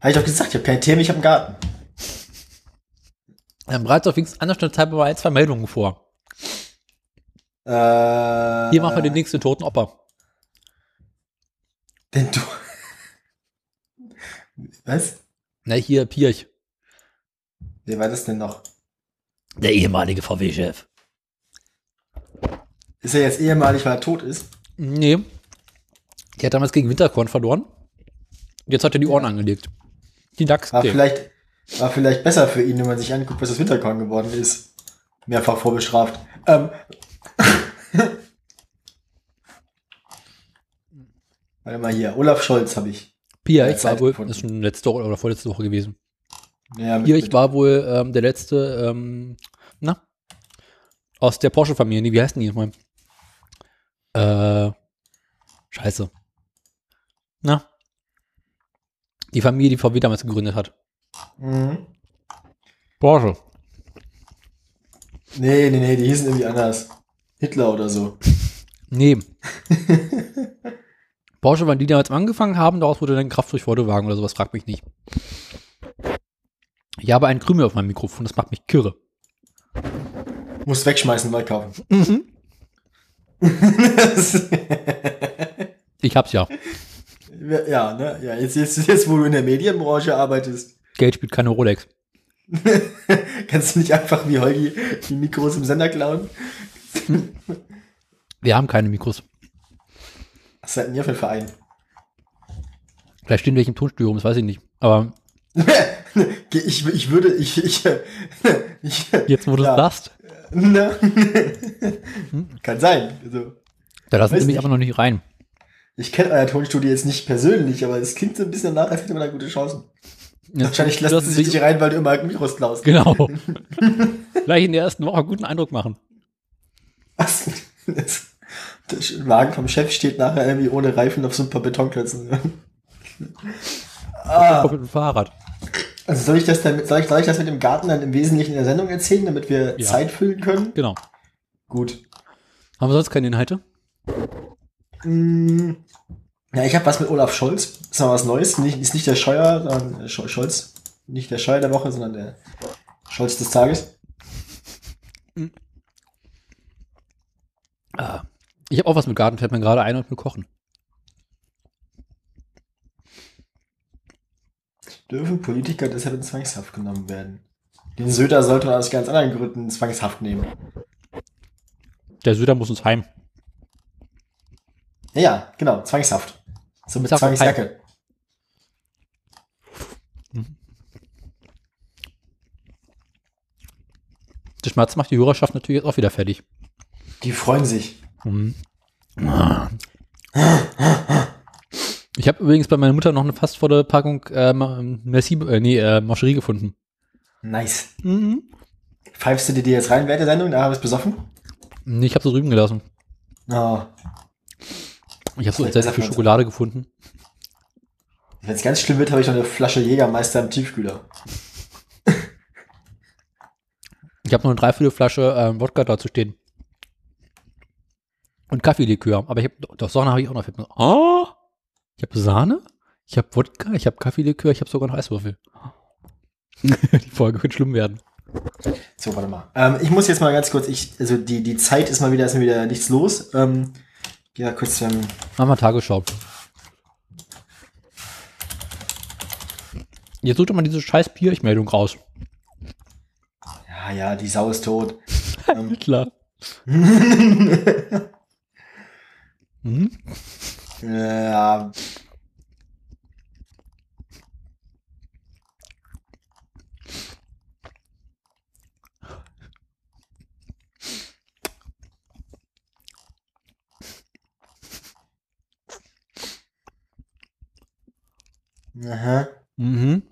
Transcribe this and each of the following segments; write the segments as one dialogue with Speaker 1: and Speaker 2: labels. Speaker 1: Habe ich doch gesagt, ich habe keine Themen, ich habe einen Garten.
Speaker 2: Dann bereits auf links an der Stelle halber ein, zwei Meldungen vor.
Speaker 1: Äh,
Speaker 2: Hier machen wir den nächsten toten Opfer.
Speaker 1: Den du. Was?
Speaker 2: Na, Ne, hier, Pirch.
Speaker 1: Wer war das denn noch?
Speaker 2: Der ehemalige VW-Chef.
Speaker 1: Ist er jetzt ehemalig, weil er tot ist?
Speaker 2: Nee. Der hat damals gegen Winterkorn verloren. Jetzt hat er die Ohren angelegt. Die dachs
Speaker 1: War, vielleicht, war vielleicht besser für ihn, wenn man sich anguckt, was das Winterkorn geworden ist. Mehrfach vorbestraft. Ähm. Warte mal hier, Olaf Scholz habe ich.
Speaker 2: Pirch
Speaker 1: Zeit
Speaker 2: war wohl,
Speaker 1: gefunden.
Speaker 2: das ist schon letzte Woche oder vorletzte Woche gewesen.
Speaker 1: Ja, mit-
Speaker 2: Pirch
Speaker 1: mit-
Speaker 2: war wohl ähm, der letzte, ähm, na, aus der Porsche-Familie. Nee, Wie heißen die jetzt mal? Äh, scheiße. Na? Die Familie, die VW damals gegründet hat.
Speaker 1: Mhm.
Speaker 2: Porsche.
Speaker 1: Nee, nee, nee, die hießen irgendwie anders. Hitler oder so.
Speaker 2: Nee. Porsche, wann die damals angefangen haben, daraus wurde dann Kraft durch Volkswagen oder sowas, frag mich nicht. Ich habe einen Krümel auf meinem Mikrofon, das macht mich kirre.
Speaker 1: Muss wegschmeißen, neu kaufen.
Speaker 2: Ich hab's ja.
Speaker 1: ja, ne? Ja, jetzt, jetzt, jetzt, wo du in der Medienbranche arbeitest,
Speaker 2: Geld spielt keine Rolex.
Speaker 1: kannst du nicht einfach wie Holgi die Mikros im Sender klauen?
Speaker 2: Wir haben keine Mikros.
Speaker 1: Was seid denn ihr für ein Verein?
Speaker 2: Vielleicht stehen welche im Tonstudio rum, das weiß ich nicht. Aber
Speaker 1: ich, ich würde, ich, ich, ich
Speaker 2: jetzt, wo du es
Speaker 1: ja,
Speaker 2: sagst,
Speaker 1: ne? Kann sein. Also,
Speaker 2: da lassen
Speaker 1: Weiß
Speaker 2: sie mich
Speaker 1: nicht.
Speaker 2: aber noch nicht rein.
Speaker 1: ich kenne euer Tonstudio jetzt nicht persönlich, aber es klingt so ein bisschen nach, als hätte man da gute Chancen. Wahrscheinlich lassen sie sich nicht rein, weil du immer Mikros klaust.
Speaker 2: Genau. Gleich in der ersten Woche guten Eindruck machen.
Speaker 1: Was? Das, der Wagen vom Chef steht nachher irgendwie ohne Reifen auf so ein paar Betonklötzen. Ah.
Speaker 2: Kommt mit dem Fahrrad.
Speaker 1: Also soll ich das dann mit, soll ich, soll ich das mit dem Garten dann im Wesentlichen in der Sendung erzählen, damit wir
Speaker 2: Ja.
Speaker 1: Zeit füllen können?
Speaker 2: Genau.
Speaker 1: Gut.
Speaker 2: Haben wir sonst keine Inhalte?
Speaker 1: Mm, Ja, ich habe was mit Olaf Scholz. Ist mal was Neues. Nicht, ist nicht der Scheuer, sondern äh, Scho- Scholz. Nicht der Scheuer der Woche, sondern der Scholz des Tages.
Speaker 2: Ich habe auch was mit Garten, fällt mir gerade ein und mit Kochen.
Speaker 1: Dürfen Politiker deshalb in Zwangshaft genommen werden? Den Söder sollte man aus ganz anderen Gründen in Zwangshaft nehmen.
Speaker 2: Der Söder muss uns heim.
Speaker 1: Ja, ja, genau, Zwangshaft. So mit
Speaker 2: Sag mal,
Speaker 1: Zwangsjacke.
Speaker 2: Der Schmerz macht die Hörerschaft natürlich jetzt auch wieder fertig.
Speaker 1: Die freuen sich.
Speaker 2: Ich habe übrigens bei meiner Mutter noch eine fast volle Packung äh, Ma- Merci, äh, nee, äh, Mancherie gefunden.
Speaker 1: Nice.
Speaker 2: Mhm.
Speaker 1: Pfeifst du dir die jetzt rein während der Sendung? Da habe ich besoffen.
Speaker 2: Nee, ich habe sie drüben gelassen.
Speaker 1: Oh,
Speaker 2: Ich habe so
Speaker 1: Vielleicht
Speaker 2: sehr viel
Speaker 1: sagt man so.
Speaker 2: Schokolade gefunden.
Speaker 1: Wenn es ganz schlimm wird, habe ich noch eine Flasche Jägermeister im Tiefkühler.
Speaker 2: Ich habe noch eine dreiviertel Flasche ähm, Wodka dazu stehen. Und Kaffeelikör. Aber ich habe doch Sahne habe ich auch noch. Oh! Ich habe Sahne, ich habe Wodka, ich habe Kaffeelikör, ich habe sogar noch Eiswürfel. die Folge wird schlimm werden.
Speaker 1: So, warte mal. Ähm, ich muss jetzt mal ganz kurz, ich, also die, die Zeit ist mal wieder, ist mal wieder nichts los. Ähm, geh mal kurz ähm,
Speaker 2: Mach mal Tagesschau. Jetzt sucht doch mal diese scheiß Bierich-Meldung raus.
Speaker 1: ja, ja, die Sau ist tot.
Speaker 2: Hitler. Mhm. hm?
Speaker 1: Ja. Aha.
Speaker 2: Mhm.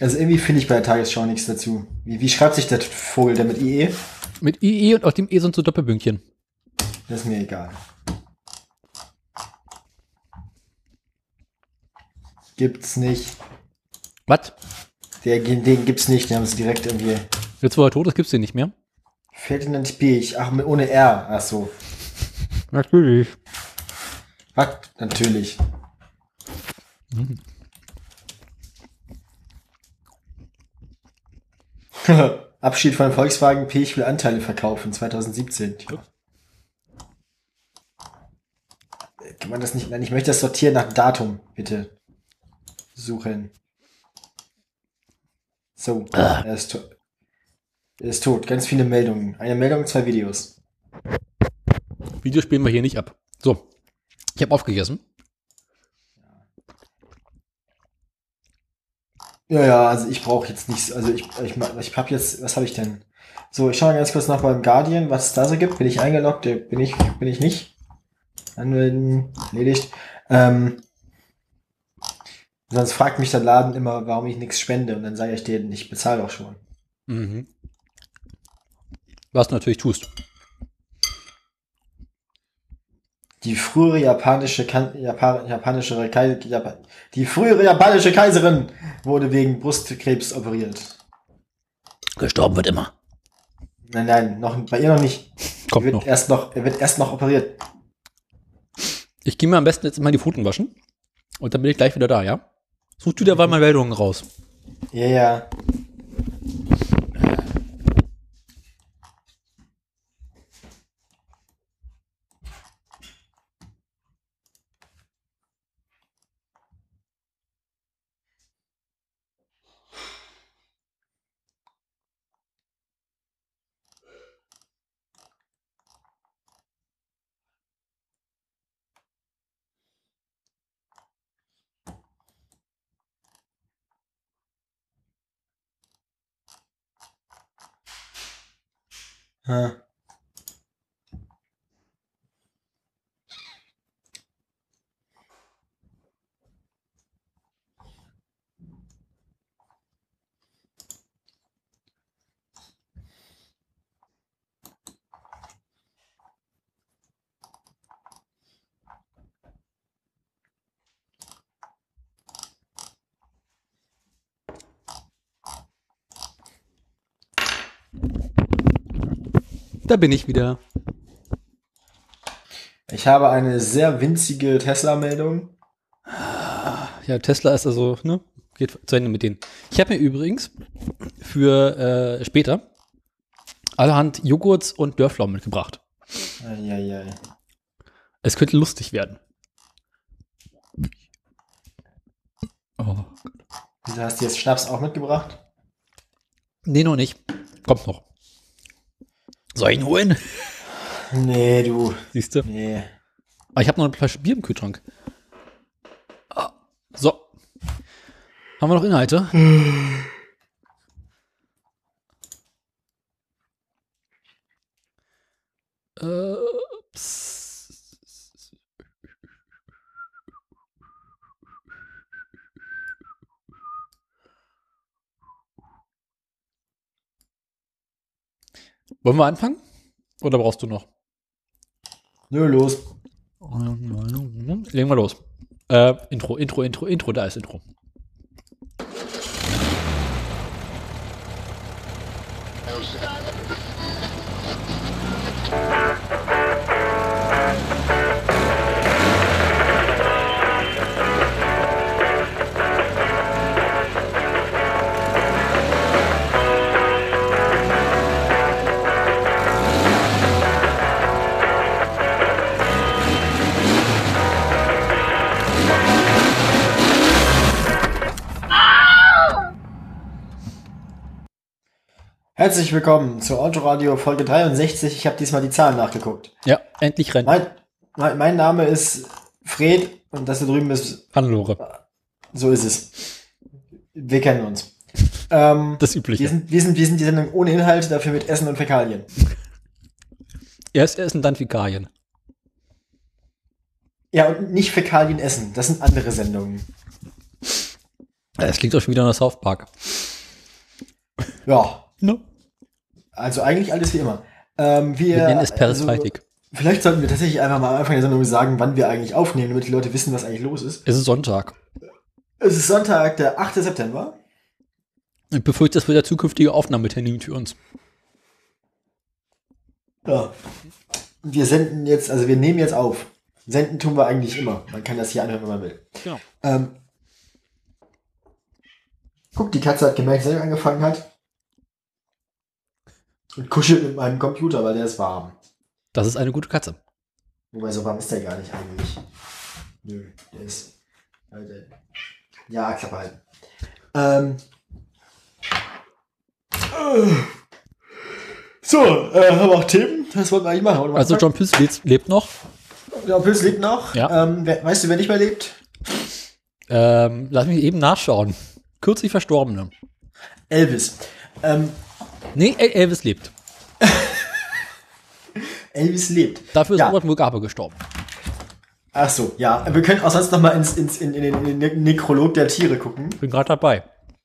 Speaker 1: Also irgendwie finde ich bei der Tagesschau nichts dazu. Wie, wie schreibt sich der Vogel E? denn mit IE?
Speaker 2: Mit IE und auf dem E sind so Doppelbündchen.
Speaker 1: Das ist mir egal. Gibt's nicht.
Speaker 2: Was?
Speaker 1: Der, den gibt's nicht, die haben es direkt irgendwie.
Speaker 2: Jetzt, wo er tot ist, gibt's den nicht mehr?
Speaker 1: Ferdinand Pirch, ach, mit, ohne R, ach so.
Speaker 2: Natürlich.
Speaker 1: Ach, natürlich. Abschied von Volkswagen P, ich will Anteile verkaufen, 2017. Tja. Äh, Kann man das nicht, nein, ich möchte das sortieren nach Datum, bitte. Suchen. So,
Speaker 2: Ah.
Speaker 1: er ist, to- er ist tot. Ganz viele Meldungen. Eine Meldung, zwei Videos.
Speaker 2: Videos spielen wir hier nicht ab. So, ich habe aufgegessen.
Speaker 1: Ja, ja, also ich brauche jetzt nichts, also ich, ich, ma- ich habe jetzt, was habe ich denn? So, ich schaue ganz kurz nach beim Guardian, was es da so gibt. Bin ich eingeloggt? Äh, Bin ich, bin ich nicht? Anmelden, erledigt. Ähm, sonst fragt mich der Laden immer, warum ich nichts spende und dann sage ich denen, ich bezahle doch schon.
Speaker 2: Mhm. Was du natürlich tust.
Speaker 1: Die frühere japanische, kan Japan japanische Kei Japan die frühere japanische Kaiserin wurde wegen Brustkrebs operiert.
Speaker 2: Gestorben wird immer.
Speaker 1: Nein, nein, noch, bei ihr noch nicht. Er
Speaker 2: Kommt
Speaker 1: wird
Speaker 2: noch.
Speaker 1: erst noch, er wird erst noch operiert.
Speaker 2: Ich gehe mir am besten jetzt mal die Pfoten waschen. Und dann bin ich gleich wieder da, ja? Such du derweil mal Meldungen raus.
Speaker 1: Ja, ja. Ah.
Speaker 2: Da bin ich wieder.
Speaker 1: Ich habe eine sehr winzige Tesla-Meldung.
Speaker 2: Ja, Tesla ist also, ne? Geht zu Ende mit denen. Ich habe mir übrigens für äh, später allerhand Joghurts und Dörflaumen mitgebracht.
Speaker 1: Eieiei.
Speaker 2: Es könnte lustig werden. Oh.
Speaker 1: Wieso hast du jetzt Schnaps auch mitgebracht?
Speaker 2: Nee, noch nicht. Kommt noch. Soll ich ihn holen?
Speaker 1: Nee, du.
Speaker 2: Siehst du?
Speaker 1: Nee.
Speaker 2: Ah, ich habe noch eine Flasche Bier im Kühlschrank. Ah, So. Haben wir noch Inhalte? äh, pss. Wollen wir anfangen? Oder brauchst du noch?
Speaker 1: Nö, los.
Speaker 2: Hm, Legen wir los. Äh, Intro, Intro, Intro, Intro, da ist Intro.
Speaker 1: Herzlich willkommen zu Autoradio Folge 63. Ich habe diesmal die Zahlen nachgeguckt.
Speaker 2: Ja, endlich rennt.
Speaker 1: Mein, mein, mein Name ist Fred und das da drüben ist.
Speaker 2: Hannelore,
Speaker 1: So ist es. Wir kennen uns. Ähm,
Speaker 2: das
Speaker 1: wir,
Speaker 2: Übliche.
Speaker 1: sind, wir, sind, wir sind die Sendung ohne Inhalte, dafür mit Essen und Fäkalien.
Speaker 2: Erst Essen, dann Fäkalien.
Speaker 1: Ja, und nicht Fäkalien essen. Das sind andere Sendungen.
Speaker 2: Das Äh, klingt doch schon wieder nach South Park.
Speaker 1: Ja,
Speaker 2: Ne?
Speaker 1: also eigentlich alles wie immer. Ähm, wir,
Speaker 2: Wir nennen es
Speaker 1: also,
Speaker 2: Peristaltik.
Speaker 1: Vielleicht sollten wir tatsächlich einfach mal am Anfang der Sendung sagen, wann wir eigentlich aufnehmen, damit die Leute wissen, was eigentlich los ist.
Speaker 2: es ist Sonntag.
Speaker 1: Es ist Sonntag, der 8. September.
Speaker 2: Ich befürchte, das wird der zukünftige Aufnahmetermin für uns.
Speaker 1: Ja. Wir senden jetzt, also wir nehmen jetzt auf. Senden tun wir eigentlich immer. Man kann das hier anhören, wenn man will.
Speaker 2: Genau.
Speaker 1: Ähm, Guck, die Katze hat gemerkt, dass er angefangen hat. Und kuschelt mit meinem Computer, weil der ist warm.
Speaker 2: Das ist eine gute Katze.
Speaker 1: Wobei, so warm ist der gar nicht eigentlich. Nö, der ist. Alter. Ja, Klappe halten. Ähm. Äh. So, äh, haben wir auch Themen? Das wollten wir eigentlich machen. Wollen wir
Speaker 2: Also
Speaker 1: anfangen?
Speaker 2: John Piss lebt, lebt noch.
Speaker 1: Ja, Pils lebt noch.
Speaker 2: Ja.
Speaker 1: Ähm, wer, weißt du, wer nicht mehr lebt?
Speaker 2: Ähm, lass mich eben nachschauen. Kürzlich Verstorbene.
Speaker 1: Elvis. Ähm,
Speaker 2: Nee, El- Elvis lebt.
Speaker 1: Elvis lebt.
Speaker 2: Dafür ist
Speaker 1: Ja.
Speaker 2: Robert Mugabe gestorben.
Speaker 1: Ach so, ja. Wir können auch sonst noch mal ins, ins, in, in, den- in den Nekrolog der Tiere gucken.
Speaker 2: Bin gerade dabei.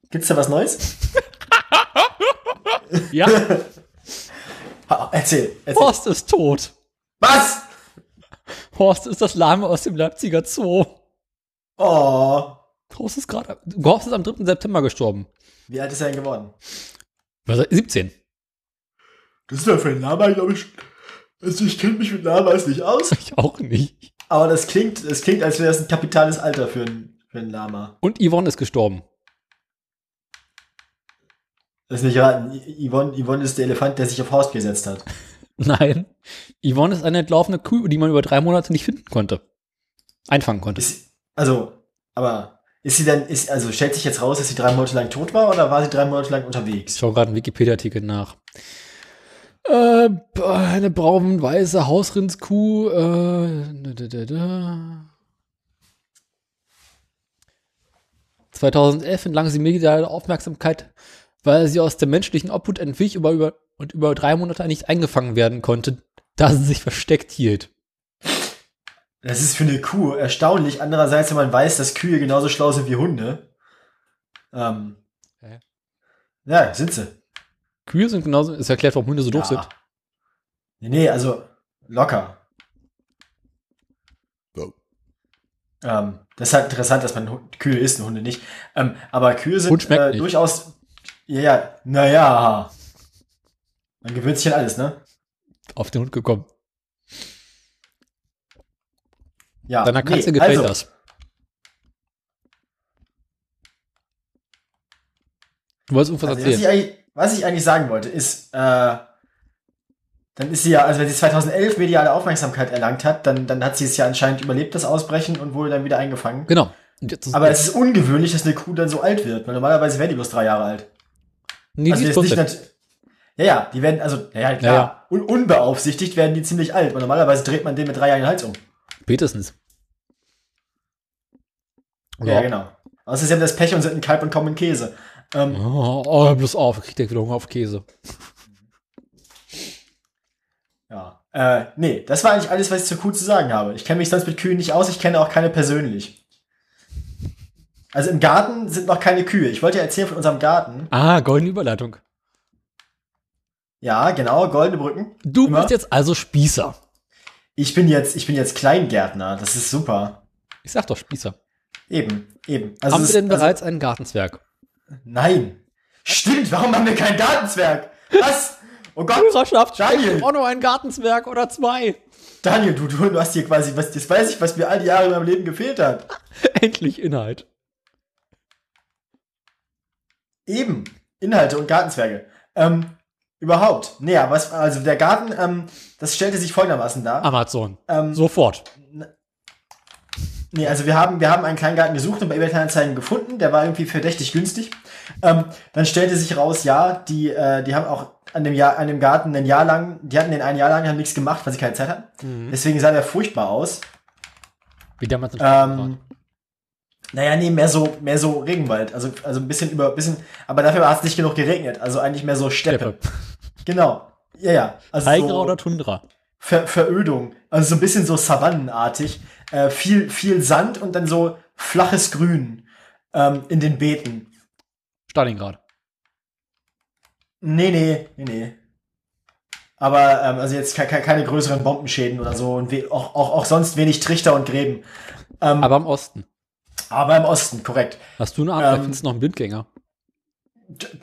Speaker 1: Gibt's da was Neues?
Speaker 2: Ja,
Speaker 1: Ha, erzähl, erzähl.
Speaker 2: Horst ist tot.
Speaker 1: Was?
Speaker 2: Horst ist das Lahme aus dem Leipziger Zoo.
Speaker 1: Oh.
Speaker 2: Horst ist gerade. Horst ist am 3. September gestorben.
Speaker 1: Wie alt ist er denn geworden?
Speaker 2: Was, 17.
Speaker 1: Das ist ja für ein Lama, glaube ich. Also ich kenne mich mit Lamas nicht aus.
Speaker 2: Ich auch nicht.
Speaker 1: Aber das klingt, das klingt, als wäre das ein kapitales Alter für ein, für ein Lama.
Speaker 2: Und Yvonne ist gestorben.
Speaker 1: Das ist nicht raten. Y- Yvonne, Yvonne ist der Elefant, der sich auf Horst gesetzt hat.
Speaker 2: Nein. Yvonne ist eine entlaufene Kuh, die man über drei Monate nicht finden konnte. Einfangen konnte.
Speaker 1: Ist, also, aber ist sie dann, ist, also stellt sich jetzt raus, dass sie drei Monate lang tot war oder war sie drei Monate lang
Speaker 2: Ich
Speaker 1: unterwegs?
Speaker 2: schaue gerade einen Wikipedia-Artikel nach. Äh, b- eine braun-weiße Hausrindskuh. Äh, da, da, da, da. 2011 entlang sie mediale Aufmerksamkeit, weil sie aus der menschlichen Obhut entwich über, über, und über drei Monate nicht eingefangen werden konnte, da sie sich versteckt hielt.
Speaker 1: Das ist für eine Kuh erstaunlich. Andererseits, wenn man weiß, dass Kühe genauso schlau sind wie Hunde. Ähm,
Speaker 2: Hä?
Speaker 1: Ja, sind sie.
Speaker 2: Kühe sind genauso, es erklärt, warum Hunde so doof
Speaker 1: ja.
Speaker 2: sind.
Speaker 1: Nee, nee, also locker. Ähm, das ist halt interessant, dass man Hu- Kühe isst und Hunde nicht. Ähm, aber Kühe
Speaker 2: Hund
Speaker 1: sind
Speaker 2: schmeckt
Speaker 1: äh,
Speaker 2: nicht.
Speaker 1: durchaus. Ja, ja, naja. Man gewöhnt sich an alles, ne?
Speaker 2: Auf den Hund gekommen.
Speaker 1: Ja.
Speaker 2: Deiner Katze
Speaker 1: nee,
Speaker 2: gefällt
Speaker 1: also,
Speaker 2: das. Du wolltest irgendwas
Speaker 1: Also, was,
Speaker 2: erzählen.
Speaker 1: ich eigentlich, was ich eigentlich sagen wollte, ist, äh, dann ist sie ja, also wenn sie 2011 mediale Aufmerksamkeit erlangt hat, dann, dann hat sie es ja anscheinend überlebt, das Ausbrechen, und wurde dann wieder eingefangen.
Speaker 2: Genau. Und jetzt ist-
Speaker 1: Aber es ist ungewöhnlich, dass eine Kuh dann so alt wird, weil normalerweise werden die bloß drei Jahre alt.
Speaker 2: nee,
Speaker 1: also
Speaker 2: die ist
Speaker 1: jetzt nicht
Speaker 2: trotzdem.
Speaker 1: nat- ja, ja, die werden, also, naja, klar,
Speaker 2: Ja,
Speaker 1: Un unbeaufsichtigt werden die ziemlich alt, weil normalerweise dreht man den mit drei Jahren den Hals um.
Speaker 2: Spätestens.
Speaker 1: Ja, genau. Außer sie haben das Pech und sind ein Kalb und kommen in Käse. Ähm,
Speaker 2: Oh, oh, bloß auf, ich krieg direkt wieder Hunger auf Käse.
Speaker 1: Ja. Äh, nee, das war eigentlich alles, was ich zur Kuh zu sagen habe. Ich kenne mich sonst mit Kühen nicht aus, ich kenne auch keine persönlich. Also im Garten sind noch keine Kühe. Ich wollte ja erzählen von unserem Garten.
Speaker 2: Ah, goldene Überleitung.
Speaker 1: Ja, genau, goldene Brücken.
Speaker 2: Du
Speaker 1: Immer.
Speaker 2: bist jetzt also Spießer.
Speaker 1: Ich bin jetzt, ich bin jetzt Kleingärtner, das ist super.
Speaker 2: Ich sag doch Spießer.
Speaker 1: Eben, eben. Also
Speaker 2: Haben
Speaker 1: es ist-
Speaker 2: wir denn
Speaker 1: also,
Speaker 2: bereits einen Gartenzwerg?
Speaker 1: Nein. Stimmt, warum haben wir kein Gartenzwerg? Was? Oh Gott,
Speaker 2: Hörerschaft,
Speaker 1: Daniel.
Speaker 2: schenkt auch noch einen Gartenzwerg oder zwei.
Speaker 1: Daniel, du, du, du hast hier quasi, was, das weiß ich, was mir all die Jahre in meinem Leben gefehlt hat.
Speaker 2: Endlich Inhalt.
Speaker 1: Eben. Inhalte und Gartenzwerge. Ähm, überhaupt. Naja, was, also der Garten, ähm, das stellte sich folgendermaßen dar.
Speaker 2: Amazon.
Speaker 1: Ähm,
Speaker 2: Sofort.
Speaker 1: Nee, also wir haben, wir haben einen Kleingarten gesucht und bei eBay Kleinanzeigen gefunden. Der war irgendwie verdächtig günstig. Ähm, dann stellte sich raus, ja, die, äh, die haben auch an dem, Jahr, an dem Garten ein Jahr lang, die hatten den ein Jahr lang, haben nichts gemacht, weil sie keine Zeit hatten.
Speaker 2: Mhm.
Speaker 1: Deswegen sah der furchtbar aus.
Speaker 2: Wie damals in
Speaker 1: Ähm, naja, nee, mehr so, mehr so Regenwald. Also, also ein bisschen über, bisschen, aber dafür hat es nicht genug geregnet. Also eigentlich mehr so Steppe.
Speaker 2: Steppe.
Speaker 1: Genau. Ja, ja. Also
Speaker 2: Tiger
Speaker 1: so
Speaker 2: oder Tundra?
Speaker 1: Ver Verödung. Also so ein bisschen so Savannenartig. Äh, viel, viel Sand und dann so flaches Grün ähm, in den Beeten.
Speaker 2: Stalingrad.
Speaker 1: Hm. Nee, nee, nee, nee. Aber ähm, also jetzt ke ke keine größeren Bombenschäden oder so und we- auch, auch, auch sonst wenig Trichter und Gräben. Ähm,
Speaker 2: Aber im Osten.
Speaker 1: aber im Osten, korrekt.
Speaker 2: Hast du eine Ahnung, da
Speaker 1: Ähm,
Speaker 2: findest du noch einen Blindgänger.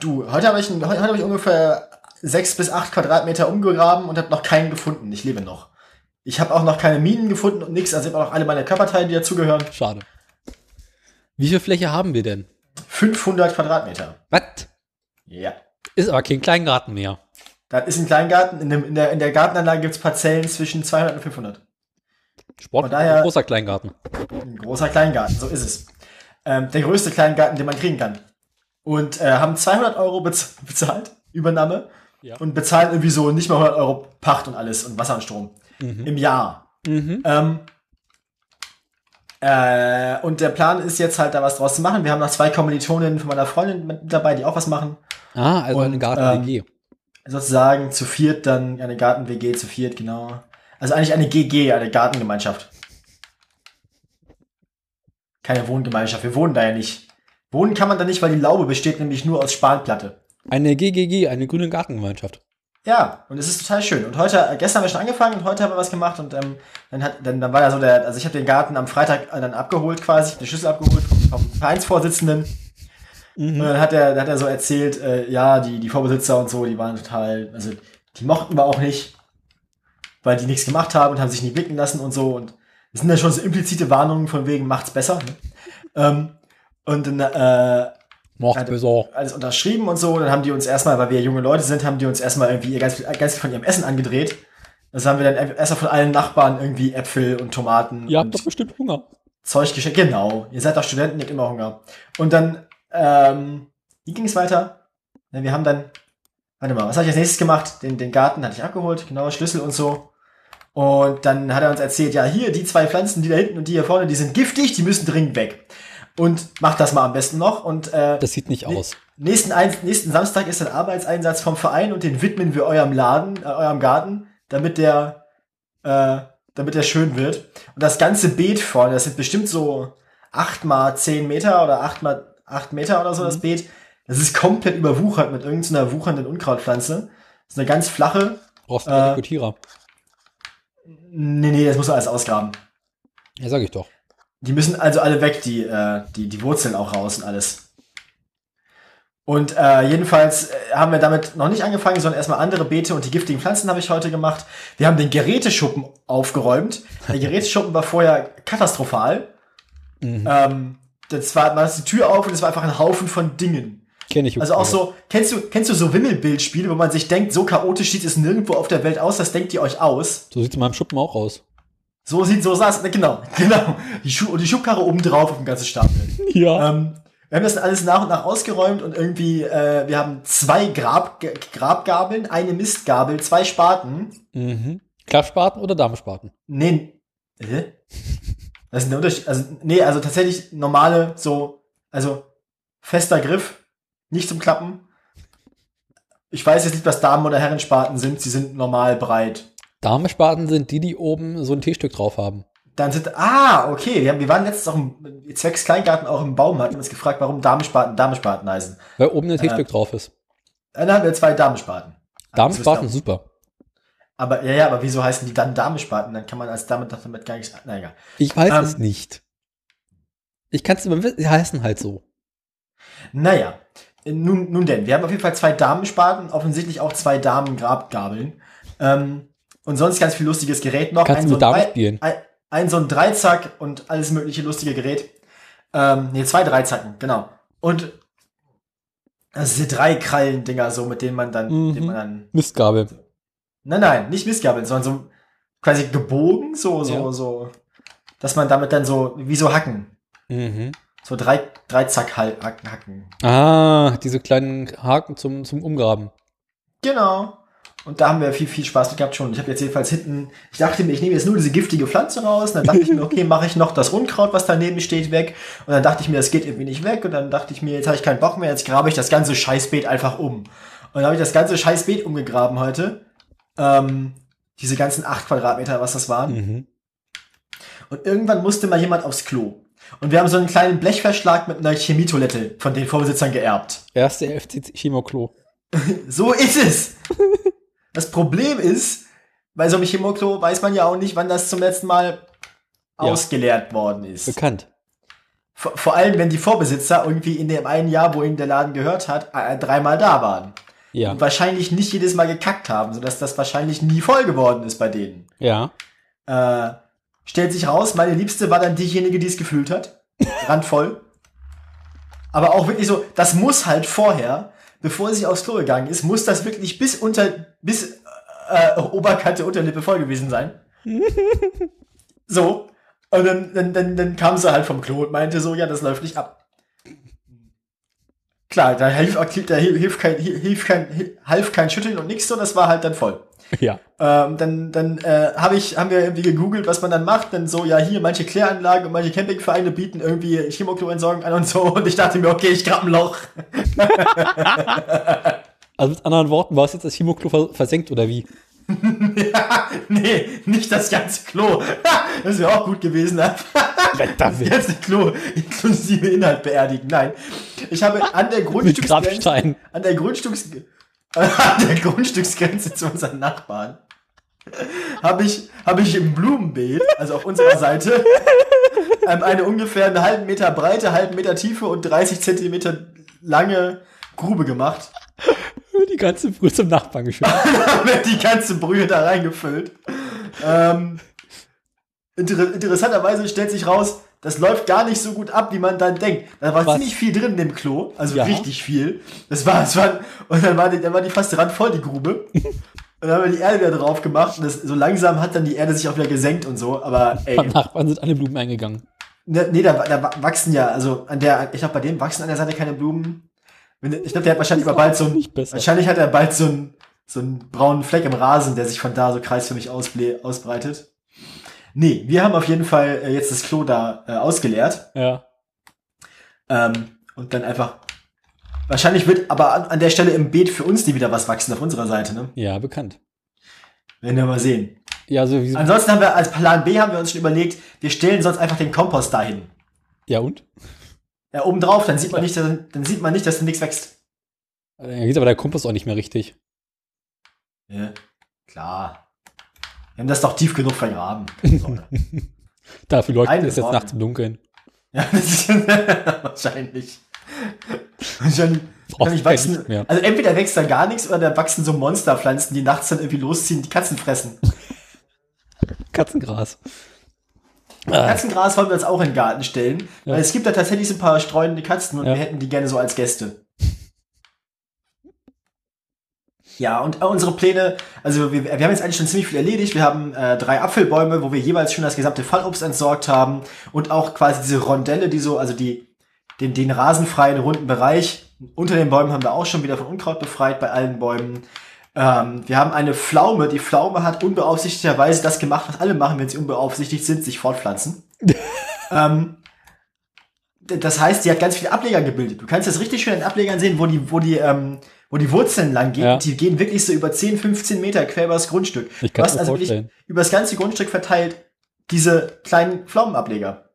Speaker 1: Du, heute habe ich, ein- heute habe ich ungefähr sechs bis acht Quadratmeter umgegraben und habe noch keinen gefunden. Ich lebe noch. Ich habe auch noch keine Minen gefunden und nichts. Also sind auch noch alle meine Körperteile, die dazugehören.
Speaker 2: Schade. Wie viel Fläche haben wir denn?
Speaker 1: 500 Quadratmeter.
Speaker 2: Was?
Speaker 1: Ja.
Speaker 2: Ist aber kein Kleingarten mehr.
Speaker 1: Das ist ein Kleingarten. In, dem, in, der, in der Gartenanlage gibt es Parzellen zwischen 200 und 500.
Speaker 2: Sport,
Speaker 1: Von daher-
Speaker 2: großer Kleingarten.
Speaker 1: Ein großer Kleingarten, so ist es. Ähm, der größte Kleingarten, den man kriegen kann. Und äh, haben 200 Euro bez bezahlt, Übernahme.
Speaker 2: Ja.
Speaker 1: Und bezahlen irgendwie so nicht mal 100 Euro Pacht und alles und Wasser und Strom
Speaker 2: Mhm.
Speaker 1: im Jahr.
Speaker 2: Mhm.
Speaker 1: Ähm, äh, und der Plan ist jetzt halt da was draus zu machen. Wir haben noch zwei Kommilitoninnen von meiner Freundin mit dabei, die auch was machen.
Speaker 2: Ah, also
Speaker 1: Und, ähm,
Speaker 2: eine Garten-WG.
Speaker 1: Sozusagen zu viert dann eine Garten-WG, zu viert, genau. Also eigentlich eine GG, eine Gartengemeinschaft. Keine Wohngemeinschaft, wir wohnen da ja nicht. Wohnen kann man da nicht, weil die Laube besteht nämlich nur aus Spanplatte.
Speaker 2: Eine GGG, eine grüne Gartengemeinschaft.
Speaker 1: Ja, und es ist total schön. Und heute, äh, gestern haben wir schon angefangen und heute haben wir was gemacht und ähm, dann hat, dann, dann war da so der, also ich habe den Garten am Freitag äh, dann abgeholt quasi, den Schlüssel abgeholt vom, vom Vereinsvorsitzenden. Und dann hat er, dann hat er so erzählt, äh, ja, die, die Vorbesitzer und so, die waren total, also die mochten wir auch nicht, weil die nichts gemacht haben und haben sich nie blicken lassen und so. Und es sind ja schon so implizite Warnungen von wegen, macht's besser. Ne? Ähm, und dann äh,
Speaker 2: Macht
Speaker 1: Also-
Speaker 2: besser.
Speaker 1: alles unterschrieben und so. Dann haben die uns erstmal, weil wir junge Leute sind, haben die uns erstmal irgendwie ihr ganz, viel- ganz viel von ihrem Essen angedreht. Das haben wir dann erstmal von allen Nachbarn irgendwie Äpfel und Tomaten
Speaker 2: Ihr habt
Speaker 1: und
Speaker 2: doch bestimmt Hunger.
Speaker 1: Zeug geschenkt. Genau, ihr seid doch Studenten, ihr habt immer Hunger. Und dann, ähm, wie ging es weiter? Ne, Wir haben dann, warte mal, was habe ich als nächstes gemacht? Den, den Garten hatte ich abgeholt, genau, Schlüssel und so. Und dann hat er uns erzählt, ja, hier, die zwei Pflanzen, die da hinten und die hier vorne, die sind giftig, die müssen dringend weg. Und macht das mal am besten noch. Und äh,
Speaker 2: Das sieht nicht
Speaker 1: Nee.
Speaker 2: aus.
Speaker 1: nächsten, Ein- nächsten Samstag ist ein Arbeitseinsatz vom Verein und den widmen wir eurem Laden, äh, eurem Garten, damit der, äh, damit der schön wird. Und das ganze Beet vorne, das sind bestimmt so acht mal zehn Meter oder acht mal acht Meter oder so, das Beet. Das ist komplett überwuchert mit irgendeiner wuchernden Unkrautpflanze. Das ist eine ganz flache.
Speaker 2: Brauchst du einen
Speaker 1: Äh.
Speaker 2: Dekotierer.
Speaker 1: Nee, nee, das muss man alles ausgraben.
Speaker 2: Ja, sag ich doch.
Speaker 1: Die müssen also alle weg, die, äh, die, die Wurzeln auch raus und alles. Und äh, jedenfalls äh, haben wir damit noch nicht angefangen, sondern erstmal andere Beete und die giftigen Pflanzen habe ich heute gemacht. Wir haben den Geräteschuppen aufgeräumt. Der Geräteschuppen war vorher katastrophal.
Speaker 2: Mhm.
Speaker 1: Ähm, das war, man hat die Tür auf und es war einfach ein Haufen von Dingen.
Speaker 2: Kenn ich.
Speaker 1: Also auch so, kennst du, kennst du so Wimmelbildspiele, wo man sich denkt, so chaotisch sieht es nirgendwo auf der Welt aus, das denkt ihr euch aus.
Speaker 2: So sieht es in meinem Schuppen auch aus.
Speaker 1: So sieht, so saß, genau, genau. Die, Schu und die Schubkarre oben drauf auf dem ganzen Stapel.
Speaker 2: Ja.
Speaker 1: Ähm, wir haben das alles nach und nach ausgeräumt und irgendwie, äh, wir haben zwei Grab G- Grabgabeln, eine Mistgabel, zwei Spaten.
Speaker 2: Mhm. Klappspaten oder Damenspaten?
Speaker 1: Nee. Hä? Das ist ein Unterschied. Also, nee, also tatsächlich normale, so, also fester Griff, nicht zum Klappen. Ich weiß jetzt nicht, was Damen- oder Herrenspaten sind, sie sind normal breit.
Speaker 2: Damenspaten sind die, die oben so ein T-Stück drauf haben.
Speaker 1: Dann sind, ah, okay, wir, haben, wir waren letztens auch im, äh, zwecks Kleingarten auch im Baumarkt und uns gefragt, warum Damenspaten Damenspaten heißen.
Speaker 2: Weil oben ein T-Stück
Speaker 1: Äh.
Speaker 2: drauf ist.
Speaker 1: Dann haben wir zwei Damenspaten. Also,
Speaker 2: Damenspaten super.
Speaker 1: Aber ja, ja, aber wieso heißen die dann Damenspaten? Dann kann man als Dame doch damit gar nichts. Na egal.
Speaker 2: Ich weiß
Speaker 1: Ähm.
Speaker 2: es nicht. Ich kann es immer wissen, die heißen halt so.
Speaker 1: Naja. Nun, nun denn, wir haben auf jeden Fall zwei Damenspaten, offensichtlich auch zwei Damen-Grabgabeln. Ähm, und sonst ganz viel lustiges Gerät noch.
Speaker 2: Kannst du mit
Speaker 1: so ein
Speaker 2: Damen
Speaker 1: Drei-
Speaker 2: spielen?
Speaker 1: Ein, ein so ein Dreizack und alles mögliche lustige Gerät. Ähm, nee, zwei Dreizacken, genau. Und also diese drei Krallen-Dinger, so mit denen man dann,
Speaker 2: Mhm.
Speaker 1: den man dann.
Speaker 2: Mistgabel.
Speaker 1: Nein, nein, nicht Mistgabeln, sondern so quasi gebogen, so, so,
Speaker 2: Ja.
Speaker 1: so. Dass man damit dann so, wie so Hacken,
Speaker 2: Mhm.
Speaker 1: So drei, drei Zack halt Hacken, Hacken.
Speaker 2: Ah, diese kleinen Haken zum, zum Umgraben.
Speaker 1: Genau. Und da haben wir viel, viel Spaß mit gehabt schon. Ich habe jetzt jedenfalls hinten, ich dachte mir, ich nehme jetzt nur diese giftige Pflanze raus. Und dann dachte ich mir, okay, mache ich noch das Unkraut, was daneben steht, weg. Und dann dachte ich mir, das geht irgendwie nicht weg. Und dann dachte ich mir, jetzt habe ich keinen Bock mehr, jetzt grabe ich das ganze Scheißbeet einfach um. Und dann habe ich das ganze Scheißbeet umgegraben heute. Ähm, diese ganzen acht Quadratmeter, was das waren.
Speaker 2: Mhm.
Speaker 1: Und irgendwann musste mal jemand aufs Klo. Und wir haben so einen kleinen Blechverschlag mit einer Chemietoilette von den Vorbesitzern geerbt.
Speaker 2: Erste FC Chemoklo.
Speaker 1: So ist es. Das Problem ist, bei so einem Chemoklo weiß man ja auch nicht, wann das zum letzten Mal
Speaker 2: Ja.
Speaker 1: ausgeleert worden ist.
Speaker 2: Bekannt.
Speaker 1: Vor, vor allem, wenn die Vorbesitzer irgendwie in dem einen Jahr, wo ihnen der Laden gehört hat, äh, dreimal da waren.
Speaker 2: Ja.
Speaker 1: Und wahrscheinlich nicht jedes Mal gekackt haben, sodass das wahrscheinlich nie voll geworden ist bei denen.
Speaker 2: Ja.
Speaker 1: Äh, stellt sich raus, meine Liebste war dann diejenige, die es gefühlt hat. Randvoll. Aber auch wirklich so, das muss halt vorher, bevor sie aufs Klo gegangen ist, muss das wirklich bis unter, bis äh, Oberkante, Unterlippe voll gewesen sein. so. Und dann, dann, dann, dann kam sie halt vom Klo und meinte so, ja, das läuft nicht ab. Klar, da hilft, da hilft kein, hilft kein, half kein Schütteln und nichts so, das war halt dann voll.
Speaker 2: Ja.
Speaker 1: Ähm, dann dann äh, hab ich, haben wir irgendwie gegoogelt, was man dann macht. Dann so, ja, hier, manche Kläranlagen und manche Campingvereine bieten irgendwie Chemokloentsorgen an und so. Und ich dachte mir, okay, ich grab ein Loch.
Speaker 2: Also mit anderen Worten, war es jetzt das Chemoklo vers- versenkt oder wie?
Speaker 1: ja, nee, nicht das ganze Klo. das wäre auch gut gewesen. ne? Das
Speaker 2: Wetterwind.
Speaker 1: ganze Klo inklusive Inhalt beerdigen. Nein. Ich habe an der
Speaker 2: Mit
Speaker 1: Grundstücksgrenze
Speaker 2: Grabstein.
Speaker 1: an der Grundstücks an der Grundstücksgrenze zu unseren Nachbarn habe ich, hab ich im Blumenbeet, also auf unserer Seite, ähm, eine ungefähr einen halben Meter breite, halben Meter tiefe und 30 Zentimeter lange Grube gemacht.
Speaker 2: Die ganze Brühe zum Nachbarn geschüttet.
Speaker 1: Da wird die ganze Brühe da reingefüllt. Ähm, inter interessanterweise stellt sich raus, das läuft gar nicht so gut ab, wie man dann denkt. Da war
Speaker 2: Was?
Speaker 1: ziemlich viel drin im Klo, also
Speaker 2: Ja.
Speaker 1: richtig viel. Das war, das war, und dann war, die, dann war die fast randvoll, die Grube. Und dann haben wir die Erde wieder drauf gemacht und das, so langsam hat dann die Erde sich auch wieder gesenkt und so, aber ey.
Speaker 2: Beim Nachbarn sind alle Blumen eingegangen.
Speaker 1: Ne, nee, da, da wa- wachsen ja, also an der, ich glaube, bei dem wachsen an der Seite keine Blumen. Wenn- Ich glaube, der hat wahrscheinlich aber bald so ein,
Speaker 2: Nicht besser.
Speaker 1: wahrscheinlich hat er bald so einen, so einen braunen Fleck im Rasen, der sich von da so kreisförmig ausble- ausbreitet. Nee, wir haben auf jeden Fall äh, jetzt das Klo da äh, ausgeleert.
Speaker 2: Ja.
Speaker 1: Ähm, und dann einfach. Wahrscheinlich wird aber an, an der Stelle im Beet für uns nie wieder was wachsen auf unserer Seite, ne?
Speaker 2: Ja, bekannt.
Speaker 1: Werden wir mal sehen.
Speaker 2: Ja, also sowieso.
Speaker 1: Ansonsten haben wir als Plan B haben wir uns schon überlegt, wir stellen sonst einfach den Kompost dahin.
Speaker 2: ja, und?
Speaker 1: Ja, oben drauf, dann sieht man nicht, dass, dann sieht man nicht, dass da nichts wächst.
Speaker 2: Dann geht aber der Kompass auch nicht mehr richtig.
Speaker 1: Ja, klar. Wir haben das doch tief genug vergraben. So.
Speaker 2: Dafür leuchtet
Speaker 1: Eine
Speaker 2: es jetzt
Speaker 1: Sorte.
Speaker 2: nachts im Dunkeln.
Speaker 1: ja, das ist wahrscheinlich. Wahrscheinlich kann nicht
Speaker 2: kein
Speaker 1: wachsen.
Speaker 2: Licht mehr.
Speaker 1: Also entweder wächst da gar nichts oder da wachsen so Monsterpflanzen, die nachts dann irgendwie losziehen, die Katzen fressen.
Speaker 2: Katzengras. Ah,
Speaker 1: Katzengras wollen wir uns auch in den Garten stellen,
Speaker 2: Äh. Ja.
Speaker 1: weil es gibt da tatsächlich so ein paar streunende Katzen und
Speaker 2: Ja.
Speaker 1: wir hätten die gerne so als Gäste. Ja, und äh, unsere Pläne, also wir, wir haben jetzt eigentlich schon ziemlich viel erledigt. Wir haben äh, drei Apfelbäume, wo wir jeweils schon das gesamte Fallobst entsorgt haben und auch quasi diese Rondelle, die so, also die, den, den rasenfreien runden Bereich unter den Bäumen haben wir auch schon wieder von Unkraut befreit bei allen Bäumen. Ähm, wir haben eine Pflaume. Die Pflaume hat unbeaufsichtigterweise das gemacht, was alle machen, wenn sie unbeaufsichtigt sind, sich fortpflanzen. ähm, d- das heißt, die hat ganz viele Ableger gebildet. Du kannst das richtig schön in Ablegern sehen, wo die, wo die, ähm, wo die Wurzeln lang gehen.
Speaker 2: Ja.
Speaker 1: Die gehen wirklich so über 10, 15 Meter quer über das Grundstück.
Speaker 2: Ich
Speaker 1: Du
Speaker 2: kann es
Speaker 1: hast
Speaker 2: mir
Speaker 1: also wirklich
Speaker 2: vorstellen.
Speaker 1: über das ganze Grundstück verteilt diese kleinen Pflaumenableger.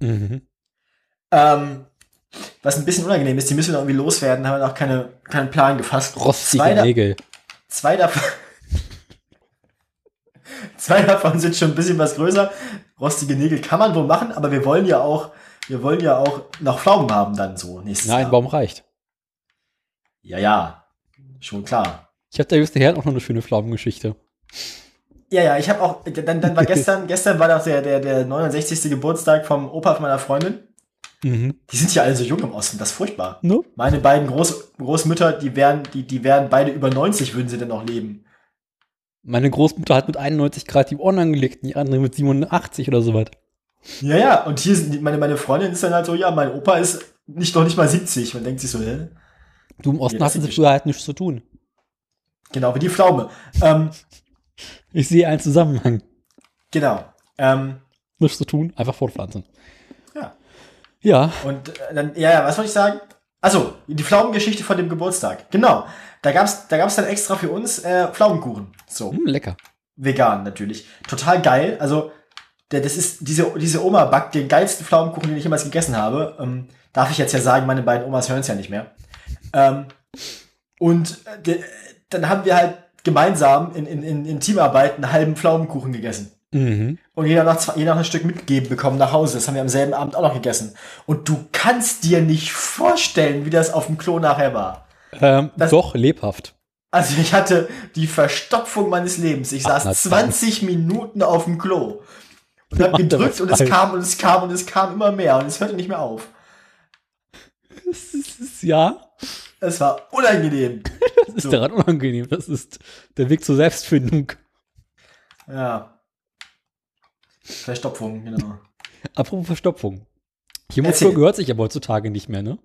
Speaker 2: Mhm.
Speaker 1: Ähm, was ein bisschen unangenehm ist, die müssen wir noch irgendwie loswerden, haben wir noch keine, keinen Plan gefasst.
Speaker 2: Rostige
Speaker 1: zwei, da,
Speaker 2: Nägel.
Speaker 1: zwei davon. zwei davon sind schon ein bisschen was größer. Rostige Nägel kann man wohl machen, aber wir wollen ja auch, wir wollen ja auch noch Pflaumen haben dann so nächstes
Speaker 2: Nein,
Speaker 1: Jahr.
Speaker 2: Baum reicht.
Speaker 1: Ja, ja. Schon klar.
Speaker 2: Ich habe da just nachher auch noch eine schöne Pflaumengeschichte.
Speaker 1: Ja, ja, ich habe auch, dann, dann war gestern, gestern war doch der, der, der 69. Geburtstag vom Opa von meiner Freundin.
Speaker 2: Mhm.
Speaker 1: Die sind ja alle so jung im Osten, das ist furchtbar.
Speaker 2: No?
Speaker 1: Meine beiden Groß Großmütter, die wären, die, die wären beide über 90, würden sie denn noch leben.
Speaker 2: Meine Großmutter hat mit 91 Grad die Ohren angelegt und die andere mit 87 oder sowas.
Speaker 1: Ja, ja, und hier sind die, meine, meine Freundin ist dann halt so, ja, mein Opa ist nicht noch nicht mal 70. Man denkt sich so, hä?
Speaker 2: Du im Osten
Speaker 1: Ja, das
Speaker 2: hast du
Speaker 1: sieht
Speaker 2: früher halt nichts zu tun.
Speaker 1: Genau, wie die Pflaume. Ähm,
Speaker 2: Ich sehe einen Zusammenhang.
Speaker 1: genau. Ähm,
Speaker 2: Nichts zu tun, einfach fortpflanzen.
Speaker 1: Ja.
Speaker 2: Ja,
Speaker 1: Und äh, dann, ja, ja, was wollte ich sagen? Achso, die Pflaumengeschichte von dem Geburtstag. Genau. Da gab's, da gab's dann extra für uns äh, Pflaumenkuchen. So.
Speaker 2: hm, lecker.
Speaker 1: vegan natürlich. Total geil. Also, der, das ist, diese, diese Oma backt den geilsten Pflaumenkuchen, den ich jemals gegessen habe. Ähm, darf ich jetzt ja sagen, meine beiden Omas hören es ja nicht mehr. Ähm, und äh, de, dann haben wir halt gemeinsam in, in, in, in Teamarbeit einen halben Pflaumenkuchen gegessen.
Speaker 2: Mhm.
Speaker 1: Und jeder noch, zwei, jeder noch ein Stück mitgegeben bekommen nach Hause. Das haben wir am selben Abend auch noch gegessen. Und du kannst dir nicht vorstellen, wie das auf dem Klo nachher war.
Speaker 2: Ähm,
Speaker 1: Das-
Speaker 2: doch, lebhaft.
Speaker 1: Also ich hatte die Verstopfung meines Lebens. Ich
Speaker 2: Ach,
Speaker 1: saß
Speaker 2: na dann.
Speaker 1: 20 Minuten auf dem Klo und hab
Speaker 2: Mach da was
Speaker 1: gedrückt und es
Speaker 2: falsch.
Speaker 1: kam und es kam und es kam immer mehr und es hörte nicht mehr auf.
Speaker 2: Das ist, ja,
Speaker 1: Es war unangenehm.
Speaker 2: das ist
Speaker 1: So.
Speaker 2: daran unangenehm. Das ist der Weg zur Selbstfindung.
Speaker 1: Ja. Verstopfung, genau.
Speaker 2: Apropos Verstopfung. Chemokur
Speaker 1: Erzähl.
Speaker 2: gehört sich aber heutzutage nicht mehr, ne?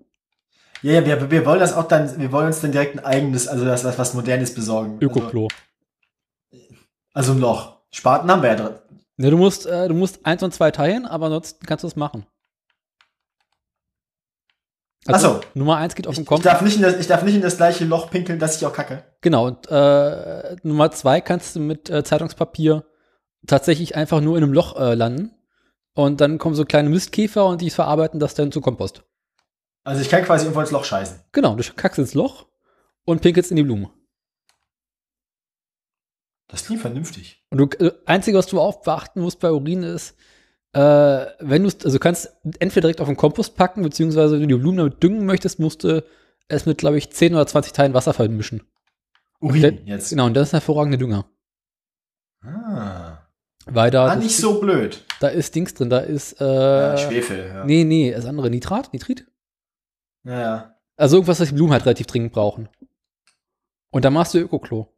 Speaker 1: Ja, ja, wir, wir wollen das auch dann, wir wollen uns dann direkt ein eigenes, also das, was, was Modernes besorgen.
Speaker 2: Ökoklo.
Speaker 1: Also, also ein Loch. Spaten haben wir ja drin.
Speaker 2: Ne, du musst, äh, du musst eins und zwei teilen, aber ansonsten kannst du es machen.
Speaker 1: Ach so.
Speaker 2: Also, Nummer eins geht auf den
Speaker 1: Ich
Speaker 2: Kopf.
Speaker 1: darf, nicht in das, ich darf nicht in das gleiche Loch pinkeln, dass ich auch kacke.
Speaker 2: Genau, und äh, Nummer zwei kannst du mit äh, Zeitungspapier tatsächlich einfach nur in einem Loch äh, landen. Und dann kommen so kleine Mistkäfer und die verarbeiten das dann zu Kompost.
Speaker 1: Also ich kann quasi irgendwo ins Loch scheißen.
Speaker 2: Genau, du kackst ins Loch und pinkelst in die Blume.
Speaker 1: Das klingt vernünftig.
Speaker 2: Und du, äh, einzige, was du auch beachten musst bei Urin ist, äh, wenn du also du kannst entweder direkt auf den Kompost packen, beziehungsweise wenn du die Blumen damit düngen möchtest, musst du es mit, glaube ich, 10 oder 20 Teilen Wasser vermischen.
Speaker 1: Urin
Speaker 2: Okay.
Speaker 1: jetzt.
Speaker 2: Genau, und das ist ein hervorragender Dünger.
Speaker 1: Ah.
Speaker 2: Weil da,
Speaker 1: War nicht so blöd.
Speaker 2: da ist Dings drin, da ist, äh,
Speaker 1: Ja, Schwefel, ja.
Speaker 2: nee, nee, das andere Nitrat, Nitrit?
Speaker 1: Ja, ja.
Speaker 2: Also irgendwas, was die Blumen halt relativ dringend brauchen. Und dann machst du Ökoklo.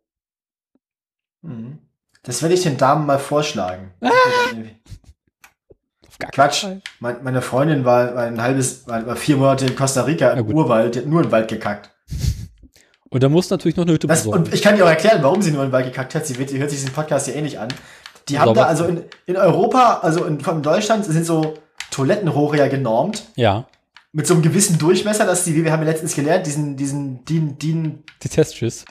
Speaker 1: Mhm. Das werde ich den Damen mal vorschlagen.
Speaker 2: Auf gar
Speaker 1: Quatsch.
Speaker 2: Fall.
Speaker 1: Mein- Meine Freundin war, war ein halbes, war, war vier Monate in Costa Rica
Speaker 2: Na
Speaker 1: im
Speaker 2: gut.
Speaker 1: Urwald, die hat nur in den Wald gekackt.
Speaker 2: Und dann musst du natürlich noch eine Hütte
Speaker 1: Das, und
Speaker 2: besorgen.
Speaker 1: ich kann dir auch erklären, warum sie nur in den Wald gekackt hat. Sie, wird, sie hört sich diesen Podcast hier ähnlich an. Die haben
Speaker 2: Sauber.
Speaker 1: da also in, in Europa, also in, von Deutschland, sind so Toilettenrohre ja genormt.
Speaker 2: Ja, Mit
Speaker 1: Mit so einem gewissen Durchmesser, dass die, wie wir haben ja letztens gelernt, diesen, diesen, den, den,
Speaker 2: die Testschiss.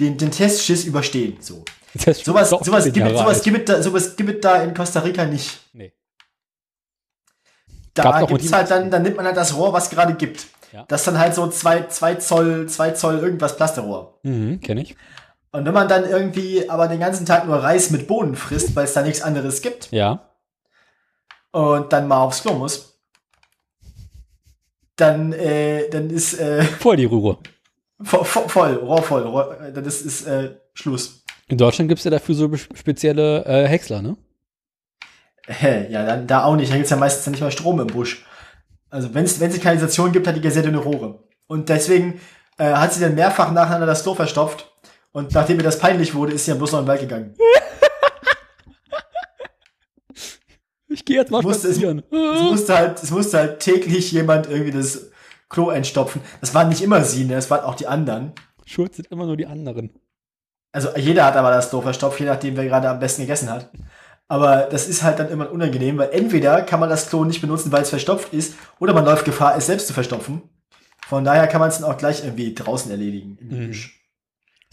Speaker 1: den, den Testschiss überstehen. So.
Speaker 2: Die Testschiss
Speaker 1: Sowas,
Speaker 2: ist auch
Speaker 1: sowas,
Speaker 2: 10
Speaker 1: gibt,
Speaker 2: Jahre
Speaker 1: sowas,
Speaker 2: alt.
Speaker 1: gibt, da, sowas gibt da in Costa Rica nicht.
Speaker 2: Nee. Gab's
Speaker 1: Da
Speaker 2: auch
Speaker 1: gibt's
Speaker 2: die-
Speaker 1: halt dann, dann nimmt man halt das Rohr, was gerade gibt.
Speaker 2: Ja.
Speaker 1: Das ist dann halt so zwei, zwei Zoll, zwei Zoll irgendwas Plasterrohr.
Speaker 2: Mhm, kenne ich.
Speaker 1: Und wenn man dann irgendwie aber den ganzen Tag nur Reis mit Bohnen frisst, weil es da nichts anderes gibt,
Speaker 2: Ja.
Speaker 1: und dann mal aufs Klo muss, dann, äh, dann ist äh,
Speaker 2: Voll die Rühre.
Speaker 1: vo- vo- voll, Rohr voll, Rohr, äh, dann ist, ist äh, Schluss.
Speaker 2: In Deutschland gibt es ja dafür so be- spezielle äh, Häcksler, ne?
Speaker 1: Hä, ja, dann da auch nicht. Da gibt's ja meistens dann nicht mal Strom im Busch. Also wenn es Kanalisation gibt, hat die ja sehr dünne Rohre. Und deswegen äh, hat sie dann mehrfach nacheinander das Klo verstopft. Und nachdem ihr das peinlich wurde, ist sie dann bloß noch in den Wald gegangen.
Speaker 2: Ich gehe jetzt mal
Speaker 1: Musste- Es musste halt, es musste halt täglich jemand irgendwie das Klo entstopfen. Das waren nicht immer sie, ne? Das waren auch die anderen.
Speaker 2: Schuld sind immer nur die anderen.
Speaker 1: Also jeder hat aber das Klo verstopft, je nachdem, wer gerade am besten gegessen hat. Aber das ist halt dann immer unangenehm, weil entweder kann man das Klo nicht benutzen, weil es verstopft ist, oder man läuft Gefahr, es selbst zu verstopfen. Von daher kann man es dann auch gleich irgendwie draußen erledigen. Im
Speaker 2: Mhm.
Speaker 1: Gebüsch.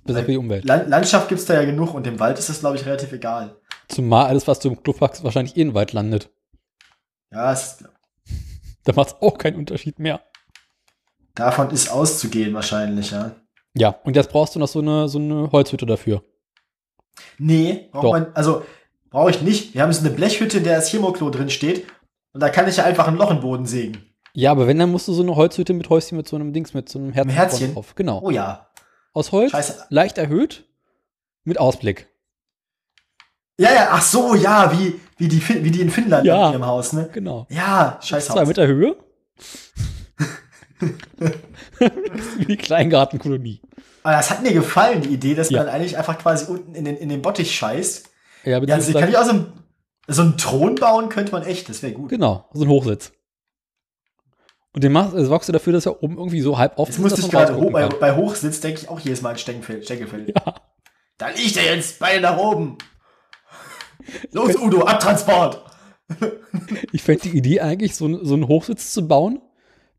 Speaker 2: Besser für die Umwelt.
Speaker 1: Land Landschaft gibt's da ja genug und im Wald ist das, glaube ich, relativ egal.
Speaker 2: Zumal alles, was du im Club packst, wahrscheinlich eh in den Wald landet.
Speaker 1: Ja, es,
Speaker 2: Da macht es auch keinen Unterschied mehr.
Speaker 1: davon ist auszugehen wahrscheinlich, ja.
Speaker 2: Ja, und jetzt brauchst du noch so eine, so eine Holzhütte dafür.
Speaker 1: Nee, braucht
Speaker 2: Doch.
Speaker 1: man, also brauche ich nicht. Wir haben so eine Blechhütte, in der das Chemoklo drin steht und da kann ich ja einfach ein Loch in den Boden sägen.
Speaker 2: Ja, aber wenn, dann musst du so eine Holzhütte mit Häuschen, mit so einem Dings, mit so einem Herzen
Speaker 1: Herzchen?
Speaker 2: drauf. Genau.
Speaker 1: Oh ja.
Speaker 2: Aus Holz,
Speaker 1: Scheiße.
Speaker 2: leicht erhöht, mit Ausblick.
Speaker 1: Ja, ja, ach so, ja, wie, wie, die, Fin- wie die in Finnland
Speaker 2: Ja.
Speaker 1: in ihrem Haus, ne?
Speaker 2: Genau.
Speaker 1: Ja, scheiß
Speaker 2: Zwei
Speaker 1: Haus.
Speaker 2: Meter Höhe. Wie die Kleingartenkolonie.
Speaker 1: Aber das hat mir gefallen, die Idee, dass
Speaker 2: Ja.
Speaker 1: man eigentlich einfach quasi unten in den, in den Bottich scheißt.
Speaker 2: Ja,
Speaker 1: Ja, also kann
Speaker 2: beziehungsweise,
Speaker 1: ich auch so, ein, so einen Thron bauen, könnte man echt, das wäre gut.
Speaker 2: genau, so ein Hochsitz. Und den machst, also sorgst du dafür, dass er oben irgendwie so halb offen
Speaker 1: Jetzt musste
Speaker 2: dass
Speaker 1: ich
Speaker 2: man
Speaker 1: gerade hoch,
Speaker 2: rausgucken
Speaker 1: bei,
Speaker 2: kann.
Speaker 1: bei Hochsitz, denke ich auch jedes Mal an Steckenfeld. Steckenfeld.
Speaker 2: Ja,
Speaker 1: Da liegt er jetzt, Beine nach oben. Los, Udo, Abtransport.
Speaker 2: ich fände die Idee eigentlich, so, ein- so einen Hochsitz zu bauen,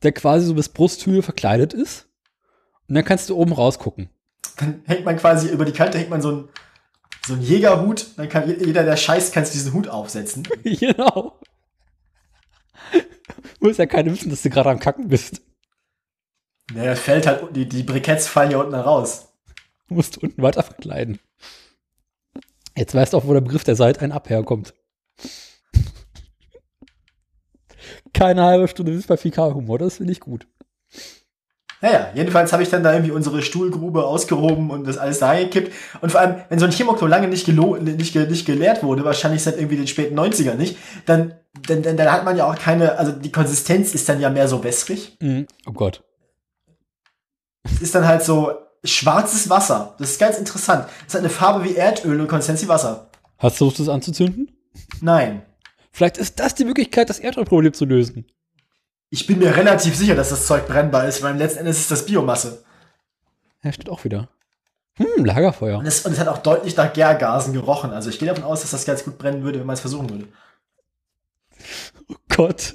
Speaker 2: der quasi so bis Brusthöhe verkleidet ist. Und dann kannst du oben rausgucken.
Speaker 1: Dann hängt man quasi über die Kante, hängt man so einen, so einen Jägerhut. Dann kann je- jeder, der scheißt, kann sich diesen Hut aufsetzen.
Speaker 2: genau. Muss ja keiner wissen, dass du gerade am Kacken bist.
Speaker 1: Naja, fällt halt, die, die Briketts fallen ja unten raus.
Speaker 2: Du musst unten weiter verkleiden. Jetzt weißt du auch, wo der Begriff der Seite ein Ab herkommt. Keine halbe Stunde ist bei Fäkalhumor, das finde ich gut.
Speaker 1: Naja, jedenfalls habe ich dann da irgendwie unsere Stuhlgrube ausgehoben und das alles da reingekippt. Und vor allem, wenn so ein Chemoklo lange nicht, gelo nicht, ge nicht geleert wurde, wahrscheinlich seit irgendwie den späten 90ern nicht, dann, dann, dann, dann hat man ja auch keine, also die Konsistenz ist dann ja mehr so wässrig.
Speaker 2: Oh Gott.
Speaker 1: Es ist dann halt so schwarzes Wasser. Das ist ganz interessant. Es hat eine Farbe wie Erdöl und Konsistenz wie Wasser.
Speaker 2: Hast du Lust, das anzuzünden?
Speaker 1: Nein.
Speaker 2: Vielleicht ist das die Möglichkeit, das Erdölproblem zu lösen.
Speaker 1: Ich bin mir relativ sicher, dass das Zeug brennbar ist, weil letzten Endes ist das Biomasse.
Speaker 2: Ja, stimmt auch wieder. Hm, Lagerfeuer.
Speaker 1: Und es, und es hat auch deutlich nach Gärgasen gerochen. Also ich gehe davon aus, dass das ganz gut brennen würde, wenn man es versuchen würde.
Speaker 2: Oh Gott.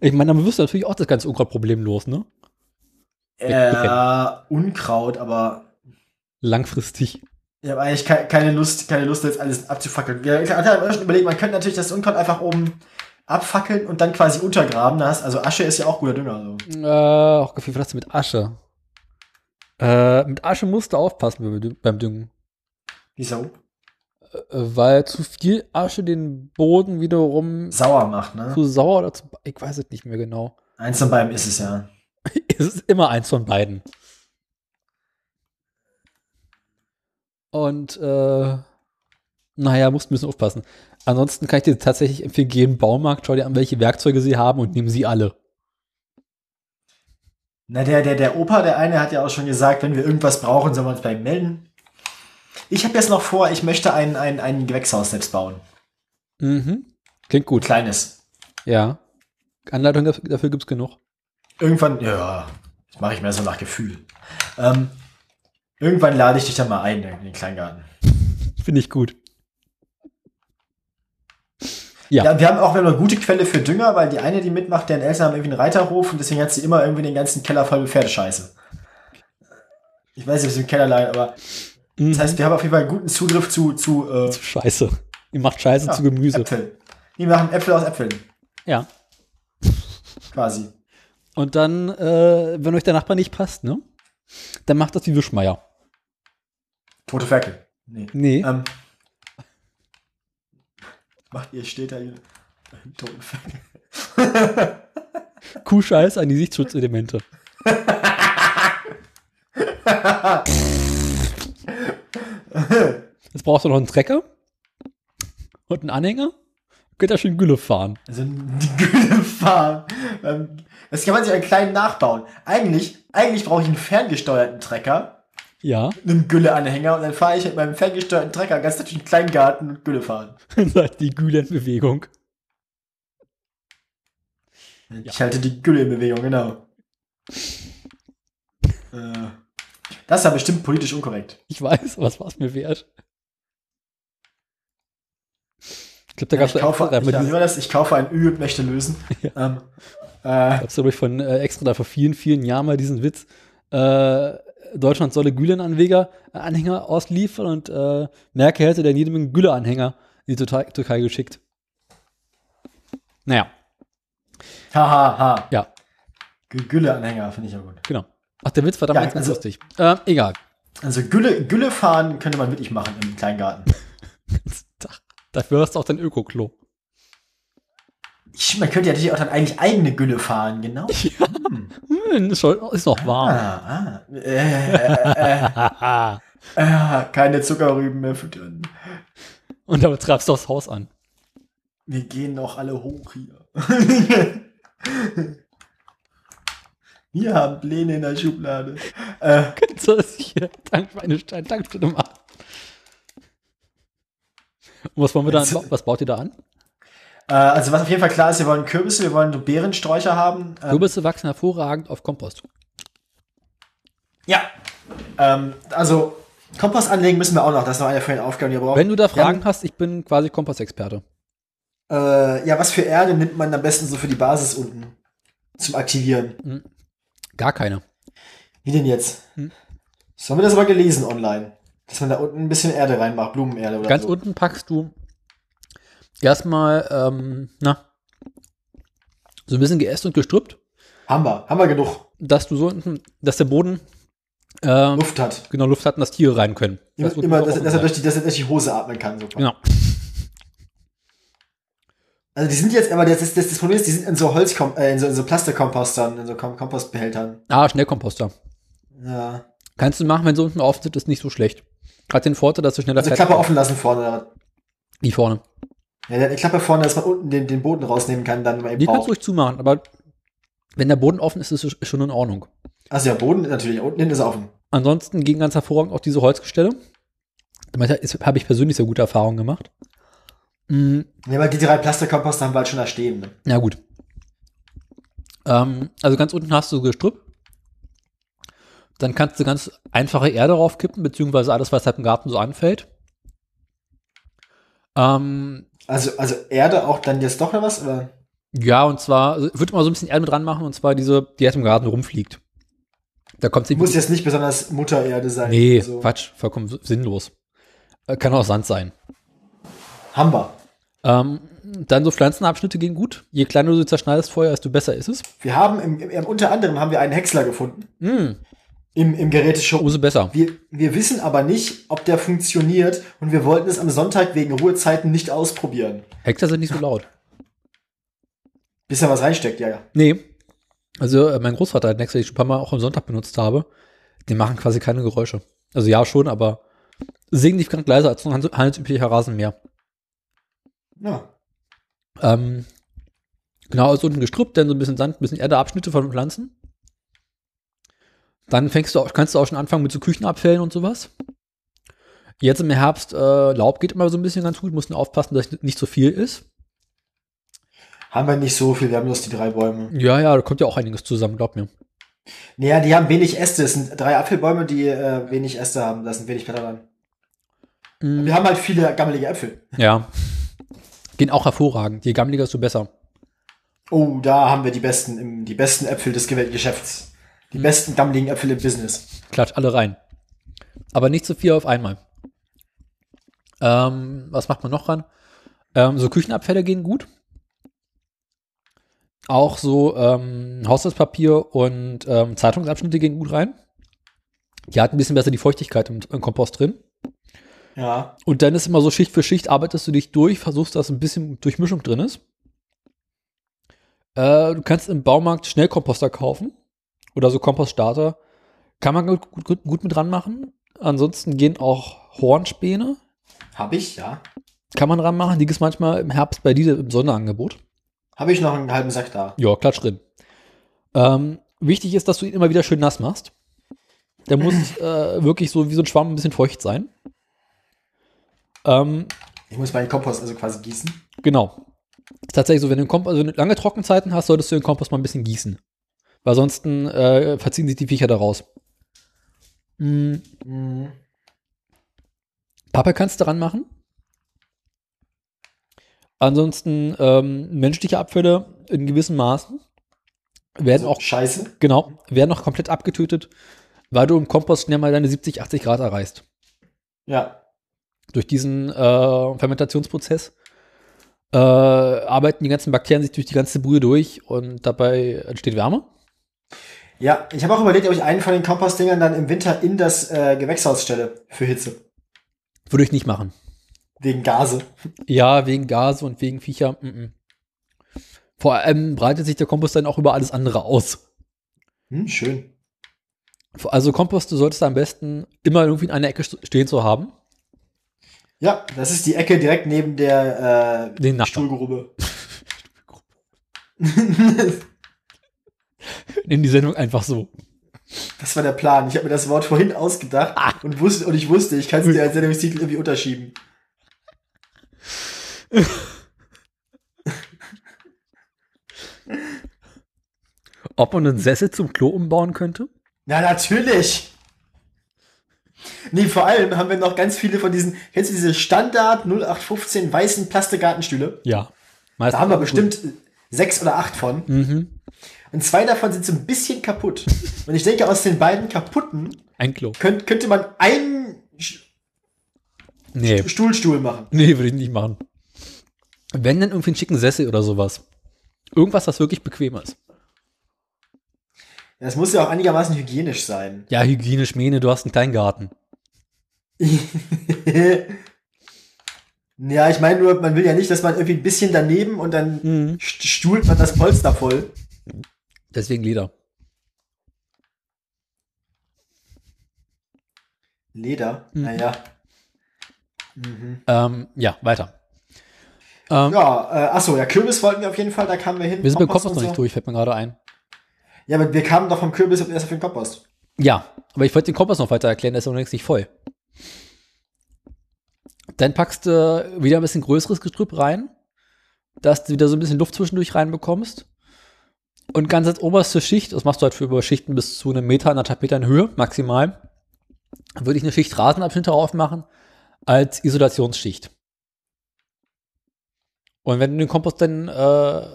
Speaker 2: Ich meine, man wüsste natürlich auch das ganze Unkraut problemlos, ne?
Speaker 1: Äh, Unkraut, aber
Speaker 2: Langfristig.
Speaker 1: ich habe eigentlich ke keine Lust, keine Lust, jetzt alles abzufackeln. Wir ich hatte mir schon überlegt, man könnte natürlich das Unkraut einfach oben abfackeln und dann quasi untergraben. Da hast, also Asche ist ja auch guter Dünger. So.
Speaker 2: Äh, auch wie viel hast du mit Asche? Äh, mit Asche musst du aufpassen beim Dü- beim Düngen.
Speaker 1: Wieso?
Speaker 2: Äh, weil zu viel Asche den Boden wiederum
Speaker 1: Sauer macht, ne?
Speaker 2: zu sauer oder zu. Ich weiß es nicht mehr genau.
Speaker 1: Eins von beiden ist es ja.
Speaker 2: Es ist immer eins von beiden. Und, äh, naja, musst ein bisschen aufpassen. Ansonsten kann ich dir tatsächlich empfehlen, geh in den Baumarkt, schau dir an, welche Werkzeuge sie haben und nimm sie alle.
Speaker 1: Na, der, der, der Opa, der eine, hat ja auch schon gesagt, wenn wir irgendwas brauchen, sollen wir uns bei ihm melden. Ich habe jetzt noch vor, ich möchte ein, ein, ein Gewächshaus selbst bauen.
Speaker 2: Mhm. Klingt
Speaker 1: Ein
Speaker 2: gut.
Speaker 1: kleines.
Speaker 2: Ja. Anleitung dafür, dafür gibt's genug.
Speaker 1: Irgendwann, ja, das mache ich mehr so nach Gefühl. Ähm, irgendwann lade ich dich dann mal ein in den Kleingarten.
Speaker 2: Finde ich gut. Ja.
Speaker 1: Ja. wir haben auch immer eine gute Quelle für Dünger, weil die eine, die mitmacht, deren Eltern haben irgendwie einen Reiterhof und deswegen hat sie immer irgendwie den ganzen Keller voll mit Pferdescheiße. Ich weiß nicht, ob sie im Keller lag, aber das heißt, wir haben auf jeden Fall einen guten Zugriff zu, Mhm. zu äh,
Speaker 2: Scheiße. Ihr macht Scheiße
Speaker 1: ja,
Speaker 2: zu Gemüse.
Speaker 1: Äpfeln. Die machen Äpfel aus Äpfeln,
Speaker 2: Ja.
Speaker 1: quasi.
Speaker 2: Und dann, äh, wenn euch der Nachbar nicht passt, ne? Dann macht das wie Wischmeier.
Speaker 1: Tote Ferkel. Nee.
Speaker 2: Nee.
Speaker 1: Ähm, macht ihr, steht da hier. Toten Ferkel.
Speaker 2: Kuhscheiß an die Sichtschutzelemente. Jetzt brauchst du noch einen Trecker und einen Anhänger. Könnt ihr schön Gülle fahren.
Speaker 1: Also die Gülle fahren. Ähm, Das kann man sich einen kleinen nachbauen. Eigentlich, eigentlich brauche ich einen ferngesteuerten Trecker,
Speaker 2: Ja,
Speaker 1: einen Gülleanhänger und dann fahre ich mit meinem ferngesteuerten Trecker ganz natürlich einen kleinen Garten und Gülle fahren.
Speaker 2: dann seid die Gülle in Bewegung.
Speaker 1: Ich halte die Gülle in Bewegung, genau. Äh, Das ist ja bestimmt politisch unkorrekt.
Speaker 2: Ich weiß, was war es mir wert. Ich glaube, da gab
Speaker 1: Ich
Speaker 2: es
Speaker 1: kaufe,
Speaker 2: extra,
Speaker 1: ich,
Speaker 2: dafür
Speaker 1: ja, wie
Speaker 2: diese-
Speaker 1: war das? ich kaufe ein Ü und möchte lösen.
Speaker 2: Ja.
Speaker 1: Ähm, äh,
Speaker 2: gab's, glaub ich, von äh, extra da vor vielen, vielen Jahren mal diesen Witz. Äh, Deutschland solle Gülenanweger äh, Anhänger ausliefern und äh, Merkel hätte dann jedem einen Gülle-Anhänger in die Türkei, Türkei geschickt. Naja,
Speaker 1: haha, ha.
Speaker 2: ja,
Speaker 1: Gü- Gülleanhänger finde ich ja gut.
Speaker 2: genau. Ach, der Witz war damals
Speaker 1: Ja,
Speaker 2: ganz
Speaker 1: also-
Speaker 2: lustig. Äh, egal.
Speaker 1: Also Gülle, Gülle fahren könnte man wirklich machen im Kleingarten.
Speaker 2: Tach, Dafür hast du auch dein Öko-Klo.
Speaker 1: Ich, man könnte ja natürlich auch dann eigentlich eigene Gülle fahren, genau.
Speaker 2: Hm, ist, schon, ist noch warm.
Speaker 1: Ah, ah. Äh, äh, keine Zuckerrüben mehr füttern.
Speaker 2: und damit treibst du das Haus an.
Speaker 1: Wir gehen doch alle hoch hier. Wir haben Pläne in der Schublade. Äh,
Speaker 2: Kannst du das hier Tankschweinestein Tankstelle machen? Und was wollen wir da
Speaker 1: Jetzt-
Speaker 2: anbauen? Was baut ihr da an?
Speaker 1: äh, also was auf jeden Fall klar ist, wir wollen Kürbisse, wir wollen so Beerensträucher haben. Ähm,
Speaker 2: Kürbisse wachsen hervorragend auf Kompost.
Speaker 1: Ja. Ähm, also Kompost anlegen müssen wir auch noch. Das ist noch eine von den Aufgaben, die wir brauchen.
Speaker 2: Wenn du da
Speaker 1: Wir haben
Speaker 2: Fragen hast, ich bin quasi Kompostexperte.
Speaker 1: Äh, ja, was für Erde nimmt man am besten so für die Basis unten? Zum Aktivieren.
Speaker 2: Gar keine.
Speaker 1: Wie denn jetzt?
Speaker 2: Hm?
Speaker 1: So haben wir das aber gelesen online. Dass man da unten ein bisschen Erde reinmacht, Blumenerde oder
Speaker 2: Ganz
Speaker 1: so.
Speaker 2: unten packst du erstmal, ähm, na, so ein bisschen geäst und gestrüppt,
Speaker 1: Haben wir, haben wir genug
Speaker 2: dass du so unten, dass der Boden ähm,
Speaker 1: Luft hat.
Speaker 2: genau Luft hat und dass Tiere rein können.
Speaker 1: Immer,
Speaker 2: Das wird
Speaker 1: immer
Speaker 2: auch
Speaker 1: dass,
Speaker 2: offen
Speaker 1: dass, er
Speaker 2: sein.
Speaker 1: durch die, dass er durch die Hose atmen kann. So.
Speaker 2: Genau.
Speaker 1: Also die sind jetzt, aber das, ist, das, das Problem ist, die sind in so Holzkom äh, in so, in so Plastikkompostern, in so Kom Kompostbehältern.
Speaker 2: Ah, Schnellkomposter.
Speaker 1: Ja.
Speaker 2: Kannst du machen, wenn sie unten offen sind, ist nicht so schlecht. Hat den Vorteil, dass du schneller
Speaker 1: Also Klappe offen lassen vorne. Oder? was?
Speaker 2: Die vorne.
Speaker 1: Ja, der hat eine Klappe vorne, dass man unten den, den Boden rausnehmen kann, dann mal eben
Speaker 2: Die kannst du
Speaker 1: braucht.
Speaker 2: ruhig zumachen, aber wenn der Boden offen ist, ist es schon in Ordnung.
Speaker 1: Also der Boden ist natürlich unten hin ist offen.
Speaker 2: Ansonsten gehen ganz hervorragend auch diese Holzgestelle. Damit habe ich persönlich sehr gute Erfahrungen gemacht. Mm,
Speaker 1: Ja, aber die drei Plastikkomposter haben wir halt schon da stehen. ne?
Speaker 2: Na gut. Ähm, also ganz unten hast du Gestrüpp. Dann kannst du ganz einfache Erde raufkippen, beziehungsweise alles, was halt im Garten so anfällt. Ähm,
Speaker 1: Also, also Erde auch dann jetzt doch noch was? Oder?
Speaker 2: ja, und zwar, also, ich würde mal so ein bisschen Erde mit dran machen, und zwar diese, die halt im Garten rumfliegt. Da kommt sie
Speaker 1: Muss jetzt nicht besonders Muttererde sein. also.
Speaker 2: Nee,
Speaker 1: so.
Speaker 2: Quatsch, vollkommen sinnlos. Äh, Kann auch Sand sein.
Speaker 1: Haben wir.
Speaker 2: Ähm, dann so Pflanzenabschnitte gehen gut. Je kleiner du sie zerschneidest vorher, desto besser ist es.
Speaker 1: Wir haben im, im, im, unter anderem haben wir einen Häcksler gefunden.
Speaker 2: Mm,
Speaker 1: Im, im Geräteshop.
Speaker 2: umso besser.
Speaker 1: Wir, wir wissen aber nicht, ob der funktioniert und wir wollten es am Sonntag wegen Ruhezeiten nicht ausprobieren.
Speaker 2: Hexer sind nicht so laut.
Speaker 1: Bis da was reinsteckt, ja, ja.
Speaker 2: Nee. Also äh, mein Großvater hat Nexus, den ich schon ein paar Mal auch am Sonntag benutzt habe, die machen quasi keine Geräusche. Also ja schon, aber signifikant leiser als so ein hans- handelsüblicher Rasenmäher.
Speaker 1: ja.
Speaker 2: Ähm, genau, also unten gestrüppt, dann so ein bisschen Sand, ein bisschen Erdeabschnitte von Pflanzen. Dann fängst du auch, kannst du auch schon anfangen mit so Küchenabfällen und sowas. Jetzt im Herbst, äh, Laub geht immer so ein bisschen ganz gut, musst nur aufpassen, dass nicht so viel ist.
Speaker 1: Haben wir nicht so viel, wir haben bloß die drei Bäume.
Speaker 2: Ja, ja, da kommt ja auch einiges zusammen, glaub mir.
Speaker 1: Naja, die haben wenig Äste. Es sind drei Apfelbäume, die äh, wenig Äste haben. Da sind wenig Blätter dran.
Speaker 2: Mm.
Speaker 1: Wir haben halt viele gammelige Äpfel.
Speaker 2: Ja. Gehen auch hervorragend. Je gammeliger, desto besser.
Speaker 1: Oh, da haben wir die besten, im, die besten Äpfel des gewählten Geschäfts. Die besten gammeligen Äpfel im Business.
Speaker 2: Klatsch alle rein. Aber nicht zu viel auf einmal. Ähm, was macht man noch ran? Ähm, so Küchenabfälle gehen gut. Auch so ähm, Haushaltspapier und ähm, Zeitungsabschnitte gehen gut rein. Die hat ein bisschen besser die Feuchtigkeit im, im Kompost drin.
Speaker 1: Ja.
Speaker 2: Und dann ist immer so Schicht für Schicht, arbeitest du dich durch, versuchst, dass ein bisschen Durchmischung drin ist. Äh, du kannst im Baumarkt Schnellkomposter kaufen oder so Kompoststarter. Kann man gut, gut, gut mit dran machen. Ansonsten gehen auch Hornspäne,
Speaker 1: Hab ich, ja.
Speaker 2: kann man dran machen. Die gibt's manchmal im Herbst bei dir im Sonderangebot.
Speaker 1: Habe ich noch einen halben Sack da.
Speaker 2: Ja, klatsch drin. Ähm, wichtig ist, dass du ihn immer wieder schön nass machst. Der muss äh, wirklich so wie so ein Schwamm ein bisschen feucht sein. Ähm,
Speaker 1: Ich muss meinen Kompost also quasi gießen.
Speaker 2: Genau. Ist Tatsächlich so, wenn du, einen Komp- also wenn du lange Trockenzeiten hast, solltest du den Kompost mal ein bisschen gießen. Weil sonst äh, verziehen sich die Viecher daraus. Mm,
Speaker 1: Mhm.
Speaker 2: Pappe kannst du dran machen. Ansonsten ähm, menschliche Abfälle in gewissem Maßen werden
Speaker 1: Also
Speaker 2: auch
Speaker 1: scheiße.
Speaker 2: genau werden auch komplett abgetötet, weil du im Kompost schnell mal deine 70, 80 Grad erreichst.
Speaker 1: Ja.
Speaker 2: durch diesen äh, Fermentationsprozess äh, arbeiten die ganzen Bakterien sich durch die ganze Brühe durch und dabei entsteht Wärme.
Speaker 1: Ja, ich habe auch überlegt, ob ich einen von den Kompostdingern dann im Winter in das äh, Gewächshaus stelle. Für Hitze.
Speaker 2: Würde ich nicht machen.
Speaker 1: Wegen Gase.
Speaker 2: Ja, wegen Gase und wegen Viecher. Mm -mm. Vor allem breitet sich der Kompost dann auch über alles andere aus.
Speaker 1: Hm, schön.
Speaker 2: Also Kompost, du solltest am besten immer irgendwie in einer Ecke st- stehen zu haben.
Speaker 1: Ja, das ist die Ecke direkt neben der äh,
Speaker 2: Den Nachbarn.
Speaker 1: Stuhlgrube.
Speaker 2: In die Sendung einfach so.
Speaker 1: Das war der Plan. Ich habe mir das Wort vorhin ausgedacht und wusste und ich wusste, ich kann es dir als Sendungstitel irgendwie unterschieben.
Speaker 2: Ob man einen Sessel zum Klo umbauen könnte?
Speaker 1: Na natürlich. Nee, vor allem haben wir noch ganz viele von diesen, kennst du diese Standard 0815 weißen Plastikgartenstühle?
Speaker 2: Ja.
Speaker 1: Da haben wir bestimmt sechs oder acht von.
Speaker 2: Mhm.
Speaker 1: Und zwei davon sind so ein bisschen kaputt. Und ich denke, aus den beiden kaputten
Speaker 2: Ein Klo.
Speaker 1: könnt, könnte man einen Sch-
Speaker 2: Nee.
Speaker 1: Stuhlstuhl machen.
Speaker 2: Nee, würde ich nicht machen. Wenn dann irgendwie einen schicken Sessel oder sowas. Irgendwas, was wirklich bequem ist.
Speaker 1: Das muss ja auch einigermaßen hygienisch sein.
Speaker 2: Ja, hygienisch, Mene, du hast einen Kleingarten.
Speaker 1: ja, ich meine nur, man will ja nicht, dass man irgendwie ein bisschen daneben und dann
Speaker 2: Mhm.
Speaker 1: st- stuhlt man das Polster voll.
Speaker 2: Deswegen Leder.
Speaker 1: Leder,
Speaker 2: Mhm.
Speaker 1: naja.
Speaker 2: Ähm, ja, weiter. Ähm,
Speaker 1: Ja, äh, achso, ja, Kürbis wollten wir auf jeden Fall, da kamen wir hin.
Speaker 2: wir sind beim
Speaker 1: Kompost
Speaker 2: Kompost noch
Speaker 1: und
Speaker 2: nicht durch, fällt mir gerade ein.
Speaker 1: Ja, aber wir kamen doch vom Kürbis erst auf den Kompost.
Speaker 2: Ja, aber ich wollte den Kompass noch weiter erklären, der ist ja noch längst nicht voll. Dann packst du wieder ein bisschen größeres Gestrüpp rein, dass du wieder so ein bisschen Luft zwischendurch reinbekommst. Und ganz als oberste Schicht, das machst du halt für über Schichten bis zu einem Meter, anderthalb Metern Höhe maximal, würde ich eine Schicht Rasenabschnitt drauf machen als Isolationsschicht. Und wenn du den Kompost dann äh,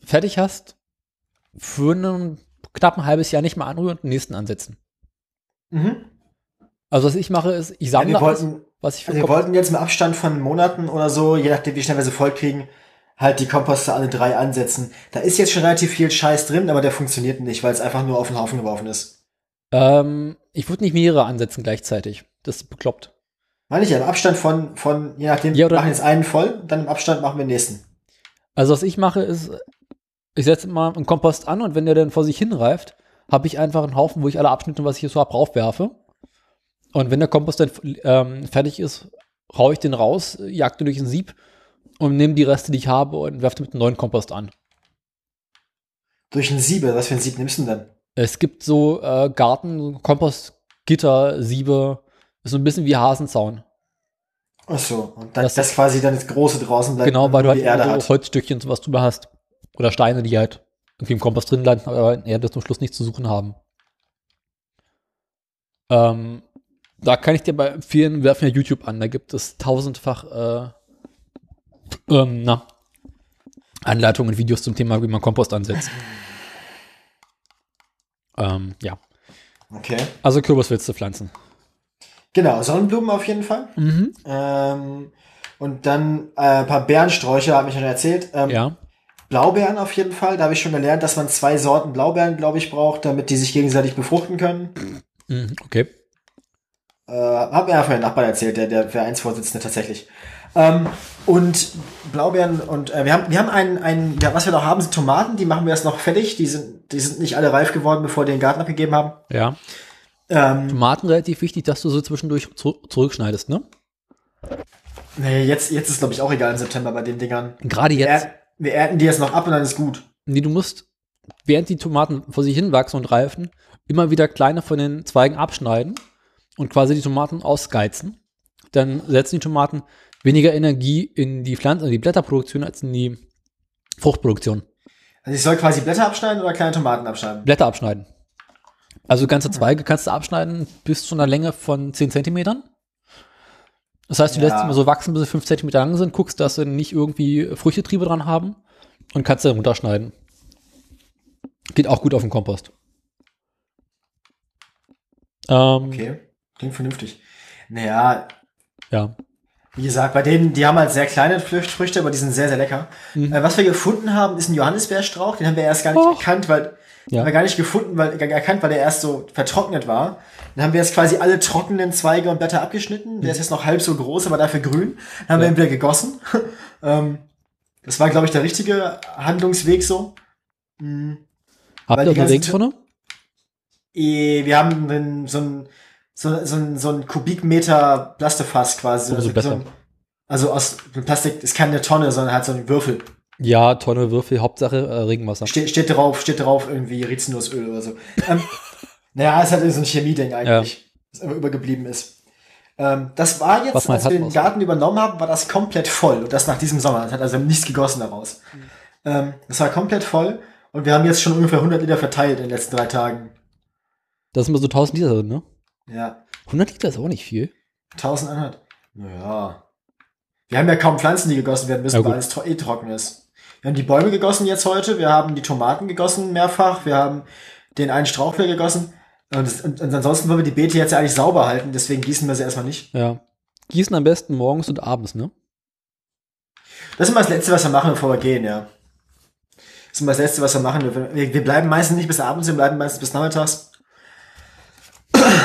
Speaker 2: fertig hast, für ein knapp ein halbes Jahr nicht mehr anrühren und den nächsten ansetzen.
Speaker 1: Mhm.
Speaker 2: Also was ich mache ist, ich
Speaker 1: Ja,
Speaker 2: sammle
Speaker 1: wir,
Speaker 2: alles,
Speaker 1: wollten,
Speaker 2: was ich für
Speaker 1: also wir
Speaker 2: Kompost-
Speaker 1: wollten jetzt im Abstand von Monaten oder so, je nachdem, wie schnell wir sie voll kriegen, halt die Komposte alle drei ansetzen. Da ist jetzt schon relativ viel Scheiß drin, aber der funktioniert nicht, weil es einfach nur auf den Haufen geworfen ist.
Speaker 2: Ähm, ich würde nicht mehrere ansetzen gleichzeitig. Das ist bekloppt.
Speaker 1: Meine ich ja, im Abstand von, von je nachdem,
Speaker 2: Ja,
Speaker 1: wir
Speaker 2: oder-
Speaker 1: machen jetzt einen voll, dann im Abstand machen wir den nächsten.
Speaker 2: Also was ich mache ist, ich setze mal einen Kompost an und wenn der dann vor sich hinreift, habe ich einfach einen Haufen, wo ich alle Abschnitte, was ich hier so habe, raufwerfe. Und wenn der Kompost dann ähm, fertig ist, haue ich den raus, jagte durch ein Sieb und nehme die Reste, die ich habe und werfe mit einem neuen Kompost an.
Speaker 1: Durch ein Siebe, was für ein Sieb nimmst du denn dann?
Speaker 2: Es gibt so äh, Garten, so Kompostgitter, Siebe, ist so ein bisschen wie Hasenzaun.
Speaker 1: Ach so, und dann,
Speaker 2: Das-
Speaker 1: das, quasi dann das Große draußen bleibt
Speaker 2: Genau,
Speaker 1: und
Speaker 2: weil du
Speaker 1: nur
Speaker 2: halt
Speaker 1: die Erde
Speaker 2: immer so
Speaker 1: hat.
Speaker 2: Holzstückchen und sowas drüber hast. Oder Steine, die halt irgendwie im Kompost drin landen, aber in Erde zum Schluss nichts zu suchen haben. Ähm, da kann ich dir bei empfehlen, werf mir YouTube an. Da gibt es tausendfach äh, ähm, na, Anleitungen und Videos zum Thema, wie man Kompost ansetzt. ähm, ja,
Speaker 1: Okay.
Speaker 2: also Kürbis willst du pflanzen.
Speaker 1: Genau, Sonnenblumen auf jeden Fall.
Speaker 2: Mhm.
Speaker 1: Ähm, und dann äh, ein paar Bärensträucher, habe ich schon erzählt. Ähm,
Speaker 2: Ja.
Speaker 1: Blaubeeren auf jeden Fall. Da habe ich schon gelernt, dass man zwei Sorten Blaubeeren, glaube ich, braucht, damit die sich gegenseitig befruchten können.
Speaker 2: Mhm, okay.
Speaker 1: Äh, hab mir ja vorhin Nachbarn erzählt, der, der Vereinsvorsitzende tatsächlich. Ähm, und Blaubeeren und äh, wir haben, wir haben einen, einen ja, was wir noch haben, sind Tomaten, die machen wir erst noch fertig. Die sind, die sind nicht alle reif geworden, bevor wir den Garten abgegeben haben.
Speaker 2: Ja.
Speaker 1: Ähm,
Speaker 2: Tomaten relativ wichtig, dass du so zwischendurch zu zurückschneidest, ne?
Speaker 1: nee, jetzt, jetzt ist, glaube ich, auch egal im September bei den Dingern.
Speaker 2: Gerade
Speaker 1: Wir,
Speaker 2: jetzt.
Speaker 1: er, wir ernten die jetzt noch ab und dann ist gut.
Speaker 2: Nee, du musst, während die Tomaten vor sich hin wachsen und reifen, immer wieder kleine von den Zweigen abschneiden und quasi die Tomaten ausgeizen. Dann setzen die Tomaten weniger Energie in die Pflanzen, in die Blätterproduktion als in die Fruchtproduktion.
Speaker 1: Also ich soll quasi Blätter abschneiden oder kleine Tomaten abschneiden?
Speaker 2: Blätter abschneiden. Also ganze Zweige kannst du abschneiden bis zu einer Länge von 10 Zentimetern. Das heißt, du
Speaker 1: Ja.
Speaker 2: lässt sie immer so wachsen, bis sie 5 Zentimeter lang sind, guckst, dass sie nicht irgendwie Früchtetriebe dran haben und kannst sie dann runterschneiden. Geht auch gut auf den Kompost. Ähm,
Speaker 1: Okay, klingt vernünftig. Naja,
Speaker 2: Ja.
Speaker 1: wie gesagt, bei denen, die haben halt sehr kleine Flü- Früchte, aber die sind sehr, sehr lecker.
Speaker 2: Mhm.
Speaker 1: Äh, was wir gefunden haben, ist ein Johannisbeerstrauch. Den haben wir erst gar nicht
Speaker 2: Och.
Speaker 1: erkannt, weil
Speaker 2: Oh. Ja.
Speaker 1: haben wir gar nicht gefunden, weil gar- erkannt, weil der erst so vertrocknet war. Dann haben wir jetzt quasi alle trockenen Zweige und Blätter abgeschnitten. Der ist jetzt noch halb so groß, aber dafür grün. Dann haben
Speaker 2: Mhm. Ja.
Speaker 1: wir ihn wieder gegossen. ähm, das war, glaube ich, der richtige Handlungsweg so. Mhm.
Speaker 2: Habt
Speaker 1: Weil
Speaker 2: ihr
Speaker 1: die
Speaker 2: so eine
Speaker 1: ganzen
Speaker 2: Regentonne?
Speaker 1: Eh, wir haben einen, so ein so, so, ein- so ein Kubikmeter Plastefass quasi.
Speaker 2: Umso
Speaker 1: also,
Speaker 2: besser.
Speaker 1: So ein, also aus Plastik ist keine Tonne, sondern halt so ein Würfel.
Speaker 2: Ja, Tonne, Würfel, Hauptsache äh, Regenwasser.
Speaker 1: Ste steht drauf, steht drauf irgendwie Rizinusöl oder so. Ähm, naja, ist halt so ein Chemieding eigentlich, das immer übergeblieben ist. Ähm, das war jetzt,
Speaker 2: Was man
Speaker 1: als
Speaker 2: hat,
Speaker 1: wir den
Speaker 2: muss-
Speaker 1: Garten übernommen haben, war das komplett voll. Und das nach diesem Sommer. Das hat also nichts gegossen daraus.
Speaker 2: Mhm.
Speaker 1: Ähm, das war komplett voll. Und wir haben jetzt schon ungefähr 100 Liter verteilt in den letzten drei Tagen.
Speaker 2: Da sind immer so 1000 Liter drin, ne?
Speaker 1: Ja.
Speaker 2: 100 Liter ist auch nicht viel.
Speaker 1: 1100. Naja. Wir haben ja kaum Pflanzen, die gegossen werden müssen,
Speaker 2: Ja, gut.
Speaker 1: weil es tro eh trocken ist. Wir haben die Bäume gegossen jetzt heute, wir haben die Tomaten gegossen mehrfach, wir haben den einen Strauch wieder gegossen. Und, es- und, und ansonsten wollen wir die Beete jetzt ja eigentlich sauber halten, deswegen gießen wir sie erstmal nicht.
Speaker 2: Ja. Gießen am besten morgens und abends, ne?
Speaker 1: Das ist immer das Letzte, was wir machen, bevor wir gehen, ja. Das ist immer das Letzte, was wir machen. Wir, wir bleiben meistens nicht bis abends, wir bleiben meistens bis nachmittags.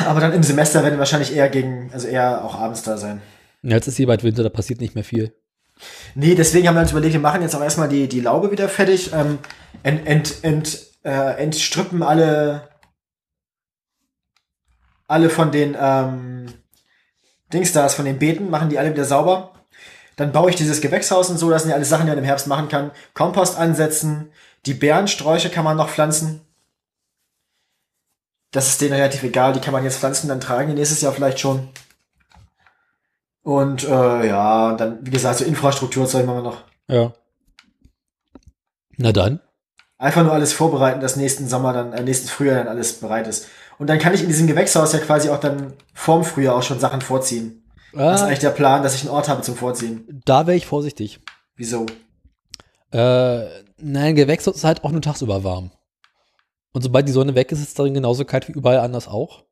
Speaker 1: Aber dann im Semester werden wir wahrscheinlich eher gegen, also eher auch abends da sein.
Speaker 2: Ja, jetzt ist hier bald Winter, da passiert nicht mehr viel.
Speaker 1: Nee, deswegen haben wir uns überlegt, wir machen jetzt auch erstmal die, die Laube wieder fertig, ähm, ent, ent, ent, äh, entstrippen alle, alle von den ähm, Dingstars, von den Beeten, machen die alle wieder sauber. Dann baue ich dieses Gewächshaus und so, das sind ja alles Sachen, die man im Herbst machen kann. Kompost ansetzen, die Bärensträuche kann man noch pflanzen. das ist denen relativ egal. Die kann man jetzt pflanzen, dann tragen die nächstes Jahr vielleicht schon. Und äh, ja, dann, wie gesagt, so Infrastruktur soll man noch.
Speaker 2: Ja. Na dann.
Speaker 1: Einfach nur alles vorbereiten, dass nächsten Sommer dann, äh, nächsten Frühjahr dann alles bereit ist. Und dann kann ich in diesem Gewächshaus ja quasi auch dann vorm Frühjahr auch schon Sachen vorziehen. Das ist
Speaker 2: Ah,
Speaker 1: eigentlich der Plan, dass ich einen Ort habe zum Vorziehen.
Speaker 2: da wäre ich vorsichtig.
Speaker 1: Wieso?
Speaker 2: Äh, nein, Gewächshaus ist halt auch nur tagsüber warm. Und sobald die Sonne weg ist, ist es darin genauso kalt wie überall anders auch.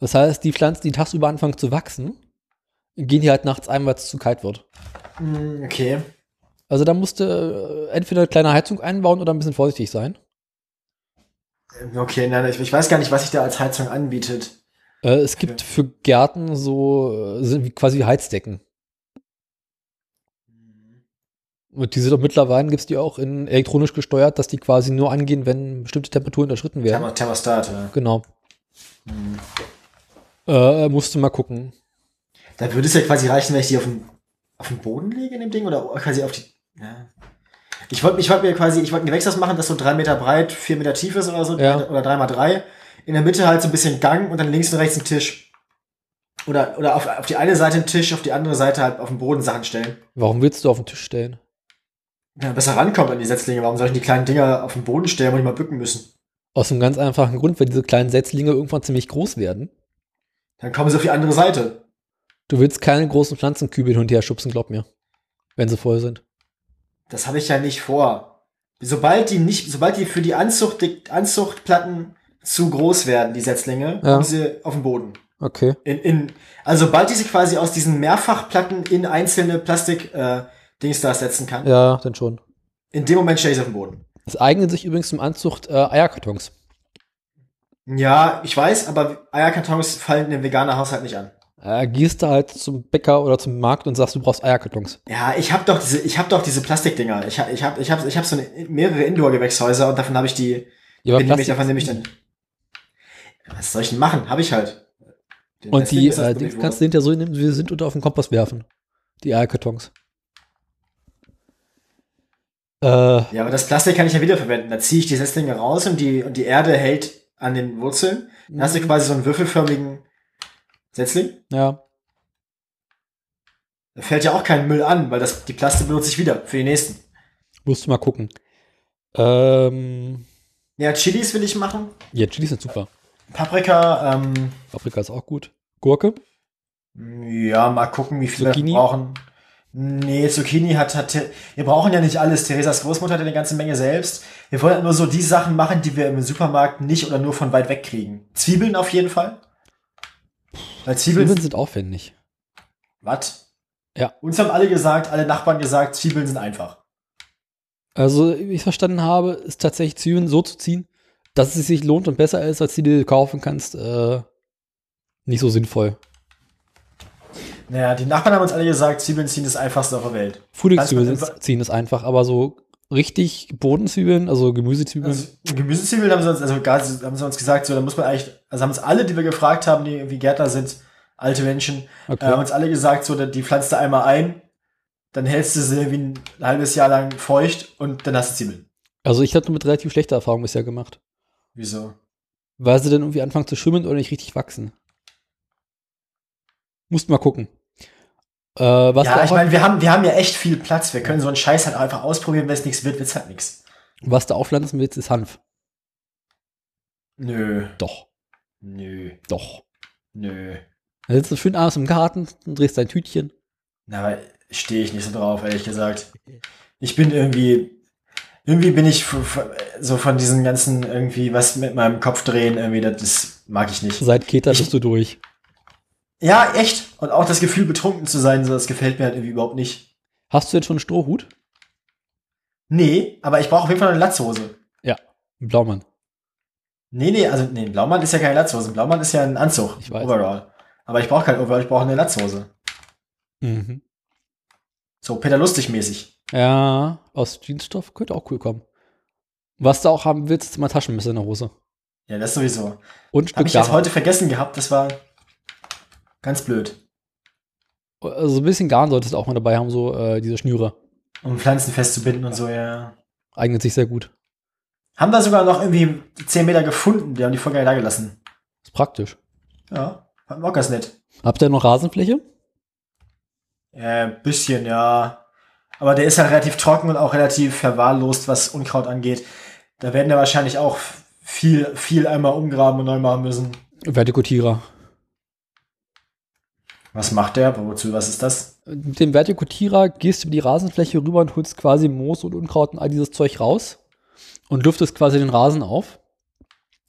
Speaker 2: Das heißt, die Pflanzen, die tagsüber anfangen zu wachsen, gehen die halt nachts ein, weil es zu kalt wird.
Speaker 1: Hm, okay.
Speaker 2: Also da musste äh, entweder eine kleine Heizung einbauen oder ein bisschen vorsichtig sein.
Speaker 1: Okay, nein, ich, ich weiß gar nicht, was sich da als Heizung anbietet.
Speaker 2: Äh, es gibt für Gärten so äh, sind wie quasi Heizdecken. Und die sind auch mittlerweile, gibt es die auch in elektronisch gesteuert, dass die quasi nur angehen, wenn bestimmte Temperaturen unterschritten werden.
Speaker 1: Thermo- Thermostat, ja.
Speaker 2: Genau. Äh, musste mal gucken.
Speaker 1: Da würde es ja quasi reichen, wenn ich die auf den, auf den Boden lege in dem Ding oder quasi auf die. Ja. Ich wollte ich wollt mir quasi, ich wollte ein Gewächshaus machen, das so drei Meter breit, vier Meter tief ist oder so,
Speaker 2: Ja.
Speaker 1: oder drei mal drei. In der Mitte halt so ein bisschen Gang und dann links und rechts ein Tisch. Oder, oder auf, auf die eine Seite einen Tisch, auf die andere Seite halt auf den Boden Sachen stellen.
Speaker 2: Warum willst du auf den Tisch stellen?
Speaker 1: Wenn man besser rankommt an die Setzlinge, warum soll ich die kleinen Dinger auf den Boden stellen, wo ich mal bücken müssen?
Speaker 2: Aus einem ganz einfachen Grund, weil diese kleinen Setzlinge irgendwann ziemlich groß werden.
Speaker 1: Dann kommen sie auf die andere Seite.
Speaker 2: Du willst keine großen Pflanzenkübel hin und her schubsen, glaub mir. Wenn sie voll sind.
Speaker 1: Das habe ich ja nicht vor. Sobald die nicht, sobald die für die Anzucht, Anzuchtplatten zu groß werden, die Setzlinge,
Speaker 2: Ja.
Speaker 1: kommen sie auf den Boden.
Speaker 2: Okay.
Speaker 1: In, in, also sobald ich sie quasi aus diesen Mehrfachplatten in einzelne Plastik äh, Dings da setzen kann,
Speaker 2: Ja, dann schon.
Speaker 1: in dem Moment stelle ich sie auf den Boden.
Speaker 2: Es eignen sich übrigens zum Anzucht äh, Eierkartons.
Speaker 1: Ja, ich weiß, aber Eierkartons fallen in dem veganen Haushalt nicht an.
Speaker 2: Äh, gehst du halt zum Bäcker oder zum Markt und sagst, du brauchst Eierkartons.
Speaker 1: Ja, ich habe doch diese, ich habe doch diese Plastikdinger. Ich habe, ich habe, ich habe, ich habe so eine, mehrere Indoor-Gewächshäuser und davon habe ich die.
Speaker 2: Ja,
Speaker 1: nehme
Speaker 2: aber
Speaker 1: ich,
Speaker 2: Plastik-
Speaker 1: davon nehme ich dann. Was soll ich denn machen? Habe ich halt. Den
Speaker 2: und
Speaker 1: Rest
Speaker 2: die
Speaker 1: ist das
Speaker 2: äh,
Speaker 1: wirklich
Speaker 2: Dings kannst du hinterher so nehmen, wie sie sind, und auf den Kompost werfen. Die Eierkartons. Äh,
Speaker 1: Ja, aber das Plastik kann ich ja wiederverwenden. Da ziehe ich die Setzlinge raus und die, und die Erde hält an den Wurzeln. Dann
Speaker 2: Mhm.
Speaker 1: hast du quasi so einen würfelförmigen Setzling.
Speaker 2: ja.
Speaker 1: Da fällt ja auch kein Müll an, weil das, die Plastik benutze ich wieder für die nächsten.
Speaker 2: Musst du mal gucken. Ähm,
Speaker 1: Ja, Chilis will ich machen.
Speaker 2: ja, Chilis sind super.
Speaker 1: Paprika, ähm,
Speaker 2: Paprika ist auch gut. Gurke?
Speaker 1: ja, mal gucken, wie viele
Speaker 2: Zucchini?
Speaker 1: wir brauchen. Nee, Zucchini hat, hat, wir brauchen ja nicht alles. Theresas Großmutter hat ja eine ganze Menge selbst. Wir wollen halt nur so die Sachen machen, die wir im Supermarkt nicht oder nur von weit weg kriegen. Zwiebeln auf jeden Fall. Weil Zwiebeln,
Speaker 2: Zwiebeln sind aufwendig.
Speaker 1: Was?
Speaker 2: Ja.
Speaker 1: Uns haben alle gesagt, alle Nachbarn gesagt, Zwiebeln sind einfach.
Speaker 2: Also, wie ich es verstanden habe, ist tatsächlich Zwiebeln so zu ziehen, dass es sich lohnt und besser ist, als die, die du kaufen kannst, äh, nicht so sinnvoll.
Speaker 1: Naja, die Nachbarn haben uns alle gesagt, Zwiebeln ziehen das einfachste auf der Welt.
Speaker 2: Frühlingszwiebeln
Speaker 1: Kannst du-
Speaker 2: ziehen ist einfach, aber so richtig Bodenzwiebeln, also Gemüsezwiebeln,
Speaker 1: Also, Gemüsezwiebeln haben sie uns, also gar, haben sie uns gesagt, so, da muss man eigentlich, also haben uns alle, die wir gefragt haben, die irgendwie Gärtner sind, alte Menschen,
Speaker 2: Okay.
Speaker 1: äh, haben uns alle gesagt, so, die pflanzt du einmal ein, dann hältst du sie irgendwie ein halbes Jahr lang feucht und dann hast du Zwiebeln.
Speaker 2: Also ich habe damit relativ schlechte Erfahrungen bisher gemacht.
Speaker 1: Wieso?
Speaker 2: Weil sie dann irgendwie anfangen zu schwimmen oder nicht richtig wachsen. Musst mal gucken. Äh, was du
Speaker 1: ja,
Speaker 2: auch,
Speaker 1: ich meine, wir haben, wir haben ja echt viel Platz. Wir können so einen Scheiß halt einfach ausprobieren, wenn es nichts wird, wird's halt nichts.
Speaker 2: was du aufpflanzen willst, ist Hanf.
Speaker 1: Nö,
Speaker 2: Doch,
Speaker 1: nö,
Speaker 2: doch.
Speaker 1: nö.
Speaker 2: Dann sitzt du schön abends im Garten und drehst dein Tütchen.
Speaker 1: Na, stehe ich nicht so drauf, ehrlich gesagt. Ich bin irgendwie, irgendwie bin ich f- f- so von diesen ganzen irgendwie was mit meinem Kopf drehen, irgendwie, das, das mag ich nicht.
Speaker 2: Seit Keter
Speaker 1: Ich-
Speaker 2: bist du durch.
Speaker 1: Ja, echt. Und auch das Gefühl, betrunken zu sein, so, das gefällt mir halt irgendwie überhaupt nicht.
Speaker 2: Hast du jetzt schon einen Strohhut?
Speaker 1: Nee, aber ich brauche auf jeden Fall eine Latzhose.
Speaker 2: Einen Blaumann.
Speaker 1: Nee, nee, also nee, ein Blaumann ist ja keine Latzhose. Ein Blaumann ist ja ein Anzug.
Speaker 2: Ich weiß.
Speaker 1: Overall. Aber ich brauche kein Overall, ich brauche eine Latzhose.
Speaker 2: Mhm.
Speaker 1: So Peter Lustig mäßig.
Speaker 2: Ja, aus Jeansstoff könnte auch cool kommen. Was du auch haben willst, ist mal Taschenmesser in der Hose.
Speaker 1: Ja, das sowieso.
Speaker 2: Und ein
Speaker 1: Habe
Speaker 2: Stück
Speaker 1: ich jetzt
Speaker 2: Garn.
Speaker 1: heute vergessen gehabt, das war ganz blöd.
Speaker 2: Also ein bisschen Garn solltest du auch mal dabei haben, so äh, diese Schnüre.
Speaker 1: Um Pflanzen festzubinden und so, ja.
Speaker 2: Eignet sich sehr gut.
Speaker 1: Haben da sogar noch irgendwie 10 Meter gefunden, die haben die voll geil da gelassen.
Speaker 2: Ist praktisch.
Speaker 1: Ja, locker ist nett.
Speaker 2: Habt ihr noch Rasenfläche?
Speaker 1: Äh, bisschen, ja. Aber der ist halt relativ trocken und auch relativ verwahrlost, was Unkraut angeht. Da werden wir wahrscheinlich auch viel, viel einmal umgraben und neu machen müssen.
Speaker 2: Vertikutierer.
Speaker 1: Was macht der? Wozu, was ist das?
Speaker 2: Mit dem Vertikutierer gehst du über die Rasenfläche rüber und holst quasi Moos und Unkraut und all dieses Zeug raus und lüftest quasi den Rasen auf.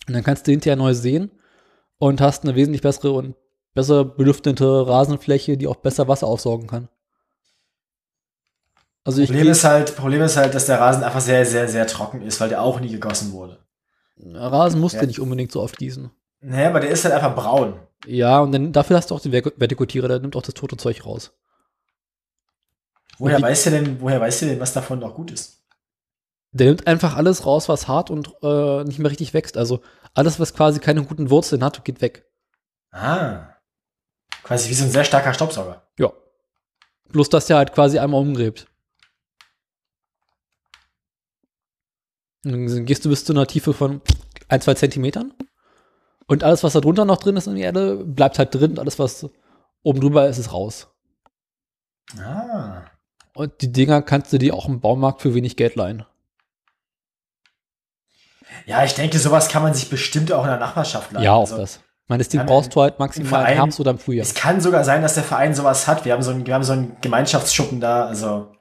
Speaker 2: Und dann kannst du hinterher neu sehen und hast eine wesentlich bessere und besser belüftete Rasenfläche, die auch besser Wasser aufsaugen kann. Also ich
Speaker 1: Problem
Speaker 2: geh-
Speaker 1: ist halt, Problem ist halt, dass der Rasen einfach sehr, sehr, sehr trocken ist, weil der auch nie gegossen wurde.
Speaker 2: Rasen musst
Speaker 1: Ja.
Speaker 2: du nicht unbedingt so oft gießen.
Speaker 1: Naja, aber der ist halt einfach braun.
Speaker 2: Ja, und dann dafür hast du auch den Ver- Vertikutierer, der nimmt auch das tote Zeug raus.
Speaker 1: Woher
Speaker 2: Und die-
Speaker 1: weißt du denn, woher weißt du denn, was davon noch gut ist?
Speaker 2: Der nimmt einfach alles raus, was hart und äh, nicht mehr richtig wächst. Also alles, was quasi keine guten Wurzeln hat, geht weg.
Speaker 1: Ah. Quasi wie so ein sehr starker Staubsauger.
Speaker 2: Ja. Bloß, dass der halt quasi einmal umgräbt. Und Dann gehst du bis zu einer Tiefe von ein, zwei Zentimetern. Und alles, was da drunter noch drin ist in der Erde, bleibt halt drin. Alles, was oben drüber ist, ist raus.
Speaker 1: Ah.
Speaker 2: Und die Dinger kannst du dir auch im Baumarkt für wenig Geld leihen.
Speaker 1: Ja, ich denke, sowas kann man sich bestimmt auch in der Nachbarschaft leisten.
Speaker 2: ja, auch
Speaker 1: Also,
Speaker 2: das. Ich meine, das Ding
Speaker 1: ja,
Speaker 2: brauchst du halt
Speaker 1: im
Speaker 2: maximal im
Speaker 1: Verein-
Speaker 2: Herbst oder im Frühjahr.
Speaker 1: Es kann sogar sein, dass der Verein sowas hat. Wir haben so einen, wir haben so einen Gemeinschaftsschuppen da, also.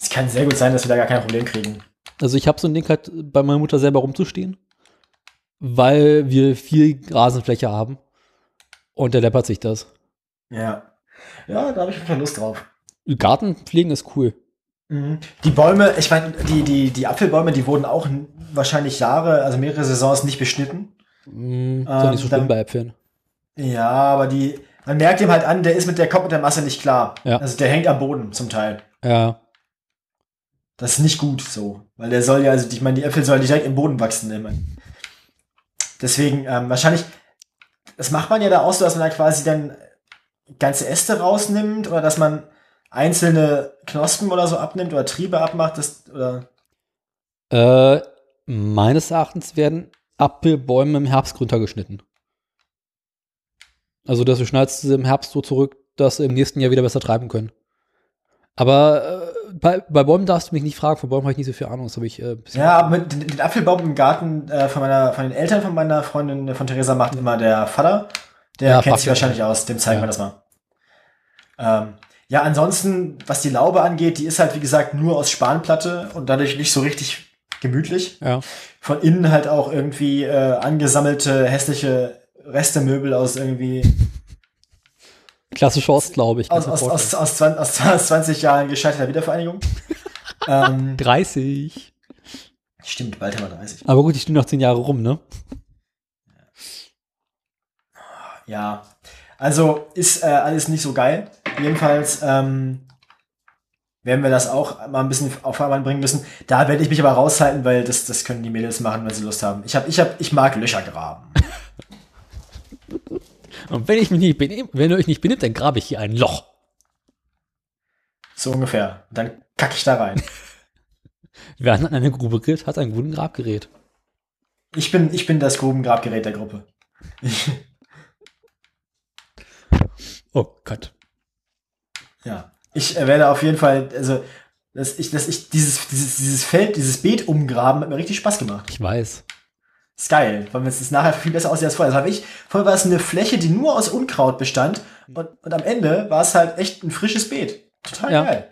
Speaker 1: Es kann sehr gut sein, dass wir da gar kein Problem kriegen.
Speaker 2: Also ich habe so ein Ding halt bei meiner Mutter selber rumzustehen, weil wir viel Rasenfläche haben. Und der läppert sich das.
Speaker 1: Ja. Ja, da habe ich einfach Lust drauf.
Speaker 2: Gartenpflegen ist cool.
Speaker 1: Mhm. Die Bäume, ich meine, die, die, die Apfelbäume, die wurden auch n- wahrscheinlich Jahre, also mehrere Saisons nicht beschnitten.
Speaker 2: Mm, ist auch nicht so
Speaker 1: Ähm,
Speaker 2: schlimm
Speaker 1: dann-
Speaker 2: bei Äpfeln.
Speaker 1: Ja, aber die, man merkt ihm halt an, der ist mit der kommt mit der Masse nicht klar.
Speaker 2: Ja.
Speaker 1: Also der hängt am Boden zum Teil.
Speaker 2: Ja,
Speaker 1: Das ist nicht gut so. Weil der soll ja, also die- ich meine, die Äpfel sollen nicht direkt im Boden wachsen. Immer. Deswegen, ähm, wahrscheinlich, das macht man ja da auch so, dass man da quasi dann ganze Äste rausnimmt oder dass man einzelne Knospen oder so abnimmt oder Triebe abmacht. Das, oder,
Speaker 2: äh, meines Erachtens werden Apfelbäume im Herbst runtergeschnitten. Also, dass du schneidest sie im Herbst so zurück, dass sie im nächsten Jahr wieder besser treiben können. Aber äh, bei, bei Bäumen darfst du mich nicht fragen, von Bäumen habe ich nicht so viel Ahnung. Das habe ich äh, ein bisschen-
Speaker 1: ja, aber mit den, den Apfelbaum im Garten äh, von, meiner, von den Eltern von meiner Freundin, äh, von Theresa, macht immer der Vater. Der
Speaker 2: Ja,
Speaker 1: kennt sich
Speaker 2: Fachwerk.
Speaker 1: wahrscheinlich aus, dem zeigen
Speaker 2: Ja.
Speaker 1: wir das mal. Ähm, ja, ansonsten, was die Laube angeht, die ist halt, wie gesagt, nur aus Spanplatte und dadurch nicht so richtig gemütlich.
Speaker 2: ja.
Speaker 1: Von innen halt auch irgendwie äh, angesammelte, hässliche Restemöbel aus irgendwie
Speaker 2: Klassische Ostlaube. Ich
Speaker 1: aus,
Speaker 2: kann's mir
Speaker 1: aus,
Speaker 2: vorstellen.
Speaker 1: aus, aus, 20, aus 20 Jahren gescheiterter Wiedervereinigung. ähm,
Speaker 2: 30.
Speaker 1: stimmt, bald haben wir 30.
Speaker 2: Aber gut, ich stehe noch 10 Jahre rum, ne?
Speaker 1: Ja, also ist äh, alles nicht so geil. Jedenfalls ähm, werden wir das auch mal ein bisschen auf Vordermann bringen müssen. Da werde ich mich aber raushalten, weil das, das können die Mädels machen, wenn sie Lust haben. Ich, hab, ich, hab, ich mag Löcher graben.
Speaker 2: Und wenn ich mich nicht benehm, wenn ihr euch nicht benimmt, dann grabe ich hier ein Loch.
Speaker 1: So ungefähr. Dann kacke ich da rein.
Speaker 2: Wer an eine Grube geht, hat einen guten Grabgerät.
Speaker 1: Ich bin, ich bin das Grubengrabgerät der Gruppe.
Speaker 2: Oh Gott.
Speaker 1: Ja. Ich äh, werde auf jeden Fall, also, dass ich, dass ich dieses, dieses, dieses Feld, dieses Beet umgraben, hat mir richtig Spaß gemacht.
Speaker 2: Ich weiß.
Speaker 1: Ist geil, weil es ist nachher viel besser aussieht als vorher. Das habe ich. Vorher war es eine Fläche, die nur aus Unkraut bestand und, und am Ende war es halt echt ein frisches Beet. Total
Speaker 2: Ja.
Speaker 1: geil.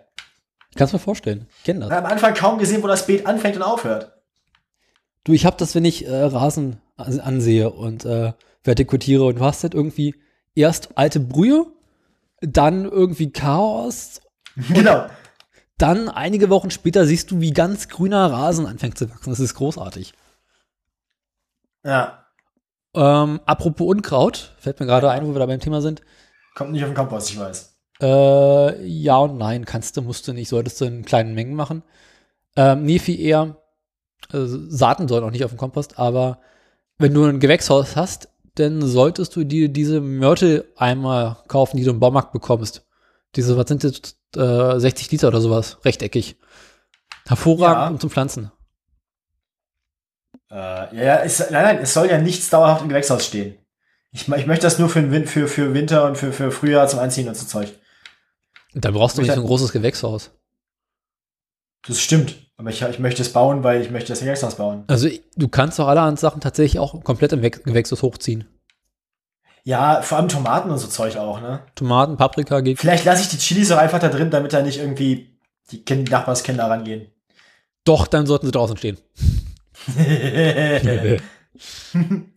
Speaker 2: Ich kann es mir vorstellen. Ich kenne
Speaker 1: Man
Speaker 2: das.
Speaker 1: hat am Anfang kaum gesehen, wo das Beet anfängt und aufhört.
Speaker 2: Du, ich habe das, wenn ich äh, Rasen an- ansehe und äh, vertikutiere und du hast halt irgendwie erst alte Brühe, dann irgendwie Chaos,
Speaker 1: genau.
Speaker 2: dann einige Wochen später siehst du, wie ganz grüner Rasen anfängt zu wachsen. Das ist großartig.
Speaker 1: Ja.
Speaker 2: Ähm, apropos Unkraut, fällt mir gerade ein, wo wir da beim Thema sind.
Speaker 1: Kommt nicht auf den Kompost, ich weiß.
Speaker 2: Äh, ja und nein, kannst du, musst du nicht, solltest du in kleinen Mengen machen. Ähm, nee, viel eher, äh, Saaten sollen auch nicht auf dem Kompost, aber wenn du ein Gewächshaus hast, dann solltest du dir diese Mörteleimer kaufen, die du im Baumarkt bekommst. Diese, was sind das, äh, 60 Liter um oder sowas, rechteckig. Hervorragend,
Speaker 1: Ja.
Speaker 2: um zu pflanzen.
Speaker 1: Äh, ja, ja, es, nein, nein, es soll ja nichts dauerhaft im Gewächshaus stehen. Ich, mö- ich möchte das nur für, den Win für, für Winter und für, für Frühjahr zum Einziehen und so Zeug.
Speaker 2: Dann brauchst du
Speaker 1: Ich
Speaker 2: nicht
Speaker 1: hab-
Speaker 2: so ein großes Gewächshaus.
Speaker 1: Das stimmt. Aber ich, ich möchte es bauen, weil ich möchte das Gewächshaus bauen.
Speaker 2: Also du kannst doch allerhand Sachen tatsächlich auch komplett im Wech- Gewächshaus hochziehen.
Speaker 1: Ja, vor allem Tomaten und so Zeug auch, ne?
Speaker 2: Tomaten, Paprika geht.
Speaker 1: Vielleicht lasse ich die Chilis auch einfach da drin, damit da nicht irgendwie die kind Nachbarskinder rangehen.
Speaker 2: Doch, dann sollten sie draußen stehen.
Speaker 1: Chilis,
Speaker 2: Äh,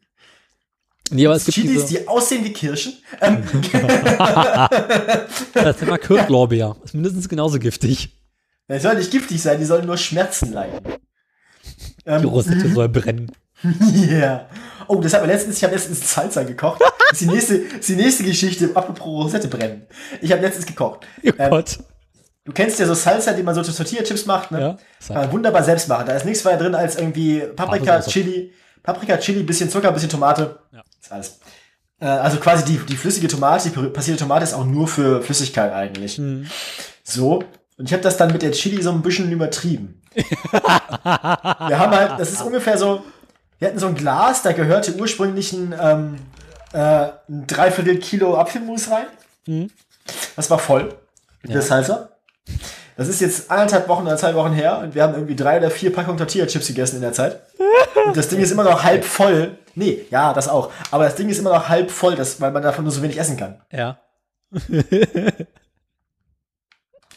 Speaker 2: Nee, aber es gibt diese,
Speaker 1: die aussehen wie Kirschen. Ähm,
Speaker 2: das Thema Kirschlorbeer. Ist mindestens genauso giftig.
Speaker 1: die sollen nicht giftig sein, die sollen nur Schmerzen leiden.
Speaker 2: Die
Speaker 1: Ähm,
Speaker 2: Rosette soll brennen.
Speaker 1: Yeah. Oh, das hat mir letztens, ich habe letztens Salsa gekocht. Das ist die nächste, ist die nächste Geschichte, apropos Rosette brennen. Ich habe letztens gekocht.
Speaker 2: Oh
Speaker 1: Ähm,
Speaker 2: Gott.
Speaker 1: Du kennst ja so Salsa, die man so zu Tortilla-Chips macht, ne?
Speaker 2: Ja.
Speaker 1: Kann man wunderbar selbst machen. Da ist nichts weiter drin als irgendwie Paprika,
Speaker 2: Paprikasauce.
Speaker 1: Chili, Paprika, Chili, bisschen Zucker, bisschen Tomate.
Speaker 2: Ja.
Speaker 1: Ist alles. Äh, Also quasi die, die flüssige Tomate, die passierte Tomate ist auch nur für Flüssigkeit eigentlich.
Speaker 2: Hm.
Speaker 1: So. Und ich habe das dann mit der Chili so ein bisschen übertrieben. Wir haben halt, das ist ungefähr so, wir hatten so ein Glas, da gehörte ursprünglich ein, ähm, äh, ein Dreiviertel Kilo Apfelmus rein.
Speaker 2: Mhm.
Speaker 1: Das war voll. Mit der Salsa. Das ist jetzt anderthalb Wochen oder zwei Wochen her und wir haben irgendwie drei oder vier Packungen Tortilla-Chips gegessen in der Zeit. Und das Ding ist immer noch halb voll. Nee, ja, das auch. Aber das Ding ist immer noch halb voll, das, weil man davon nur so wenig essen kann.
Speaker 2: Ja.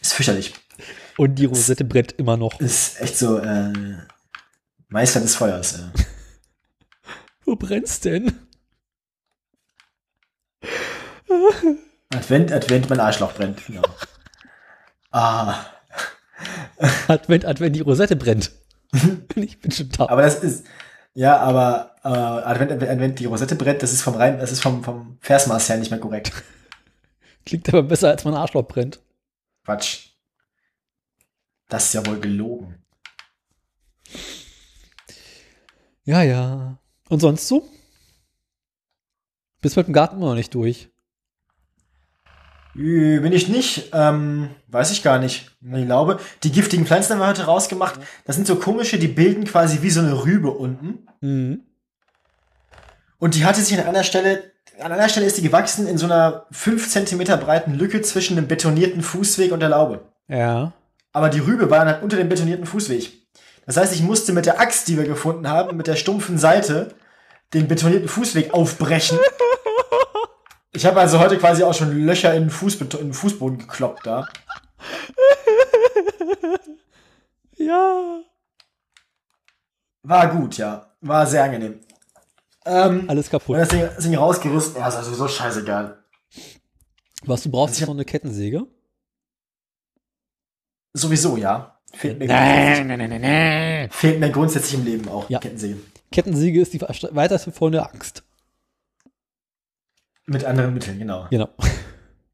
Speaker 1: Ist fürchterlich.
Speaker 2: Und die Rosette brennt immer noch.
Speaker 1: Ist echt so, äh, Meister des Feuers. Äh.
Speaker 2: Wo brennt's denn?
Speaker 1: Advent, Advent, mein Arschloch brennt. Genau. ah,
Speaker 2: Advent, Advent, die Rosette brennt. ich bin schon da.
Speaker 1: aber das ist, ja, aber äh, Advent, Advent, Advent, die Rosette brennt, das ist vom Reim, das ist vom, vom Versmaß her nicht mehr korrekt.
Speaker 2: Klingt aber besser, als mein Arschloch brennt.
Speaker 1: Quatsch. Das ist ja wohl gelogen.
Speaker 2: Ja, ja. Und sonst so? Bist mit dem Garten immer noch nicht durch.
Speaker 1: Ü, Bin ich nicht, ähm, weiß ich gar nicht. Ich glaube, die giftigen Pflanzen haben wir heute rausgemacht. Das sind so komische, die bilden quasi wie so eine Rübe unten.
Speaker 2: Mhm.
Speaker 1: Und die hatte sich an einer Stelle, an einer Stelle ist die gewachsen in so einer 5 Zentimeter breiten Lücke zwischen dem betonierten Fußweg und der Laube.
Speaker 2: Ja.
Speaker 1: Aber die Rübe war dann halt unter dem betonierten Fußweg. Das heißt, ich musste mit der Axt, die wir gefunden haben, mit der stumpfen Seite, den betonierten Fußweg aufbrechen. Ich habe also heute quasi auch schon Löcher in den, Fußbeto- in den Fußboden gekloppt da.
Speaker 2: Ja.
Speaker 1: War gut, ja. War sehr angenehm. Ähm,
Speaker 2: Alles
Speaker 1: und
Speaker 2: kaputt.
Speaker 1: das Ding, das Ding rausgerissen. Ja, ist also sowieso scheißegal.
Speaker 2: Was du brauchst,
Speaker 1: Ich
Speaker 2: ist
Speaker 1: hab-
Speaker 2: noch eine Kettensäge.
Speaker 1: Sowieso, ja. Fehlt mir,
Speaker 2: nein, nein, nein, nein.
Speaker 1: fehlt mir grundsätzlich im Leben auch.
Speaker 2: Ja.
Speaker 1: Kettensäge.
Speaker 2: Kettensäge ist die ver- weiterste Form der Axt.
Speaker 1: Mit anderen Mitteln, genau.
Speaker 2: Genau.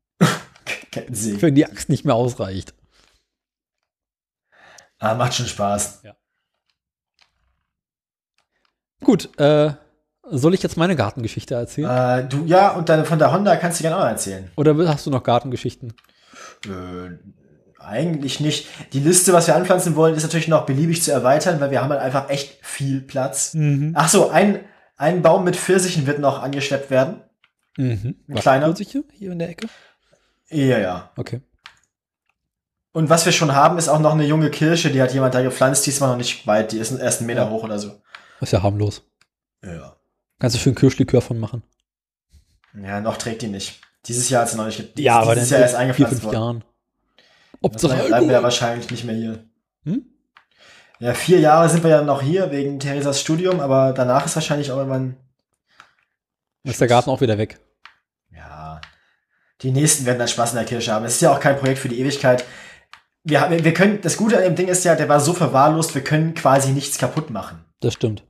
Speaker 1: Kettensäge.
Speaker 2: Wenn die Axt nicht mehr ausreicht.
Speaker 1: Ah, macht schon Spaß.
Speaker 2: Gut, äh, soll ich jetzt meine Gartengeschichte erzählen?
Speaker 1: Äh, du, ja, und deine, von der Honda kannst du gerne auch erzählen.
Speaker 2: Oder hast du noch Gartengeschichten?
Speaker 1: Äh, eigentlich nicht. Die Liste, was wir anpflanzen wollen, ist natürlich noch beliebig zu erweitern, weil wir haben halt einfach echt viel Platz.
Speaker 2: Mhm.
Speaker 1: Ach so, ein, ein Baum mit Pfirsichen wird noch angeschleppt werden.
Speaker 2: Mhm.
Speaker 1: Ein kleiner.
Speaker 2: Was, hier, hier in der Ecke?
Speaker 1: Ja, ja.
Speaker 2: Okay.
Speaker 1: Und was wir schon haben, ist auch noch eine junge Kirsche, die hat jemand da gepflanzt, die ist mal noch nicht weit, die ist erst einen Meter
Speaker 2: Ja.
Speaker 1: hoch oder so.
Speaker 2: Ist ja harmlos.
Speaker 1: Ja.
Speaker 2: Kannst du schön Kirschlikör von machen.
Speaker 1: Ja, noch trägt die nicht. Dieses Jahr hat sie noch nicht, ge-
Speaker 2: aber
Speaker 1: dieses
Speaker 2: dann
Speaker 1: Jahr erst
Speaker 2: in vier,
Speaker 1: eingepflanzt
Speaker 2: fünf
Speaker 1: worden.
Speaker 2: Jahren.
Speaker 1: Also
Speaker 2: Hauptsache
Speaker 1: dann bleiben wir ja
Speaker 2: Alkohol.
Speaker 1: wahrscheinlich nicht mehr hier.
Speaker 2: Hm?
Speaker 1: Ja, vier Jahre sind wir ja noch hier wegen Theresas Studium, aber danach ist wahrscheinlich auch irgendwann
Speaker 2: Dann Ist der Garten auch wieder weg?
Speaker 1: Ja. Die nächsten werden dann Spaß in der Kirche haben. Es ist ja auch kein Projekt für die Ewigkeit. Wir, haben- wir können, das Gute an dem Ding ist ja, der war so verwahrlost, wir können quasi nichts kaputt machen.
Speaker 2: Das stimmt.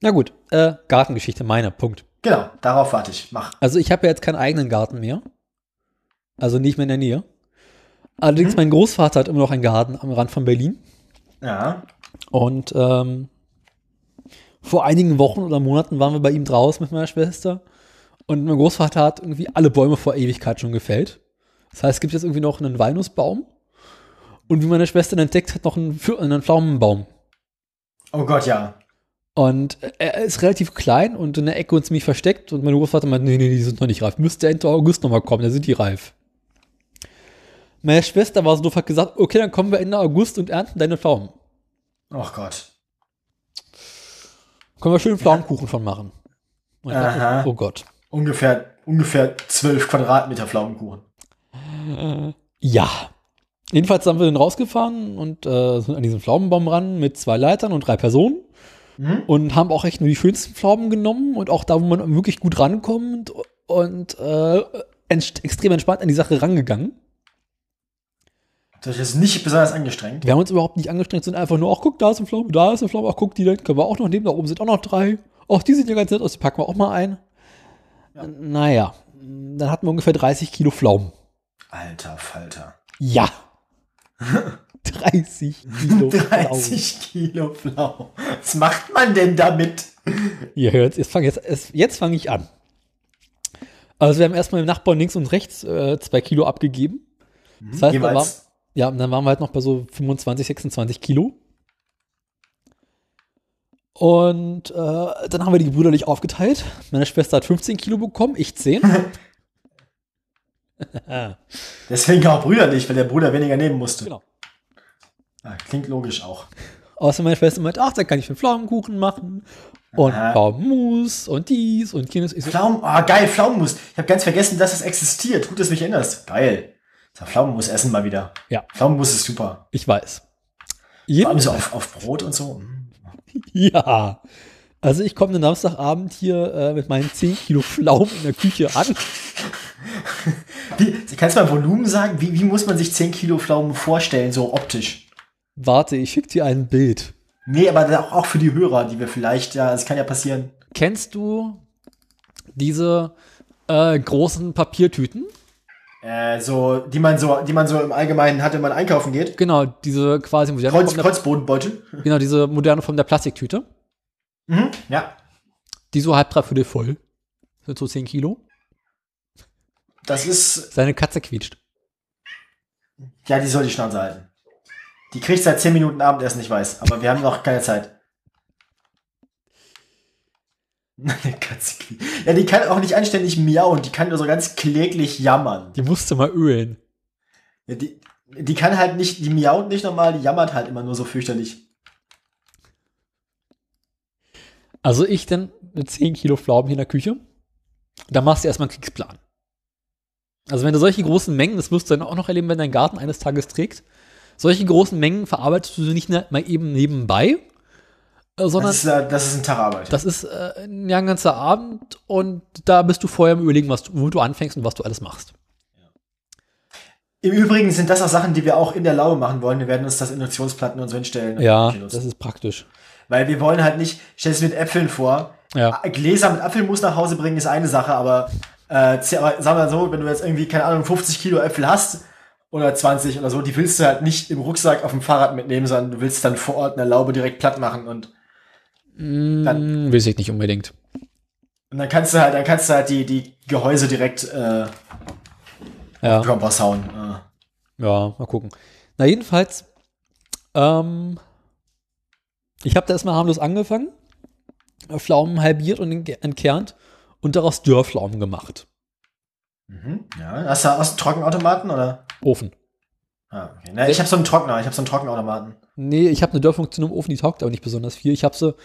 Speaker 2: Na gut, äh, Gartengeschichte, meine, Punkt.
Speaker 1: Genau, darauf warte ich. Mach.
Speaker 2: Also ich habe ja jetzt keinen eigenen Garten mehr. Also nicht mehr in der Nähe. Allerdings, mein Großvater hat immer noch einen Garten am Rand von Berlin.
Speaker 1: Ja.
Speaker 2: Und ähm, vor einigen Wochen oder Monaten waren wir bei ihm draußen mit meiner Schwester. Und mein Großvater hat irgendwie alle Bäume vor Ewigkeit schon gefällt. Das heißt, es gibt jetzt irgendwie noch einen Walnussbaum Und wie meine Schwester entdeckt hat, noch einen, Fü- einen Pflaumenbaum.
Speaker 1: Oh Gott, ja.
Speaker 2: Und er ist relativ klein und in der Ecke und ziemlich versteckt. Und mein Großvater meint, nee, nee, die sind noch nicht reif. Müsste Ende August nochmal kommen, dann sind die reif. Meine Schwester war so doof, hat gesagt, okay, dann kommen wir Ende August und ernten deine Pflaumen.
Speaker 1: Oh Gott.
Speaker 2: Können wir schön Pflaumenkuchen von machen. Und ich
Speaker 1: Aha.
Speaker 2: dachte, oh Gott.
Speaker 1: Ungefähr, ungefähr zwölf Quadratmeter Pflaumenkuchen.
Speaker 2: Ja. Jedenfalls haben wir den rausgefahren und äh, sind an diesen Pflaumenbaum ran mit zwei Leitern und drei Personen.
Speaker 1: Mhm.
Speaker 2: Und haben auch echt nur die schönsten Pflaumen genommen und auch da, wo man wirklich gut rankommt und äh, ent extrem entspannt an die Sache rangegangen.
Speaker 1: Das ist nicht besonders angestrengt.
Speaker 2: Wir haben uns überhaupt nicht angestrengt, sind einfach nur, ach guck, da ist eine Pflaume, da ist eine Pflaume, ach guck, die da hinten können wir auch noch nehmen, da oben sind auch noch drei. Ach, die sehen ja ganz nett aus, die packen wir auch mal ein.
Speaker 1: Ja.
Speaker 2: Naja, dann hatten wir ungefähr 30 Kilo Pflaumen.
Speaker 1: Alter Falter.
Speaker 2: Ja. 30 Kilo
Speaker 1: 30 Kilo Pflaumen. Was macht man denn damit?
Speaker 2: Ihr hört jetzt fange jetzt, es- jetzt fange ich an. Also wir haben erstmal dem Nachbarn links und rechts äh, zwei Kilo abgegeben. Das heißt, da war,
Speaker 1: Mhm. Jeweils.
Speaker 2: ja, und dann waren wir halt noch bei so 25, 26 Kilo. Und äh, dann haben wir die brüderlich aufgeteilt. Meine Schwester hat 15 Kilo bekommen, ich 10.
Speaker 1: Deswegen auch brüderlich, weil der Bruder weniger nehmen musste.
Speaker 2: Genau.
Speaker 1: Ah, klingt logisch auch.
Speaker 2: Außer meine Schwester meint, ach, dann kann ich einen Pflaumenkuchen machen und
Speaker 1: Aha.
Speaker 2: Pflaumenmus und dies und jenes. Ich so,
Speaker 1: Pflaumen, ah, geil, Pflaumenmus. Ich habe ganz vergessen, dass es existiert. Gut, dass du mich erinnerst. Geil. So, Pflaumenmus essen mal wieder.
Speaker 2: Ja.
Speaker 1: Pflaumenmus ist super.
Speaker 2: ich weiß.
Speaker 1: Vor
Speaker 2: Jeden,
Speaker 1: allem so auf, auf Brot und so. Mm.
Speaker 2: ja. Also ich komme den Samstagabend hier äh, mit meinen 10 Kilo Pflaumen in der Küche an.
Speaker 1: Wie, kannst du mal Volumen sagen? Wie, wie muss man sich 10 Kilo Pflaumen vorstellen, so optisch?
Speaker 2: Warte, ich schicke dir ein Bild.
Speaker 1: Nee, aber da- auch für die Hörer, die wir vielleicht, ja, es kann ja passieren.
Speaker 2: Kennst du diese äh, großen Papiertüten?
Speaker 1: Äh, so, die man so, die man so im Allgemeinen hat, wenn man einkaufen geht.
Speaker 2: Genau, diese quasi moderne
Speaker 1: Kreuz,
Speaker 2: Form der,
Speaker 1: Kreuzbodenbeutel.
Speaker 2: genau, diese moderne Form der Plastiktüte.
Speaker 1: Mhm, ja.
Speaker 2: Die so halb dreiviertel voll. Sind so 10 Kilo.
Speaker 1: Das ist,
Speaker 2: Seine Katze quietscht.
Speaker 1: ja, die soll die Schnauze halten. Die kriegt seit 10 Minuten Abendessen, ich weiß, aber wir haben noch keine Zeit. Eine Katze. quietscht. Ja, die kann auch nicht anständig miauen, die kann nur so ganz kläglich jammern.
Speaker 2: Die musste mal ölen.
Speaker 1: Ja, die, die kann halt nicht, die miaut nicht normal, die jammert halt immer nur so fürchterlich.
Speaker 2: Also ich dann mit 10 Kilo Pflaumen hier in der Küche. Da machst du erstmal einen Kriegsplan. Also wenn du solche großen Mengen, das wirst du dann auch noch erleben, wenn dein Garten eines Tages trägt, solche großen Mengen verarbeitest du nicht ne- mal eben nebenbei, äh, sondern
Speaker 1: Das ist, äh, das ist ein Tag Arbeit.
Speaker 2: Das ist äh, ein ja, ein ganzer Abend und da bist du vorher im Überlegen, was du, wo du anfängst und was du alles machst.
Speaker 1: Im Übrigen sind das auch Sachen, die wir auch in der Laube machen wollen. Wir werden uns das Induktionsplatten und so hinstellen. und
Speaker 2: Ja,
Speaker 1: hier nutzen.
Speaker 2: das ist praktisch.
Speaker 1: Weil wir wollen halt nicht, stell es mit Äpfeln vor.
Speaker 2: Ja.
Speaker 1: Ä- Gläser mit Apfelmus nach Hause bringen ist eine Sache, aber, äh, zäh- aber sagen wir mal so, wenn du jetzt irgendwie, keine Ahnung, 50 Kilo Äpfel hast oder 20 oder so, die willst du halt nicht im Rucksack auf dem Fahrrad mitnehmen, sondern du willst dann vor Ort in der Laube direkt platt machen und,
Speaker 2: Mm, weiß ich nicht unbedingt.
Speaker 1: und dann kannst du halt, dann kannst du halt die, die Gehäuse direkt äh,
Speaker 2: Ja,
Speaker 1: Kompost hauen. Ja.
Speaker 2: ja, mal gucken. Na, jedenfalls, ähm, ich habe da erstmal harmlos angefangen, äh, Pflaumen halbiert und ent- entkernt und daraus Dörrpflaumen gemacht.
Speaker 1: Mhm. ja. Hast du aus dem Trockenautomaten oder?
Speaker 2: Ofen.
Speaker 1: Ah, okay. Na, ich habe so einen Trockner, ich habe so einen Trockenautomaten.
Speaker 2: Nee, ich habe eine Dörrfunktion im Ofen, die taugt aber nicht besonders viel. Ich habe sie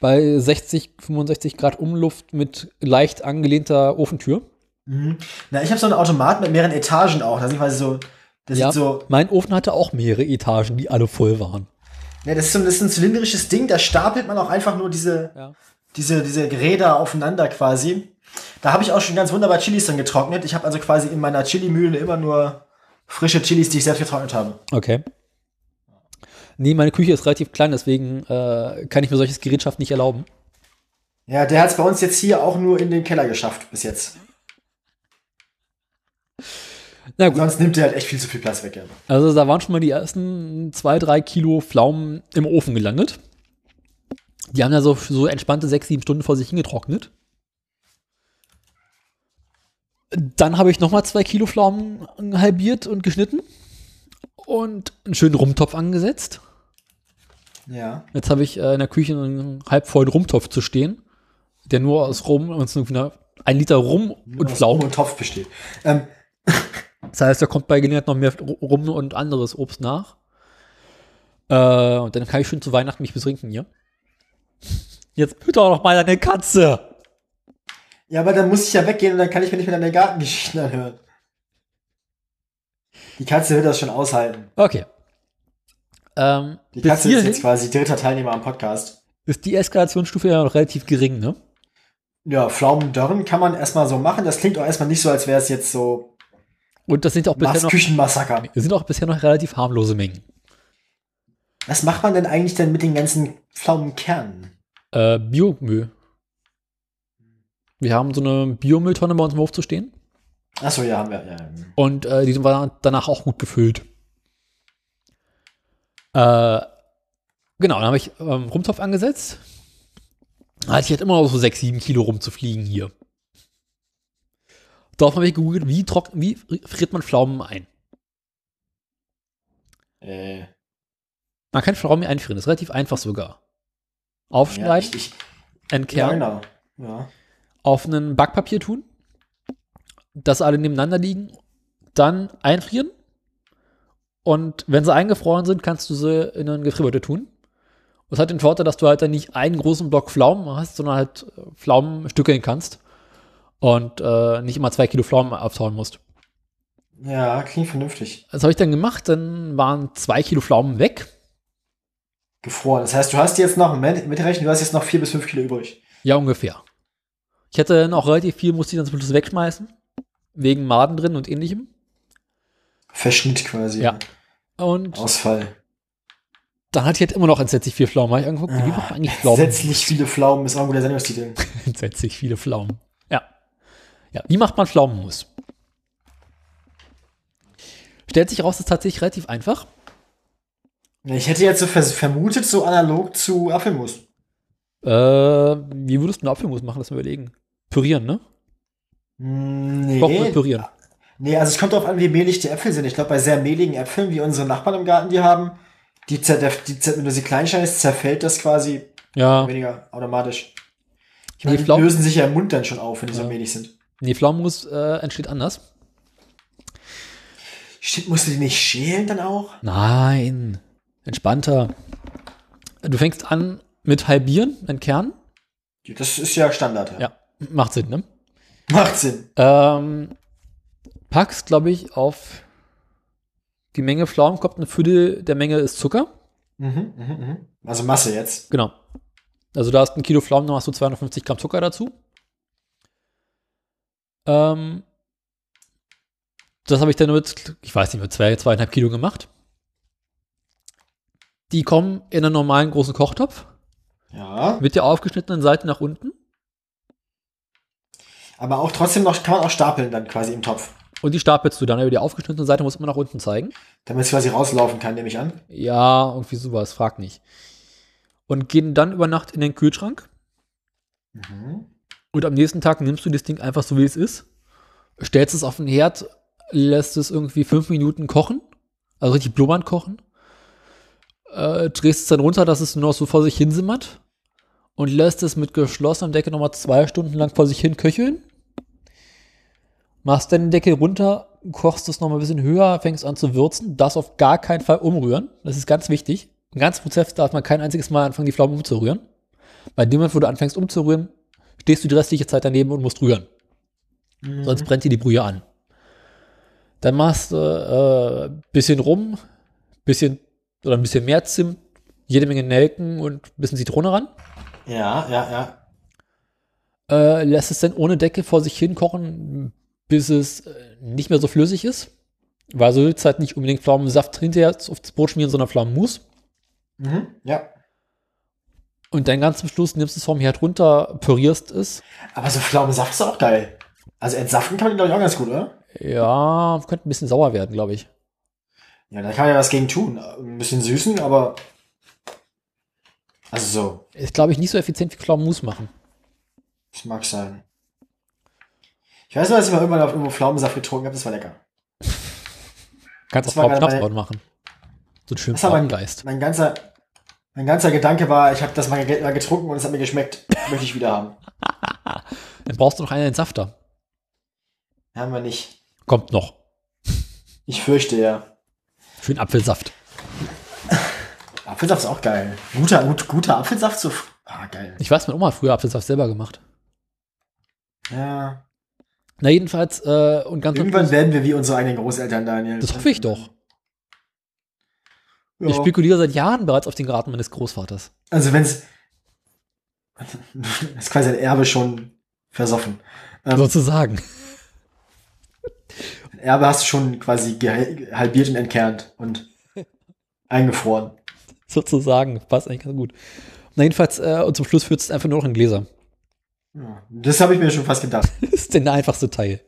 Speaker 2: bei 60, 65 Grad Umluft mit leicht angelehnter Ofentür.
Speaker 1: Mhm. Na, ich habe so einen Automaten mit mehreren Etagen auch. Das ist quasi also so, das
Speaker 2: Ja,
Speaker 1: sieht so
Speaker 2: mein Ofen hatte auch mehrere Etagen, die alle voll waren.
Speaker 1: Ne, das ist so ein, das ist ein zylindrisches Ding, da stapelt man auch einfach nur diese,
Speaker 2: Ja.
Speaker 1: diese, diese Räder aufeinander quasi. Da habe ich auch schon ganz wunderbar Chilis dann getrocknet. Ich habe also quasi in meiner Chili-Mühle immer nur frische Chilis, die ich selbst getrocknet habe.
Speaker 2: Okay. Nee, meine Küche ist relativ klein, deswegen äh, kann ich mir solches Gerätschaft nicht erlauben.
Speaker 1: Ja, der hat es bei uns jetzt hier auch nur in den Keller geschafft bis jetzt.
Speaker 2: Na gut,
Speaker 1: Sonst nimmt der halt echt viel zu viel Platz weg. Ja.
Speaker 2: also da waren schon mal die ersten zwei, drei Kilo Pflaumen im Ofen gelandet. Die haben da so, so entspannte sechs, sieben Stunden vor sich hingetrocknet. Dann habe ich nochmal zwei Kilo Pflaumen halbiert und geschnitten und einen schönen Rumtopf angesetzt.
Speaker 1: Ja.
Speaker 2: Jetzt habe ich äh, in der Küche einen halbvollen Rumtopf zu stehen, der nur aus Rum und so einer- ein Liter Rum und
Speaker 1: Aus
Speaker 2: Pflaumen.
Speaker 1: Und Topf besteht. Ähm,
Speaker 2: Das heißt, da kommt bei Gelegenheit noch mehr Rum und anderes Obst nach. Äh, und dann kann ich schön zu Weihnachten mich betrinken hier. Jetzt hüt doch noch mal deine Katze.
Speaker 1: ja, aber dann muss ich ja weggehen und dann kann ich mir nicht mehr deine Gartengeschichten anhören. Die Katze wird das schon aushalten.
Speaker 2: Okay. Ähm,
Speaker 1: Die
Speaker 2: bis
Speaker 1: Katze ist
Speaker 2: hierhin
Speaker 1: jetzt quasi dritter Teilnehmer am Podcast.
Speaker 2: ist die Eskalationsstufe ja noch relativ gering, ne?
Speaker 1: Ja, Pflaumendörren kann man erstmal so machen. Das klingt auch erstmal nicht so, als wäre es jetzt so
Speaker 2: Und das sind auch bisher
Speaker 1: das
Speaker 2: noch,
Speaker 1: Küchenmassaker.
Speaker 2: das sind auch bisher noch relativ harmlose Mengen.
Speaker 1: Was macht man denn eigentlich denn mit den ganzen Pflaumenkernen?
Speaker 2: Äh, Biomüll. Wir haben so eine Biomülltonne bei uns im Hof zu stehen.
Speaker 1: Achso, ja, haben wir. Ja, ähm, ja.
Speaker 2: Und äh, die war danach auch gut gefüllt. Äh, genau, dann habe ich ähm, Rumtopf angesetzt. Da hatte ich halt immer noch so 6, 7 Kilo rumzufliegen hier. Darauf habe ich gegoogelt, wie, trock- wie friert man Pflaumen ein?
Speaker 1: Äh,
Speaker 2: Man kann Pflaumen einfrieren, das ist relativ einfach sogar.
Speaker 1: ja,
Speaker 2: Aufschneiden,
Speaker 1: ich, ich, ja,
Speaker 2: entkern,
Speaker 1: genau. Ja.
Speaker 2: auf einen Backpapier tun, dass alle nebeneinander liegen, dann einfrieren und wenn sie eingefroren sind, kannst du sie in einen Gefrierbeutel tun. Das hat den Vorteil, dass du halt dann nicht einen großen Block Pflaumen hast, sondern halt äh, Pflaumen stückeln kannst und äh, nicht immer zwei Kilo Pflaumen abtauen musst.
Speaker 1: ja, klingt vernünftig.
Speaker 2: Das habe ich dann gemacht, dann waren zwei Kilo Pflaumen weg.
Speaker 1: Gefroren. Das heißt, du hast jetzt noch, Moment, mitrechnen, du hast jetzt noch vier bis fünf Kilo übrig.
Speaker 2: Ja, ungefähr. Ich hatte dann auch relativ viel, musste ich dann zum Schluss wegschmeißen, wegen Maden drin und ähnlichem.
Speaker 1: Verschnitt quasi.
Speaker 2: Ja. Und
Speaker 1: Ausfall.
Speaker 2: dann hatte ich halt immer noch entsetzlich viel Pflaumen. Habe ich angeguckt, wie macht man eigentlich Pflaumen?
Speaker 1: Entsetzlich viele Pflaumen ist auch ein guter Sendungstitel.
Speaker 2: entsetzlich viele Pflaumen. Ja. Ja, wie macht man Pflaumenmus? Stellt sich raus, das ist tatsächlich relativ einfach.
Speaker 1: Ich hätte jetzt so vers- vermutet, so analog zu Apfelmus.
Speaker 2: Äh, wie würdest du einen Apfelmus machen? Lass mal überlegen. Pürieren, ne?
Speaker 1: Hm, Nee.
Speaker 2: Kochen mit Pürieren.
Speaker 1: Nee, also es kommt darauf an, wie mehlig die Äpfel sind. Ich glaube, bei sehr mehligen Äpfeln, wie unsere Nachbarn im Garten die haben, die, zerdef- die zer- wenn du sie klein schneidest, zerfällt das quasi
Speaker 2: Ja.
Speaker 1: weniger automatisch. Ich
Speaker 2: Nee,
Speaker 1: meine, die
Speaker 2: Pflaumen-
Speaker 1: lösen sich ja im Mund dann schon auf, wenn die so
Speaker 2: Ja.
Speaker 1: mehlig sind.
Speaker 2: Nee, Pflaumenmus äh, entsteht anders.
Speaker 1: Shit, musst du die nicht schälen dann auch?
Speaker 2: Nein. Entspannter. Du fängst an mit halbieren, entkernen.
Speaker 1: Ja, Das ist ja Standard, ja.
Speaker 2: Ja, macht Sinn, ne?
Speaker 1: Macht Sinn.
Speaker 2: Ähm, packst, glaube ich, auf die Menge Pflaumen, kommt ein Viertel der Menge ist Zucker.
Speaker 1: Mhm, mhm, mhm. Also Masse jetzt.
Speaker 2: Genau. Also da hast ein Kilo Pflaumen, dann hast du 250 Gramm Zucker dazu. Ähm, das habe ich dann mit, ich weiß nicht, mit zwei, zweieinhalb Kilo gemacht. Die kommen in einen normalen großen Kochtopf
Speaker 1: Ja.
Speaker 2: mit der aufgeschnittenen Seite nach unten
Speaker 1: Aber auch trotzdem noch, kann man auch stapeln dann quasi im Topf.
Speaker 2: und die stapelst du dann. Über die aufgeschnittene Seite muss immer nach unten zeigen.
Speaker 1: Damit es quasi rauslaufen kann, nehme ich an.
Speaker 2: Ja, irgendwie sowas, frag nicht. Und gehen dann über Nacht in den Kühlschrank.
Speaker 1: Mhm.
Speaker 2: Und am nächsten Tag nimmst du das Ding einfach so, wie es ist, stellst es auf den Herd, lässt es irgendwie fünf Minuten kochen, also richtig blubbern kochen, äh, drehst es dann runter, dass es nur noch so vor sich hinsimmert und lässt es mit geschlossenem Deckel nochmal zwei Stunden lang vor sich hin köcheln. Machst dann den Deckel runter, kochst es nochmal ein bisschen höher, fängst an zu würzen, darfst auf gar keinen Fall umrühren. Das ist ganz wichtig. Im ganzen Prozess darf man kein einziges Mal anfangen, die Pflaumen umzurühren. Bei dem Moment, wo du anfängst umzurühren, stehst du die restliche Zeit daneben und musst rühren. Sonst brennt dir die Brühe an. Dann machst du äh, ein bisschen rum, bisschen oder ein bisschen mehr Zimt, jede Menge Nelken und ein bisschen Zitrone ran.
Speaker 1: Ja, ja, ja.
Speaker 2: Äh, lässt es dann ohne Decke vor sich hin kochen, bis es äh, nicht mehr so flüssig ist. Weil so willst du halt nicht unbedingt Pflaumensaft hinterher aufs Brot schmieren, sondern Pflaumenmus.
Speaker 1: Mhm. Ja.
Speaker 2: Und dann ganz zum Schluss nimmst du es vom Herd runter, pürierst es.
Speaker 1: Aber so Pflaumensaft ist auch geil. Also entsaften kann man, glaube ich, auch ganz gut, oder?
Speaker 2: Ja, könnte ein bisschen sauer werden, glaube ich.
Speaker 1: Ja, da kann man ja was gegen tun. Ein bisschen süßen, aber. Also so,
Speaker 2: Ist, glaube ich, nicht so effizient wie Pflaumenmus machen.
Speaker 1: das mag sein. Ich weiß nur, dass ich mal irgendwann auf irgendwo Pflaumensaft getrunken habe, das war lecker. Das
Speaker 2: Kannst auch
Speaker 1: war
Speaker 2: kaum
Speaker 1: gerade
Speaker 2: Knopfbrot machen. So ein schöner
Speaker 1: Das ist aber ein-
Speaker 2: Geist.
Speaker 1: Mein ganzer, mein ganzer Gedanke war, ich habe das mal, ge- mal getrunken und es hat mir geschmeckt. Möchte ich wieder haben.
Speaker 2: Dann brauchst du noch einen Entsafter.
Speaker 1: Haben wir nicht.
Speaker 2: Kommt noch.
Speaker 1: Ich fürchte ja.
Speaker 2: Schön Apfelsaft.
Speaker 1: Apfelsaft ist auch geil. Guter, gut, guter Apfelsaft zu. fr- Ah, geil.
Speaker 2: Ich weiß, meine Oma hat früher Apfelsaft selber gemacht.
Speaker 1: Ja.
Speaker 2: Na, jedenfalls, äh, und ganz
Speaker 1: Irgendwann werden wir wie unsere eigenen Großeltern, Daniel.
Speaker 2: Das hoffe ich doch.
Speaker 1: Ja.
Speaker 2: Ich spekuliere seit Jahren bereits auf den Garten meines Großvaters.
Speaker 1: also wenn es. ist quasi ein Erbe schon versoffen. Ähm,
Speaker 2: Sozusagen.
Speaker 1: ein Erbe hast du schon quasi geha- halbiert und entkernt und eingefroren.
Speaker 2: Sozusagen. Passt eigentlich ganz gut. Na, jedenfalls, äh, und zum Schluss führt es einfach nur noch in Gläser.
Speaker 1: Ja. Das habe ich mir schon fast gedacht.
Speaker 2: Das ist denn der einfachste Teil.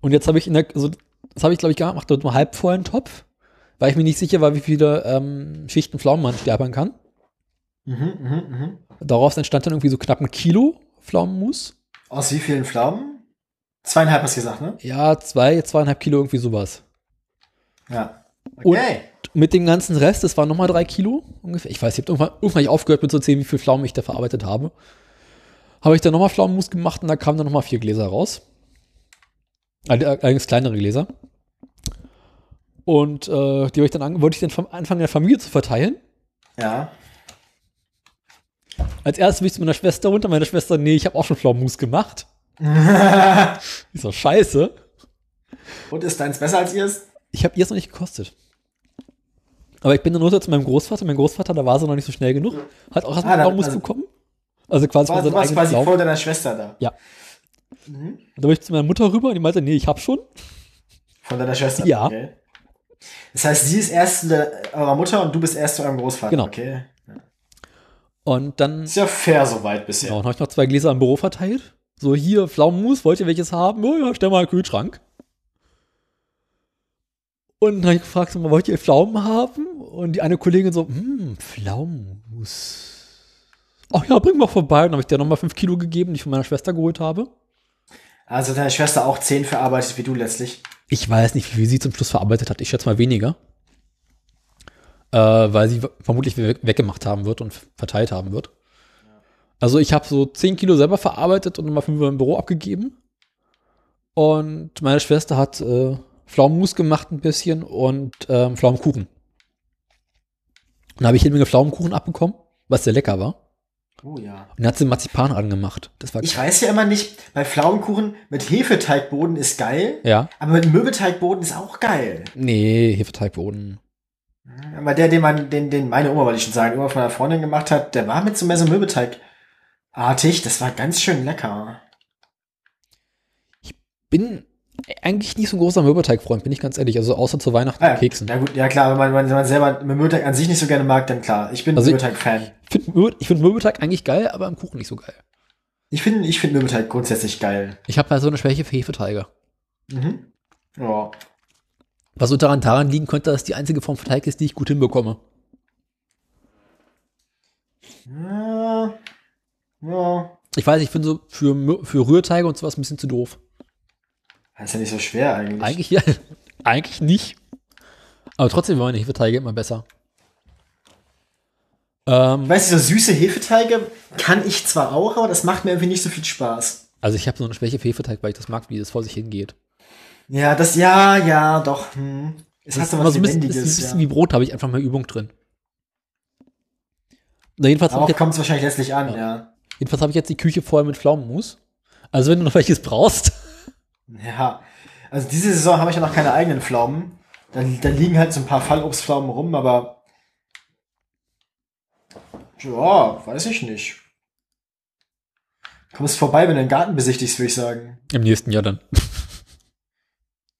Speaker 2: Und jetzt habe ich, in der, also, das habe ich, glaube ich, gemacht, mit einem halb vollen Topf, weil ich mir nicht sicher war, wie viele ähm, Schichten Pflaumen man sterbern kann.
Speaker 1: Mhm, mhm, mhm.
Speaker 2: Daraus entstand dann irgendwie so knapp ein Kilo Pflaumenmus.
Speaker 1: Aus wie vielen Pflaumen? Zweieinhalb hast du gesagt, ne?
Speaker 2: Ja, zwei, zweieinhalb Kilo, irgendwie sowas.
Speaker 1: Ja.
Speaker 2: Und-
Speaker 1: Okay.
Speaker 2: Mit dem ganzen Rest, das waren nochmal drei Kilo ungefähr. Ich weiß, ich habe irgendwann, irgendwann hab ich aufgehört mit zu zählen, wie viel Pflaumen ich da verarbeitet habe. Habe ich dann nochmal Pflaumenmus gemacht und da kamen dann nochmal vier Gläser raus. Alle- Allerdings kleinere Gläser. Und äh, die habe ich dann ange- wollte ich dann vom Anfang der Familie zu verteilen.
Speaker 1: Ja.
Speaker 2: Als erstes bin ich zu meiner Schwester runter. Meine Schwester, nee, ich habe auch schon Pflaumenmus gemacht. Ist doch scheiße.
Speaker 1: Und ist deins besser als ihrs?
Speaker 2: Ich habe ihr es noch nicht gekostet. Aber ich bin dann runter zu meinem Großvater. Mein Großvater, da war sie noch nicht so schnell genug. Hat auch erstmal
Speaker 1: Ah, da-
Speaker 2: Pflaumenmus
Speaker 1: also-
Speaker 2: bekommen. Also quasi
Speaker 1: War,
Speaker 2: von
Speaker 1: du
Speaker 2: seinem
Speaker 1: warst
Speaker 2: eigenen
Speaker 1: quasi
Speaker 2: Pflaumen.
Speaker 1: vor deiner Schwester da.
Speaker 2: Ja.
Speaker 1: Mhm.
Speaker 2: Und Da bin ich zu meiner Mutter rüber und die meinte, nee, ich hab schon.
Speaker 1: Von deiner Schwester?
Speaker 2: Ja.
Speaker 1: Okay. Das heißt, sie ist erst zu der- eurer Mutter und du bist erst zu eurem Großvater.
Speaker 2: Genau.
Speaker 1: Okay.
Speaker 2: Und dann,
Speaker 1: Ist ja fair soweit bisher.
Speaker 2: genau, dann habe ich noch zwei Gläser im Büro verteilt. So, hier, Pflaumenmus, wollt ihr welches haben? Oh ja, stell mal in den Kühlschrank. Und dann habe ich gefragt, sag mal, wollt ihr Pflaumen haben? Und die eine Kollegin so, hm, Pflaumenmus. Ach ja, bring mal vorbei. Und dann habe ich der nochmal fünf Kilo gegeben, die ich von meiner Schwester geholt habe.
Speaker 1: Also hat deine Schwester auch 10 verarbeitet wie du letztlich.
Speaker 2: Ich weiß nicht, wie viel sie zum Schluss verarbeitet hat. Ich schätze mal weniger. Äh, weil sie w- vermutlich we- weggemacht haben wird und f- verteilt haben wird. Also ich habe so 10 Kilo selber verarbeitet und nochmal 5 im Büro abgegeben. Und meine Schwester hat äh, Pflaumenmus gemacht ein bisschen und ähm, Pflaumenkuchen. Dann habe ich jede Menge Pflaumenkuchen abbekommen, was sehr lecker war.
Speaker 1: Oh ja.
Speaker 2: Und dann hat sie Marzipan angemacht. Das war
Speaker 1: Ich weiß ja immer nicht, bei Pflaumenkuchen mit Hefeteigboden ist geil,
Speaker 2: Ja.
Speaker 1: aber mit Möbelteigboden ist auch geil.
Speaker 2: Nee, Hefeteigboden.
Speaker 1: Aber der, den, man, den, den meine Oma, wollte ich schon sagen, immer von einer Freundin gemacht hat, der war mit so mehr so Möbelteigartig. Das war ganz schön lecker.
Speaker 2: bin eigentlich nicht so ein großer Mürbeteig-Freund, bin ich ganz ehrlich. Also außer zu Weihnachten
Speaker 1: Ah,
Speaker 2: und Keksen.
Speaker 1: Ja gut, ja klar, wenn man, wenn man selber Möbelteig an sich nicht so gerne mag, dann klar. Ich bin
Speaker 2: Also ich-
Speaker 1: Möbelteig-Fan.
Speaker 2: Ich finde Mürbeteig find Mürbeteig eigentlich geil, aber im Kuchen nicht so geil.
Speaker 1: Ich finde ich find Möbelteig grundsätzlich geil.
Speaker 2: Ich habe halt so eine Schwäche für Hefeteige.
Speaker 1: Mhm. Ja.
Speaker 2: Was so daran, daran liegen könnte, dass die einzige Form von Teig ist, die ich gut hinbekomme.
Speaker 1: Ja. Ja.
Speaker 2: Ich weiß, ich bin so für, Mür- für Rührteige und sowas ein bisschen zu doof.
Speaker 1: Das ist ja nicht so schwer eigentlich.
Speaker 2: Eigentlich, ja, eigentlich nicht. Aber trotzdem waren meine Hefeteige immer besser. Ähm,
Speaker 1: Weißt du, so süße Hefeteige kann ich zwar auch, aber das macht mir irgendwie nicht so viel Spaß.
Speaker 2: also ich habe so eine Schwäche für Hefeteig, weil ich das mag, wie das vor sich hingeht.
Speaker 1: Ja, das, ja, ja, doch. Hm. Es hat so
Speaker 2: immer
Speaker 1: was
Speaker 2: so ein bisschen, ist ein
Speaker 1: Lebendiges.
Speaker 2: bisschen
Speaker 1: Ja.
Speaker 2: wie Brot, habe ich einfach mal Übung drin. Na, jedenfalls habe ich,
Speaker 1: Darauf
Speaker 2: jetzt-
Speaker 1: kommt es wahrscheinlich letztlich an, ja.
Speaker 2: jedenfalls hab ich jetzt die Küche voll mit Pflaumenmus. Also wenn du noch welches brauchst.
Speaker 1: ja. Also diese Saison habe ich ja noch keine eigenen Pflaumen. Da, da liegen halt so ein paar Fallobstpflaumen rum, aber. Ja, weiß ich nicht. Kommst vorbei, wenn du den Garten besichtigst, würde ich sagen.
Speaker 2: Im nächsten Jahr dann.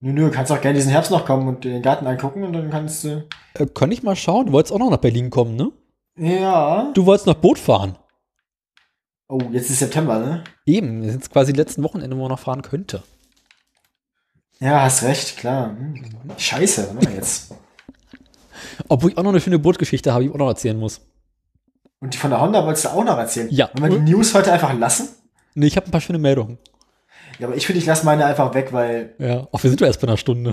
Speaker 1: Nö, nö, kannst auch gerne diesen Herbst noch kommen und dir den Garten angucken und dann kannst du.
Speaker 2: Äh, kann ich mal schauen? Du wolltest auch noch nach Berlin kommen, ne?
Speaker 1: Ja.
Speaker 2: Du wolltest noch Boot fahren.
Speaker 1: Oh, jetzt ist September, ne?
Speaker 2: Eben, das sind jetzt quasi die letzten Wochenende, wo man noch fahren könnte.
Speaker 1: Ja, hast recht, klar. Hm. Scheiße, was machen wir jetzt?
Speaker 2: Obwohl ich auch noch eine schöne Bootgeschichte habe, die ich auch noch erzählen muss.
Speaker 1: Und die von der Honda wolltest du auch noch erzählen?
Speaker 2: Ja.
Speaker 1: Wollen wir die News heute einfach lassen?
Speaker 2: Nee, ich habe ein paar schöne Meldungen.
Speaker 1: Ja, aber ich finde, ich lasse meine einfach weg, weil.
Speaker 2: Ja. Ach, wir sind doch erst bei einer Stunde.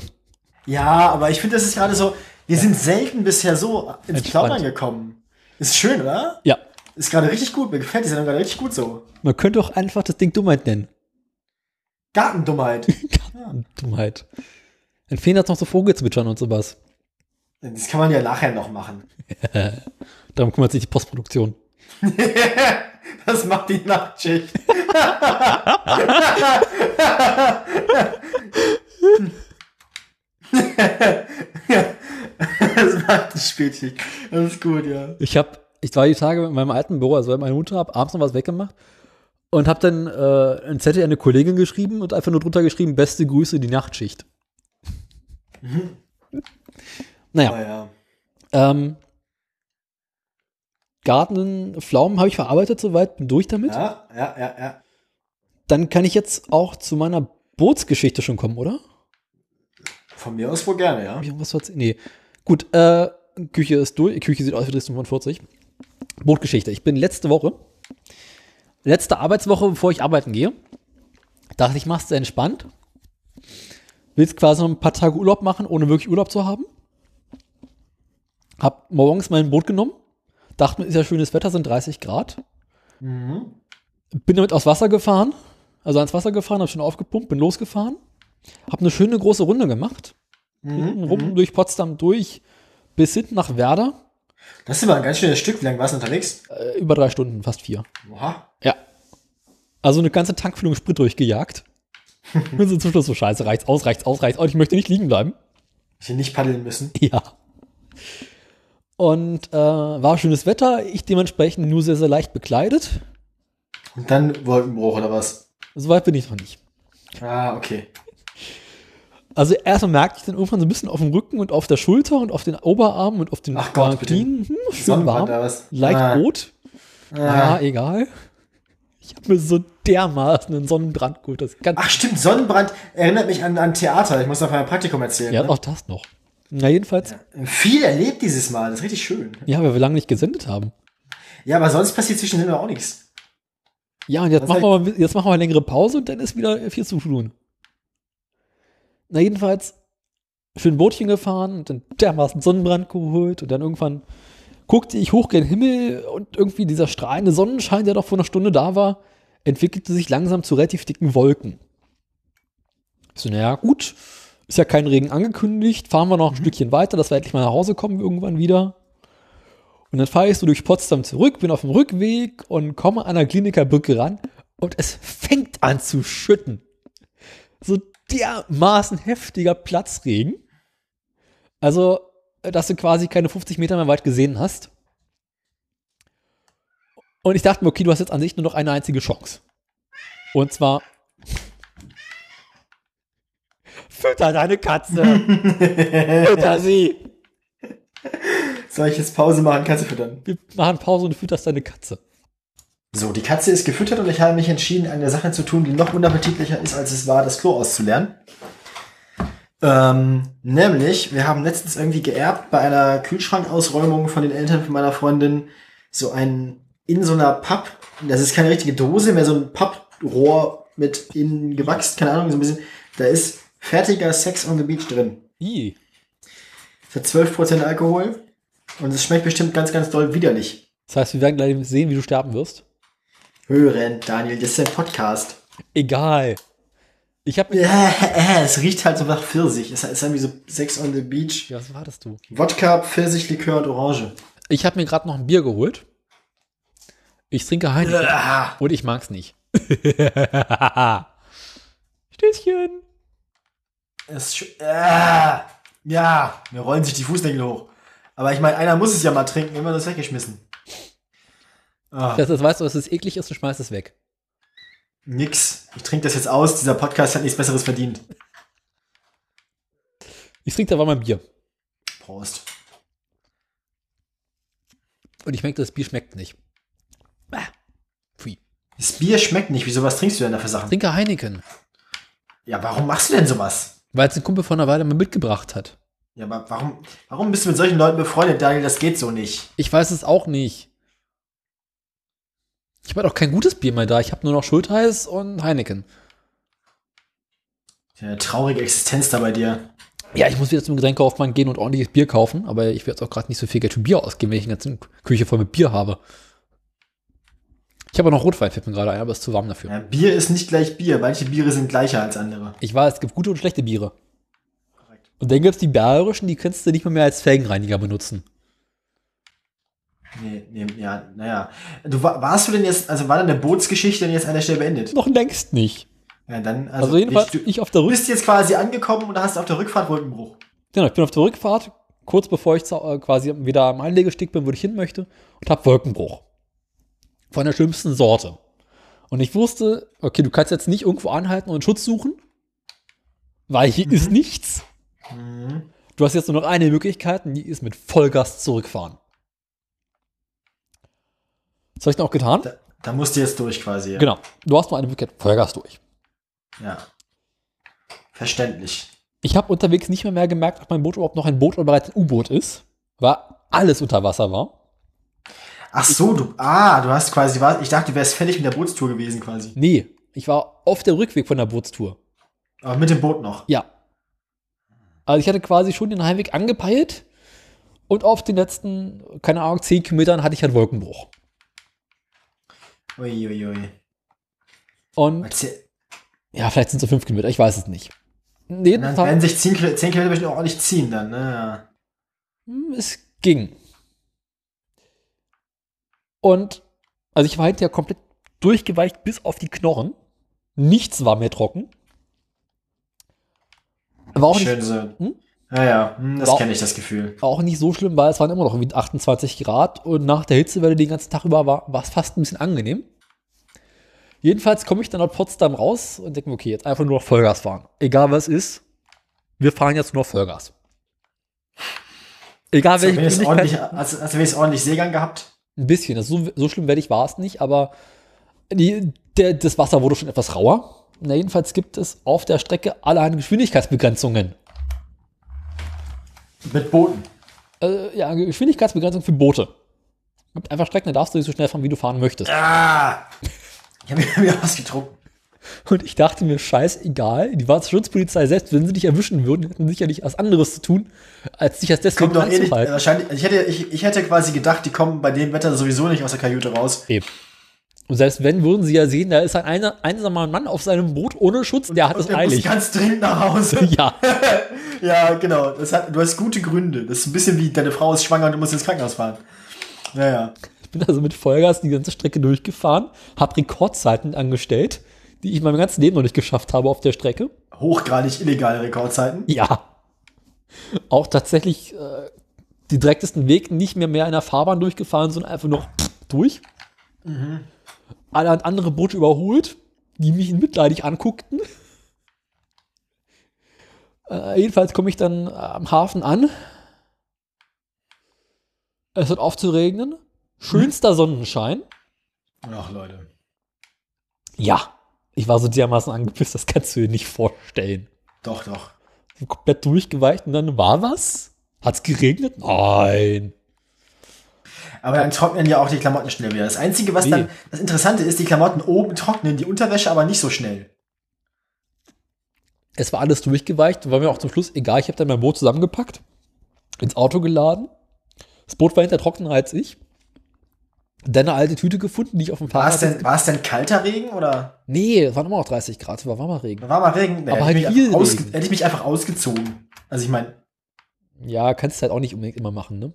Speaker 1: Ja, aber ich finde, das ist gerade so. Wir sind selten bisher so ins
Speaker 2: Entspannt.
Speaker 1: Plaudern gekommen. Ist schön, oder?
Speaker 2: Ja.
Speaker 1: Ist gerade richtig gut. Mir gefällt die Sendung gerade richtig gut so.
Speaker 2: Man könnte auch einfach das Ding Dummheit nennen.
Speaker 1: Gartendummheit.
Speaker 2: Dummheit. Dann fehlen jetzt noch so Vogelzwitschern und sowas.
Speaker 1: Das kann man ja nachher noch machen.
Speaker 2: Darum kümmert sich die Postproduktion.
Speaker 1: das macht die Nachtschicht. das macht die Spätschicht. Das ist gut, ja.
Speaker 2: Ich habe, ich war die Tage in meinem alten Büro, also meine Mutter, hab abends noch was weggemacht und habe dann äh, ein Zettel an eine Kollegin geschrieben und einfach nur drunter geschrieben, beste Grüße, die Nachtschicht. Naja,
Speaker 1: Naja.
Speaker 2: ähm, Garten, Pflaumen habe ich verarbeitet soweit, bin durch damit.
Speaker 1: Ja, ja, ja, ja.
Speaker 2: Dann kann ich jetzt auch zu meiner Bootsgeschichte schon kommen, oder?
Speaker 1: Von mir aus wohl gerne, ja.
Speaker 2: Hab ich irgendwas verz- Nee. Gut, äh, Küche ist durch. Küche sieht aus wie 45. Bootgeschichte. Ich bin letzte Woche, letzte Arbeitswoche, bevor ich arbeiten gehe, dachte ich, machst du entspannt. Willst quasi noch ein paar Tage Urlaub machen, ohne wirklich Urlaub zu haben. Hab morgens mein Boot genommen. Dachte mir, ist ja schönes Wetter, sind 30 Grad.
Speaker 1: Mhm.
Speaker 2: Bin damit aufs Wasser gefahren. Also ans Wasser gefahren, hab schon aufgepumpt, bin losgefahren. Hab eine schöne große Runde gemacht hinten
Speaker 1: Mhm.
Speaker 2: Hm, rum durch Potsdam durch bis hinten nach Werder.
Speaker 1: Das ist immer ein ganz schönes Stück. Wie lange warst du unterwegs?
Speaker 2: Äh, über drei Stunden, fast vier.
Speaker 1: Oha.
Speaker 2: Ja. Also eine ganze Tankfüllung Sprit durchgejagt. Und so zum Schluss so scheiße, reicht's aus, reicht's aus, reicht's aus. Ich möchte nicht liegen bleiben.
Speaker 1: Ich hätte nicht paddeln müssen.
Speaker 2: Ja. Und äh, war schönes Wetter, ich dementsprechend nur sehr, sehr leicht bekleidet.
Speaker 1: Und dann Wolkenbruch oder was?
Speaker 2: Soweit bin ich noch nicht.
Speaker 1: Ah, okay.
Speaker 2: Also erstmal merkte ich dann irgendwann so ein bisschen auf dem Rücken und auf der Schulter und auf den Oberarmen und auf den
Speaker 1: Ach Gott,
Speaker 2: äh,
Speaker 1: bitte.
Speaker 2: Knien. Hm, schön
Speaker 1: Sonnenbrand
Speaker 2: warm.
Speaker 1: oder was?
Speaker 2: Leicht
Speaker 1: Ah.
Speaker 2: rot.
Speaker 1: Ah.
Speaker 2: Ah, egal. Ich habe mir so dermaßen einen Sonnenbrand geholt. Das kann
Speaker 1: Ach stimmt, Sonnenbrand erinnert mich an, an Theater. Ich muss davon ein Praktikum erzählen.
Speaker 2: ja,
Speaker 1: ne?
Speaker 2: auch das noch. Na, jedenfalls, ja,
Speaker 1: Viel erlebt dieses Mal. Das ist richtig schön.
Speaker 2: weil wir lange nicht gesendet haben.
Speaker 1: Ja, aber sonst passiert zwischen auch nichts.
Speaker 2: Ja, und jetzt
Speaker 1: Was
Speaker 2: machen, wir mal, jetzt machen wir mal eine längere Pause und dann ist wieder viel zu tun. Na, jedenfalls, schön Bootchen gefahren und dann dermaßen Sonnenbrand geholt und dann irgendwann guckte ich hoch gen Himmel und irgendwie dieser strahlende Sonnenschein, der doch vor einer Stunde da war, entwickelte sich langsam zu relativ dicken Wolken. Ich so, naja, gut, ist ja kein Regen angekündigt, fahren wir noch ein Stückchen weiter, dass wir endlich mal nach Hause kommen irgendwann wieder. Und dann fahre ich so durch Potsdam zurück, bin auf dem Rückweg und komme an der Kliniker Brücke ran und es fängt an zu schütten. So dermaßen heftiger Platzregen. Also, dass du quasi keine 50 Meter mehr weit gesehen hast. Und ich dachte mir, okay, du hast jetzt an sich nur noch eine einzige Chance. Und zwar. Fütter deine Katze! Fütter sie!
Speaker 1: Soll ich jetzt Pause machen? Katze füttern.
Speaker 2: Wir machen Pause und du fütterst deine Katze.
Speaker 1: So, die Katze ist gefüttert und ich habe mich entschieden, eine Sache zu tun, die noch unappetitlicher ist, als es war, das Klo auszulernen. Ähm, nämlich, wir haben letztens irgendwie geerbt bei einer Kühlschrankausräumung von den Eltern von meiner Freundin so ein, in so einer Papp, das ist keine richtige Dose mehr, so ein Papprohr mit innen gewachsen, keine Ahnung, so ein bisschen, da ist fertiger Sex on the Beach drin.
Speaker 2: I.
Speaker 1: Es hat 12% Alkohol und es schmeckt bestimmt ganz, ganz doll widerlich.
Speaker 2: Das heißt, wir werden gleich sehen, wie du sterben wirst.
Speaker 1: Hören, Daniel, das ist ein Podcast.
Speaker 2: Egal. Ich habe mir.
Speaker 1: Äh, äh, es riecht halt so nach Pfirsich. Es ist irgendwie so Sex on the Beach.
Speaker 2: Ja, was war das du?
Speaker 1: Wodka, Pfirsich, Likör und Orange.
Speaker 2: Ich habe mir gerade noch ein Bier geholt. Ich trinke Heineken.
Speaker 1: Ah,
Speaker 2: Und ich mag's nicht. Stößchen.
Speaker 1: es sch- ah, ja, mir rollen sich die Fußnägel hoch. Aber ich meine, einer muss es ja mal trinken, immer das weggeschmissen. Ah,
Speaker 2: Das, das weißt du, dass es eklig ist und schmeißt es weg.
Speaker 1: nix. Ich trinke das jetzt aus. Dieser Podcast hat nichts Besseres verdient.
Speaker 2: Ich trinke da mal mein Bier.
Speaker 1: Prost.
Speaker 2: Und ich merke, das Bier schmeckt nicht. Ah. Pfui.
Speaker 1: Das Bier schmeckt nicht. Wieso was trinkst du denn da für Sachen?
Speaker 2: Trinke Heineken.
Speaker 1: Ja, warum machst du denn sowas?
Speaker 2: Weil es ein Kumpel vor einer Weile mal mitgebracht hat.
Speaker 1: Ja, aber warum, warum bist du mit solchen Leuten befreundet, Daniel? Das geht so nicht.
Speaker 2: Ich weiß es auch nicht. Ich habe halt auch kein gutes Bier mehr da. Ich habe nur noch Schultheiß und Heineken.
Speaker 1: Ja, Eine traurige Existenz da bei dir.
Speaker 2: Ja, ich muss wieder zum Getränkeaufmann gehen und ordentliches Bier kaufen, aber ich werde jetzt auch gerade nicht so viel Geld für Bier ausgeben, wenn ich eine ganze Küche voll mit Bier habe. Ich habe auch noch Rotwein, fällt mir gerade ein, aber es ist zu warm dafür.
Speaker 1: Ja, Bier ist nicht gleich Bier. Manche Biere sind gleicher als andere.
Speaker 2: Ich weiß, es gibt gute und schlechte Biere. Und dann gibt es die bayerischen, die kannst du nicht mal mehr als Felgenreiniger benutzen.
Speaker 1: Nee, nee, ja, naja. Du wa- warst du denn jetzt, also war denn der Bootsgeschichte denn jetzt an der Stelle beendet?
Speaker 2: Noch längst nicht.
Speaker 1: Ja, dann, also,
Speaker 2: Also, jedenfalls,
Speaker 1: ich,
Speaker 2: ich auf der
Speaker 1: du
Speaker 2: Rückfahrt.
Speaker 1: bist jetzt quasi angekommen und hast auf der Rückfahrt Wolkenbruch.
Speaker 2: Genau, ich bin auf der Rückfahrt, kurz bevor ich zu- äh, quasi wieder am Einlegesteg bin, wo ich hin möchte, und habe Wolkenbruch. Von der schlimmsten Sorte. Und ich wusste, okay, du kannst jetzt nicht irgendwo anhalten und Schutz suchen, weil hier ist nichts.
Speaker 1: Mhm.
Speaker 2: Du hast jetzt nur noch eine Möglichkeit, und die ist mit Vollgas zurückfahren. Das habe ich dann auch getan.
Speaker 1: Da, da musst du jetzt durch quasi. Ja.
Speaker 2: Genau. Du hast nur eine Möglichkeit, Vollgas durch.
Speaker 1: Ja. Verständlich.
Speaker 2: Ich habe unterwegs nicht mehr, mehr gemerkt, ob mein Boot überhaupt noch ein Boot oder bereits ein U-Boot ist, weil alles unter Wasser war.
Speaker 1: Ach so, du, ah, du hast quasi, war- ich dachte, du wärst fertig mit der Bootstour gewesen quasi.
Speaker 2: Nee, ich war auf der Rückweg von der Bootstour.
Speaker 1: Aber mit dem Boot noch.
Speaker 2: Ja. Also ich hatte quasi schon den Heimweg angepeilt und auf den letzten, keine Ahnung, 10 Kilometern hatte ich halt Wolkenbruch.
Speaker 1: Uiuiui.
Speaker 2: Und
Speaker 1: Erzähl-
Speaker 2: ja, vielleicht sind es so 5 Kilometer, ich weiß es nicht. Jeden
Speaker 1: Dann
Speaker 2: Fall,
Speaker 1: werden sich 10 Kil- 10 Kilometer bestimmt auch nicht ziehen dann, ne?
Speaker 2: hm, es ging. Und also ich war hinterher komplett durchgeweicht bis auf die Knochen. Nichts war mehr trocken. War auch, nicht,
Speaker 1: Schön so.
Speaker 2: Hm?
Speaker 1: Ja, ja, hm, das
Speaker 2: Wow.
Speaker 1: kenne ich, das Gefühl.
Speaker 2: war auch nicht so schlimm, weil es waren immer noch irgendwie 28 Grad und nach der Hitzewelle den ganzen Tag über war, war es fast ein bisschen angenehm. Jedenfalls komme ich dann aus Potsdam raus und denke mir, okay, jetzt einfach nur noch Vollgas fahren. Egal was ist, wir fahren jetzt nur noch Vollgas. Egal
Speaker 1: Als
Speaker 2: welche
Speaker 1: wäre es ordentlich, also,
Speaker 2: Geschwindigkeit.
Speaker 1: als, als wäre es ordentlich Seegang gehabt.
Speaker 2: Ein bisschen, also so, so schlimm werde ich war es nicht, aber die, der, das Wasser wurde schon etwas rauer. Na, jedenfalls gibt es auf der Strecke allerhand Geschwindigkeitsbegrenzungen.
Speaker 1: Mit Booten.
Speaker 2: Äh, ja, Geschwindigkeitsbegrenzung für Boote. Gibt einfach Strecken, da darfst du nicht so schnell fahren, wie du fahren möchtest.
Speaker 1: Ah! Ich habe mir was getrunken.
Speaker 2: Und ich dachte mir, scheißegal, die Wasserschutzpolizei, selbst wenn sie dich erwischen würden, hätten sicherlich was anderes zu tun, als dich als deswegen
Speaker 1: Kommt doch eh nicht,
Speaker 2: anzuhalten.
Speaker 1: wahrscheinlich, ich hätte, ich, ich hätte quasi gedacht, die kommen bei dem Wetter sowieso nicht aus der Kajüte raus.
Speaker 2: Eben. Und selbst wenn, würden sie ja sehen, da ist ein einer- einsamer Mann auf seinem Boot ohne Schutz, der hat
Speaker 1: Und
Speaker 2: es
Speaker 1: der muss
Speaker 2: eilig.
Speaker 1: ganz dringend nach Hause.
Speaker 2: Ja,
Speaker 1: Ja, genau. Das hat, du hast gute Gründe. Das ist ein bisschen wie deine Frau ist schwanger und du musst ins Krankenhaus fahren. Naja.
Speaker 2: ich bin also mit Vollgas die ganze Strecke durchgefahren, habe Rekordzeiten angestellt, die ich mein ganzes Leben noch nicht geschafft habe auf der Strecke.
Speaker 1: Hochgradig illegale Rekordzeiten.
Speaker 2: Ja. Auch tatsächlich äh, die direktesten Weg nicht mehr mehr in der Fahrbahn durchgefahren, sondern einfach noch durch. Mhm. Alle andere Boote überholt, die mich mitleidig anguckten. Äh, jedenfalls komme ich dann am Hafen an. Es hört auf zu regnen. Schönster Sonnenschein.
Speaker 1: Ach, Leute.
Speaker 2: Ja, ich war so dermaßen angepisst, das kannst du dir nicht vorstellen.
Speaker 1: Doch, doch.
Speaker 2: bin komplett durchgeweicht und dann war was? Hat's geregnet? Nein.
Speaker 1: Aber dann trocknen ja auch die Klamotten schnell wieder. Das Einzige, was
Speaker 2: Nee.
Speaker 1: dann, das Interessante ist, die Klamotten oben trocknen, die Unterwäsche aber nicht so schnell.
Speaker 2: Es war alles durchgeweicht, war mir auch zum Schluss egal. Ich habe dann mein Boot zusammengepackt, ins Auto geladen. Das Boot war hinter trockener als ich. Dann eine alte Tüte gefunden, die ich auf dem
Speaker 1: War es
Speaker 2: Fahrrad.
Speaker 1: denn, war es denn kalter Regen oder
Speaker 2: Nee, es waren immer noch 30 Grad, war warmer Regen.
Speaker 1: war mal Regen? Nee, hätte,
Speaker 2: Aber halt
Speaker 1: ich mich
Speaker 2: viel
Speaker 1: einfach ausge-
Speaker 2: Regen.
Speaker 1: hätte ich mich einfach ausgezogen. Also ich meine,
Speaker 2: Ja, kannst du halt auch nicht unbedingt immer machen, ne?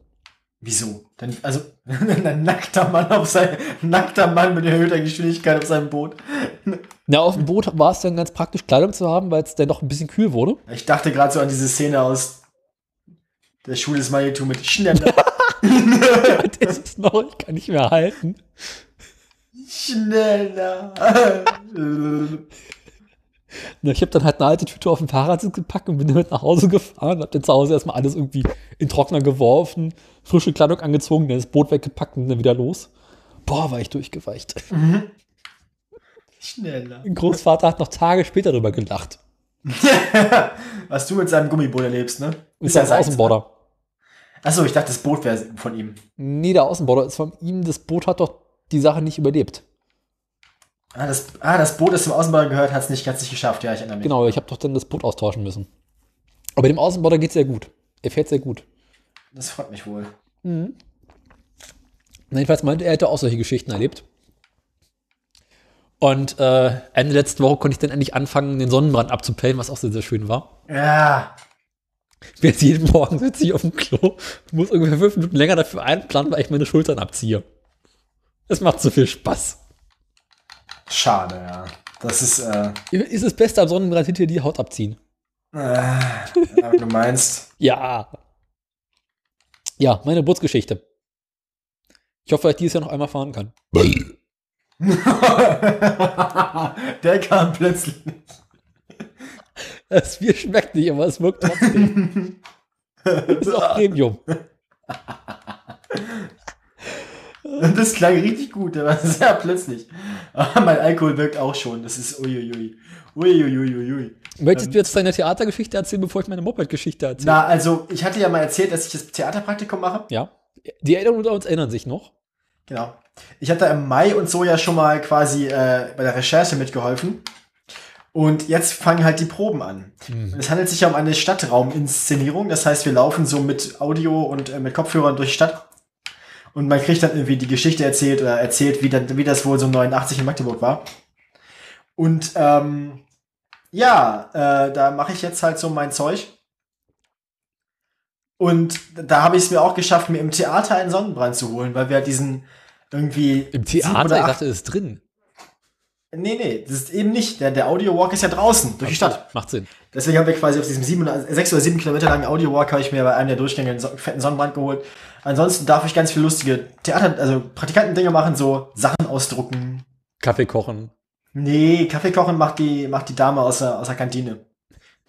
Speaker 1: wieso? Dann, also ein nackter Mann auf sein, nackter Mann mit erhöhter Geschwindigkeit auf seinem Boot.
Speaker 2: Na, auf dem Boot war es dann ganz praktisch, Kleidung zu haben, weil es dann doch ein bisschen kühl wurde.
Speaker 1: Ich dachte gerade so an diese Szene aus der Schule des Manitou mit schneller,
Speaker 2: das ist noch, ich kann nicht mehr halten.
Speaker 1: schneller.
Speaker 2: Na, Ich habe dann halt eine alte Tüte auf dem Fahrrad gepackt und bin damit nach Hause gefahren. Hab dann zu Hause erstmal alles irgendwie in Trockner geworfen, frische Kleidung angezogen, dann das Boot weggepackt und dann wieder los. Boah, war ich durchgeweicht.
Speaker 1: schneller.
Speaker 2: Mein Großvater hat noch Tage später darüber gelacht.
Speaker 1: Was du mit seinem Gummiboot erlebst, ne?
Speaker 2: Ist ja ein
Speaker 1: seins, ne?
Speaker 2: Außenborder.
Speaker 1: Achso, ich dachte, das Boot wäre von ihm.
Speaker 2: Nee, der Außenborder ist von ihm. Das Boot hat doch die Sache nicht überlebt.
Speaker 1: Ah, das, ah, das Boot, das zum Außenborder gehört, hat es nicht ganz nicht geschafft. Ja, ich erinnere mich.
Speaker 2: Genau, ich habe doch dann das Boot austauschen müssen. Aber dem Außenborder geht's sehr gut. Er fährt sehr gut.
Speaker 1: Das freut mich wohl.
Speaker 2: Na, Jedenfalls meinte er, er hätte auch solche Geschichten erlebt. Und äh, Ende letzte Woche konnte ich dann endlich anfangen, den Sonnenbrand abzupellen, was auch sehr, sehr schön war.
Speaker 1: Ja.
Speaker 2: Ich bin jetzt jeden Morgen sitze ich auf dem Klo, muss ungefähr fünf Minuten länger dafür einplanen, weil ich meine Schultern abziehe. Es macht so viel Spaß.
Speaker 1: Schade, ja. Das ist, äh,
Speaker 2: Ist das Beste am Sonnenbrand hinter die Haut abziehen?
Speaker 1: äh ja, du meinst.
Speaker 2: Ja. Ja, meine Bootsgeschichte. Ich hoffe, dass ich dieses Jahr noch einmal fahren kann.
Speaker 1: Der kam plötzlich.
Speaker 2: Das Bier schmeckt nicht, aber es wirkt trotzdem. ist auch Premium.
Speaker 1: Das klang richtig gut, der war sehr plötzlich. Aber mein Alkohol wirkt auch schon. Das ist uiuiui. Uiuiuiui.
Speaker 2: Möchtest du jetzt deine Theatergeschichte erzählen, bevor ich meine Moped-Geschichte erzähle?
Speaker 1: Ähm, Na, also, ich hatte ja mal erzählt, dass ich das Theaterpraktikum mache.
Speaker 2: Ja. Die Erinnerungen unter uns erinnern sich noch.
Speaker 1: Genau. Ich hatte im Mai und so ja schon mal quasi äh, bei der Recherche mitgeholfen. Und jetzt fangen halt die Proben an.
Speaker 2: Mhm.
Speaker 1: Und Es handelt sich ja um eine Stadtrauminszenierung. Das heißt, wir laufen so mit Audio und äh, mit Kopfhörern durch die Stadt. Und man kriegt dann irgendwie die Geschichte erzählt oder erzählt, wie, dann, wie das wohl so 89 in Magdeburg war. Und ähm, ja, äh, da mache ich jetzt halt so mein Zeug. Und da habe ich es mir auch geschafft, mir im Theater einen Sonnenbrand zu holen, weil wir halt diesen irgendwie.
Speaker 2: Im
Speaker 1: sieben
Speaker 2: Theater,
Speaker 1: oder
Speaker 2: ich
Speaker 1: acht-
Speaker 2: dachte, es ist drin.
Speaker 1: Nee, nee, das ist eben nicht. Der, der Audio Walk ist ja draußen, durch die Stadt.
Speaker 2: Also, Macht Sinn.
Speaker 1: Deswegen haben wir quasi auf diesem sieben oder, sechs oder sieben Kilometer langen Audiowalk habe ich mir bei einem der Durchgänge einen so, fetten Sonnenbrand geholt. Ansonsten darf ich ganz viel lustige Theater, also Praktikantendinge machen, so Sachen ausdrucken.
Speaker 2: Kaffee kochen.
Speaker 1: Nee, Kaffee kochen macht die, macht die Dame aus der, aus der Kantine.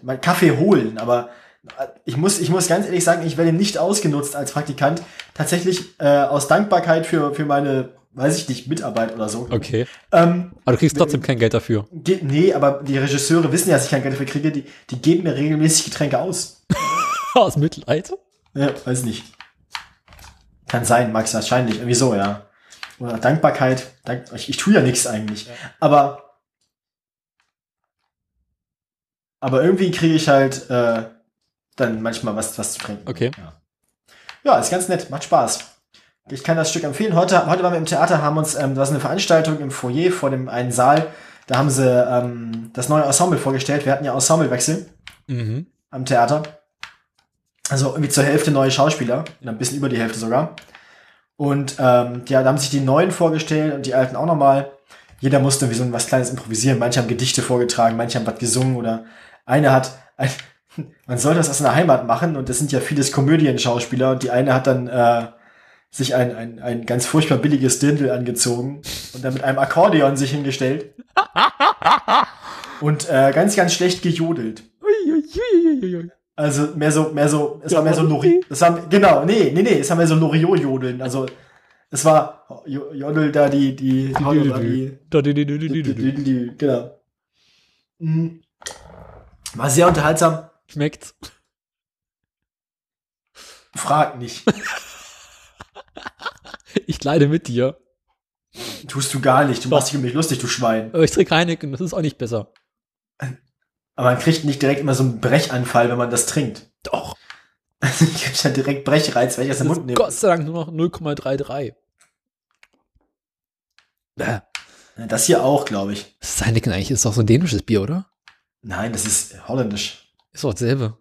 Speaker 1: Mein Kaffee holen, aber äh, ich muss, ich muss ganz ehrlich sagen, ich werde nicht ausgenutzt als Praktikant. Tatsächlich äh, aus Dankbarkeit für, für meine, weiß ich nicht, Mitarbeit oder so.
Speaker 2: Okay.
Speaker 1: Ähm,
Speaker 2: Aber du kriegst trotzdem kein Geld dafür.
Speaker 1: Ge nee, aber die Regisseure wissen ja, dass ich kein Geld dafür kriege. Die, die geben mir regelmäßig Getränke aus.
Speaker 2: Aus Mitleid?
Speaker 1: Ja, weiß nicht. Kann sein, Max, wahrscheinlich. Irgendwie so, ja. Oder Dankbarkeit. Dank ich, ich tue ja nichts eigentlich. Aber. Aber irgendwie kriege ich halt äh, dann manchmal was, was zu trinken.
Speaker 2: Okay.
Speaker 1: Ja, ist ganz nett, macht Spaß. Ich kann das Stück empfehlen. Heute, heute waren wir im Theater, haben uns, ähm, da ist eine Veranstaltung im Foyer vor dem einen Saal. Da haben sie ähm, das neue Ensemble vorgestellt. Wir hatten ja Ensemblewechsel
Speaker 2: Mhm.
Speaker 1: am Theater. Also irgendwie zur Hälfte neue Schauspieler, oder ein bisschen über die Hälfte sogar. Und ähm, ja, da haben sich die Neuen vorgestellt und die Alten auch nochmal. Jeder musste irgendwie so was Kleines improvisieren. Manche haben Gedichte vorgetragen, manche haben was gesungen oder eine hat, ein, man soll das aus einer Heimat machen und das sind ja vieles Komödienschauspieler und die eine hat dann äh, sich ein, ein, ein ganz furchtbar billiges Dirndl angezogen und dann mit einem Akkordeon sich hingestellt und äh, ganz, ganz schlecht gejodelt. Also mehr so, mehr so, es war mehr so Lori. Das haben, genau, nee, nee, nee, es haben mehr so Loriot-Jodeln. Also es war jo- Jodel da die, die, Jodel da die, die, die, die, die genau. Mhm. War sehr unterhaltsam.
Speaker 2: Schmeckt's?
Speaker 1: Frag nicht.
Speaker 2: Ich leide mit dir.
Speaker 1: Tust du gar nicht. Du machst dich um mich lustig, du Schwein.
Speaker 2: Aber ich trinke Heineken, das ist auch nicht besser.
Speaker 1: Aber man kriegt nicht direkt immer so einen Brechanfall, wenn man das trinkt.
Speaker 2: Doch.
Speaker 1: ich krieg dann direkt Brechreiz, wenn ich das
Speaker 2: Das
Speaker 1: im Mund
Speaker 2: ist
Speaker 1: nehme.
Speaker 2: Gott sei Dank nur noch 0,33. Äh,
Speaker 1: Das hier auch, glaube ich.
Speaker 2: Was ist Heineken eigentlich? Ist doch so ein dänisches Bier, oder?
Speaker 1: Nein, das ist holländisch.
Speaker 2: Ist doch dasselbe.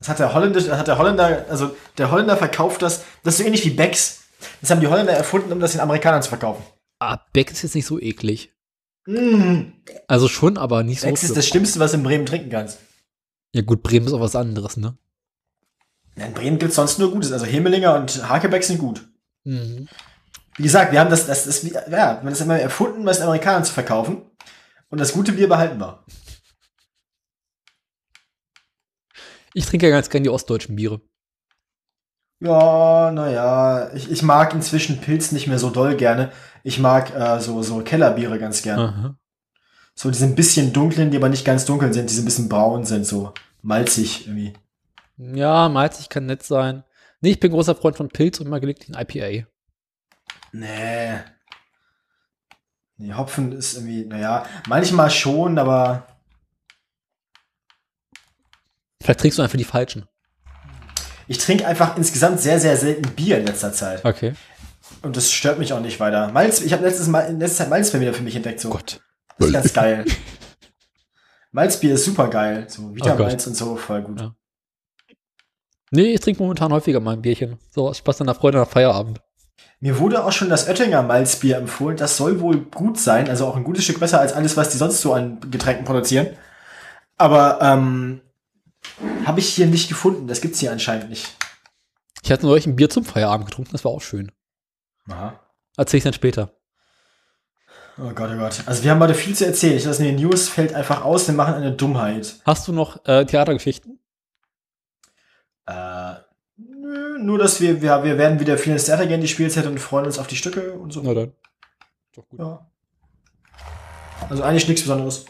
Speaker 1: Das hat der Holländer, das hat der Holländer, also der Holländer verkauft das, das ist so ähnlich wie Becks. Das haben die Holländer erfunden, um das den Amerikanern zu verkaufen.
Speaker 2: Ah, Beck ist jetzt nicht so eklig.
Speaker 1: Mmh.
Speaker 2: Also schon, aber nicht so.
Speaker 1: Becks ist
Speaker 2: schlimm.
Speaker 1: das Schlimmste, was du in Bremen trinken kannst.
Speaker 2: ja gut, Bremen ist auch was anderes, ne?
Speaker 1: In Bremen gibt's sonst nur Gutes. Also Hemelinger und Hakebeck sind gut.
Speaker 2: Mhm.
Speaker 1: Wie gesagt, wir haben das, das ist, wie- ja, wir haben das immer erfunden, um das den Amerikanern zu verkaufen. Und das gute Bier behalten wir.
Speaker 2: Ich trinke ja ganz gerne die ostdeutschen Biere.
Speaker 1: Ja, naja, ich, ich mag inzwischen Pilz nicht mehr so doll gerne. Ich mag äh, so, so Kellerbiere ganz gerne.
Speaker 2: Aha.
Speaker 1: So diese ein bisschen dunklen, die aber nicht ganz dunkel sind, die so ein bisschen braun sind, so malzig irgendwie.
Speaker 2: Ja, malzig kann nett sein. Nee, ich bin großer Freund von Pilz und mal gelegentlich ein IPA.
Speaker 1: Nee. Nee, Hopfen ist irgendwie, naja, manchmal schon, aber
Speaker 2: Vielleicht trinkst du einfach die falschen.
Speaker 1: Ich trinke einfach insgesamt sehr, sehr selten Bier in letzter Zeit.
Speaker 2: Okay.
Speaker 1: Und das stört mich auch nicht weiter. Malz, ich habe letztes Mal in letzter Zeit Malzbier wieder für mich entdeckt. So.
Speaker 2: Gott.
Speaker 1: Das ist ganz geil. Malzbier ist super geil. So
Speaker 2: Oh
Speaker 1: wieder
Speaker 2: Gott.
Speaker 1: Malz und so, voll gut.
Speaker 2: Ja. Nee, ich trinke momentan häufiger mal ein Bierchen. So aus Spaß an der Freude nach Feierabend.
Speaker 1: Mir wurde auch schon das Oettinger Malzbier empfohlen. Das soll wohl gut sein, also auch ein gutes Stück besser als alles, was die sonst so an Getränken produzieren. Aber ähm, habe ich hier nicht gefunden. Das gibt's hier anscheinend nicht.
Speaker 2: Ich hatte neulich ein Bier zum Feierabend getrunken, das war auch schön.
Speaker 1: Aha.
Speaker 2: Erzähl ich dann später.
Speaker 1: Oh Gott, oh Gott. Also wir haben heute viel zu erzählen. Ich lasse mir die News fällt einfach aus. Wir machen eine Dummheit.
Speaker 2: Hast du noch äh, Theatergeschichten?
Speaker 1: Äh, nö, nur, dass wir, wir, wir werden wieder viel ins Theater gehen, die Spielzeit, und freuen uns auf die Stücke und so.
Speaker 2: Na dann. Ist Doch gut.
Speaker 1: Ja. Also eigentlich nichts Besonderes.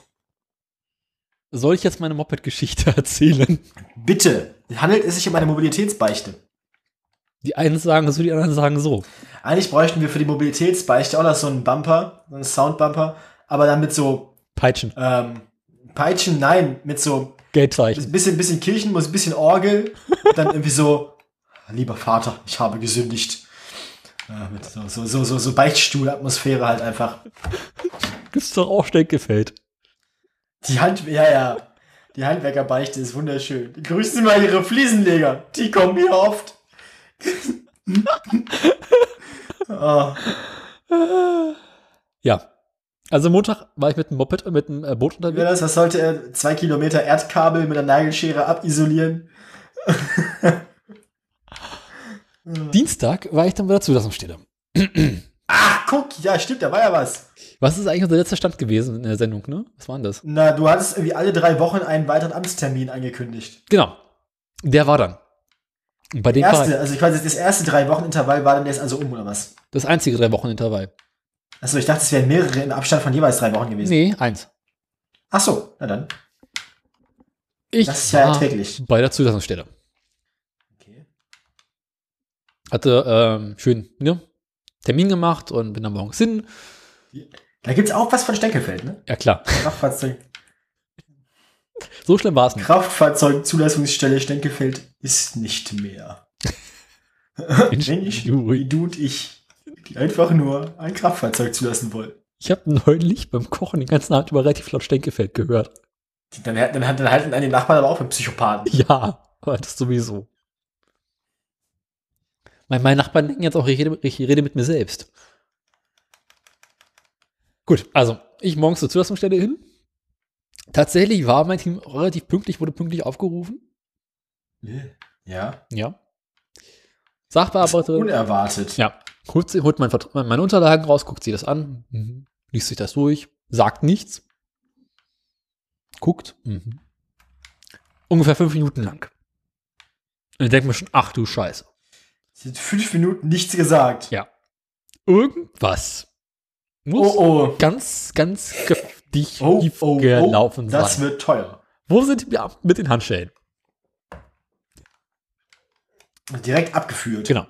Speaker 2: Soll ich jetzt meine Moped-Geschichte erzählen?
Speaker 1: Bitte, handelt es sich um eine Mobilitätsbeichte.
Speaker 2: Die einen sagen so, die anderen sagen so.
Speaker 1: Eigentlich bräuchten wir für die Mobilitätsbeichte auch noch so einen Bumper, so einen Soundbumper, aber dann mit so
Speaker 2: Peitschen,
Speaker 1: ähm, Peitschen, nein, mit so
Speaker 2: Geldzeichen.
Speaker 1: ein bisschen, bisschen Kirchenmusik, ein bisschen Orgel, dann irgendwie so, lieber Vater, ich habe gesündigt. Ja, mit so, so, so, so, so Beichtstuhl-Atmosphäre halt einfach.
Speaker 2: Gibt's doch auch Steckgefällt.
Speaker 1: Die Hand, ja, ja. Die Handwerkerbeichte ist wunderschön. Grüßen Sie mal Ihre Fliesenleger. Die kommen hier oft. Ah,
Speaker 2: Ja. Also Montag war ich mit dem Moped, mit dem äh, Boot
Speaker 1: wer
Speaker 2: unterwegs.
Speaker 1: das, was sollte er? Zwei Kilometer Erdkabel mit einer Nagelschere abisolieren.
Speaker 2: Dienstag war ich dann bei der Zulassungsstelle.
Speaker 1: Ach, guck, ja, stimmt, da war ja was.
Speaker 2: Was ist eigentlich unser letzter Stand gewesen in der Sendung, ne? Was war denn das?
Speaker 1: Na, du hattest irgendwie alle drei Wochen einen weiteren Amtstermin angekündigt.
Speaker 2: Genau. Der war dann. Und Bei dem war ich.
Speaker 1: Erste, also quasi das erste drei Wochen Intervall war dann jetzt also um oder was?
Speaker 2: das einzige drei Wochen Intervall.
Speaker 1: Achso, ich dachte, es wären mehrere im Abstand von jeweils drei Wochen gewesen.
Speaker 2: Nee, eins.
Speaker 1: Ach so, na dann.
Speaker 2: Ich
Speaker 1: Das ist ja
Speaker 2: war
Speaker 1: erträglich.
Speaker 2: bei der Zulassungsstelle.
Speaker 1: Okay.
Speaker 2: Hatte ähm, schön ne, Termin gemacht und bin dann morgens hin.
Speaker 1: Da gibt's auch was von Steckelfeld, ne?
Speaker 2: Ja klar,
Speaker 1: Kraftfahrzeug.
Speaker 2: so schlimm war es nicht.
Speaker 1: Kraftfahrzeugzulassungsstelle Stenkelfeld ist nicht mehr. Mensch, wie du und ich, die einfach nur ein Kraftfahrzeug zulassen wollen.
Speaker 2: Ich habe neulich beim Kochen den ganzen Abend über relativ laut Stenkefeld gehört.
Speaker 1: Die- Dann, dann, dann, dann halten an den Nachbarn aber auch einen Psychopathen.
Speaker 2: Ja, aber das sowieso. Mein, meine Nachbarn denken jetzt auch, ich rede, ich rede mit mir selbst. Gut, also ich morgens zur Zulassungsstelle hin. Tatsächlich war mein Team relativ pünktlich, wurde pünktlich aufgerufen.
Speaker 1: Ja.
Speaker 2: Ja.
Speaker 1: Das ist
Speaker 2: Sachbearbeiterin.
Speaker 1: unerwartet.
Speaker 2: Ah, Ja, holt, sie, holt mein, Vert- meine Unterlagen raus, guckt sie das an, mhm. liest sich das durch, sagt nichts, guckt, mhm. ungefähr fünf Minuten lang. Und ich denke mir schon, ach du Scheiße,
Speaker 1: Sie hat fünf Minuten nichts gesagt.
Speaker 2: Ja. irgendwas muss
Speaker 1: Oh oh.
Speaker 2: ganz, ganz giftig
Speaker 1: Oh,
Speaker 2: schief
Speaker 1: oh, oh,
Speaker 2: gelaufen sein.
Speaker 1: das wird teuer.
Speaker 2: Wo sind die Beamten mit den Handschellen?
Speaker 1: Direkt abgeführt.
Speaker 2: Genau.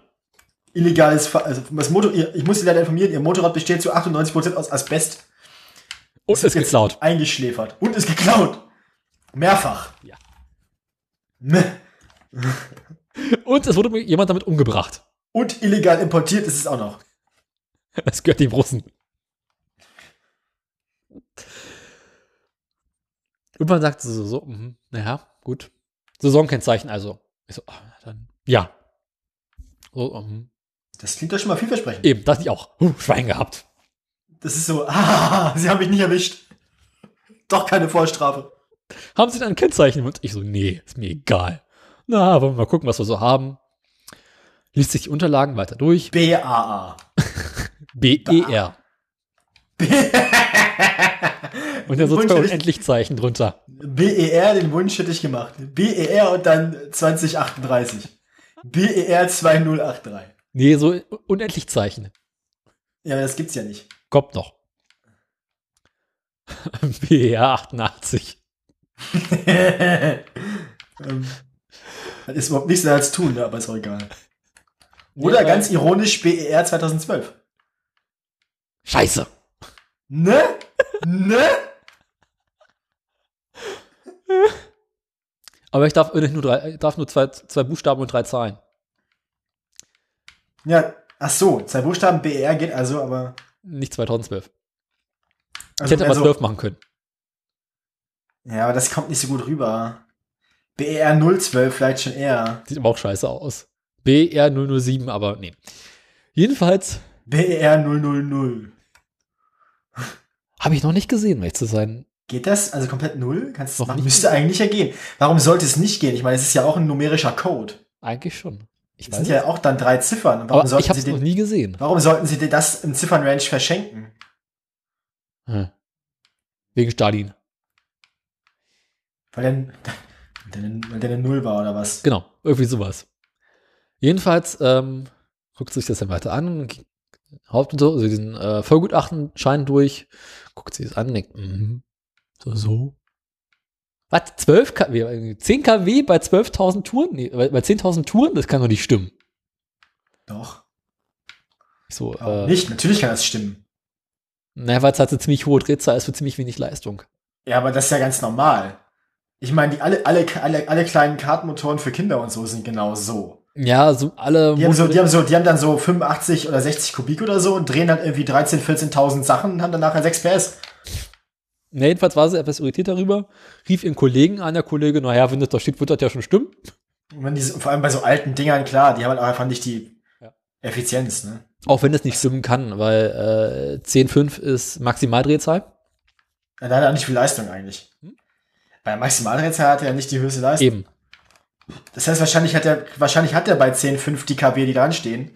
Speaker 1: Illegales, Fahr also das Motor, ihr- ich muss Sie leider informieren, Ihr Motorrad besteht zu 98% aus Asbest,
Speaker 2: Und es geht's laut.
Speaker 1: eingeschläfert und ist geklaut. Mehrfach.
Speaker 2: Ja.
Speaker 1: Meh.
Speaker 2: Und es wurde mir jemand damit umgebracht.
Speaker 1: Und illegal importiert ist es auch noch.
Speaker 2: Es gehört dem Russen. Und man sagt so, so, so mhm, naja, gut. Saisonkennzeichen also. Ich so, ah, na dann, ja. So, mhm.
Speaker 1: Das klingt doch schon mal vielversprechend.
Speaker 2: eben, dachte ich auch. Huh, Schwein gehabt.
Speaker 1: Das ist so, ah, sie haben mich nicht erwischt. Doch keine Vorstrafe.
Speaker 2: Haben Sie dann ein Kennzeichen? Und ich so, nee, ist mir egal. Na, wollen wir mal gucken, was wir so haben. Liest sich die Unterlagen weiter durch. E
Speaker 1: BAA.
Speaker 2: BER. Und dann so
Speaker 1: Wunsch
Speaker 2: zwei
Speaker 1: hätte ich-
Speaker 2: Unendlichzeichen drunter.
Speaker 1: BER, E den Wunsch hätte ich gemacht. BER und dann 2038. BER 2083.
Speaker 2: Nee, so Unendlichzeichen.
Speaker 1: Ja, aber das gibt's ja nicht.
Speaker 2: Kommt noch. BR 88.
Speaker 1: ähm, das ist überhaupt nichts mehr zu tun, ne, aber ist auch egal. Oder
Speaker 2: Ja,
Speaker 1: ganz ironisch E BER 2012.
Speaker 2: Scheiße.
Speaker 1: Ne? Ne?
Speaker 2: Aber Aber ich darf nur, drei, ich darf nur zwei, zwei Buchstaben und drei Zahlen.
Speaker 1: Ja, ach so, zwei Buchstaben BR geht also, aber.
Speaker 2: Nicht 2012.
Speaker 1: Also,
Speaker 2: ich hätte aber
Speaker 1: also-
Speaker 2: 12 machen können.
Speaker 1: Ja, aber das kommt nicht so gut rüber. E BR 012 vielleicht schon eher.
Speaker 2: Sieht aber auch scheiße aus. BR007, aber nee. Jedenfalls
Speaker 1: BR 000.
Speaker 2: habe ich noch nicht gesehen, um ehrlich zu sein.
Speaker 1: Geht das? Also komplett null? Kannst du das
Speaker 2: Noch
Speaker 1: machen?
Speaker 2: nicht.
Speaker 1: Müsste eigentlich ja gehen. Warum sollte es nicht gehen? Ich meine, es ist ja auch ein numerischer Code.
Speaker 2: Eigentlich schon. Ich
Speaker 1: Es
Speaker 2: weiß
Speaker 1: sind
Speaker 2: es.
Speaker 1: ja auch dann drei Ziffern. Und Warum,
Speaker 2: aber ich
Speaker 1: sollten
Speaker 2: habe
Speaker 1: sie
Speaker 2: es noch
Speaker 1: den,
Speaker 2: nie gesehen.
Speaker 1: warum sollten sie dir das im Ziffernrange verschenken?
Speaker 2: Hm. Wegen Stalin.
Speaker 1: Weil der, weil der, eine- weil der eine Null war oder was?
Speaker 2: Genau, irgendwie sowas. Jedenfalls ähm, guckt sich das dann weiter an. g- Haupt und so, also diesen äh, Vollgutachten scheint durch. Guckt sich das an, denkt, mhm. so, so. Was? 12 kW? äh, 10 kW bei 12.000 Touren? Nee, bei, bei 10.000 Touren? Das kann doch nicht stimmen.
Speaker 1: Doch.
Speaker 2: Ich So,
Speaker 1: Warum
Speaker 2: äh,
Speaker 1: Nicht, natürlich kann das stimmen.
Speaker 2: Naja, weil es halt eine ziemlich hohe Drehzahl ist für ziemlich wenig Leistung.
Speaker 1: Ja, aber das ist ja ganz normal. Ich meine, die alle, alle, alle, alle kleinen Kartmotoren für Kinder und so sind genau so.
Speaker 2: Ja, so alle.
Speaker 1: Die haben, so, die, haben so, die haben dann so 85 oder 60 Kubik oder so und drehen dann irgendwie 13.000, 14.000 Sachen und haben dann nachher 6 PS.
Speaker 2: Na, jedenfalls war sie etwas irritiert darüber, rief ihren Kollegen an, der Kollege, naja, wenn das da steht, wird das ja schon stimmen.
Speaker 1: Und wenn die, so- vor allem bei so alten Dingern, klar, die haben halt auch einfach nicht die
Speaker 2: Ja.
Speaker 1: Effizienz, ne?
Speaker 2: Auch wenn das nicht stimmen kann, weil äh, 10,5 ist Maximaldrehzahl.
Speaker 1: Ja, da hat er auch nicht viel Leistung eigentlich.
Speaker 2: Hm?
Speaker 1: Bei Maximalrätsel hat er ja nicht die höchste Leistung.
Speaker 2: Eben.
Speaker 1: Das heißt, wahrscheinlich hat er, wahrscheinlich hat er bei 10, 5 die kW, die dran stehen.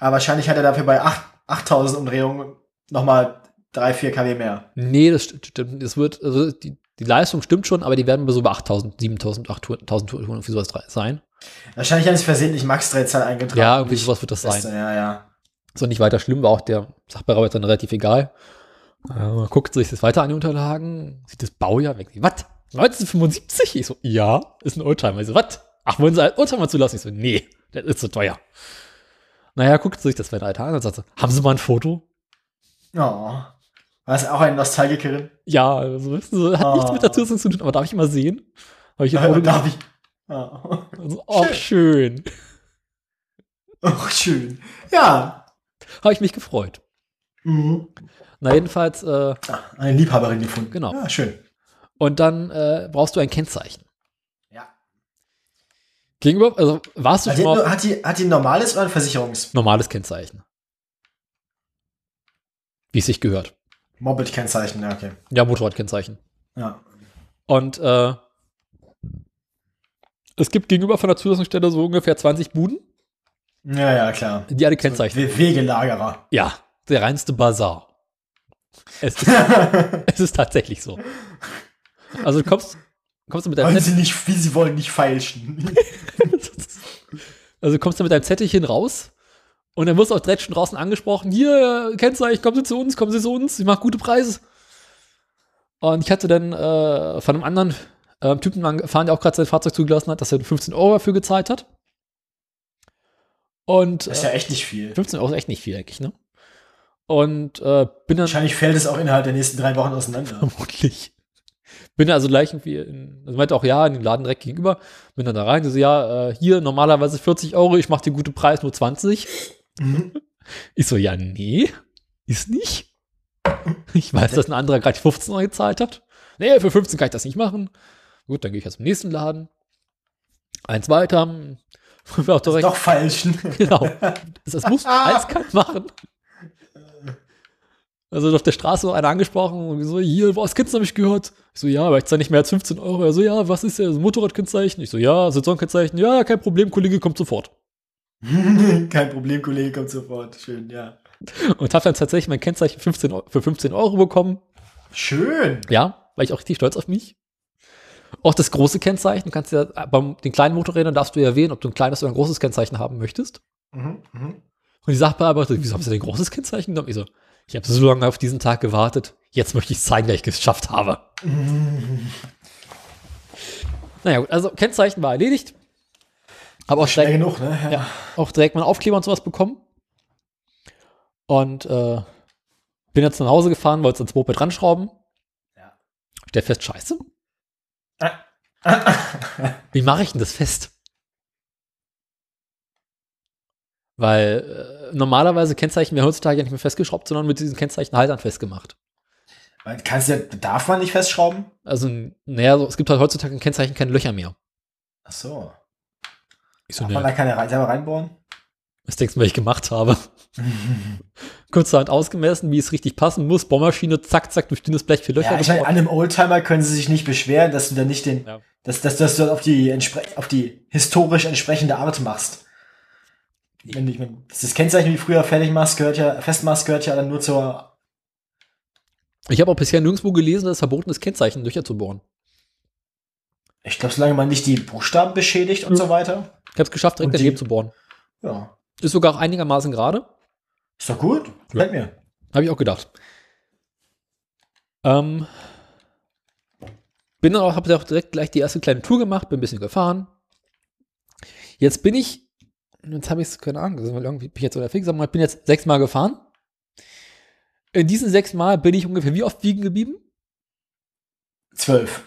Speaker 1: Aber wahrscheinlich hat er dafür bei 8, 8000 Umdrehungen nochmal 3, 4 kW mehr.
Speaker 2: Nee, das st- stimmt. Es wird, also die, die Leistung stimmt schon, aber die werden bei so bei 8000, 7000, 8000 Touren, irgendwie sowas dre- sein.
Speaker 1: Wahrscheinlich hat er sich versehentlich Max-Drehzahl eingetragen.
Speaker 2: Ja, irgendwie sowas wird das
Speaker 1: Das-
Speaker 2: sein.
Speaker 1: Ja, ja.
Speaker 2: So nicht weiter schlimm, war auch der Sachbearbeiter dann relativ egal. Äh, man guckt sich das weiter an die Unterlagen, sieht das Baujahr weg. Was? 1975? Ich so, ja, ist ein Oldtimer. Ich so, was? Ach, wollen Sie einen Oldtimer zulassen? Ich so, nee, das ist zu teuer. Naja, guckt sich das weiter an und sagt so, haben Sie mal ein Foto?
Speaker 1: Oh. War es auch eine Nostalgikerin?
Speaker 2: Ja, also, weißt du, so, hat nichts
Speaker 1: Ah.
Speaker 2: mit der Zustimmung zu tun, aber darf ich mal sehen? Habe ich ein Foto gemacht.
Speaker 1: Darf ich? Oh.
Speaker 2: Also, ach, schön.
Speaker 1: oh, schön. Ja.
Speaker 2: Habe ich mich gefreut.
Speaker 1: Mhm.
Speaker 2: Na, jedenfalls, äh,
Speaker 1: Ah, eine Liebhaberin gefunden.
Speaker 2: Genau.
Speaker 1: Ja, schön.
Speaker 2: und dann äh, brauchst du ein Kennzeichen.
Speaker 1: Ja.
Speaker 2: Gegenüber, also äh, warst du
Speaker 1: Hat die,
Speaker 2: schon mal auf-
Speaker 1: hat, die, hat die ein normales oder ein Versicherungs?
Speaker 2: normales Kennzeichen. Wie es sich gehört.
Speaker 1: Mobbit-Kennzeichen, ja, okay.
Speaker 2: Ja, Motorradkennzeichen.
Speaker 1: Ja.
Speaker 2: Und äh, es gibt gegenüber von der Zulassungsstelle so ungefähr 20 Buden,
Speaker 1: Ja, ja, klar.
Speaker 2: die alle Kennzeichen.
Speaker 1: We Wegelagerer.
Speaker 2: Ja, der reinste Bazar. Es ist, es ist tatsächlich so. Also du kommst, kommst du mit deinem
Speaker 1: Wollen
Speaker 2: Zettel,
Speaker 1: sie nicht, wie sie wollen, nicht feilschen.
Speaker 2: also du kommst du mit deinem Zettelchen raus und dann wirst du auch direkt schon draußen angesprochen, hier, Kennzeichen, kommen Sie zu uns, kommen Sie zu uns, ich mache gute Preise. Und ich hatte dann äh, von einem anderen ähm, Typen angefahren, der auch gerade sein Fahrzeug zugelassen hat, dass er 15 Euro dafür gezahlt hat. Und
Speaker 1: Das ist ja
Speaker 2: äh,
Speaker 1: echt nicht viel.
Speaker 2: 15 Euro ist echt nicht viel, eigentlich, ne? Und äh, bin dann
Speaker 1: Wahrscheinlich fällt es auch innerhalb der nächsten drei Wochen auseinander.
Speaker 2: Vermutlich. Bin also gleich irgendwie, in, also meinte auch ja, in den Laden direkt gegenüber. Bin dann da rein, die so, ja, äh, hier normalerweise 40 Euro, ich mache den guten Preis nur 20.
Speaker 1: Mhm.
Speaker 2: Ich so, ja, nee, ist nicht. Ich weiß, dass ein anderer gerade 15 Euro gezahlt hat. Nee, für 15 kann ich das nicht machen. Gut, dann gehe ich jetzt zum nächsten Laden. Eins weiter. War auch direkt,
Speaker 1: Doch falschen.
Speaker 2: Genau. Das das musst du eiskalt machen. Also auf der Straße war einer angesprochen und so, hier, boah, das Kennzeichen habe ich gehört. Ich so, ja, aber ich zahle nicht mehr als 15 Euro. Er so, ja, was ist das? Motorradkennzeichen? Ich so, ja, Saisonkennzeichen. Ja, kein Problem, Kollege kommt sofort.
Speaker 1: Kein Problem, Kollege, kommt sofort. Schön, ja.
Speaker 2: Und habe dann tatsächlich mein Kennzeichen 15, Eu- für 15 Euro bekommen.
Speaker 1: Schön.
Speaker 2: Ja, war ich auch richtig stolz auf mich. Auch das große Kennzeichen, du kannst ja, äh, beim den kleinen Motorrädern darfst du ja wählen, ob du ein kleines oder ein großes Kennzeichen haben möchtest.
Speaker 1: Mhm, mhm.
Speaker 2: Und die Sachbearbeiterin, wieso haben sie denn ein großes Kennzeichen genommen? Ich so, ich habe so lange auf diesen Tag gewartet. Jetzt möchte ich zeigen, dass ich es geschafft habe. Naja, gut, also Kennzeichen war erledigt. Habe auch,
Speaker 1: Schnell
Speaker 2: direkt-
Speaker 1: genug, ne?
Speaker 2: ja, auch direkt mal Aufkleber und sowas bekommen. Und äh, bin jetzt nach Hause gefahren, wollte es ans Moped ranschrauben.
Speaker 1: Ja.
Speaker 2: Stell fest, scheiße.
Speaker 1: Ah.
Speaker 2: Wie mache ich denn das fest? Weil äh, normalerweise Kennzeichen werden heutzutage ja nicht mehr festgeschraubt, sondern mit diesen Kennzeichenhaltern festgemacht.
Speaker 1: Man kann's ja, darf man nicht festschrauben?
Speaker 2: Also, naja, so, es gibt halt heutzutage in Kennzeichen keine Löcher mehr.
Speaker 1: Ach so.
Speaker 2: Ich so,
Speaker 1: Darf
Speaker 2: nee.
Speaker 1: man da keine rein, selber reinbohren?
Speaker 2: Was denkst du, was ich gemacht habe? Kurzerhand ausgemessen, wie es richtig passen muss. Bohrmaschine, zack, zack, durch dünnes Blech vier Löcher.
Speaker 1: Ja, ich meine,
Speaker 2: gebohrt.
Speaker 1: an einem Oldtimer können sie sich nicht beschweren, dass du dann nicht den,
Speaker 2: Ja.
Speaker 1: dass, dass, dass du das auf die, entspre- auf die historisch entsprechende Art machst. Wenn du, ich mein, das Kennzeichen, wie früher fertig machst, gehört ja, festmachst, gehört ja dann nur zur,
Speaker 2: ich habe auch bisher nirgendwo gelesen, dass es verboten ist, Kennzeichen Löcher zu bohren.
Speaker 1: ich glaube, solange man nicht die Buchstaben beschädigt und so weiter.
Speaker 2: Ich habe es geschafft, direkt
Speaker 1: Und die-
Speaker 2: daneben zu bohren.
Speaker 1: Ja.
Speaker 2: Ist sogar auch einigermaßen gerade.
Speaker 1: Ist doch gut. Gefällt mir.
Speaker 2: Habe ich auch gedacht. Ähm, bin dann auch, habe auch direkt gleich die erste kleine Tour gemacht, bin ein bisschen gefahren. Jetzt bin ich, jetzt habe ich es, keine Ahnung, das ist mal irgendwie bin ich jetzt unterwegs, aber ich bin jetzt sechsmal gefahren. In diesen sechs Mal bin ich ungefähr wie oft liegen geblieben?
Speaker 1: Zwölf.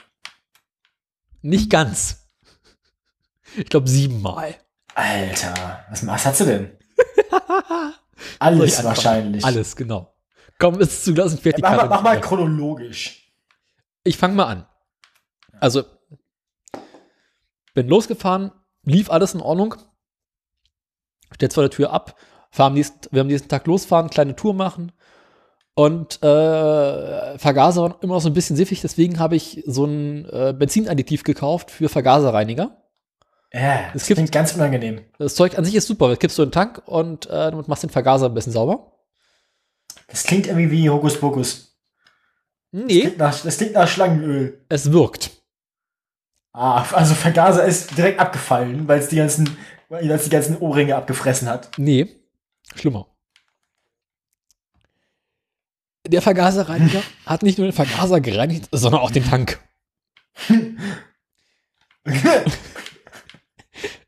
Speaker 2: Nicht ganz. Ich glaube siebenmal.
Speaker 1: Alter, was, was hast du denn?
Speaker 2: Soll ich
Speaker 1: Alles
Speaker 2: anfangen?
Speaker 1: wahrscheinlich.
Speaker 2: Alles, genau. Komm, es zu lassen, fährt die
Speaker 1: Mach,
Speaker 2: Karre
Speaker 1: mal- mach
Speaker 2: nicht
Speaker 1: mal
Speaker 2: mehr.
Speaker 1: chronologisch.
Speaker 2: ich fange mal an. Also, bin losgefahren, lief alles in Ordnung. Stellt vor der Tür ab, fahr am nächsten, wir am nächsten Tag losfahren, kleine Tour machen. Und äh, Vergaser waren immer noch so ein bisschen siffig, deswegen habe ich so ein äh, Benzinadditiv gekauft für Vergaserreiniger.
Speaker 1: Ja, das
Speaker 2: Es gibt-
Speaker 1: klingt ganz unangenehm.
Speaker 2: Das Zeug an sich ist super, das kippst du in den Tank und äh, damit machst den Vergaser ein bisschen sauber.
Speaker 1: Das klingt irgendwie wie Hokuspokus.
Speaker 2: Nee,
Speaker 1: Klingt nach- Das klingt nach Schlangenöl.
Speaker 2: es wirkt.
Speaker 1: Ah, also Vergaser ist direkt abgefallen, weil es die ganzen, weil es die ganzen Ohrringe abgefressen hat.
Speaker 2: Nee, schlimmer. Der Vergaserreiniger hat nicht nur den Vergaser gereinigt, sondern auch den Tank.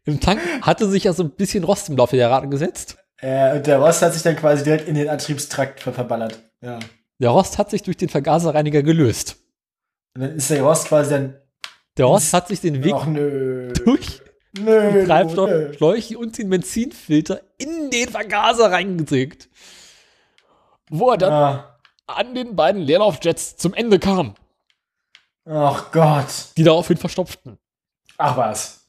Speaker 2: Im Tank hatte sich ja so ein bisschen Rost im Laufe der Jahre gesetzt.
Speaker 1: äh, und der Rost hat sich dann quasi direkt in den Antriebstrakt ver verballert. Ja.
Speaker 2: Der Rost hat sich durch den Vergaserreiniger gelöst.
Speaker 1: Und dann ist der Rost quasi dann.
Speaker 2: Der Rost hat sich den Weg
Speaker 1: Ach nö.
Speaker 2: durch
Speaker 1: Nö.
Speaker 2: den
Speaker 1: nö.
Speaker 2: Treibstoffschläuche und den Benzinfilter in den Vergaser reingedrückt. Wo er dann
Speaker 1: Ah,
Speaker 2: an den beiden Leerlaufjets zum Ende kam,
Speaker 1: ach Gott.
Speaker 2: die daraufhin verstopften.
Speaker 1: Ach was.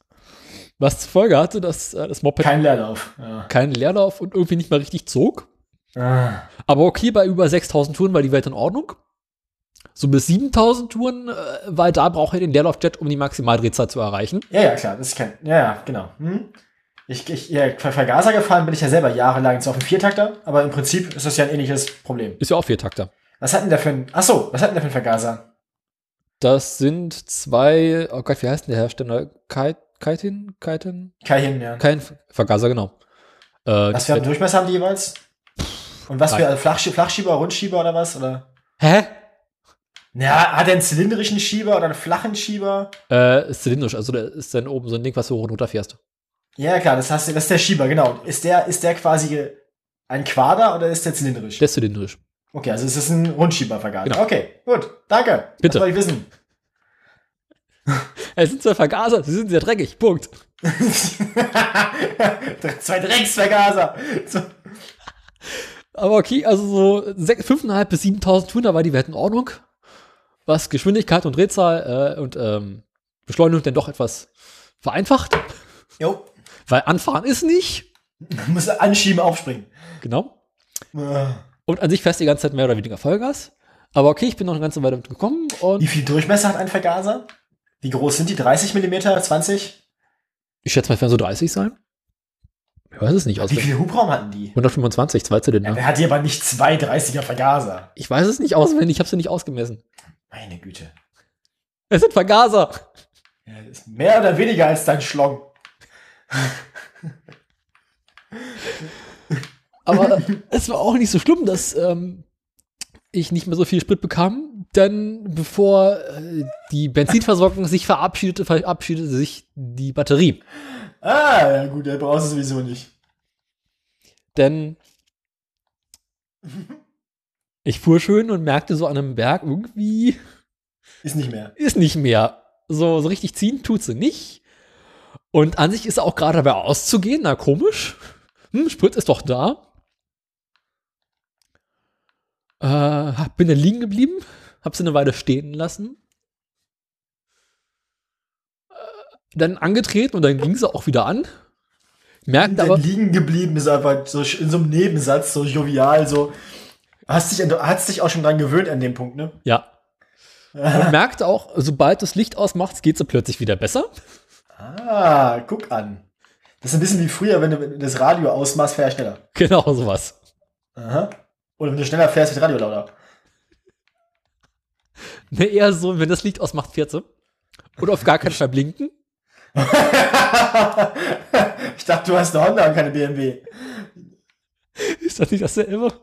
Speaker 2: Was zur Folge hatte, dass äh, das Moped
Speaker 1: Kein Leerlauf. Ja.
Speaker 2: keinen Leerlauf und irgendwie nicht mal richtig zog.
Speaker 1: Ah.
Speaker 2: Aber okay, bei über 6000 Touren war die Welt in Ordnung. So bis 7000 Touren, äh, weil da braucht er den Leerlaufjet, um die Maximaldrehzahl zu erreichen.
Speaker 1: Ja, ja, klar. Das ist kein. Ja, ja, genau. Hm? Ich, ich, ja, Ver- Vergaser gefahren bin ich ja selber jahrelang so auf dem Viertakter, aber im Prinzip ist das ja ein ähnliches Problem.
Speaker 2: Ist ja auch Viertakter.
Speaker 1: Was hatten der für ein. Achso, was hatten der für ein Vergaser?
Speaker 2: Das sind zwei, oh Gott, wie heißt denn der Hersteller? Kai- Kaitin? Kaitin?
Speaker 1: Kein ja.
Speaker 2: Kein Ver- Vergaser, genau. Äh,
Speaker 1: Was für einen Durchmesser haben die jeweils? Und was
Speaker 2: Nein.
Speaker 1: für also Flachschie- Flachschieber, Rundschieber oder was? Oder?
Speaker 2: hä?
Speaker 1: Ja, hat er einen zylindrischen Schieber oder einen flachen Schieber?
Speaker 2: Äh, ist zylindrisch, also da ist dann oben so ein Ding, was du hoch und runter fährst.
Speaker 1: Ja, klar, das, hast, du- das ist der Schieber, genau. Ist der, ist der quasi ein Quader oder ist der zylindrisch?
Speaker 2: Der ist zylindrisch.
Speaker 1: Okay, also es ist ein Rundschiebervergaser.
Speaker 2: Genau.
Speaker 1: Okay, gut, danke.
Speaker 2: Bitte.
Speaker 1: Das wollte ich wissen.
Speaker 2: Es sind zwei Vergaser, sie sind sehr dreckig, Punkt.
Speaker 1: Zwei Drecksvergaser. So.
Speaker 2: Aber okay, also so sech- 5.500 bis 7.000 Touren, da war die Welt in Ordnung. Was Geschwindigkeit und Drehzahl äh, und ähm, Beschleunigung dann doch etwas vereinfacht,
Speaker 1: Jo,
Speaker 2: weil anfahren ist nicht.
Speaker 1: muss anschieben, aufspringen.
Speaker 2: Genau.
Speaker 1: Äh,
Speaker 2: Und an sich fährst du die ganze Zeit mehr oder weniger Vollgas. Aber okay, ich bin noch eine ganze Weile damit gekommen und
Speaker 1: Wie viel Durchmesser hat ein Vergaser? Wie groß sind die? 30 Millimeter? 20?
Speaker 2: ich schätze mal, es werden so 30 sein. Ich weiß es nicht
Speaker 1: Wie
Speaker 2: auswendig.
Speaker 1: viel Hubraum hatten die?
Speaker 2: 125, zwei Zylinder.
Speaker 1: Er hat hier aber nicht zwei 30er Vergaser.
Speaker 2: Ich weiß es nicht auswendig, ich habe es ja nicht ausgemessen.
Speaker 1: Meine Güte.
Speaker 2: Es sind Vergaser.
Speaker 1: Ja, das ist mehr oder weniger als dein Schlong.
Speaker 2: Aber es war auch nicht so schlimm, dass ähm, ich nicht mehr so viel Sprit bekam. Denn bevor äh, die Benzinversorgung sich verabschiedete, verabschiedete sich die Batterie.
Speaker 1: Ah, ja gut, der brauchst du sowieso nicht.
Speaker 2: Denn ich fuhr schön und merkte so an einem Berg, irgendwie
Speaker 1: Ist nicht mehr.
Speaker 2: ist nicht mehr. so, so richtig ziehen tut sie nicht. Und an sich ist er auch gerade dabei auszugehen. Na, komisch. Hm, Sprit ist doch da. Äh, hab- bin dann liegen geblieben. Hab sie eine Weile stehen lassen. Äh, Dann angetreten und dann ging sie auch wieder an. Merkt
Speaker 1: Dann
Speaker 2: aber,
Speaker 1: liegen geblieben ist einfach so sch- in so einem Nebensatz, so jovial, so. Hast dich, du hast dich auch schon dran gewöhnt an dem Punkt, ne?
Speaker 2: ja. Und merkt auch, sobald du das Licht ausmachst, geht sie plötzlich wieder besser.
Speaker 1: Ah, guck an. Das ist ein bisschen wie früher, wenn du wenn du das Radio ausmachst, fährst du schneller.
Speaker 2: Genau sowas.
Speaker 1: Aha. Oder wenn du schneller fährst, wird Radio lauter.
Speaker 2: Nee, Ne, eher so, wenn das Licht ausmacht, fährt sie. Oder auf gar keinen Fall blinken.
Speaker 1: ich dachte, du hast eine Honda und keine BMW.
Speaker 2: Ist das nicht dasselbe?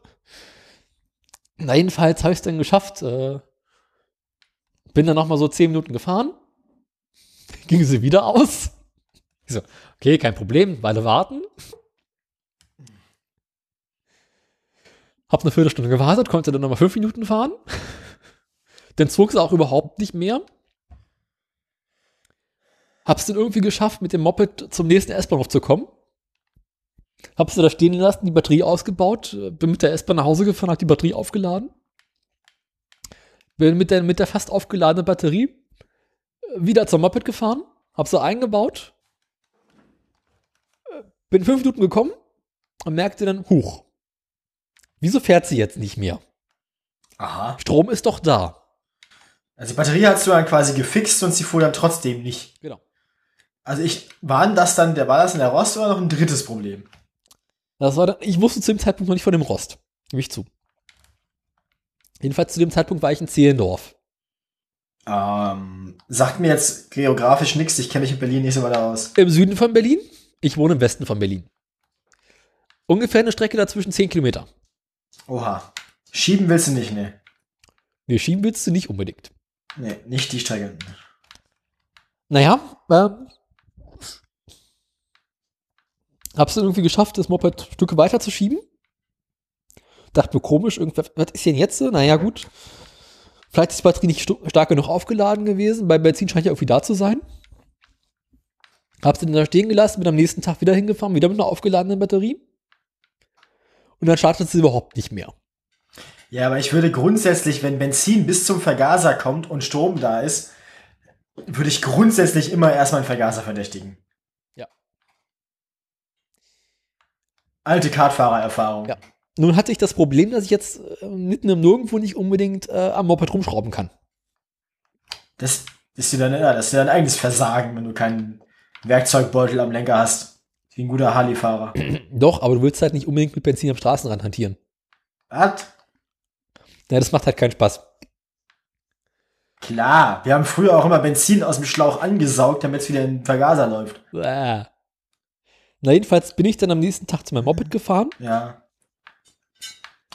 Speaker 2: Na, jedenfalls habe ich es dann geschafft. Äh, bin dann nochmal so 10 Minuten gefahren. Ging sie wieder aus. Ich so, okay, kein Problem, Weile warten. Hab eine Viertelstunde gewartet, konnte dann nochmal 5 Minuten fahren. Dann zog sie auch überhaupt nicht mehr. Hab's dann irgendwie geschafft, mit dem Moped zum nächsten S-Bahnhof zu kommen. Hab's da stehen lassen, die Batterie ausgebaut, äh, bin mit der S-Bahn nach Hause gefahren, hab die Batterie aufgeladen. Bin mit der, mit der fast aufgeladenen Batterie äh, wieder zum Moped gefahren, hab sie eingebaut. äh, Bin fünf Minuten gekommen und merkte dann, huch, wieso fährt sie jetzt nicht mehr?
Speaker 1: Aha.
Speaker 2: Strom ist doch da.
Speaker 1: Also die Batterie hast du dann quasi gefixt und sie fuhr dann trotzdem nicht.
Speaker 2: Genau.
Speaker 1: Also ich, waren das dann, der war das in der Rost oder noch ein drittes Problem?
Speaker 2: Das war dann, ich wusste zu dem Zeitpunkt noch nicht von dem Rost. Gebe ich zu. Jedenfalls zu dem Zeitpunkt war ich in Zehlendorf.
Speaker 1: Ähm, sagt mir jetzt geografisch nichts, ich kenne mich in Berlin nicht so weit aus.
Speaker 2: Im Süden von Berlin. Ich wohne im Westen von Berlin. Ungefähr eine Strecke dazwischen 10 Kilometer.
Speaker 1: Oha. Schieben willst du nicht, ne?
Speaker 2: Nee, schieben willst du nicht unbedingt.
Speaker 1: Nee, nicht die Strecke.
Speaker 2: Naja, ähm, hab's dann irgendwie geschafft, das Moped Stücke weiter zu schieben. Dachte mir komisch, irgendwas, was ist denn jetzt? so? Naja, gut. Vielleicht ist die Batterie nicht stu- stark genug aufgeladen gewesen. Bei Benzin scheint ja irgendwie da zu sein. Hab's dann da stehen gelassen, bin am nächsten Tag wieder hingefahren, wieder mit einer aufgeladenen Batterie. Und dann startet sie überhaupt nicht mehr.
Speaker 1: Ja, aber ich würde grundsätzlich, wenn Benzin bis zum Vergaser kommt und Strom da ist, würde ich grundsätzlich immer erstmal einen Vergaser verdächtigen.
Speaker 2: Ja.
Speaker 1: Alte Kartfahrererfahrung.
Speaker 2: Ja. Nun hatte ich das Problem, dass ich jetzt äh, mitten im Nirgendwo nicht unbedingt äh, am Moped rumschrauben kann.
Speaker 1: Das ist dir dein, ja, das ist dir dein eigenes Versagen, wenn du keinen Werkzeugbeutel am Lenker hast. Wie ein guter Harley-Fahrer.
Speaker 2: Doch, aber du willst halt nicht unbedingt mit Benzin am Straßenrand hantieren.
Speaker 1: Was?
Speaker 2: Ja, das macht halt keinen Spaß.
Speaker 1: Klar, wir haben früher auch immer Benzin aus dem Schlauch angesaugt, damit es wieder in den Vergaser läuft.
Speaker 2: Bäh. Na, jedenfalls bin ich dann am nächsten Tag zu meinem Moped gefahren.
Speaker 1: Ja.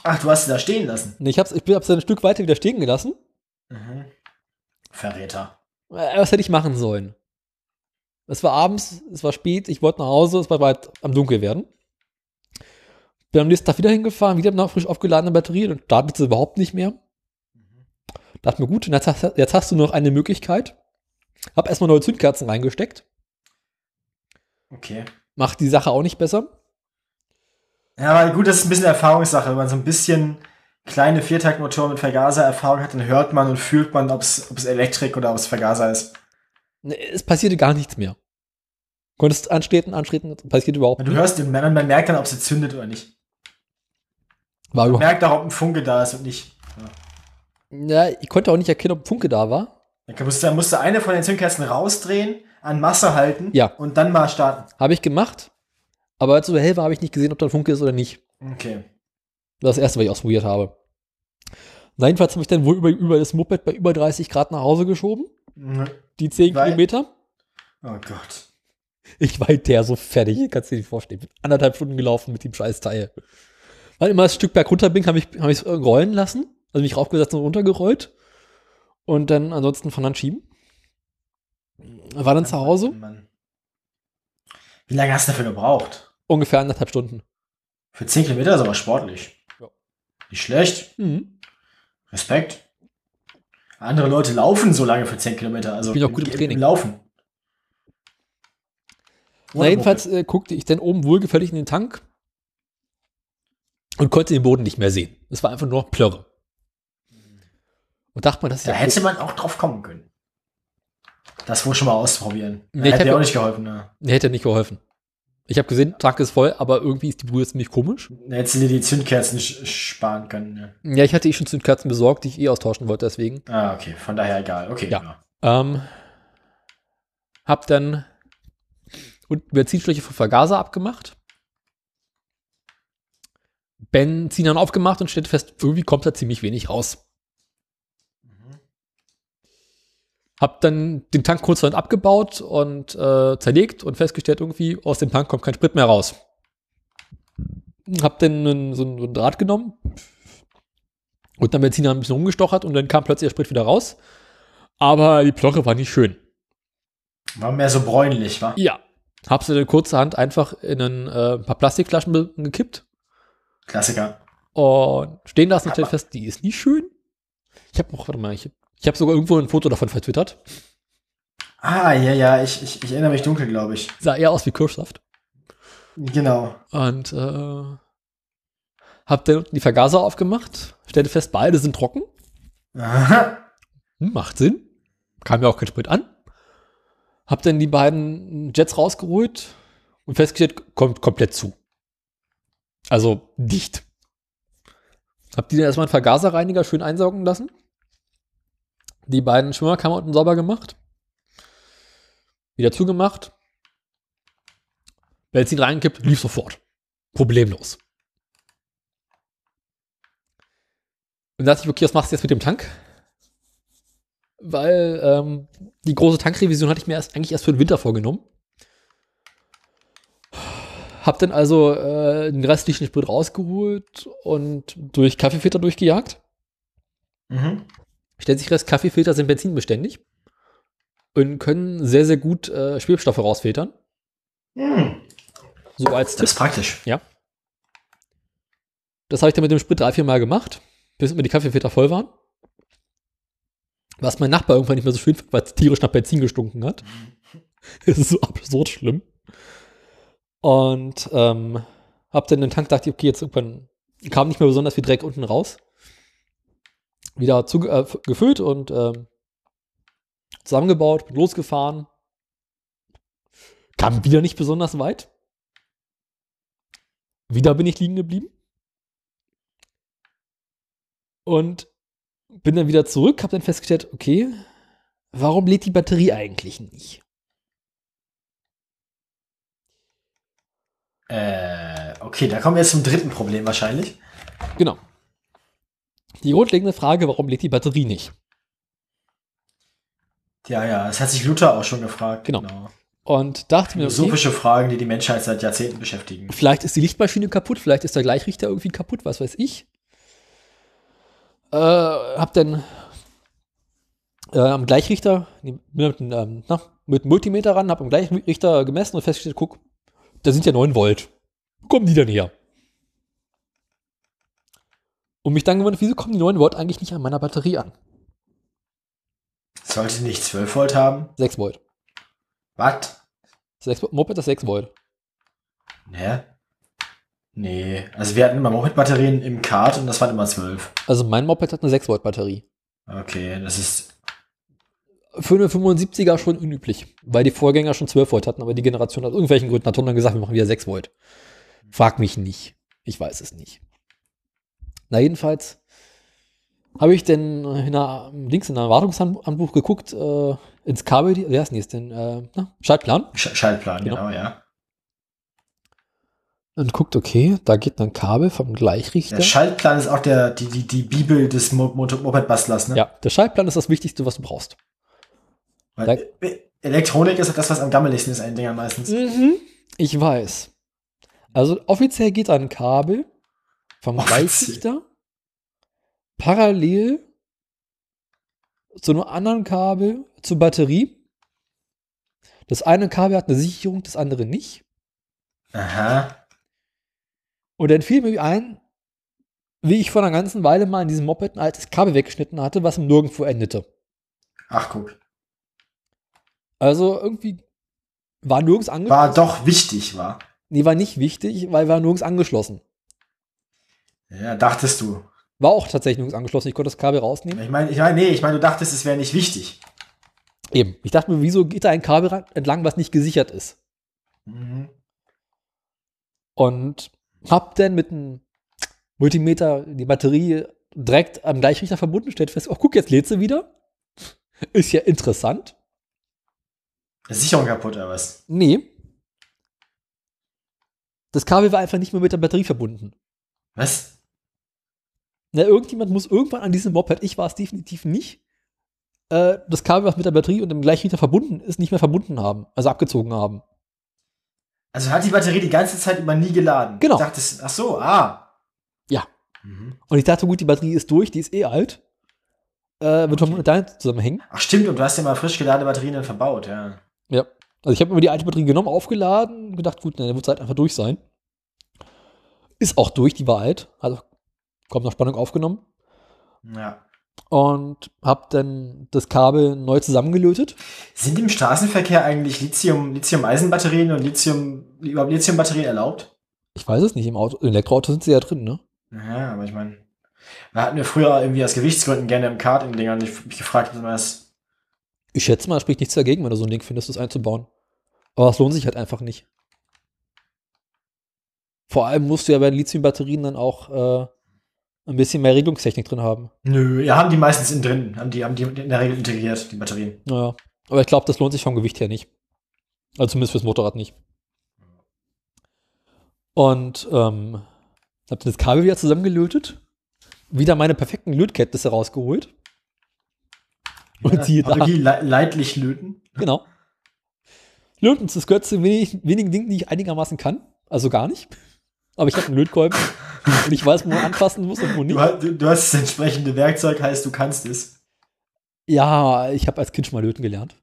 Speaker 1: Ach, du hast sie da stehen lassen.
Speaker 2: Und Ich hab's, ich bin- hab's dann ein Stück weiter wieder stehen gelassen.
Speaker 1: Mhm. Verräter.
Speaker 2: Äh, Was hätte ich machen sollen? Es war abends, es war spät, ich wollte nach Hause, es war bald am Dunkel werden. Bin am nächsten Tag wieder hingefahren, wieder mit einer frisch aufgeladenen Batterie und startete sie überhaupt nicht mehr. Dachte mir, gut, jetzt hast, jetzt hast du noch eine Möglichkeit. Hab erstmal neue Zündkerzen reingesteckt.
Speaker 1: Okay.
Speaker 2: Macht die Sache auch nicht besser.
Speaker 1: Ja, aber gut, das ist ein bisschen Erfahrungssache. Wenn man so ein bisschen kleine Viertaktmotoren mit Vergaser-Erfahrung hat, dann hört man und fühlt man, ob es Elektrik oder ob es Vergaser ist.
Speaker 2: Nee, Ne, es passierte gar nichts mehr. Konntest anstreten, anstreten, passiert überhaupt
Speaker 1: Du
Speaker 2: nichts.
Speaker 1: hörst, den- man, man merkt dann, ob sie zündet oder nicht.
Speaker 2: War
Speaker 1: Man
Speaker 2: überhaupt,
Speaker 1: merkt auch, ob ein Funke da ist und nicht. Ja.
Speaker 2: ja, ich konnte auch nicht erkennen, ob Funke da war.
Speaker 1: Dann musst du, dann musst du eine von den Zündkerzen rausdrehen, an Masse halten
Speaker 2: Ja.
Speaker 1: und dann mal starten.
Speaker 2: Habe ich gemacht, aber als es so hell war, habe ich nicht gesehen, ob da ein Funke ist oder nicht.
Speaker 1: Okay.
Speaker 2: Das ist das erste, was ich ausprobiert habe. Na, jedenfalls habe ich dann wohl über, über das Moped bei über 30 Grad nach Hause geschoben.
Speaker 1: Mhm.
Speaker 2: Die 10
Speaker 1: Weil-
Speaker 2: Kilometer.
Speaker 1: Oh Gott.
Speaker 2: Ich war hinterher so fertig, kannst du dir nicht vorstellen. Bin anderthalb Stunden gelaufen mit dem Scheißteil. Weil immer das Stück berg runter bin, habe ich es hab ich's, äh, rollen lassen. Also mich raufgesetzt und runtergerollt. Und dann ansonsten von Hand schieben. War dann zu Hause
Speaker 1: Mann. Wie lange hast du dafür gebraucht?
Speaker 2: ungefähr anderthalb Stunden.
Speaker 1: Für 10 Kilometer ist aber sportlich.
Speaker 2: Ja.
Speaker 1: Nicht schlecht.
Speaker 2: Mhm.
Speaker 1: Respekt. Andere Leute laufen so lange für 10 Kilometer. Also
Speaker 2: bin auch gut im
Speaker 1: im- im
Speaker 2: Training.
Speaker 1: Laufen.
Speaker 2: Na, jedenfalls äh, guckte ich dann oben wohlgefällig in den Tank und konnte den Boden nicht mehr sehen. Es war einfach nur Plörre. Und dachte man, das ist
Speaker 1: Da
Speaker 2: ja
Speaker 1: hätte man auch drauf kommen können. Das wohl schon mal ausprobieren.
Speaker 2: Nee, ich hab
Speaker 1: hätte ja
Speaker 2: ja-
Speaker 1: auch nicht geholfen. Ne?
Speaker 2: Nee, hätte nicht geholfen. Ich habe gesehen, Tank ist voll, aber irgendwie ist die Brühe ziemlich komisch.
Speaker 1: Da hättest du dir die Zündkerzen sch- sparen können. Ne?
Speaker 2: Ja, ich hatte eh schon Zündkerzen besorgt, die ich eh austauschen wollte, deswegen.
Speaker 1: Ah, okay. Von daher egal. Okay. genau.
Speaker 2: Ja. Ähm, hab dann und Benzinschläuche vom Vergaser abgemacht. Benzin dann aufgemacht und stellte fest, irgendwie kommt da ziemlich wenig raus. Hab dann den Tank kurz vorhin abgebaut und äh, zerlegt und festgestellt, irgendwie aus dem Tank kommt kein Sprit mehr raus. Hab dann einen, so, einen, so einen Draht genommen und dann Benzin ein bisschen rumgestochert und dann kam plötzlich der Sprit wieder raus. Aber die Plörre war nicht schön.
Speaker 1: War mehr so bräunlich, war?
Speaker 2: Ja. Hab sie dann kurzerhand einfach in ein, äh, ein paar Plastikflaschen be- gekippt
Speaker 1: Klassiker.
Speaker 2: und stehen lassen und stellt fest, die ist nicht schön. Ich habe noch, warte mal, ich habe ich hab sogar irgendwo ein Foto davon vertwittert.
Speaker 1: Ah, ja, ja. Ich, ich, ich erinnere mich dunkel, glaube ich.
Speaker 2: Sah eher aus wie Kirschsaft.
Speaker 1: Genau.
Speaker 2: Und äh, hab dann unten die Vergaser aufgemacht, stellte fest, beide sind trocken.
Speaker 1: Aha.
Speaker 2: Hm, macht Sinn. Kam ja auch kein Sprit an. Hab dann die beiden Jets rausgeholt und festgestellt, kommt komplett zu. Also dicht. Hab die dann erstmal einen Vergaserreiniger schön einsaugen lassen. Die beiden Schwimmerkammer unten sauber gemacht. Wieder zugemacht. Benzin reingekippt, lief sofort. Problemlos. Und da dachte ich, okay, was machst du jetzt mit dem Tank? weil ähm, die große Tankrevision hatte ich mir erst, eigentlich erst für den Winter vorgenommen. Hab dann also äh, den restlichen Sprit rausgeholt und durch Kaffeefilter durchgejagt.
Speaker 1: Mhm.
Speaker 2: Stellt sich fest, Kaffeefilter sind benzinbeständig und können sehr, sehr gut äh, Schwebstoffe rausfiltern.
Speaker 1: Mhm.
Speaker 2: So als
Speaker 1: Das ist praktisch.
Speaker 2: Das habe ich dann mit dem Sprit drei, vier Mal gemacht, bis mir die Kaffeefilter voll waren. Was mein Nachbar irgendwann nicht mehr so schön fand, weil es tierisch nach Benzin gestunken hat. Es ist so absurd schlimm. Und ähm, hab dann den Tank, dachte ich, okay, jetzt irgendwann kam nicht mehr besonders viel Dreck unten raus. Wieder zuge- äh, f- gefüllt und ähm, zusammengebaut, bin losgefahren. Kam wieder nicht besonders weit. Wieder bin ich liegen geblieben und bin dann wieder zurück, habe dann festgestellt, okay, warum lädt die Batterie eigentlich nicht?
Speaker 1: Äh, okay, da kommen wir jetzt zum dritten Problem wahrscheinlich.
Speaker 2: Genau. Die grundlegende Frage, warum lädt die Batterie nicht?
Speaker 1: Ja, ja. Das hat sich Luther auch schon gefragt.
Speaker 2: Genau. Und dachte mir, okay,
Speaker 1: Philosophische Fragen, die die Menschheit seit Jahrzehnten beschäftigen.
Speaker 2: vielleicht ist die Lichtmaschine kaputt, vielleicht ist der Gleichrichter irgendwie kaputt, was weiß ich. Äh, hab dann äh, am Gleichrichter, nee, mit, dem, ähm, na, mit dem Multimeter ran, hab am Gleichrichter gemessen und festgestellt, guck, da sind ja 9 Volt. Wo kommen die denn her? Und mich dann gewundert, wieso kommen die 9 Volt eigentlich nicht an meiner Batterie an?
Speaker 1: Sollte nicht 12 Volt haben?
Speaker 2: 6 Volt.
Speaker 1: Was?
Speaker 2: 6, Volt- Moped ist 6 Volt.
Speaker 1: Ne? Nee. Also wir hatten immer Moped-Batterien im Kart und das waren immer 12.
Speaker 2: Also mein Moped hat eine 6 Volt Batterie.
Speaker 1: Okay, das ist.
Speaker 2: Für eine 75er schon unüblich, weil die Vorgänger schon 12 Volt hatten, aber die Generation aus irgendwelchen Gründen hat dann gesagt, wir machen wieder 6 Volt. Frag mich nicht. Ich weiß es nicht. Na, jedenfalls habe ich denn in einer, links in einem Wartungsanbuch geguckt, äh, ins Kabel, die- wer ist denn jetzt denn? Äh, na, Schaltplan.
Speaker 1: Sch Schaltplan,
Speaker 2: Genau.
Speaker 1: genau, ja.
Speaker 2: Und guckt, okay, da geht ein Kabel vom Gleichrichter.
Speaker 1: Der Schaltplan ist auch der, die, die, die Bibel des Mo Mo Moped-Bastlers, ne?
Speaker 2: ja, der Schaltplan ist das Wichtigste, was du brauchst.
Speaker 1: Weil, äh, Elektronik ist das, was am gammeligsten ist, an den Dingern meistens.
Speaker 2: Mhm, ich weiß. Also offiziell geht ein Kabel vom
Speaker 1: Offiziell.
Speaker 2: Gleichrichter parallel zu einem anderen Kabel zur Batterie. Das eine Kabel hat eine Sicherung, das andere nicht.
Speaker 1: Aha.
Speaker 2: Und dann fiel mir ein, wie ich vor einer ganzen Weile mal in diesem Moped ein altes Kabel weggeschnitten hatte, was im Nirgendwo endete.
Speaker 1: Ach, guck.
Speaker 2: Also irgendwie war nirgends angeschlossen.
Speaker 1: War doch wichtig, war.
Speaker 2: Nee, war nicht wichtig, weil war nirgends angeschlossen.
Speaker 1: Ja, dachtest du.
Speaker 2: War auch tatsächlich nirgends angeschlossen. Ich konnte das Kabel rausnehmen.
Speaker 1: Ich meine, ich mein, nee, ich meine, du dachtest, es wäre nicht wichtig.
Speaker 2: Eben. Ich dachte mir, wieso geht da ein Kabel ran- entlang, was nicht gesichert ist?
Speaker 1: Mhm.
Speaker 2: Und hab dann mit einem Multimeter die Batterie direkt am Gleichrichter verbunden, stellt fest, oh guck, jetzt lädt sie wieder. Ist ja interessant.
Speaker 1: Ist Sicherung kaputt, oder was?
Speaker 2: Nee. Das Kabel war einfach nicht mehr mit der Batterie verbunden.
Speaker 1: Was?
Speaker 2: Na, irgendjemand muss irgendwann an diesem Moped, ich war es definitiv nicht, äh, das Kabel, was mit der Batterie und dem Gleichrichter verbunden ist, nicht mehr verbunden haben, also abgezogen haben.
Speaker 1: Also hat die Batterie die ganze Zeit über nie geladen.
Speaker 2: Genau.
Speaker 1: Du Dachtest, ach so, ah.
Speaker 2: Ja.
Speaker 1: Mhm.
Speaker 2: Und ich dachte, gut, die Batterie ist durch, die ist eh alt. Äh, wird schon mit deinem zusammenhängen.
Speaker 1: Ach stimmt, und du hast ja mal frisch geladene Batterien dann verbaut, ja.
Speaker 2: Ja. Also ich habe immer die alte Batterie genommen, aufgeladen und gedacht, gut, na, dann wird es halt einfach durch sein. Ist auch durch, die war alt. Also kommt noch Spannung aufgenommen.
Speaker 1: Ja.
Speaker 2: Und habe dann das Kabel neu zusammengelötet.
Speaker 1: Sind im Straßenverkehr eigentlich Lithium, Lithium-Eisenbatterien und Lithium, überhaupt Lithium-Batterien erlaubt?
Speaker 2: Ich weiß es nicht, im Auto, im Elektroauto sind sie ja drin, ne?
Speaker 1: Ja, aber ich meine, wir hatten ja früher irgendwie aus Gewichtsgründen gerne im Karting-Dingern nicht- mich gefragt, ob man das.
Speaker 2: Ich schätze mal, es spricht nichts dagegen, wenn du so ein Ding findest, das einzubauen. Aber es lohnt sich halt einfach nicht. Vor allem musst du ja bei den Lithium-Batterien dann auch äh, ein bisschen mehr Regelungstechnik drin haben.
Speaker 1: Nö, ja, haben die meistens innen drin, haben die, haben die in der Regel integriert, die Batterien.
Speaker 2: Naja. Aber ich glaube, das lohnt sich vom Gewicht her nicht. Also zumindest fürs Motorrad nicht. Und ähm, hab dann das Kabel wieder zusammengelötet, wieder meine perfekten Lötkenntnisse rausgeholt. Und siehe da.
Speaker 1: aber die le leidlich löten.
Speaker 2: Genau. Löten, das gehört zu wenig, wenigen Dingen, die ich einigermaßen kann. Also gar nicht. Aber ich habe einen Lötkolben und ich weiß, wo man anfassen muss und wo nicht.
Speaker 1: Du, ha- du, du hast das entsprechende Werkzeug, heißt, du kannst es.
Speaker 2: Ja, ich habe als Kind schon mal löten gelernt.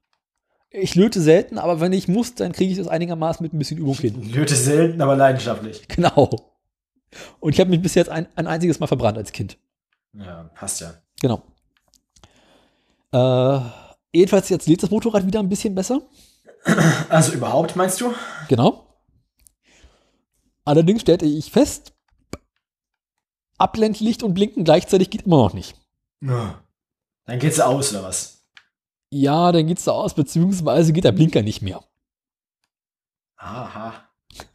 Speaker 2: Ich löte selten, aber wenn ich muss, dann kriege ich das einigermaßen mit ein bisschen Übung hin.
Speaker 1: Löte selten, aber leidenschaftlich.
Speaker 2: Genau. Und ich habe mich bis jetzt ein, ein einziges Mal verbrannt als Kind.
Speaker 1: Ja, passt ja.
Speaker 2: Genau. Äh, jedenfalls jetzt lädt das Motorrad wieder ein bisschen besser.
Speaker 1: Also überhaupt, meinst du?
Speaker 2: Genau. Allerdings stellte ich fest, Abblendlicht und Blinken gleichzeitig geht immer noch nicht.
Speaker 1: Ja. Dann geht's aus, oder was?
Speaker 2: Ja, dann geht's da aus, beziehungsweise geht der Blinker nicht mehr,
Speaker 1: Aha.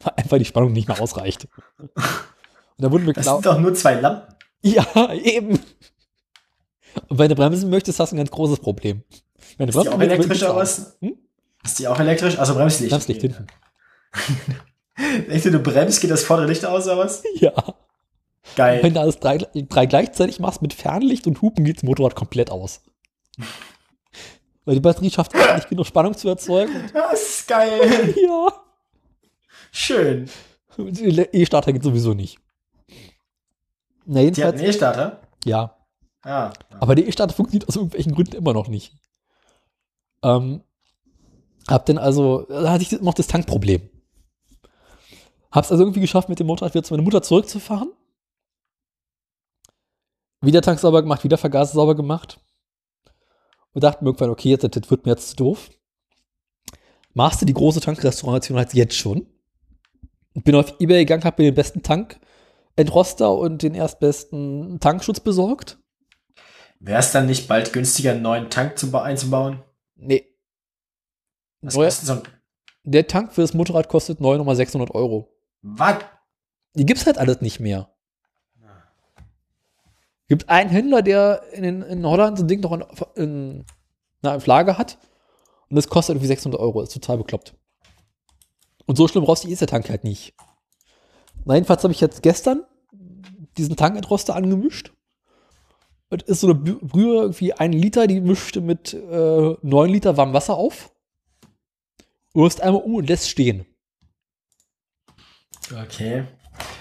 Speaker 2: weil einfach die Spannung nicht mehr ausreicht. Und da wurden wir
Speaker 1: Das
Speaker 2: klar.
Speaker 1: sind doch nur zwei Lampen.
Speaker 2: Ja, eben. Und wenn du bremsen möchtest, hast du ein ganz großes Problem. Wenn du
Speaker 1: Ist die auch
Speaker 2: möchtest,
Speaker 1: elektrisch,
Speaker 2: wird
Speaker 1: oder
Speaker 2: nichts
Speaker 1: was?
Speaker 2: Hm?
Speaker 1: Ist die auch elektrisch? Also Bremslicht.
Speaker 2: aus. Bremslicht hinten.
Speaker 1: Echt, wenn du bremst, geht das vordere Licht aus, oder was?
Speaker 2: Ja.
Speaker 1: Geil.
Speaker 2: Wenn du alles drei, drei gleichzeitig machst mit Fernlicht und Hupen, geht das Motorrad komplett aus. Weil die Batterie schafft einfach nicht genug Spannung zu erzeugen.
Speaker 1: Das ist geil.
Speaker 2: Ja.
Speaker 1: Schön.
Speaker 2: Und der E-Starter geht sowieso nicht. Na,
Speaker 1: Die hat
Speaker 2: jedenfalls,
Speaker 1: einen E-Starter. Ah.
Speaker 2: ja.
Speaker 1: Ja.
Speaker 2: Aber der E-Starter funktioniert aus irgendwelchen Gründen immer noch nicht. Ähm, hab dann also, da hatte ich noch das Tankproblem. Hab's also irgendwie geschafft, mit dem Motorrad wieder zu meiner Mutter zurückzufahren. Wieder Tank sauber gemacht, wieder Vergaser sauber gemacht. Und dachte mir irgendwann, okay, das, das wird mir jetzt zu doof. Machst du die große Tankrestauration halt jetzt schon? Und bin auf Ebay gegangen, hab mir den besten Tank Entroster und den erstbesten Tankschutz besorgt.
Speaker 1: Wäre es dann nicht bald günstiger, einen neuen Tank zu ba- einzubauen?
Speaker 2: Nee.
Speaker 1: Was
Speaker 2: Neuer,
Speaker 1: kostet so ein.
Speaker 2: der Tank für das Motorrad kostet neu nochmal 600 Euro.
Speaker 1: Was?
Speaker 2: Die gibt's halt alles nicht mehr. Gibt einen Händler, der in, in Holland so ein Ding noch in, in, na, in Flagge hat. Und das kostet irgendwie 600 Euro. Ist total bekloppt. Und so schlimm rostig ist der Tank halt nicht. Na, jedenfalls habe ich jetzt gestern diesen Tankentroster angemischt. Und ist so eine Brü- Brühe, irgendwie ein Liter, die mischte mit äh, 9 Liter warmem Wasser auf. Rührst einmal um und lässt stehen.
Speaker 1: Okay.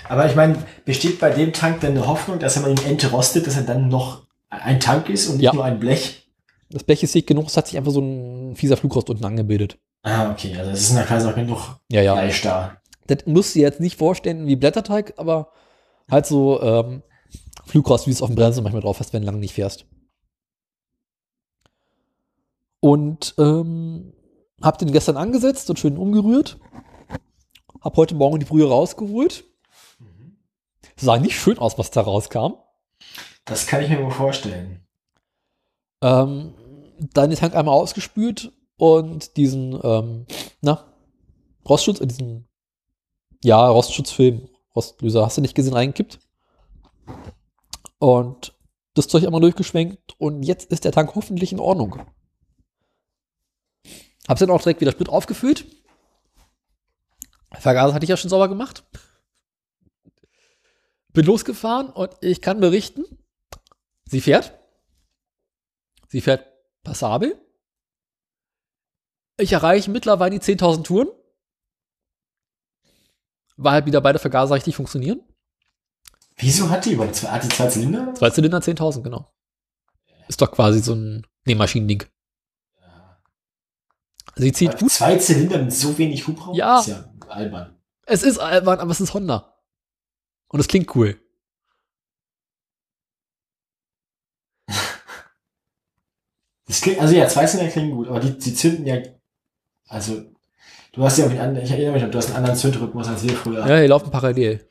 Speaker 1: Aber ich meine, besteht bei dem Tank denn eine Hoffnung, dass wenn man ihn entrostet, dass er dann noch ein Tank ist und nicht
Speaker 2: Ja.
Speaker 1: nur ein Blech?
Speaker 2: Das Blech ist dick genug, es hat sich einfach so ein fieser Flugrost unten angebildet.
Speaker 1: Ah, okay. Also es ist nachher noch genug
Speaker 2: Ja, ja.
Speaker 1: Fleisch da.
Speaker 2: Das musst du dir jetzt nicht vorstellen wie Blätterteig, aber halt so ähm, Flugrost, wie du es auf dem Bremse manchmal drauf hast, wenn du lang nicht fährst. Und ähm, hab den gestern angesetzt und schön umgerührt. Hab heute Morgen die Brühe rausgeholt. Sah nicht schön aus, was da rauskam.
Speaker 1: Das kann ich mir wohl vorstellen.
Speaker 2: Ähm, dann den Tank einmal ausgespült und diesen, ähm, na, Rostschutz, äh, diesen, ja, Rostschutzfilm, Rostlöser, hast du nicht gesehen, reingekippt. Und das Zeug einmal durchgeschwenkt und jetzt ist der Tank hoffentlich in Ordnung. Hab's dann auch direkt wieder Sprit aufgefüllt. Vergaser hatte ich ja schon sauber gemacht. Bin losgefahren und ich kann berichten, sie fährt. Sie fährt passabel. Ich erreiche mittlerweile die 10.000 Touren, weil halt wieder beide Vergaser richtig funktionieren.
Speaker 1: Wieso hat die überhaupt zwei, hat die zwei Zylinder?
Speaker 2: Zwei Zylinder 10.000, genau. Ist doch quasi so ein Nähmaschinending. Sie zieht gut.
Speaker 1: Zwei Zylinder mit so wenig Hubraum?
Speaker 2: Ja.
Speaker 1: Ist ja albern.
Speaker 2: Es ist albern, aber es ist Honda. Und es klingt cool.
Speaker 1: Das klingt, also ja, zwei Zylinder klingen gut, aber die, die zünden ja, also, du hast ja auch einen anderen, ich erinnere mich noch, du hast einen anderen Zündrhythmus als wir früher.
Speaker 2: Ja, die laufen parallel.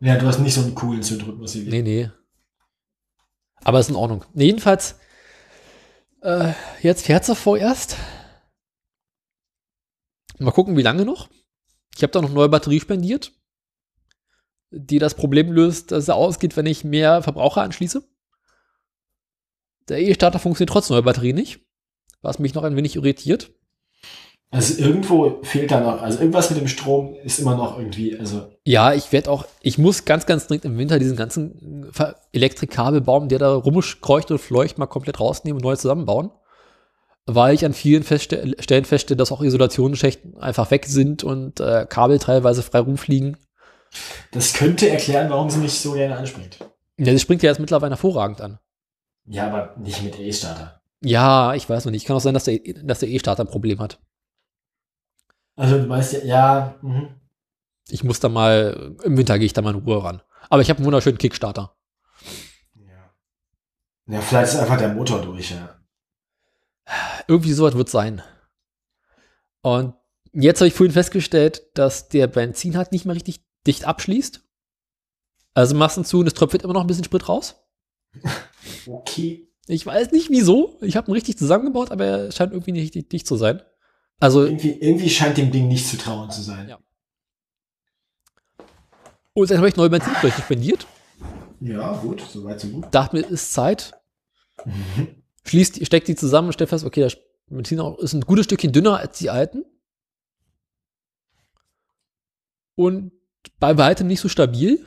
Speaker 1: Ja, du hast nicht so einen coolen Zündrhythmus wie wir.
Speaker 2: Nee, nee. Aber ist in Ordnung. Nee, jedenfalls, äh, jetzt fährt sie vorerst. Mal gucken, wie lange noch. Ich habe da noch neue Batterie spendiert, die das Problem löst, dass sie ausgeht, wenn ich mehr Verbraucher anschließe. Der E-Starter funktioniert trotz neuer Batterie nicht, was mich noch ein wenig irritiert.
Speaker 1: Also irgendwo fehlt da noch, also irgendwas mit dem Strom ist immer noch irgendwie, also,
Speaker 2: Ja, ich werde auch, ich muss ganz, ganz dringend im Winter diesen ganzen äh, Ver- Elektrikabelbaum, der da rumkreucht und fleucht, mal komplett rausnehmen und neu zusammenbauen. Weil ich an vielen festste Stellen feststelle, dass auch Isolationsschächten einfach weg sind und äh, Kabel teilweise frei rumfliegen.
Speaker 1: das könnte erklären, warum sie mich so gerne anspringt.
Speaker 2: Ja, das springt ja jetzt mittlerweile hervorragend an.
Speaker 1: Ja, aber nicht mit A-Starter.
Speaker 2: Ja, ich weiß noch nicht. Kann auch sein, dass der, E- dass der E-Starter ein Problem hat.
Speaker 1: Also du weißt ja, ja, mhm.
Speaker 2: Ich muss da mal, im Winter gehe ich da mal in Ruhe ran. Aber ich habe einen wunderschönen Kickstarter.
Speaker 1: ja. Ja, vielleicht ist einfach der Motor durch, ja.
Speaker 2: Irgendwie sowas wird sein. Und jetzt habe ich vorhin festgestellt, dass der Benzin halt nicht mehr richtig dicht abschließt. Also Massen zu und es tröpfelt immer noch ein bisschen Sprit raus.
Speaker 1: Okay.
Speaker 2: Ich weiß nicht wieso. Ich habe ihn richtig zusammengebaut, aber er scheint irgendwie nicht richtig dicht zu sein. Also,
Speaker 1: Irgendwie, irgendwie scheint dem Ding nicht zu trauen zu sein.
Speaker 2: Ja. und dann habe ich neue Benzinflächen spendiert.
Speaker 1: Ja, gut, soweit so gut.
Speaker 2: Dachte mir, ist Zeit.
Speaker 1: Mhm.
Speaker 2: Schließt, die- steckt die zusammen und stellt fest, okay, das Benzin auch- ist ein gutes Stückchen dünner als die alten. Und bei weitem nicht so stabil.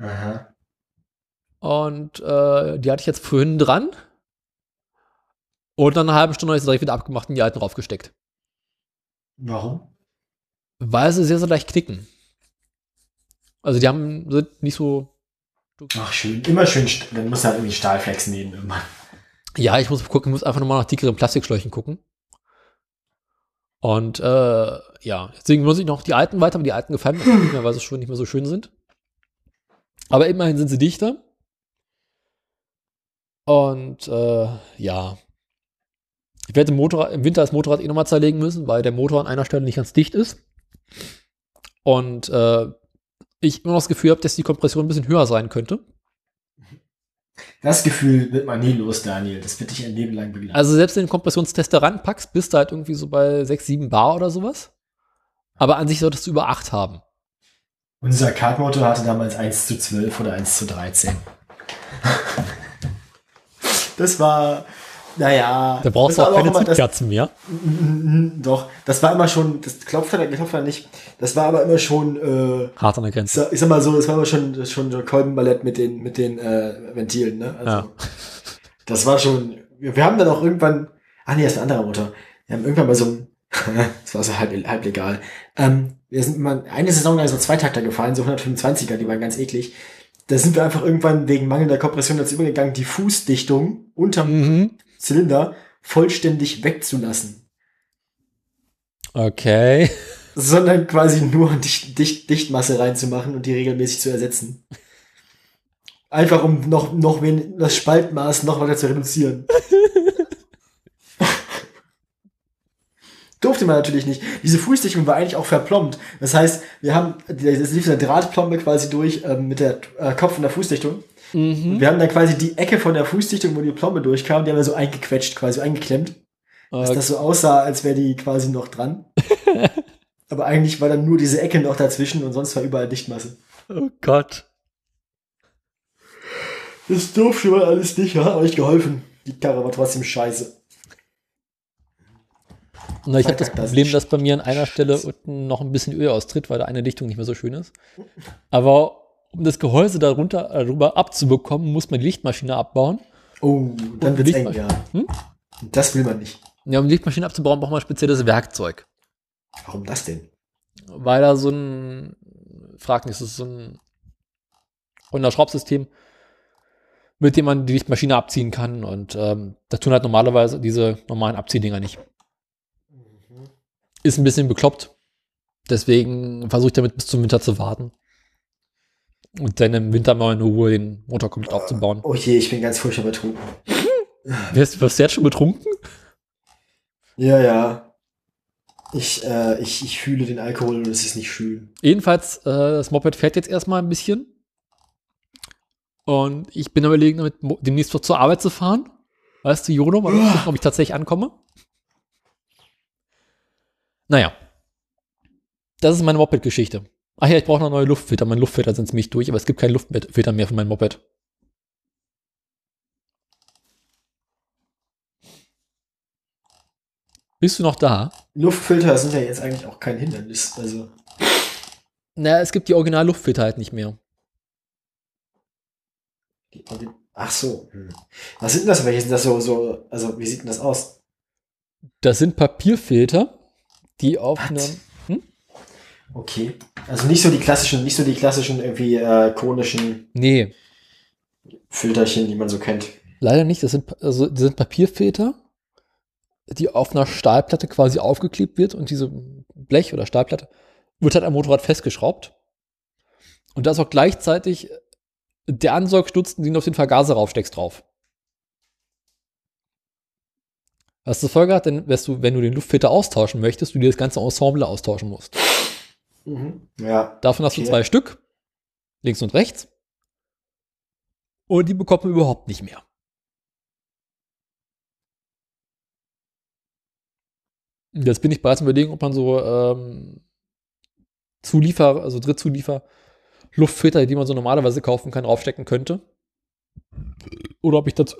Speaker 1: Aha.
Speaker 2: Und äh, die hatte ich jetzt vorhin dran. Und nach einer halben Stunde habe ich sie direkt wieder abgemacht und die alten draufgesteckt.
Speaker 1: Warum?
Speaker 2: Weil sie sehr, sehr leicht knicken. Also die haben sind nicht so.
Speaker 1: Ach, schön. Immer schön, st- dann muss halt irgendwie Stahlflex nehmen irgendwann.
Speaker 2: Ja, ich muss gucken, ich muss einfach nochmal nach dickeren Plastikschläuchen gucken. Und äh, ja, deswegen muss ich noch die alten weiter, aber die alten gefallen mir nicht mehr, weil sie schon nicht mehr so schön sind. Aber immerhin sind sie dichter. Und äh, ja. Ich werde im, Motorrad, im Winter das Motorrad eh nochmal zerlegen müssen, weil der Motor an einer Stelle nicht ganz dicht ist. Und äh, ich immer noch das Gefühl habe, dass die Kompression ein bisschen höher sein könnte.
Speaker 1: Das Gefühl wird man nie los, Daniel. Das wird dich ein Leben lang begleiten.
Speaker 2: Also selbst wenn du den Kompressionstest da ranpackst, bist du halt irgendwie so bei 6, 7 Bar oder sowas. Aber an sich solltest du über 8 haben.
Speaker 1: Unser Kartmotor hatte damals 1 zu 12 oder 1 zu 13. Das war, naja.
Speaker 2: Da brauchst du
Speaker 1: das war
Speaker 2: auch keine
Speaker 1: immer das,
Speaker 2: Zündkerzen mehr.
Speaker 1: Doch, das war immer schon, das klopft er, klopft er nicht. Das war aber immer schon, äh,
Speaker 2: Hart an der
Speaker 1: ich
Speaker 2: Grenze.
Speaker 1: sag, ich sag mal so, das war immer schon, das ist schon so Kolbenballett mit den, mit den äh, Ventilen, ne? Also,
Speaker 2: Ja.
Speaker 1: Das war schon, wir, wir haben dann auch irgendwann, ah nee, das ist ein anderer Motor. Wir haben irgendwann bei so einem, das war so halb, halb legal. Ähm, wir sind mal eine Saison lang so Zweitakter gefahren, so 125er, die waren ganz eklig. Da sind wir einfach irgendwann wegen mangelnder Kompression dazu übergegangen, die Fußdichtung unterm
Speaker 2: Mhm.
Speaker 1: Zylinder vollständig wegzulassen.
Speaker 2: Okay.
Speaker 1: sondern quasi nur Dicht, Dicht, Dichtmasse reinzumachen und die regelmäßig zu ersetzen. Einfach um noch, noch wen, das Spaltmaß noch weiter zu reduzieren. Durfte man natürlich nicht. Diese Fußdichtung war eigentlich auch verplombt. Das heißt, wir haben, es lief eine Drahtplombe quasi durch ähm, mit der äh, Kopf- und der Fußdichtung.
Speaker 2: Mhm.
Speaker 1: Wir haben dann quasi die Ecke von der Fußdichtung, wo die Plombe durchkam, die haben wir so eingequetscht, quasi eingeklemmt. Dass das so aussah, als wäre die quasi noch dran. Aber eigentlich war dann nur diese Ecke noch dazwischen und sonst war überall Dichtmasse.
Speaker 2: oh Gott.
Speaker 1: Das durfte man alles nicht, hat euch geholfen. Die Karre war trotzdem scheiße.
Speaker 2: Na, ich habe das
Speaker 1: Verkackt, das ist
Speaker 2: Problem, dass bei mir an einer Stelle unten noch ein bisschen Öl austritt, weil da eine Dichtung nicht mehr so schön ist. Aber um das Gehäuse darunter, darüber abzubekommen, muss man die Lichtmaschine abbauen.
Speaker 1: Oh, dann
Speaker 2: Und
Speaker 1: wird's eng,
Speaker 2: Lichtmaschine.
Speaker 1: ja.
Speaker 2: Hm?
Speaker 1: Das will man nicht.
Speaker 2: Ja, um die Lichtmaschine abzubauen, braucht man spezielles Werkzeug.
Speaker 1: Warum das denn?
Speaker 2: weil da so ein, frag nicht, es ist so ein Unterschraubsystem, mit dem man die Lichtmaschine abziehen kann und ähm, das tun halt normalerweise diese normalen Abziehdinger nicht. Ist ein bisschen bekloppt, deswegen versuche ich damit bis zum Winter zu warten und dann im Winter mal in Ruhe den Motor komplett aufzubauen.
Speaker 1: Oh je, ich bin ganz furchtbar betrunken.
Speaker 2: Wirst, wirst du jetzt schon betrunken?
Speaker 1: Ja, ja. Ich, äh, ich, ich fühle den Alkohol und es ist nicht schön.
Speaker 2: Jedenfalls, äh, das Moped fährt jetzt erstmal ein bisschen. Und ich bin am überlegen, damit mo- demnächst noch zur Arbeit zu fahren. Weißt du, Jono, mal gucken, ob ich tatsächlich ankomme. Naja. Das ist meine Moped-Geschichte. Ach ja, ich brauche noch neue Luftfilter. Mein Luftfilter sind ziemlich durch, aber es gibt keinen Luftfilter mehr für mein Moped. Bist du noch da?
Speaker 1: Luftfilter sind ja jetzt eigentlich auch kein Hindernis. Also,
Speaker 2: Na, es gibt die Original-Luftfilter halt nicht mehr.
Speaker 1: die, die, ach so. Hm. Was sind denn das? Welche sind das so, so? Also, wie sieht denn das aus?
Speaker 2: Das sind Papierfilter, die auf
Speaker 1: Was?
Speaker 2: einem.
Speaker 1: Okay. Also nicht so die klassischen, nicht so die klassischen irgendwie äh, konischen
Speaker 2: Nee,
Speaker 1: Filterchen, die man so kennt.
Speaker 2: leider nicht. Das sind, Pa- also, das sind Papierfilter, die auf einer Stahlplatte quasi aufgeklebt wird und diese Blech- oder Stahlplatte wird halt am Motorrad festgeschraubt. Und da ist auch gleichzeitig der Ansaugstutzen, den du auf den Vergaser raufsteckst, drauf. Was zur Folge hat, denn, dass du, wenn du den Luftfilter austauschen möchtest, du dir das ganze Ensemble austauschen musst.
Speaker 1: Mhm. Ja.
Speaker 2: Davon hast du
Speaker 1: Okay.
Speaker 2: zwei Stück, links und rechts. Und die bekommt man überhaupt nicht mehr. Jetzt bin ich bereits am überlegen, ob man so ähm, Zuliefer, also Drittzuliefer, Luftfilter, die man so normalerweise kaufen kann, draufstecken könnte. Oder ob ich dazu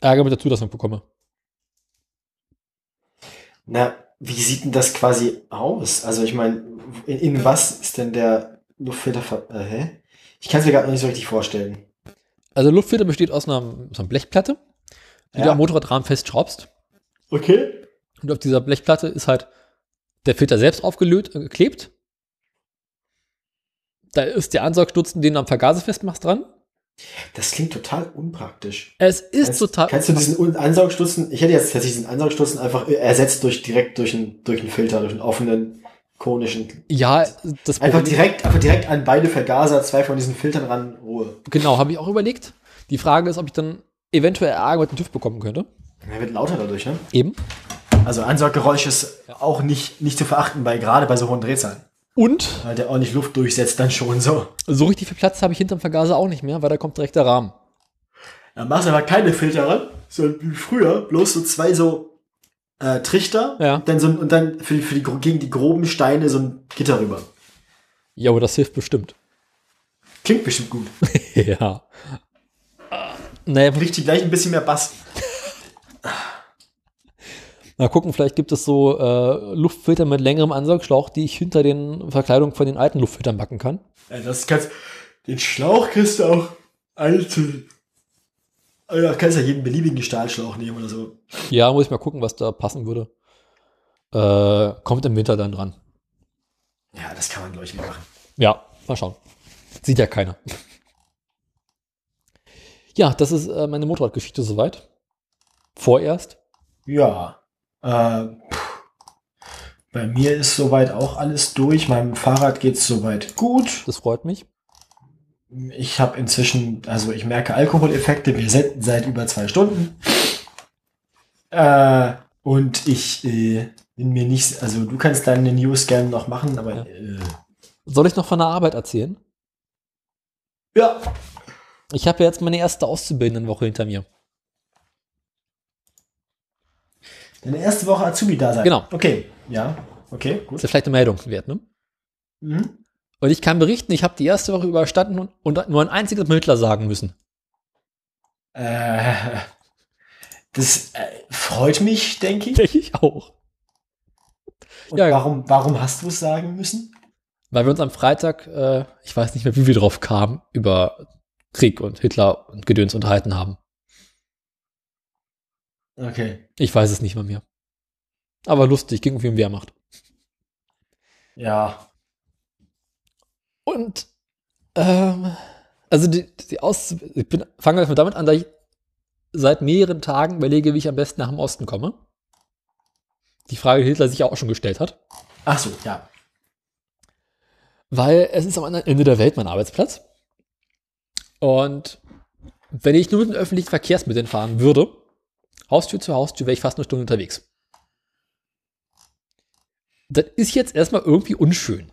Speaker 2: Ärger mit der Zulassung bekomme.
Speaker 1: Na, wie sieht denn das quasi aus? Also, ich meine, in, in was ist denn der Luftfilter? ver- Äh, hä? Ich kann es mir gerade noch nicht so richtig vorstellen.
Speaker 2: Also Luftfilter besteht aus einer, aus einer Blechplatte, die
Speaker 1: Ja.
Speaker 2: du am Motorradrahmen festschraubst.
Speaker 1: Okay.
Speaker 2: Und auf dieser Blechplatte ist halt der Filter selbst aufgelöt, äh, geklebt. Da ist der Ansaugstutzen, den du am Vergaser festmachst, dran.
Speaker 1: Das klingt total unpraktisch.
Speaker 2: Es ist
Speaker 1: Kannst-
Speaker 2: total.
Speaker 1: Kannst du diesen Un- Ansaugstutzen, ich hätte jetzt tatsächlich diesen Ansaugstutzen einfach äh, ersetzt durch direkt durch einen, durch einen Filter, durch einen offenen, konischen.
Speaker 2: ja, das
Speaker 1: Einfach
Speaker 2: Problem-
Speaker 1: direkt, einfach direkt an beide Vergaser, zwei von diesen Filtern ran, Ruhe.
Speaker 2: Genau, habe ich auch überlegt. Die Frage ist, ob ich dann eventuell Ärger mit dem TÜV bekommen könnte.
Speaker 1: Er wird lauter dadurch, ne?
Speaker 2: Eben.
Speaker 1: Also Ansauggeräusch ist auch nicht, nicht zu verachten, bei gerade bei so hohen Drehzahlen.
Speaker 2: Und
Speaker 1: Weil der ordentlich Luft durchsetzt, dann schon so.
Speaker 2: so richtig viel Platz habe ich hinterm Vergaser auch nicht mehr, weil da kommt direkt der Rahmen.
Speaker 1: Dann machst du aber keine Filter ran, sondern wie früher, bloß so zwei so äh, Trichter
Speaker 2: Ja.
Speaker 1: und dann, so, ein- und dann für, die- für die, gro- gegen die groben Steine so ein Gitter rüber.
Speaker 2: Ja, aber das hilft bestimmt.
Speaker 1: Klingt bestimmt gut.
Speaker 2: ja. Ah, Naja,
Speaker 1: kriegt die gleich ein bisschen mehr Bass.
Speaker 2: Mal gucken, vielleicht gibt es so äh, Luftfilter mit längerem Ansaugschlauch, die ich hinter den Verkleidungen von den alten Luftfiltern backen kann.
Speaker 1: Ja, Äh, das kannst, den Schlauch kriegst du auch alte. Ja, kannst ja jeden beliebigen Stahlschlauch nehmen oder so.
Speaker 2: Ja, muss ich mal gucken, was da passen würde. Äh, kommt im Winter dann dran.
Speaker 1: Ja, das kann man, glaube ich, nicht machen.
Speaker 2: Ja, mal schauen. Sieht ja keiner. Ja, das ist äh, meine Motorradgeschichte soweit. Vorerst.
Speaker 1: Ja. Äh, pff. bei mir ist soweit auch alles durch. Meinem Fahrrad geht's soweit gut.
Speaker 2: Das freut mich.
Speaker 1: ich habe inzwischen, also ich merke Alkoholeffekte, wir senden seit über zwei Stunden. Äh, und ich äh, bin mir nicht, also du kannst deine News gerne noch machen, aber
Speaker 2: Ja.
Speaker 1: äh,
Speaker 2: Soll ich noch von der Arbeit erzählen?
Speaker 1: ja.
Speaker 2: Ich habe ja jetzt meine erste Auszubildendenwoche hinter mir.
Speaker 1: Deine erste Woche Azubi da sein.
Speaker 2: Genau.
Speaker 1: Okay, ja, okay,
Speaker 2: Ist
Speaker 1: gut.
Speaker 2: ja vielleicht eine Meldung wert, ne?
Speaker 1: Mhm.
Speaker 2: Und ich kann berichten, ich habe die erste Woche überstanden und, und nur ein einziges Mittler sagen müssen.
Speaker 1: Äh, das äh, freut mich, denke ich.
Speaker 2: Denke ich auch.
Speaker 1: Und
Speaker 2: Ja.
Speaker 1: warum, warum hast du es sagen müssen?
Speaker 2: Weil wir uns am Freitag, äh, ich weiß nicht mehr, wie wir drauf kamen, über Krieg und Hitler und Gedöns unterhalten haben.
Speaker 1: Okay,
Speaker 2: Ich weiß es nicht mehr. mehr. Aber lustig, ging irgendwie um Wehrmacht.
Speaker 1: ja.
Speaker 2: Und ähm, also die, die Aus ich bin, fange erstmal damit an, dass ich seit mehreren Tagen überlege, wie ich am besten nach dem Osten komme. Die Frage, die Hitler sich ja auch schon gestellt hat.
Speaker 1: Ach so, ja.
Speaker 2: Weil es ist am anderen Ende der Welt mein Arbeitsplatz. Und wenn ich nur mit den öffentlichen Verkehrsmitteln fahren würde, Haustür zu Haustür, wäre ich fast eine Stunde unterwegs. Das ist jetzt erstmal irgendwie unschön.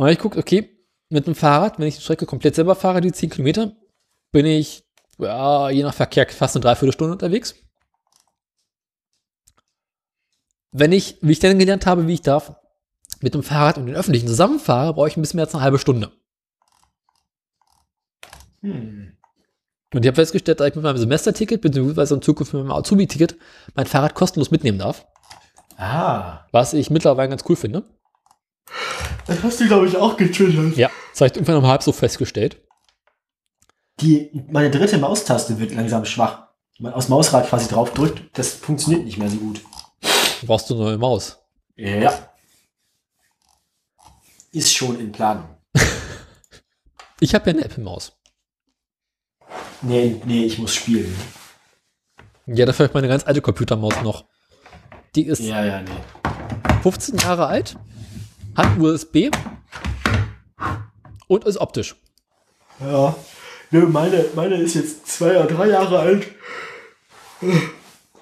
Speaker 2: Und ich gucke, okay, mit dem Fahrrad, wenn ich die Strecke komplett selber fahre, die 10 Kilometer, bin ich, ja, je nach Verkehr, fast eine Dreiviertelstunde unterwegs. Wenn ich, wie ich dann gelernt habe, wie ich darf, mit dem Fahrrad und den Öffentlichen zusammenfahre, brauche ich ein bisschen mehr als eine halbe Stunde.
Speaker 1: Hm.
Speaker 2: Und ich habe festgestellt, dass ich mit meinem Semesterticket, beziehungsweise in Zukunft mit meinem Azubi-Ticket, mein Fahrrad kostenlos mitnehmen darf.
Speaker 1: Ah,
Speaker 2: Was ich mittlerweile ganz cool finde.
Speaker 1: das hast du, glaube ich, auch getwittert.
Speaker 2: Ja. Das habe ich irgendwann um halb so festgestellt.
Speaker 1: Die, meine dritte Maustaste wird langsam schwach. Wenn man aus Mausrad quasi drauf drückt, das funktioniert nicht mehr so gut.
Speaker 2: Du brauchst du eine neue Maus.
Speaker 1: Ja. Ist schon in Planung.
Speaker 2: Ich habe ja eine Apple-Maus.
Speaker 1: Nee, nee, ich muss spielen.
Speaker 2: Ja, dafür habe ich meine ganz alte Computermaus noch. Die ist
Speaker 1: Ja, ja, nee.
Speaker 2: 15 Jahre alt, hat USB und ist optisch.
Speaker 1: Ja. Nö, meine, meine ist jetzt zwei oder drei Jahre alt.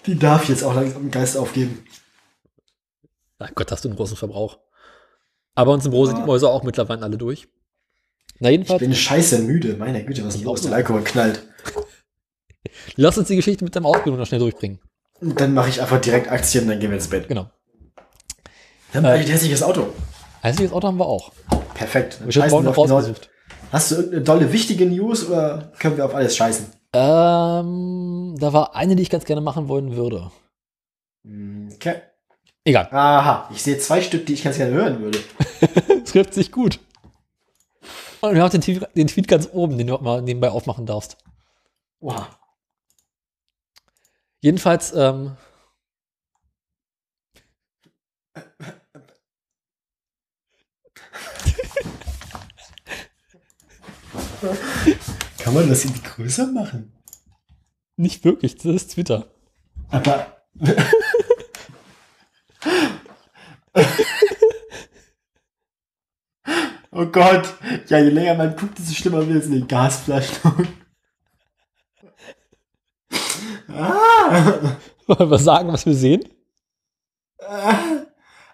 Speaker 1: Die darf jetzt auch langsam den Geist aufgeben.
Speaker 2: Na Gott, hast du einen großen Verbrauch. Aber uns im Rose
Speaker 1: Ja.
Speaker 2: die Mäuse auch mittlerweile alle durch. Na
Speaker 1: Ich
Speaker 2: jedenfalls,
Speaker 1: bin scheiße müde. Meine Güte, was aus dem Alkohol knallt.
Speaker 2: lass uns die Geschichte mit deinem Ausbildung noch schnell durchbringen.
Speaker 1: Und dann mache ich einfach direkt Aktien, dann gehen wir ins Bett.
Speaker 2: Genau.
Speaker 1: Dann
Speaker 2: Äh.
Speaker 1: habe ich ein hässliches Auto.
Speaker 2: Hässliches Auto haben wir auch.
Speaker 1: Perfekt. Dann
Speaker 2: Ich habe
Speaker 1: scheißen
Speaker 2: morgen
Speaker 1: wir
Speaker 2: noch
Speaker 1: auf die Leute.
Speaker 2: rausgesucht.
Speaker 1: Hast du irgendeine dolle, wichtige News oder können wir auf alles scheißen?
Speaker 2: Ähm, da war eine, die ich ganz gerne machen wollen würde.
Speaker 1: Hm, Okay.
Speaker 2: Egal.
Speaker 1: Aha, ich sehe zwei Stück, die ich ganz gerne hören würde.
Speaker 2: Trifft sich gut. Und wir haben den Tweet, den Tweet ganz oben, den du auch mal nebenbei aufmachen darfst.
Speaker 1: Wow.
Speaker 2: Jedenfalls, ähm,
Speaker 1: Kann man das irgendwie größer machen?
Speaker 2: nicht wirklich, das ist Twitter.
Speaker 1: Aber. oh Gott. Ja, je länger man guckt, desto schlimmer wird es in den Gasflaschen. ah.
Speaker 2: Wollen wir sagen, was wir sehen?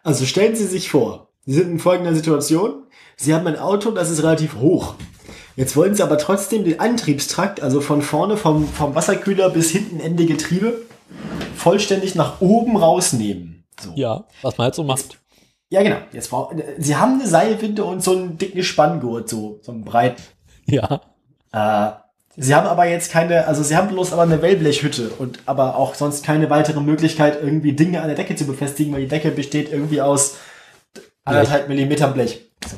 Speaker 1: Also stellen Sie sich vor, Sie sind in folgender Situation. Sie haben ein Auto, das ist relativ hoch. Jetzt wollen Sie aber trotzdem den Antriebstrakt, also von vorne vom, vom Wasserkühler bis hinten Ende Getriebe, vollständig nach oben rausnehmen. So.
Speaker 2: Ja, was man halt so macht.
Speaker 1: Ja, genau. Jetzt brauch, sie haben eine Seilwinde und so einen dicken Spanngurt, so, so einen breiten.
Speaker 2: Ja.
Speaker 1: Äh, sie haben aber jetzt keine, also sie haben bloß aber eine Wellblechhütte und aber auch sonst keine weitere Möglichkeit, irgendwie Dinge an der Decke zu befestigen, weil die Decke besteht irgendwie aus anderthalb Millimetern Blech. So.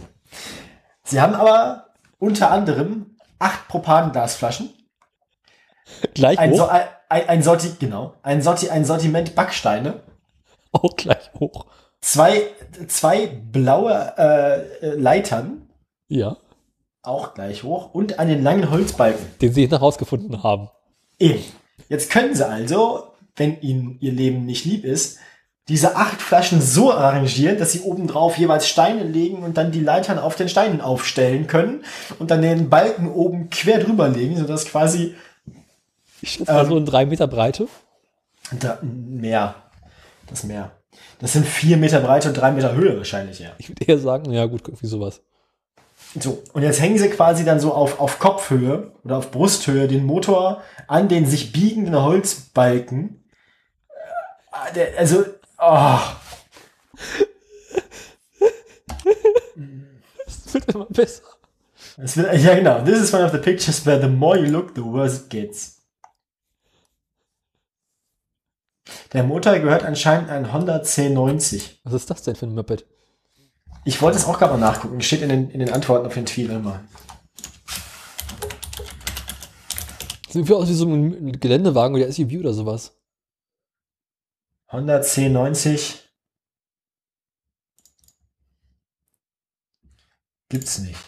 Speaker 1: Sie haben aber unter anderem acht Propanglasflaschen,
Speaker 2: Gleich
Speaker 1: ein, so,
Speaker 2: hoch.
Speaker 1: ein, ein, Sorti, genau, ein, Sorti, ein Sortiment Backsteine,
Speaker 2: Auch gleich hoch.
Speaker 1: zwei, zwei blaue äh, äh, Leitern,
Speaker 2: Ja.
Speaker 1: auch gleich hoch und an den langen Holzbalken.
Speaker 2: den sie hinterher rausgefunden haben.
Speaker 1: Eben. Jetzt können sie also, wenn ihnen ihr Leben nicht lieb ist, diese acht Flaschen so arrangieren, dass sie obendrauf jeweils Steine legen und dann die Leitern auf den Steinen aufstellen können und dann den Balken oben quer drüber legen, sodass quasi
Speaker 2: Ich schätze mal
Speaker 1: Ähm.
Speaker 2: so in drei Meter Breite.
Speaker 1: da, mehr, das mehr. Das sind vier Meter Breite und drei Meter Höhe wahrscheinlich, ja.
Speaker 2: Ich würde eher sagen, ja gut, irgendwie sowas.
Speaker 1: So, und jetzt hängen sie quasi dann so auf, auf Kopfhöhe oder auf Brusthöhe den Motor an den sich biegenden Holzbalken. Äh, der- Also, oh,
Speaker 2: Es wird immer besser.
Speaker 1: es wird, ja genau, this is one of the pictures where the more you look, the worse it gets. Der Motor gehört anscheinend an Honda C90.
Speaker 2: Was ist das denn für ein Muppet?
Speaker 1: Ich wollte es auch gerade mal nachgucken, steht in den, in den Antworten auf den Tweet immer.
Speaker 2: Sieht viel aus wie so ein Geländewagen oder SUV oder sowas.
Speaker 1: Honda C90 gibt's nicht.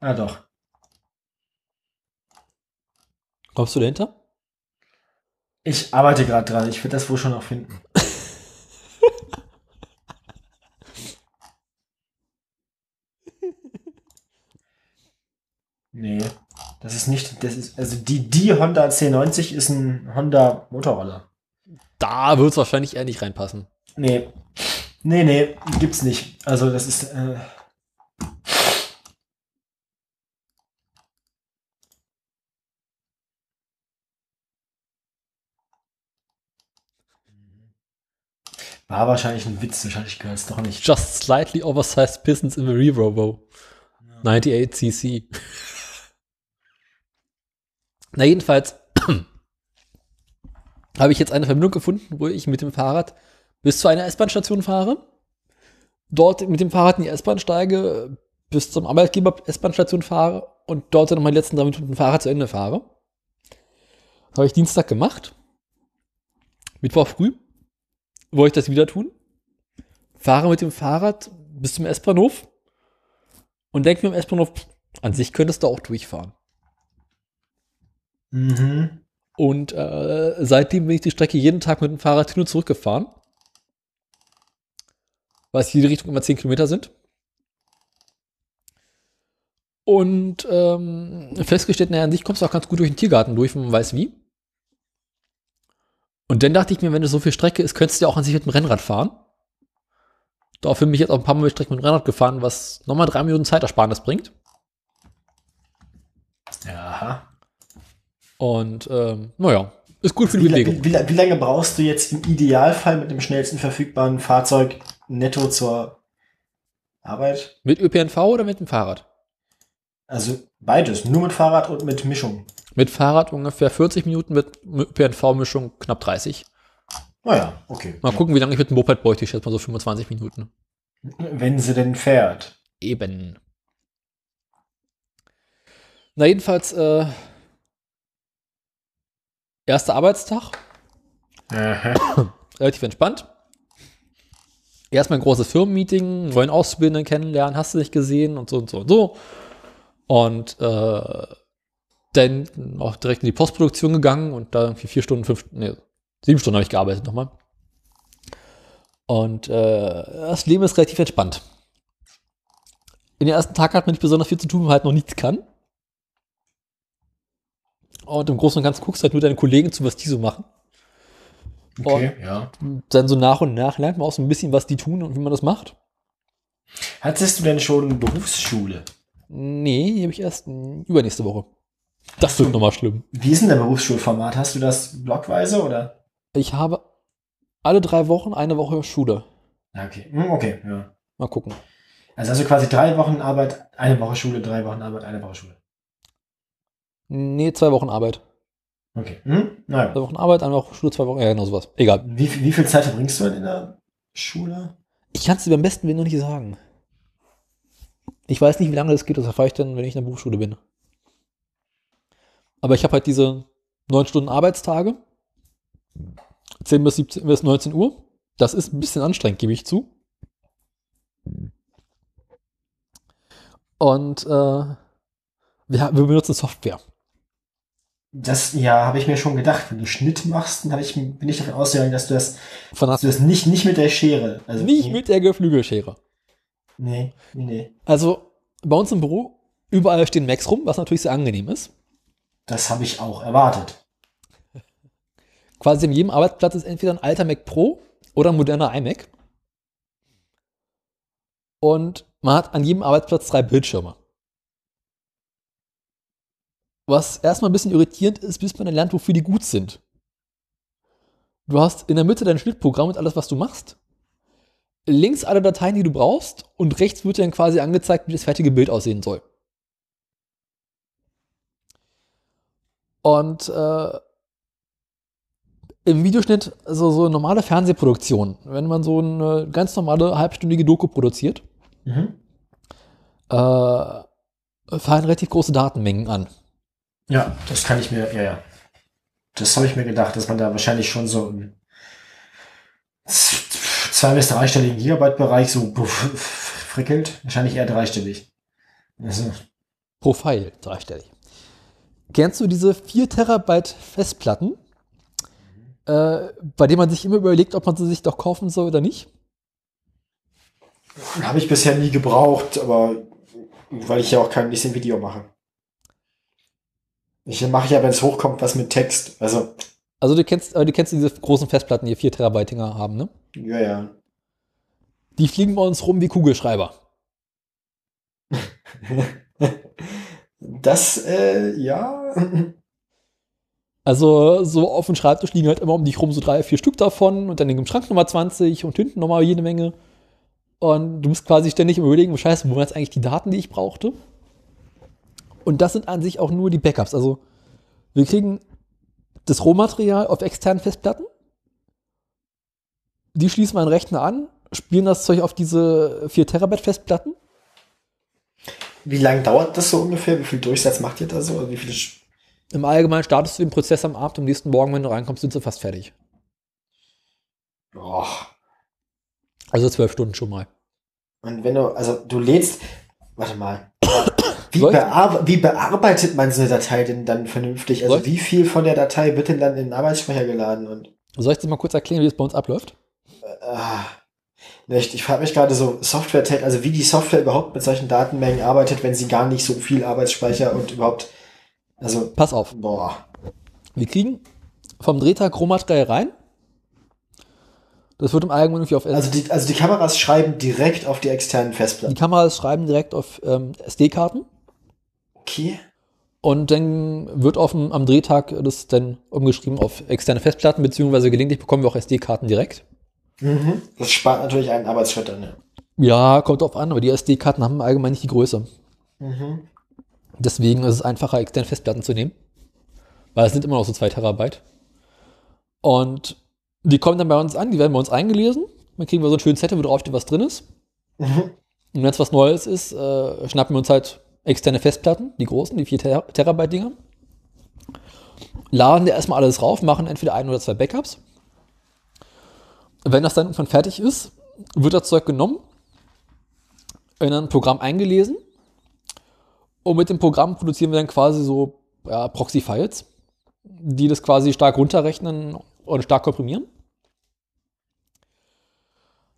Speaker 1: Ah doch.
Speaker 2: Kommst du dahinter?
Speaker 1: Ich arbeite gerade dran. Ich werde das wohl schon noch finden. nee, das ist nicht. Das ist also die die Honda C90 ist ein Honda Motorroller.
Speaker 2: Da wird es wahrscheinlich eher nicht reinpassen.
Speaker 1: Nee. Nee, nee, gibt's nicht. Also das ist. Äh War wahrscheinlich ein Witz, wahrscheinlich gehört es doch nicht.
Speaker 2: Just slightly oversized pistons in the Reverbo. 98cc. Na, jedenfalls habe ich jetzt eine Verbindung gefunden, wo ich mit dem Fahrrad bis zu einer S-Bahn-Station fahre. Dort mit dem Fahrrad in die S-Bahn steige, bis zum Arbeitgeber S-Bahn-Station fahre und dort dann noch meine letzten drei Minuten mit dem Fahrrad zu Ende fahre. Das habe ich Dienstag gemacht. Mittwoch früh wollte ich das wieder tun fahre mit dem Fahrrad bis zum S-Bahnhof und denke mir im S-Bahnhof, pff, an sich könntest du auch durchfahren.
Speaker 1: Mhm.
Speaker 2: Und äh, seitdem bin ich die Strecke jeden Tag mit dem Fahrrad hin und zurück gefahren. Weil es jede Richtung immer 10 Kilometer sind. Und ähm, festgestellt, naja, an sich kommst du auch ganz gut durch den Tiergarten durch, wenn man weiß wie. Und dann dachte ich mir, wenn es so viel Strecke ist, könntest du ja auch an sich mit dem Rennrad fahren. Daraufhin bin ich jetzt auch ein paar Mal die Strecke mit dem Rennrad gefahren, was nochmal drei Minuten Zeitersparnis bringt.
Speaker 1: Ja.
Speaker 2: Und ähm, naja, ist gut für die
Speaker 1: Wie, la-
Speaker 2: Bewegung.
Speaker 1: wie, wie, la- wie lange brauchst du jetzt im Idealfall mit dem schnellsten verfügbaren Fahrzeug netto zur Arbeit?
Speaker 2: Mit ÖPNV oder mit dem Fahrrad?
Speaker 1: Also beides, nur mit Fahrrad und mit Mischung.
Speaker 2: Mit Fahrrad ungefähr 40 Minuten, mit ÖPNV-Mischung knapp 30.
Speaker 1: Naja, okay.
Speaker 2: Mal gucken, wie lange ich mit dem Moped bräuchte. Ich schätze mal so 25 Minuten.
Speaker 1: Wenn sie denn fährt.
Speaker 2: Eben. Na, jedenfalls, äh, erster Arbeitstag, relativ entspannt. Erstmal ein großes Firmenmeeting, neuen Auszubildenden kennenlernen, hast du dich gesehen und so und so und so. Und äh, dann auch direkt in die Postproduktion gegangen und da irgendwie vier Stunden, fünf, nee, sieben Stunden habe ich gearbeitet nochmal. Und äh, das Leben ist relativ entspannt. In den ersten Tag hat man nicht besonders viel zu tun, weil man halt noch nichts kann. Und im Großen und Ganzen guckst du halt nur deine Kollegen zu, was die so machen
Speaker 1: Okay, ja.
Speaker 2: dann so nach und nach lernt man auch so ein bisschen, was die tun und wie man das macht.
Speaker 1: Hattest du denn schon Berufsschule?
Speaker 2: Nee, die habe ich erst mm, übernächste Woche. Das wird nochmal schlimm.
Speaker 1: Wie ist denn dein Berufsschulformat? Hast du das blockweise oder?
Speaker 2: Ich habe alle drei Wochen eine Woche Schule.
Speaker 1: Ja, Okay, Hm, okay, ja.
Speaker 2: Mal gucken.
Speaker 1: Also hast du quasi drei Wochen Arbeit, eine Woche Schule, drei Wochen Arbeit, eine Woche Schule.
Speaker 2: Nee, zwei Wochen Arbeit.
Speaker 1: Okay. Hm? Naja.
Speaker 2: Zwei Wochen Arbeit, eine Woche Schule, zwei Wochen, ja, genau sowas. Egal.
Speaker 1: Wie, wie viel Zeit verbringst du denn in der Schule?
Speaker 2: Ich kann es dir beim besten Willen noch nicht sagen. Ich weiß nicht, wie lange das geht, das erfahre ich dann, wenn ich in der Berufsschule bin. Aber ich habe halt diese neun Stunden Arbeitstage. 10 bis, 17, bis 19 Uhr. Das ist ein bisschen anstrengend, gebe ich zu. Und äh, wir, haben- wir benutzen Software.
Speaker 1: Das, ja, habe ich mir schon gedacht. Wenn du Schnitt machst, dann hab ich, bin ich davon ausgegangen, dass du das,
Speaker 2: Von
Speaker 1: dass
Speaker 2: hast
Speaker 1: du das nicht, nicht mit der Schere. Also,
Speaker 2: nicht
Speaker 1: nee,
Speaker 2: mit der Geflügelschere.
Speaker 1: Nee, nee, nee.
Speaker 2: Also bei uns im Büro, überall stehen Macs rum, was natürlich sehr angenehm ist.
Speaker 1: Das habe ich auch erwartet.
Speaker 2: Quasi an jedem Arbeitsplatz ist entweder ein alter Mac Pro oder ein moderner iMac. Und man hat an jedem Arbeitsplatz drei Bildschirme. Was erstmal ein bisschen irritierend ist, bis man dann lernt, wofür die gut sind. Du hast in der Mitte dein Schnittprogramm und alles, was du machst. Links alle Dateien, die du brauchst. Und rechts wird dir dann quasi angezeigt, wie das fertige Bild aussehen soll. Und äh, im Videoschnitt, also so normale Fernsehproduktion, wenn man so eine ganz normale halbstündige Doku produziert,
Speaker 1: Mhm.
Speaker 2: äh, fallen relativ große Datenmengen an.
Speaker 1: Ja, das kann ich mir, ja, ja. Das habe ich mir gedacht, dass man da wahrscheinlich schon so im z- zwei- bis dreistelligen Gigabyte-Bereich so puff, frickelt. Wahrscheinlich eher dreistellig. Also,
Speaker 2: Pro File, dreistellig. Kennst du diese 4 Terabyte Festplatten, äh, bei denen man sich immer überlegt, ob man sie sich doch kaufen soll oder nicht?
Speaker 1: habe ich bisher nie gebraucht, aber weil ich ja auch kein bisschen Video mache. Ich mache ja, wenn es hochkommt, was mit Text. Also,
Speaker 2: Also du kennst, äh, du kennst diese großen Festplatten, die 4 Terabyte Dinger haben, ne?
Speaker 1: ja, ja.
Speaker 2: Die fliegen bei uns rum wie Kugelschreiber.
Speaker 1: Das, äh, ja.
Speaker 2: Also so auf dem Schreibtisch liegen halt immer um dich rum so drei, vier Stück davon und dann im Schrank nochmal 20 und hinten nochmal jede Menge. Und du musst quasi ständig im überlegen, scheiße, wo waren jetzt eigentlich die Daten, die ich brauchte? Und das sind an sich auch nur die Backups. Also wir kriegen das Rohmaterial auf externen Festplatten. Die schließen meinen Rechner an, spielen das Zeug auf diese 4 Terabyte Festplatten.
Speaker 1: Wie lange dauert das so ungefähr? Wie viel Durchsatz macht ihr da so? Also wie viele Sch-
Speaker 2: Im Allgemeinen startest du den Prozess am Abend, am nächsten Morgen, wenn du reinkommst, sind sie fast fertig.
Speaker 1: Och.
Speaker 2: Also zwölf Stunden schon mal.
Speaker 1: Und wenn du, also du lädst, warte mal. Wie,
Speaker 2: Läuft?
Speaker 1: bear wie bearbeitet man so eine Datei denn dann vernünftig? Also
Speaker 2: Läuft?
Speaker 1: wie viel von der Datei wird denn dann in den Arbeitsspeicher geladen? Und
Speaker 2: Soll ich dir mal kurz erklären, wie das bei uns abläuft?
Speaker 1: ah, nicht, ich frage mich gerade so, Software, also wie die Software überhaupt mit solchen Datenmengen arbeitet, wenn sie gar nicht so viel Arbeitsspeicher und überhaupt, also,
Speaker 2: Pass auf,
Speaker 1: boah.
Speaker 2: wir kriegen vom Drehtag Rohmaterial rein. Das wird im Allgemeinen irgendwie auf
Speaker 1: Also die, also die Kameras schreiben direkt auf die externen
Speaker 2: die
Speaker 1: Festplatten.
Speaker 2: Kameras schreiben direkt auf ähm, SD-Karten
Speaker 1: Okay.
Speaker 2: und dann wird auf dem, am Drehtag das dann umgeschrieben auf externe Festplatten, beziehungsweise gelegentlich bekommen wir auch SD-Karten direkt.
Speaker 1: Mhm. Das spart natürlich einen Arbeitsschritt an. Ja.
Speaker 2: Ja, kommt drauf an, aber die SD-Karten haben im Allgemeinen nicht die Größe.
Speaker 1: Mhm.
Speaker 2: Deswegen ist es einfacher, externe Festplatten zu nehmen. Weil es sind immer noch so 2 Terabyte. Und die kommen dann bei uns an, die werden bei uns eingelesen. Dann kriegen wir so einen schönen Zettel, wo draufsteht, was drin ist.
Speaker 1: Mhm.
Speaker 2: Und wenn es was Neues ist, äh, schnappen wir uns halt externe Festplatten, die großen, die 4 Ter Terabyte-Dinger. Laden wir erstmal alles rauf, machen entweder ein oder zwei Backups. Wenn das dann irgendwann fertig ist, wird das Zeug genommen, in ein Programm eingelesen. Und mit dem Programm produzieren wir dann quasi so ja, Proxy-Files, die das quasi stark runterrechnen und stark komprimieren.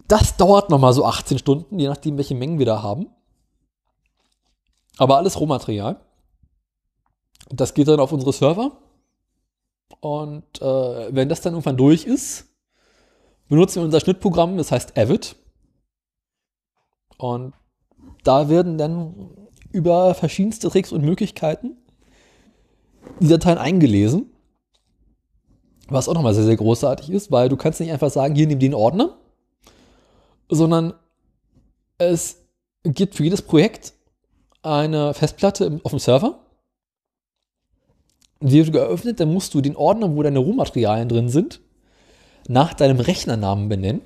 Speaker 2: Das dauert nochmal so 18 Stunden, je nachdem, welche Mengen wir da haben. Aber alles Rohmaterial. Das geht dann auf unsere Server. Und äh, wenn das dann irgendwann durch ist, benutzen wir unser Schnittprogramm, das heißt Avid. Und da werden dann über verschiedenste Tricks und Möglichkeiten die Dateien eingelesen. Was auch nochmal sehr, sehr großartig ist, weil du kannst nicht einfach sagen, hier nimm den Ordner, sondern es gibt für jedes Projekt eine Festplatte im- auf dem Server. Die wird geöffnet, dann musst du den Ordner, wo deine Rohmaterialien drin sind, nach deinem Rechnernamen benennen.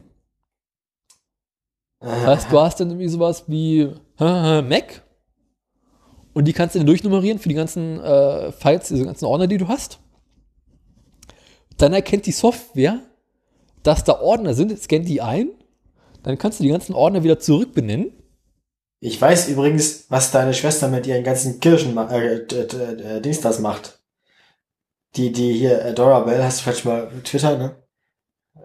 Speaker 2: Das heißt, du hast dann irgendwie sowas wie Mac und die kannst du dann durchnummerieren für die ganzen äh, Files, diese ganzen Ordner, die du hast. Dann erkennt die Software, dass da Ordner sind, scannt die ein, dann kannst du die ganzen Ordner wieder zurückbenennen.
Speaker 1: Ich weiß übrigens, was deine Schwester mit ihren ganzen Kirschen ma- äh, d- d- d- Dings das äh, macht. die, die hier, äh, Dora Bell, hast du vielleicht mal Twitter, ne?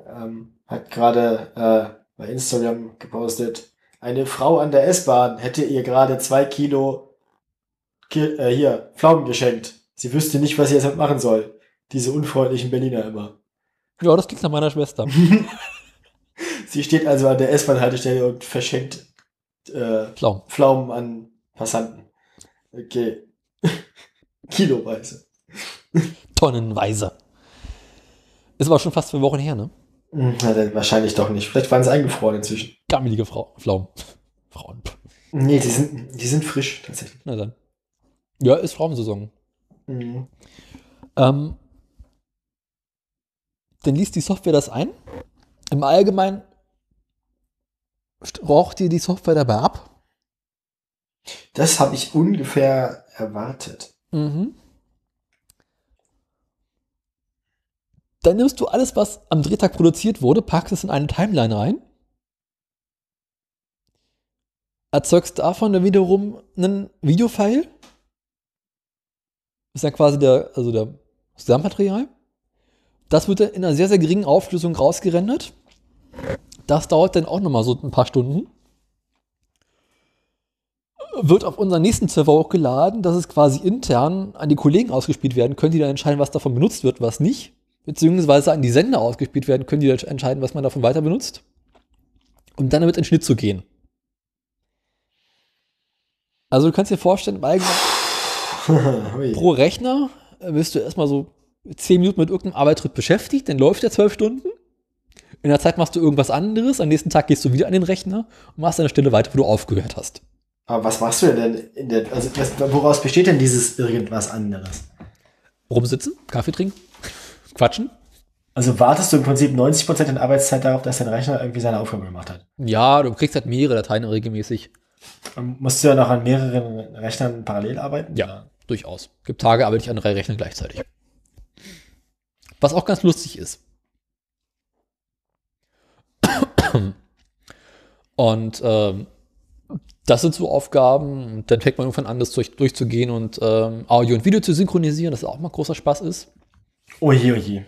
Speaker 1: Ähm, hat gerade äh, bei Instagram gepostet, eine Frau an der S-Bahn hätte ihr gerade zwei Kilo Ki äh, hier, Pflaumen geschenkt. Sie wüsste nicht, was sie jetzt damit machen soll. Diese unfreundlichen Berliner immer.
Speaker 2: Ja, das klingt nach meiner Schwester.
Speaker 1: Sie steht also an der S-Bahn-Haltestelle und verschenkt äh,
Speaker 2: Pflaumen.
Speaker 1: Pflaumen an Passanten. Okay. Kiloweise.
Speaker 2: Tonnenweise. Ist aber schon fast zwei Wochen her, ne?
Speaker 1: Hm, Na dann wahrscheinlich doch nicht. Vielleicht waren sie eingefroren inzwischen.
Speaker 2: Gammelige Frau. Pflaumen. Frauen.
Speaker 1: Nee, die sind, die sind frisch tatsächlich.
Speaker 2: Na dann. Ja, ist Frauensaison.
Speaker 1: Mhm.
Speaker 2: Ähm, dann liest die Software das ein. Im Allgemeinen st- raucht dir die Software dabei ab.
Speaker 1: Das habe ich ungefähr erwartet.
Speaker 2: Mhm. Dann nimmst du alles, was am Drehtag produziert wurde, packst es in eine Timeline rein. Erzeugst davon dann wiederum einen Videofile. Ist dann quasi der, also der, das Gesamtmaterial. Das wird dann in einer sehr, sehr geringen Auflösung rausgerendert. Das dauert dann auch nochmal so ein paar Stunden. Wird auf unseren nächsten Server hochgeladen, dass es quasi intern an die Kollegen ausgespielt werden können, die dann entscheiden, was davon benutzt wird, was nicht. Beziehungsweise an die Sender ausgespielt werden können, die dann entscheiden, was man davon weiter benutzt. Um dann damit in den Schnitt zu gehen. Also du kannst dir vorstellen, im Allgemeinen
Speaker 1: Hui.
Speaker 2: pro Rechner äh, bist du erstmal so 10 Minuten mit irgendeinem Arbeitsschritt beschäftigt, dann läuft der 12 Stunden. In der Zeit machst du irgendwas anderes, am nächsten Tag gehst du wieder an den Rechner und machst an der Stelle weiter, wo du aufgehört hast.
Speaker 1: Aber was machst du denn in der, also was, woraus besteht denn dieses irgendwas anderes?
Speaker 2: Rumsitzen, Kaffee trinken, quatschen.
Speaker 1: Also wartest du im Prinzip 90% deiner Arbeitszeit darauf, dass dein Rechner irgendwie seine Aufgabe gemacht hat.
Speaker 2: Ja, du kriegst halt mehrere Dateien regelmäßig.
Speaker 1: Ähm, Musst du ja noch an mehreren Rechnern parallel arbeiten?
Speaker 2: Ja, durchaus. Gibt Tage, arbeite ich an drei Rechnern gleichzeitig. Was auch ganz lustig ist. Und ähm, das sind so Aufgaben. Und dann fängt man irgendwann an, das durch, durchzugehen und ähm, Audio und Video zu synchronisieren, das auch mal großer Spaß ist.
Speaker 1: Oje, oje.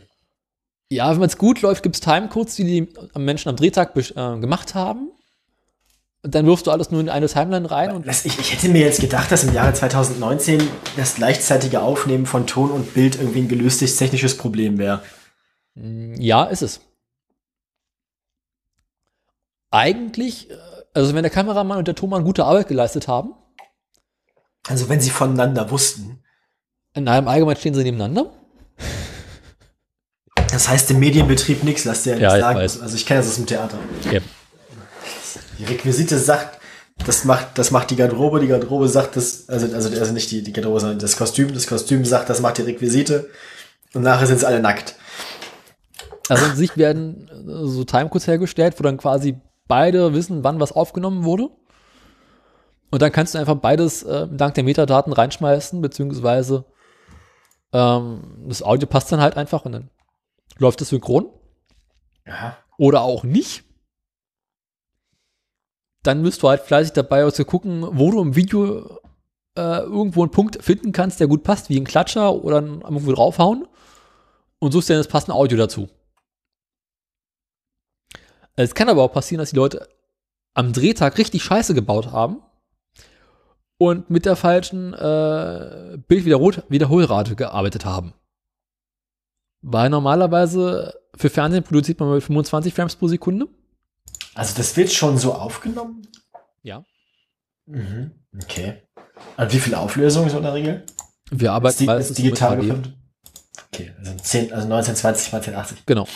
Speaker 2: Ja, wenn es gut läuft, gibt es Timecodes, die die am Menschen am Drehtag besch- äh, gemacht haben. Und dann wirfst du alles nur in eine Timeline rein und
Speaker 1: Das, ich, ich hätte mir jetzt gedacht, dass im Jahre 2019 das gleichzeitige Aufnehmen von Ton und Bild irgendwie ein gelöstes technisches Problem wäre.
Speaker 2: mm, Ja, ist es. Eigentlich, äh, also wenn der Kameramann und der Thomann gute Arbeit geleistet haben,
Speaker 1: Also wenn sie voneinander wussten.
Speaker 2: in einem Allgemeinen stehen sie nebeneinander.
Speaker 1: Das heißt im Medienbetrieb nichts, lass dir ja nichts
Speaker 2: ich
Speaker 1: sagen.
Speaker 2: weiß.
Speaker 1: Also ich kenne das aus dem Theater. Die Requisite sagt, das macht, das macht die Garderobe, die Garderobe sagt das, also, also, also nicht die, die Garderobe, sondern das Kostüm, das Kostüm sagt, das macht die Requisite. Und nachher sind sie alle nackt.
Speaker 2: Also an sich werden äh, so Timecodes hergestellt, wo dann quasi beide wissen, wann was aufgenommen wurde. Und dann kannst du einfach beides äh, dank der Metadaten reinschmeißen, beziehungsweise ähm, das Audio passt dann halt einfach und dann läuft es synchron.
Speaker 1: Ja.
Speaker 2: oder auch nicht, dann bist du halt fleißig dabei, auch zu gucken, wo du im Video äh, irgendwo einen Punkt finden kannst, der gut passt, wie ein Klatscher oder ein, irgendwo draufhauen und suchst dir dann das passende Audio dazu. Es kann aber auch passieren, dass die Leute am Drehtag richtig Scheiße gebaut haben und mit der falschen äh, Bildwiederhol- Wiederholrate gearbeitet haben. Weil normalerweise für Fernsehen produziert man mit 25 Frames pro Sekunde.
Speaker 1: Also das wird schon so aufgenommen?
Speaker 2: Ja.
Speaker 1: Mhm. Okay. Und wie viel Auflösung so in der Regel?
Speaker 2: Wir
Speaker 1: Ist
Speaker 2: arbeiten
Speaker 1: die,
Speaker 2: meistens
Speaker 1: ist
Speaker 2: nur mit
Speaker 1: digital
Speaker 2: HD.
Speaker 1: gefilmt? Okay, also 10, also 1920 mal 1080.
Speaker 2: Genau.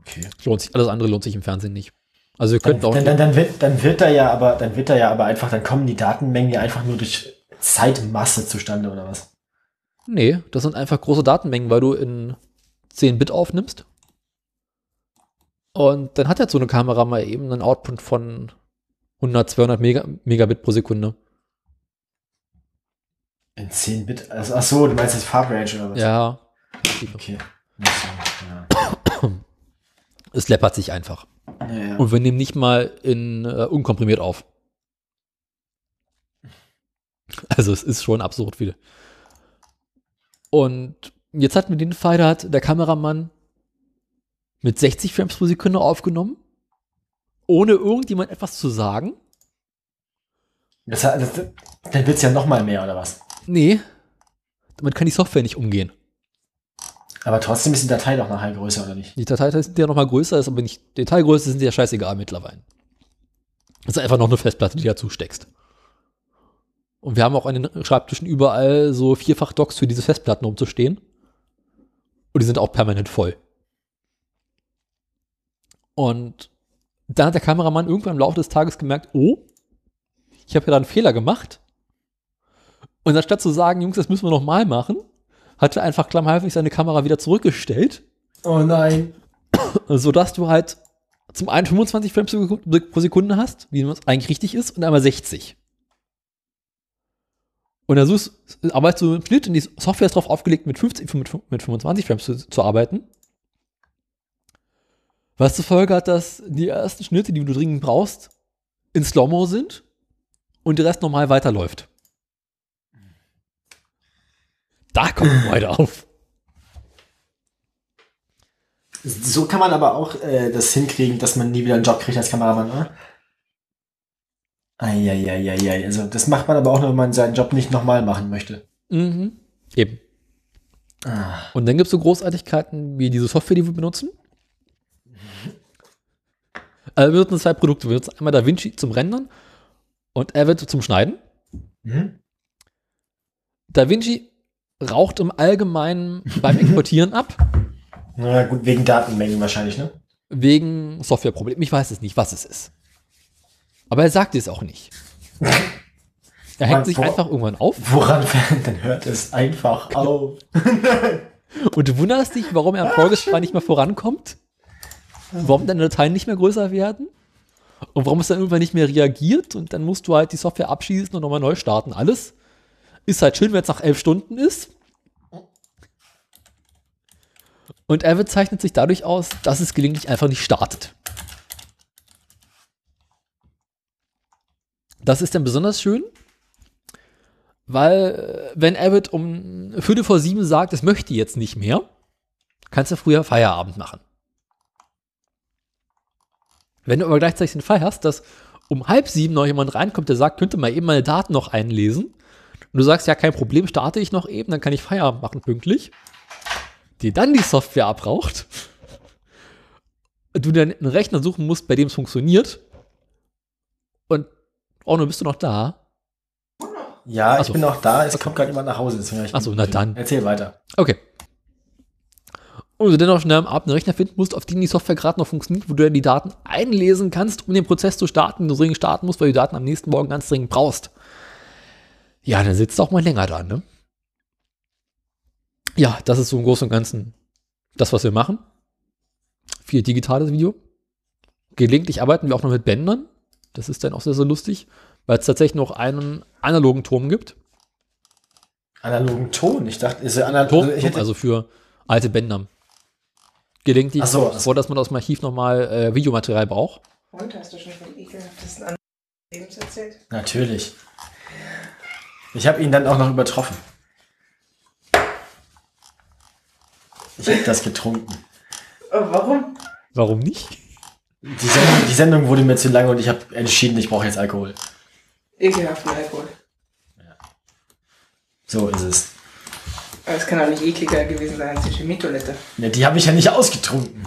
Speaker 1: Okay.
Speaker 2: Es Lohnt sich, alles andere lohnt sich im Fernsehen nicht. Also wir
Speaker 1: Dann,
Speaker 2: könnten auch
Speaker 1: dann, dann, dann, wird, dann wird da ja aber, dann wird da ja aber einfach, dann kommen die Datenmengen ja einfach nur durch Zeitmasse zustande oder was?
Speaker 2: Nee, das sind einfach große Datenmengen, weil du in 10 Bit aufnimmst. Und dann hat jetzt so eine Kamera mal eben einen Output von 100, 200 Mega, Megabit pro Sekunde.
Speaker 1: In 10 Bit. Also, ach so, du meinst jetzt Farbrange oder was?
Speaker 2: Ja,
Speaker 1: Okay. Nicht so,
Speaker 2: es läppert sich einfach.
Speaker 1: Ja. Ja, ja.
Speaker 2: Und wir nehmen nicht mal in äh, unkomprimiert auf. Also es ist schon absurd viel. Und Jetzt hatten wir den Fall, da hat der Kameramann mit 60 Frames pro Sekunde aufgenommen, ohne irgendjemand etwas zu sagen.
Speaker 1: Das, hat- das, dann wird's ja noch mal mehr, oder was?
Speaker 2: Nee, damit kann die Software nicht umgehen.
Speaker 1: Aber trotzdem ist die Datei doch nachher größer, oder nicht?
Speaker 2: Die Datei sind ja noch mal größer, ist aber nicht Detailgröße sind ja scheißegal mittlerweile. Das ist einfach noch eine Festplatte, die du dazu steckst. Und wir haben auch an den Schreibtischen überall so vierfach Docs für diese Festplatten rumzustehen. Und die sind auch permanent voll. Und dann hat der Kameramann irgendwann im Laufe des Tages gemerkt, oh, ich habe ja da einen Fehler gemacht. Und anstatt zu sagen, Jungs, das müssen wir nochmal machen, hat er einfach klammheimlich seine Kamera wieder zurückgestellt
Speaker 1: Oh nein.
Speaker 2: sodass du halt zum einen 25 Frames pro Seku- pro Sekunde hast, wie es eigentlich richtig ist, und einmal 60. Und dann suchst, arbeitest du im Schnitt und die Software ist darauf aufgelegt, mit, 50, mit fün- mit 25 Frames zu, zu arbeiten. Was zur Folge hat, dass die ersten Schnitte, die du dringend brauchst, in Slow-Mo sind und der Rest normal weiterläuft. Da kommt Freude auf.
Speaker 1: So kann man aber auch äh, das hinkriegen, dass man nie wieder einen Job kriegt als Kameramann, oder? Eieieiei, also das macht man aber auch nur, wenn man seinen Job nicht nochmal machen möchte.
Speaker 2: Mhm. Eben.
Speaker 1: Ah.
Speaker 2: Und dann gibt es so Großartigkeiten wie diese Software, die wir benutzen. Also wir benutzen zwei Produkte. Wir benutzen einmal DaVinci zum Rendern und Avid zum Schneiden.
Speaker 1: Mhm.
Speaker 2: DaVinci raucht im Allgemeinen beim Exportieren ab,
Speaker 1: Na gut, wegen Datenmengen wahrscheinlich, ne?
Speaker 2: wegen Softwareproblemen. Ich weiß es nicht, was es ist. Aber er sagt es auch nicht. Er hängt sich
Speaker 1: Boah.
Speaker 2: einfach irgendwann auf
Speaker 1: Woran dann hört es einfach auf.
Speaker 2: und du wunderst dich, warum er am Vorgespräch nicht mehr vorankommt, warum deine Dateien nicht mehr größer werden und warum es dann irgendwann nicht mehr reagiert und dann musst du halt die Software abschießen und nochmal neu starten. Alles ist halt schön, wenn es nach elf Stunden ist. Und Avid zeichnet sich dadurch aus, dass es gelegentlich einfach nicht startet. Das ist dann besonders schön, weil äh, wenn Abbott um Viertel vor sieben sagt, es möchte jetzt nicht mehr, kannst du früher Feierabend machen. Wenn du aber gleichzeitig den Fall hast, dass um halb sieben noch jemand reinkommt, der sagt, könnte mal eben meine Daten noch einlesen, und du sagst, ja, kein Problem, starte ich noch eben, dann kann ich Feierabend machen pünktlich, die dann die Software abraucht, du dann einen Rechner suchen musst, bei dem es funktioniert, und oh, nun bist du noch da,
Speaker 1: Ja, ich
Speaker 2: Ach so.
Speaker 1: bin noch da, es kommt gerade jemand nach Hause. deswegen hab ich-
Speaker 2: Also Ach so, na dann.
Speaker 1: Erzähl weiter.
Speaker 2: Okay. Und du dennoch schnell am Abend einen Rechner finden musst, auf dem die Software gerade noch funktioniert, wo du dann die Daten einlesen kannst, um den Prozess zu starten, den du dringend starten musst, weil du die Daten am nächsten Morgen ganz dringend brauchst. Ja, dann sitzt du auch mal länger da, ne? Ja, das ist so im Großen und Ganzen das, was wir machen. Viel digitales Video. Gelegentlich arbeiten wir auch noch mit Bändern. Das ist dann auch sehr, sehr lustig, weil es tatsächlich noch einen analogen Turm gibt.
Speaker 1: Analogen Ton. Ich dachte, ist analog.
Speaker 2: Turm,
Speaker 1: Also ich
Speaker 2: Turm,
Speaker 1: hätte,
Speaker 2: also für alte Bänder. Gelingt die
Speaker 1: Ach so,
Speaker 2: so,
Speaker 1: ach so.
Speaker 2: vor, dass man aus dem Archiv nochmal äh, Videomaterial braucht.
Speaker 3: Und hast du schon von ekelhaftesten anderen Lebens erzählt?
Speaker 1: natürlich. Ich habe ihn dann auch noch übertroffen. Ich habe das getrunken.
Speaker 3: Oh, warum?
Speaker 2: Warum nicht?
Speaker 1: Die Sendung, die Sendung wurde mir zu lang und ich habe entschieden, ich brauche jetzt Alkohol.
Speaker 3: Ekelhaften Alkohol.
Speaker 1: So ist es.
Speaker 3: Aber es kann auch nicht ekliger gewesen sein als die Chemietoilette.
Speaker 1: Ne, die habe ich ja nicht ausgetrunken.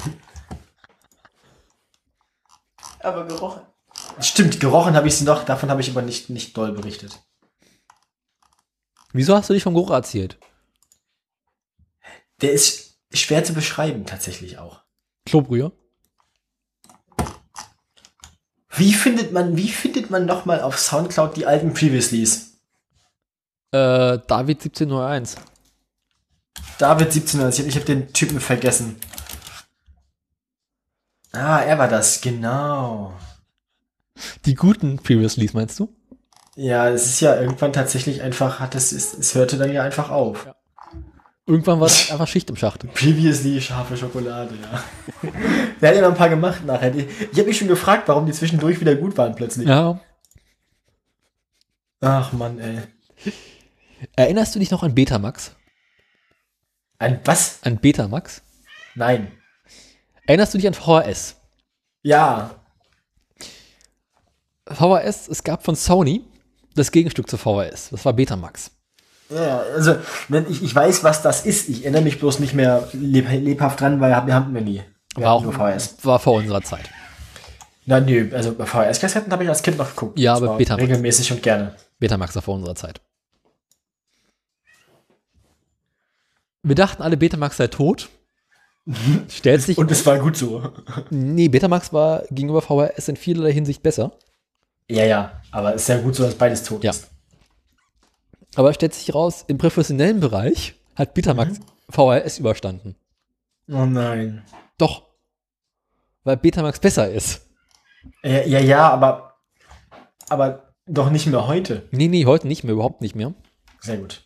Speaker 3: Aber gerochen.
Speaker 1: Stimmt, gerochen habe ich sie noch, davon habe ich aber nicht, nicht doll berichtet.
Speaker 2: Wieso hast du dich vom Gora erzählt?
Speaker 1: Der ist schwer zu beschreiben, tatsächlich auch.
Speaker 2: Klobrühe?
Speaker 1: Wie findet man, wie findet man nochmal auf Soundcloud die alten Previouslys?
Speaker 2: Äh, David 1701.
Speaker 1: David 1790, ich habe den Typen vergessen. Ah, er war das, genau.
Speaker 2: Die guten Previous Lease, meinst du?
Speaker 1: Ja, es ist ja irgendwann tatsächlich einfach, hat es, es, es hörte dann ja einfach auf.
Speaker 2: Irgendwann war das einfach Schicht im Schacht.
Speaker 1: Previously scharfe Schokolade, ja. Wir hatten immer ein paar gemacht nachher. Die- Ich habe mich schon gefragt, warum die zwischendurch wieder gut waren plötzlich.
Speaker 2: Ja.
Speaker 1: Ach Mann, ey.
Speaker 2: Erinnerst du dich noch an Betamax?
Speaker 1: Ein was?
Speaker 2: An Betamax.
Speaker 1: Nein.
Speaker 2: Erinnerst du dich an VHS?
Speaker 1: Ja.
Speaker 2: VHS, es gab von Sony das Gegenstück zu VHS. Das war Betamax.
Speaker 1: Ja, also wenn ich, ich weiß, was das ist. Ich erinnere mich bloß nicht mehr leb, lebhaft dran, weil wir hatten wir nie. Wir
Speaker 2: War
Speaker 1: hatten
Speaker 2: auch
Speaker 1: nur VHS.
Speaker 2: war vor unserer Zeit.
Speaker 1: Na nö, also bei VHS-Kassetten habe ich als Kind noch geguckt.
Speaker 2: Ja,
Speaker 1: Und
Speaker 2: aber
Speaker 1: zwar
Speaker 2: Betamax.
Speaker 1: Regelmäßig und gerne.
Speaker 2: Betamax war vor unserer Zeit. Wir dachten alle, Betamax sei tot. Stellt sich.
Speaker 1: Und es war gut so.
Speaker 2: nee, Betamax war gegenüber VHS in vielerlei Hinsicht besser.
Speaker 1: Ja, ja, aber es ist ja gut so, dass beides tot
Speaker 2: Ja.
Speaker 1: ist.
Speaker 2: Aber es stellt sich raus, im professionellen Bereich hat Betamax
Speaker 1: Mhm.
Speaker 2: VHS überstanden.
Speaker 1: Oh nein.
Speaker 2: Doch. Weil Betamax besser ist.
Speaker 1: Ja, ja, ja, aber, aber doch nicht mehr heute.
Speaker 2: Nee, nee, heute nicht mehr, überhaupt nicht mehr.
Speaker 1: Sehr gut.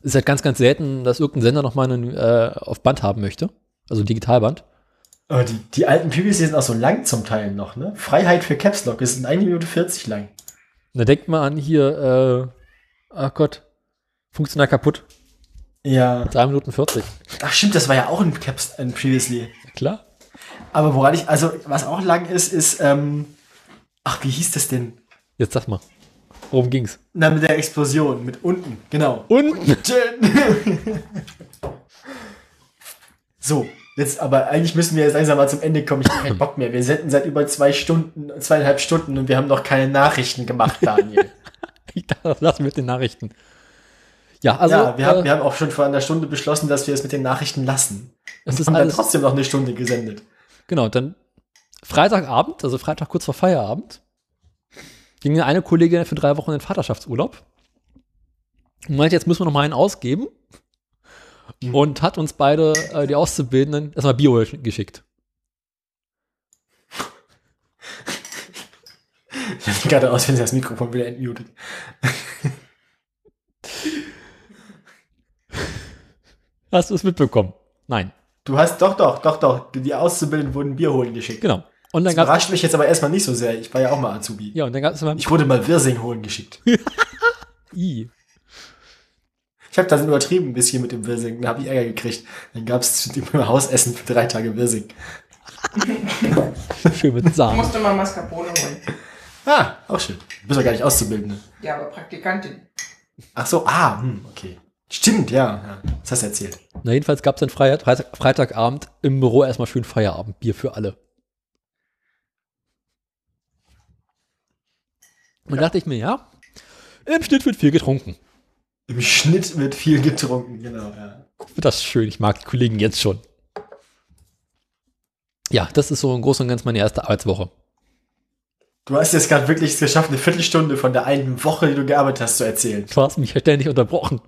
Speaker 2: Es ist halt ganz, ganz selten, dass irgendein Sender nochmal einen äh, auf Band haben möchte. Also Digitalband.
Speaker 1: Aber die, die alten PBs die sind auch so lang zum Teil noch, ne? Freiheit für Caps Lock ist in 1 Minute 40 lang.
Speaker 2: Und da denkt man an hier, äh, ach Gott, funktional kaputt.
Speaker 1: Ja.
Speaker 2: 3 Minuten 40.
Speaker 1: Ach stimmt, das war ja auch ein Caps ein Previously.
Speaker 2: Klar.
Speaker 1: Aber woran ich, also was auch lang ist, ist, ähm, ach, wie hieß das denn?
Speaker 2: Jetzt sag mal. Worum ging's?
Speaker 1: Na, mit der Explosion, mit unten, genau.
Speaker 2: Unten.
Speaker 1: so, jetzt aber eigentlich müssen wir jetzt langsam mal zum Ende kommen. Ich habe keinen Bock mehr. Wir senden seit über zwei Stunden, zweieinhalb Stunden und wir haben noch keine Nachrichten gemacht, Daniel.
Speaker 2: Ich dachte, das lassen wir mit den Nachrichten. Ja, also.
Speaker 1: ja, wir, haben,
Speaker 2: äh,
Speaker 1: wir haben auch schon vor einer Stunde beschlossen, dass wir es mit den Nachrichten lassen.
Speaker 2: es ist
Speaker 1: Haben dann
Speaker 2: alles,
Speaker 1: trotzdem noch eine Stunde gesendet.
Speaker 2: Genau, dann Freitagabend, also Freitag kurz vor Feierabend, ging eine Kollegin für drei Wochen in Vaterschaftsurlaub. Und meinte, jetzt müssen wir noch mal einen ausgeben.
Speaker 1: Mhm.
Speaker 2: Und hat uns beide, äh, die Auszubildenden, erstmal Bio geschickt.
Speaker 1: Ich habe gerade aus, wenn sie das Mikrofon wieder entmutet.
Speaker 2: Hast du es mitbekommen? Nein,
Speaker 1: Du hast doch, doch, doch, doch. Die Auszubildenden wurden Bier holen geschickt.
Speaker 2: genau. Und dann
Speaker 1: Das
Speaker 2: gab
Speaker 1: überrascht mich jetzt aber erstmal nicht so sehr. Ich war ja auch mal Azubi.
Speaker 2: ja, und dann gab es mal
Speaker 1: Ich wurde mal Wirsing holen geschickt.
Speaker 2: I.
Speaker 1: Ich habe das übertrieben ein bisschen mit dem Wirsing. Da habe ich Ärger gekriegt. Dann gab es im Hausessen für drei Tage Wirsing.
Speaker 2: Schön mit
Speaker 3: Ich
Speaker 2: Samen.
Speaker 3: musste mal Mascarpone holen.
Speaker 1: Ah, auch schön. Du bist ja gar nicht Auszubildende.
Speaker 3: Ja, aber Praktikantin.
Speaker 1: Ach so, ah, hm, okay. Stimmt, ja. ja. Das hast du erzählt.
Speaker 2: Na, jedenfalls gab es dann Freitag, Freitag, Freitagabend im Büro erstmal schön Feierabendbier für alle. Und dachte ich mir, ja, im Schnitt wird viel getrunken.
Speaker 1: Im Schnitt wird viel getrunken, genau, ja.
Speaker 2: Wird das schön, ich mag die Kollegen jetzt schon. Ja, das ist so im Großen und Ganzen meine erste Arbeitswoche.
Speaker 1: Du hast jetzt gerade wirklich es geschafft, eine Viertelstunde von der einen Woche, die du gearbeitet hast, zu erzählen.
Speaker 2: Du hast mich ja ständig unterbrochen.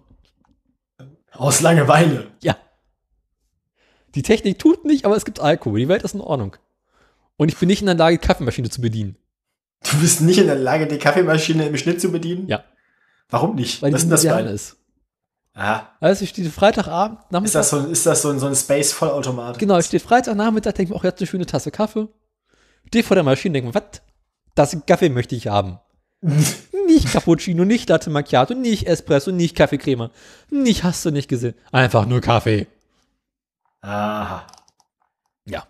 Speaker 1: Aus Langeweile.
Speaker 2: Ja. Die Technik tut nicht, aber es gibt Alkohol. Die Welt ist in Ordnung. Und ich bin nicht in der Lage, die Kaffeemaschine zu bedienen.
Speaker 1: Du bist nicht in der Lage, die Kaffeemaschine im Schnitt zu bedienen?
Speaker 2: Ja.
Speaker 1: Warum nicht?
Speaker 2: Weil
Speaker 1: Was ist
Speaker 2: die
Speaker 1: denn das für
Speaker 2: modern
Speaker 1: eine?
Speaker 2: ist.
Speaker 1: Ah,
Speaker 2: Also ich stehe Freitagabend,
Speaker 1: ist
Speaker 2: Nachmittag
Speaker 1: das so, ein- ist das so, ein- so ein Space-Vollautomat?
Speaker 2: Genau, ich stehe Freitagnachmittag, denke mir, auch jetzt eine schöne Tasse Kaffee. Stehe vor der Maschine, denke mir, was? Das Kaffee möchte ich haben. nicht Cappuccino, nicht Latte Macchiato, nicht Espresso, nicht Kaffeecreme. Nicht hast du nicht gesehen. Einfach nur Kaffee.
Speaker 1: Aha.
Speaker 2: Ja.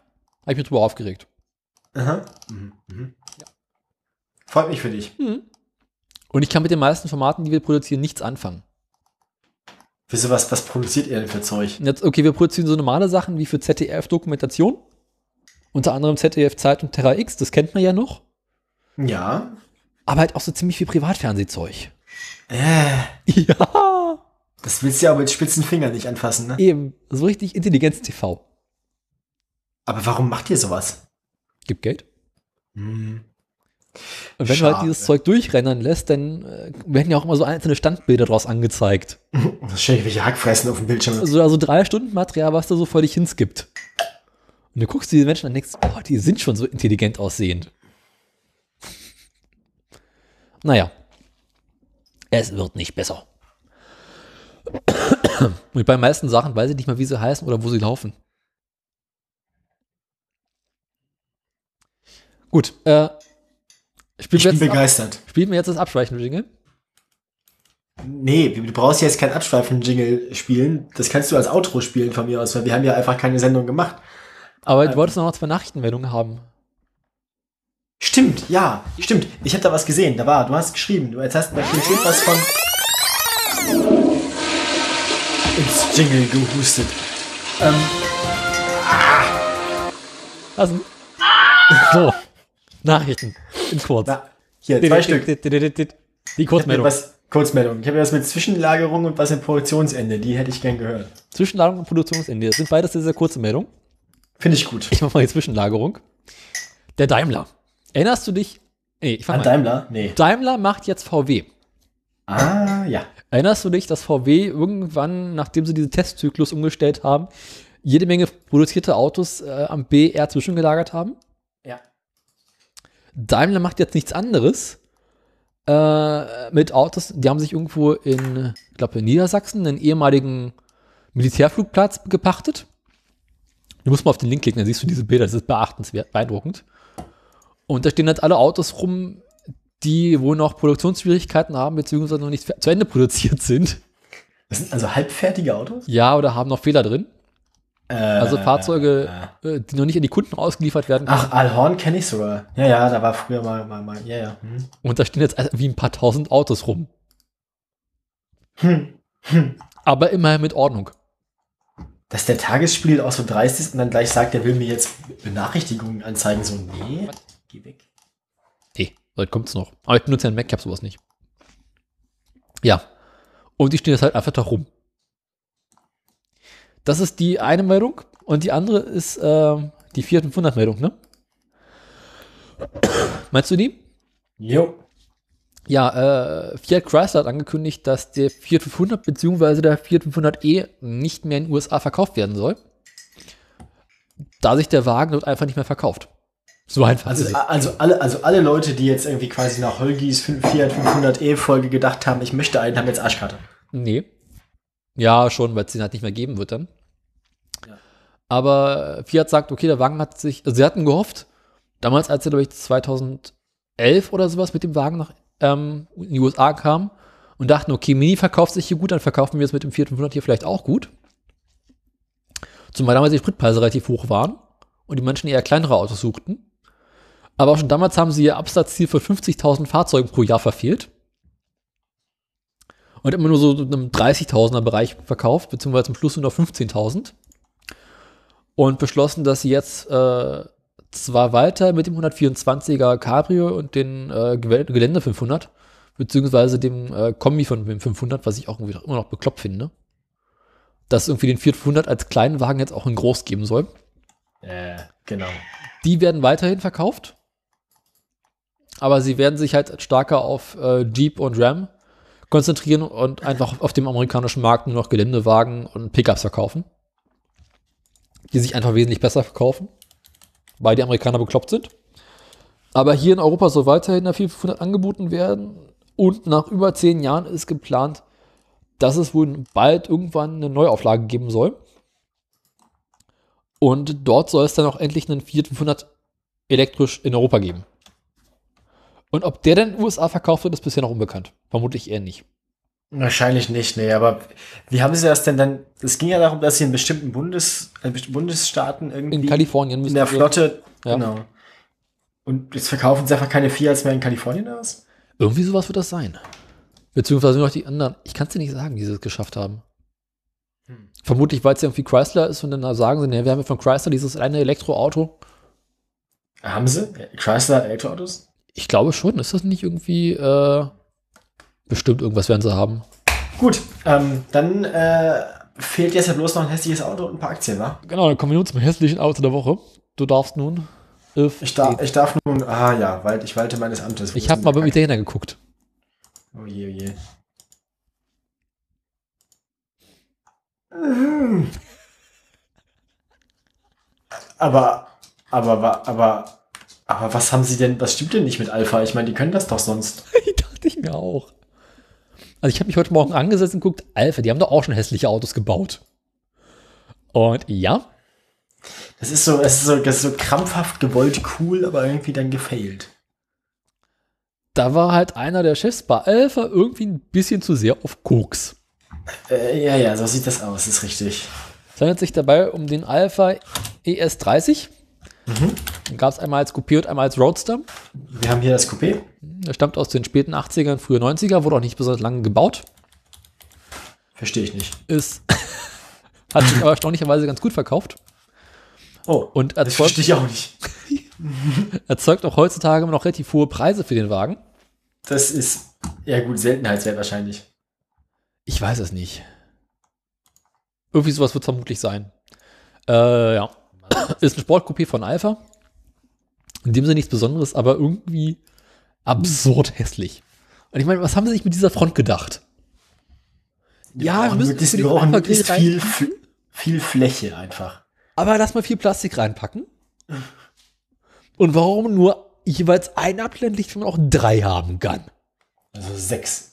Speaker 2: Habe ich mich drüber aufgeregt.
Speaker 1: Aha. Mhm. Mhm. Freut mich für dich.
Speaker 2: Und ich kann mit den meisten Formaten, die wir produzieren, nichts anfangen.
Speaker 1: Wieso, was, was produziert ihr denn für Zeug?
Speaker 2: Und Jetzt, okay, wir produzieren so normale Sachen wie für ZDF Dokumentation. Unter anderem ZDF Zeit und Terra X, das kennt man ja noch.
Speaker 1: Ja.
Speaker 2: Aber halt auch so ziemlich viel Privatfernsehzeug.
Speaker 1: Äh,
Speaker 2: Ja.
Speaker 1: das willst du ja aber mit spitzen Fingern nicht anfassen, ne?
Speaker 2: Eben, so richtig Intelligenz-TV.
Speaker 1: Aber warum macht ihr sowas?
Speaker 2: Gibt Geld.
Speaker 1: Hm.
Speaker 2: Und wenn du halt
Speaker 1: Schade.
Speaker 2: dieses Zeug durchrennen lässt, dann äh, werden ja auch immer so einzelne Standbilder draus angezeigt.
Speaker 1: Das stelle ich welche Hackfressen auf dem Bildschirm.
Speaker 2: Also, also drei Stunden Material, was da so vor dich hinskippt. Und du guckst diese Menschen an und denkst, boah, die sind schon so intelligent aussehend. Naja. Es wird nicht besser. Und bei den meisten Sachen weiß ich nicht mal, wie sie heißen oder wo sie laufen. Gut, äh, spielen
Speaker 1: ich bin
Speaker 2: wir jetzt ab-
Speaker 1: begeistert.
Speaker 2: Spielt mir jetzt das Abschweichen, Jingle?
Speaker 1: Nee, du brauchst jetzt keinen abschweifenden Jingle spielen. Das kannst du als Outro spielen von mir aus, weil wir haben ja einfach keine Sendung gemacht.
Speaker 2: Aber
Speaker 1: Ähm.
Speaker 2: du wolltest noch zwei Nachrichtenmeldungen haben.
Speaker 1: Stimmt, ja, stimmt. Ich habe da was gesehen. Da war, du hast geschrieben. Du jetzt hast da steht was von ins Jingle gehustet.
Speaker 2: Was denn? Also, So. Nachrichten. In kurz.
Speaker 1: Na, hier zwei Stück.
Speaker 2: Die
Speaker 1: Ich hab mir
Speaker 2: Kurzmeldung.
Speaker 1: Was, Kurzmeldung. Ich habe was mit Zwischenlagerung und was mit Produktionsende. Die hätte ich gern gehört.
Speaker 2: Zwischenlagerung und Produktionsende. Das sind beides sehr, sehr kurze Meldungen.
Speaker 1: Finde ich gut.
Speaker 2: Ich mache mal die Zwischenlagerung. Der Daimler. Erinnerst du dich? Nee, ich
Speaker 1: An
Speaker 2: fang mal. an.
Speaker 1: Daimler? Nee.
Speaker 2: Daimler macht jetzt VW.
Speaker 1: Ah, ja.
Speaker 2: Erinnerst du dich, dass VW irgendwann, nachdem sie diesen Testzyklus umgestellt haben, jede Menge produzierte Autos äh, am BR zwischengelagert haben?
Speaker 1: Ja.
Speaker 2: Daimler macht jetzt nichts anderes äh, mit Autos. Die haben sich irgendwo in, ich glaube, in Niedersachsen einen ehemaligen Militärflugplatz gepachtet. Du musst mal auf den Link klicken, dann siehst du diese Bilder. Das ist beachtenswert, beeindruckend. Und da stehen halt alle Autos rum, die wohl noch Produktionsschwierigkeiten haben, beziehungsweise noch nicht fe- zu Ende produziert sind.
Speaker 1: Das sind also halbfertige Autos?
Speaker 2: Ja, oder haben noch Fehler drin.
Speaker 1: Äh,
Speaker 2: Also Fahrzeuge, äh, die noch nicht an die Kunden ausgeliefert werden können.
Speaker 1: Ach, Alhorn kenne ich sogar. Ja, ja, da war früher mal, mal, mal. Ja, ja. Hm.
Speaker 2: Und da stehen jetzt wie ein paar tausend Autos rum.
Speaker 1: Hm.
Speaker 2: Aber immerhin mit Ordnung.
Speaker 1: Dass der Tagesspiel auch so dreist ist und dann gleich sagt, er will mir jetzt Benachrichtigungen anzeigen. So, nee, geh weg.
Speaker 2: Nee, bald kommt's noch. Aber ich benutze ja einen Mac, ich hab sowas nicht. Ja. Und die stehen jetzt halt einfach da rum. Das ist die eine Meldung. Und die andere ist ähm, die 4500-Meldung, ne? Meinst du die?
Speaker 1: Jo.
Speaker 2: Ja, äh, Fiat Chrysler hat angekündigt, dass der Fiat 500 bzw. der Fiat 500e nicht mehr in den USA verkauft werden soll, da sich der Wagen dort einfach nicht mehr verkauft. So einfach ist
Speaker 1: Also,
Speaker 2: es.
Speaker 1: also, alle, also alle Leute, die jetzt irgendwie quasi nach Holgis 5, Fiat 500e-Folge gedacht haben, ich möchte einen, haben jetzt Arschkarte.
Speaker 2: Nee. Ja, schon, weil es den halt nicht mehr geben wird dann.
Speaker 1: Ja.
Speaker 2: Aber äh, Fiat sagt, okay, der Wagen hat sich, also sie hatten gehofft, damals, als er, glaube ich, 2011 oder sowas mit dem Wagen nach ähm, in die USA kam und dachten, okay, Mini verkauft sich hier gut, dann verkaufen wir es mit dem 4500 hier vielleicht auch gut. Zumal damals die Spritpreise relativ hoch waren und die Menschen eher kleinere Autos suchten. Aber auch schon damals haben sie ihr Absatzziel von 50.000 Fahrzeugen pro Jahr verfehlt und immer nur so einem 30.000er Bereich verkauft, beziehungsweise zum Schluss nur noch 15.000 und beschlossen, dass sie jetzt äh, zwar weiter mit dem 124er Cabrio und den äh, Gewel- Gelände 500 beziehungsweise dem äh, Kombi von dem 500, was ich auch irgendwie noch- immer noch bekloppt finde, dass irgendwie den Fiat 500 als kleinen Wagen jetzt auch in groß geben soll.
Speaker 1: Äh, genau.
Speaker 2: Die werden weiterhin verkauft. Aber sie werden sich halt stärker auf äh, Jeep und Ram konzentrieren und einfach auf dem amerikanischen Markt nur noch Geländewagen und Pickups verkaufen. Die sich einfach wesentlich besser verkaufen, weil die Amerikaner bekloppt sind. Aber hier in Europa soll weiterhin der 4500 angeboten werden. Und nach über zehn Jahren ist geplant, dass es wohl bald irgendwann eine Neuauflage geben soll. Und dort soll es dann auch endlich einen Fiat 500 elektrisch in Europa geben. Und ob der dann in den USA verkauft wird, ist bisher noch unbekannt. Vermutlich eher nicht.
Speaker 1: Wahrscheinlich nicht, nee, aber wie haben sie das denn dann? Es ging ja darum, dass sie in bestimmten Bundes, äh, bestimmten Bundesstaaten irgendwie
Speaker 2: In Kalifornien müssen
Speaker 1: in der
Speaker 2: wir-
Speaker 1: Flotte,
Speaker 2: Ja.
Speaker 1: genau. Und jetzt verkaufen sie einfach keine Fiats mehr in Kalifornien aus?
Speaker 2: Irgendwie sowas wird das sein. Beziehungsweise nur noch die anderen. Ich kann es dir nicht sagen, wie sie es geschafft haben.
Speaker 1: Hm.
Speaker 2: Vermutlich, weil es ja irgendwie Chrysler ist und dann sagen sie, ne, wir haben ja von Chrysler dieses eine Elektroauto.
Speaker 1: Äh, Haben sie? Chrysler hat Elektroautos?
Speaker 2: Ich glaube schon, ist das nicht irgendwie äh, bestimmt irgendwas werden sie haben.
Speaker 1: Gut, ähm, dann äh, fehlt jetzt ja bloß noch ein hässliches Auto und ein paar Aktien, wa?
Speaker 2: Genau, dann kommen wir nun zum hässlichen Auto der Woche. Du darfst nun. If
Speaker 1: Ich, darf, ich darf nun, ah ja, weil ich walte meines Amtes. Wo
Speaker 2: ich
Speaker 1: ist
Speaker 2: habe
Speaker 1: denn
Speaker 2: mal
Speaker 1: der
Speaker 2: beim
Speaker 1: Kack-
Speaker 2: Italiener geguckt.
Speaker 1: Oh je, oh je. Aber, aber, aber, aber, aber was haben sie denn, was stimmt denn nicht mit Alpha? Ich meine, die können das doch sonst.
Speaker 2: Die dachte ich mir auch. Also ich habe mich heute Morgen angesetzt und guckt, Alpha, die haben doch auch schon hässliche Autos gebaut. Und ja,
Speaker 1: Das ist so, das ist so, das ist so krampfhaft gewollt cool, aber irgendwie dann gefailt.
Speaker 2: da war halt einer der Chefs bei Alpha irgendwie ein bisschen zu sehr auf Koks.
Speaker 1: Äh, ja, ja, so sieht das aus, ist richtig.
Speaker 2: Es handelt sich dabei um den Alpha E ES30. Den gab es einmal als Coupé und einmal als Roadster.
Speaker 1: Wir haben hier das Coupé.
Speaker 2: Der stammt aus den späten 80ern, frühe 90er, wurde auch nicht besonders lange gebaut.
Speaker 1: Verstehe ich nicht.
Speaker 2: Ist, hat sich aber erstaunlicherweise ganz gut verkauft.
Speaker 1: Oh,
Speaker 2: Und
Speaker 1: das verstehe
Speaker 2: erzeugt,
Speaker 1: ich auch nicht.
Speaker 2: erzeugt auch heutzutage immer noch relativ hohe Preise für den Wagen.
Speaker 1: Das ist, ja gut, Seltenheitswert wahrscheinlich.
Speaker 2: Ich weiß es nicht. Irgendwie sowas wird vermutlich sein. Äh, ja. Ist ein Sportcoupé von Alpha. In dem Sinne nichts Besonderes, aber irgendwie absurd hässlich. Und ich meine, was haben sie sich mit dieser Front gedacht? Ja, wir
Speaker 1: brauchen
Speaker 2: müssen
Speaker 1: möglichst,
Speaker 2: für
Speaker 1: wir
Speaker 2: den
Speaker 1: brauchen
Speaker 2: Alpha
Speaker 1: möglichst
Speaker 2: Grill
Speaker 1: viel, Fl- viel Fläche einfach.
Speaker 2: Aber lass mal viel Plastik reinpacken. Und warum nur jeweils ein Abblendlicht, wenn man auch drei haben kann?
Speaker 1: Also sechs.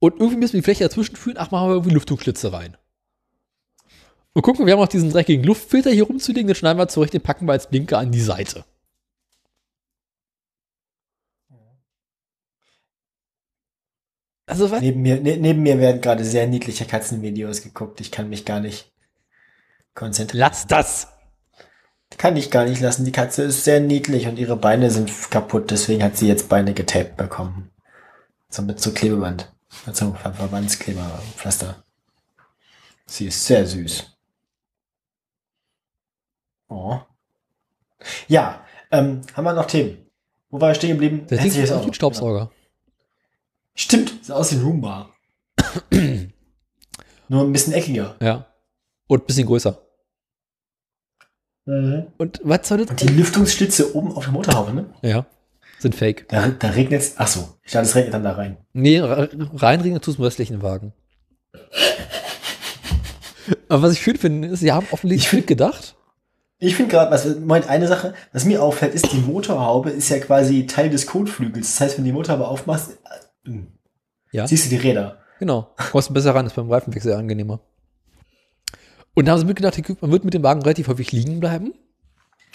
Speaker 2: Und irgendwie müssen wir die Fläche dazwischen führen. Ach, machen wir irgendwie Lüftungsschlitze rein. Und gucken, wir haben auch diesen dreckigen Luftfilter hier rumzulegen. Den schneiden wir zurecht, den packen wir als Blinker an die Seite. Also, was?
Speaker 1: Neben mir, ne, neben mir werden gerade sehr niedliche Katzenvideos geguckt. Ich kann mich gar nicht konzentrieren.
Speaker 2: Lass das!
Speaker 1: Kann ich gar nicht lassen. Die Katze ist sehr niedlich und ihre Beine sind f- kaputt. Deswegen hat sie jetzt Beine getaped bekommen. So mit so Klebeband. Also Ver- Verbandskleber, Pflaster. Sie ist sehr süß. Oh. Ja, ähm, haben wir noch Themen? Wo war ich stehen geblieben?
Speaker 2: Der
Speaker 1: Hätte
Speaker 2: Ding
Speaker 1: ich jetzt
Speaker 2: ist
Speaker 1: auch
Speaker 2: auch ein
Speaker 1: noch-
Speaker 2: Staubsauger.
Speaker 1: Stimmt, sieht aus wie ein Roomba. Nur ein bisschen eckiger.
Speaker 2: Ja. Und ein bisschen größer. Und was soll das?
Speaker 1: Und die Lüftungsschlitze oben auf der Motorhaube, ne?
Speaker 2: Ja. Sind fake.
Speaker 1: Da, da regnet es. Achso, ich dachte, es regnet dann da rein.
Speaker 2: Nee, re- reinringen tust du im restlichen Wagen. Aber was ich schön finde, ist, sie haben offensichtlich mitgedacht.
Speaker 1: Ich finde gerade, was Moment, eine Sache, was mir auffällt, ist, die Motorhaube ist ja quasi Teil des Kotflügels. Das heißt, wenn du die Motorhaube aufmachst, äh, mh,
Speaker 2: Ja.
Speaker 1: siehst du die Räder.
Speaker 2: Genau. Kommst du besser ran, ist beim Reifenwechsel angenehmer. Und da haben sie mitgedacht, hier, man wird mit dem Wagen relativ häufig liegen bleiben.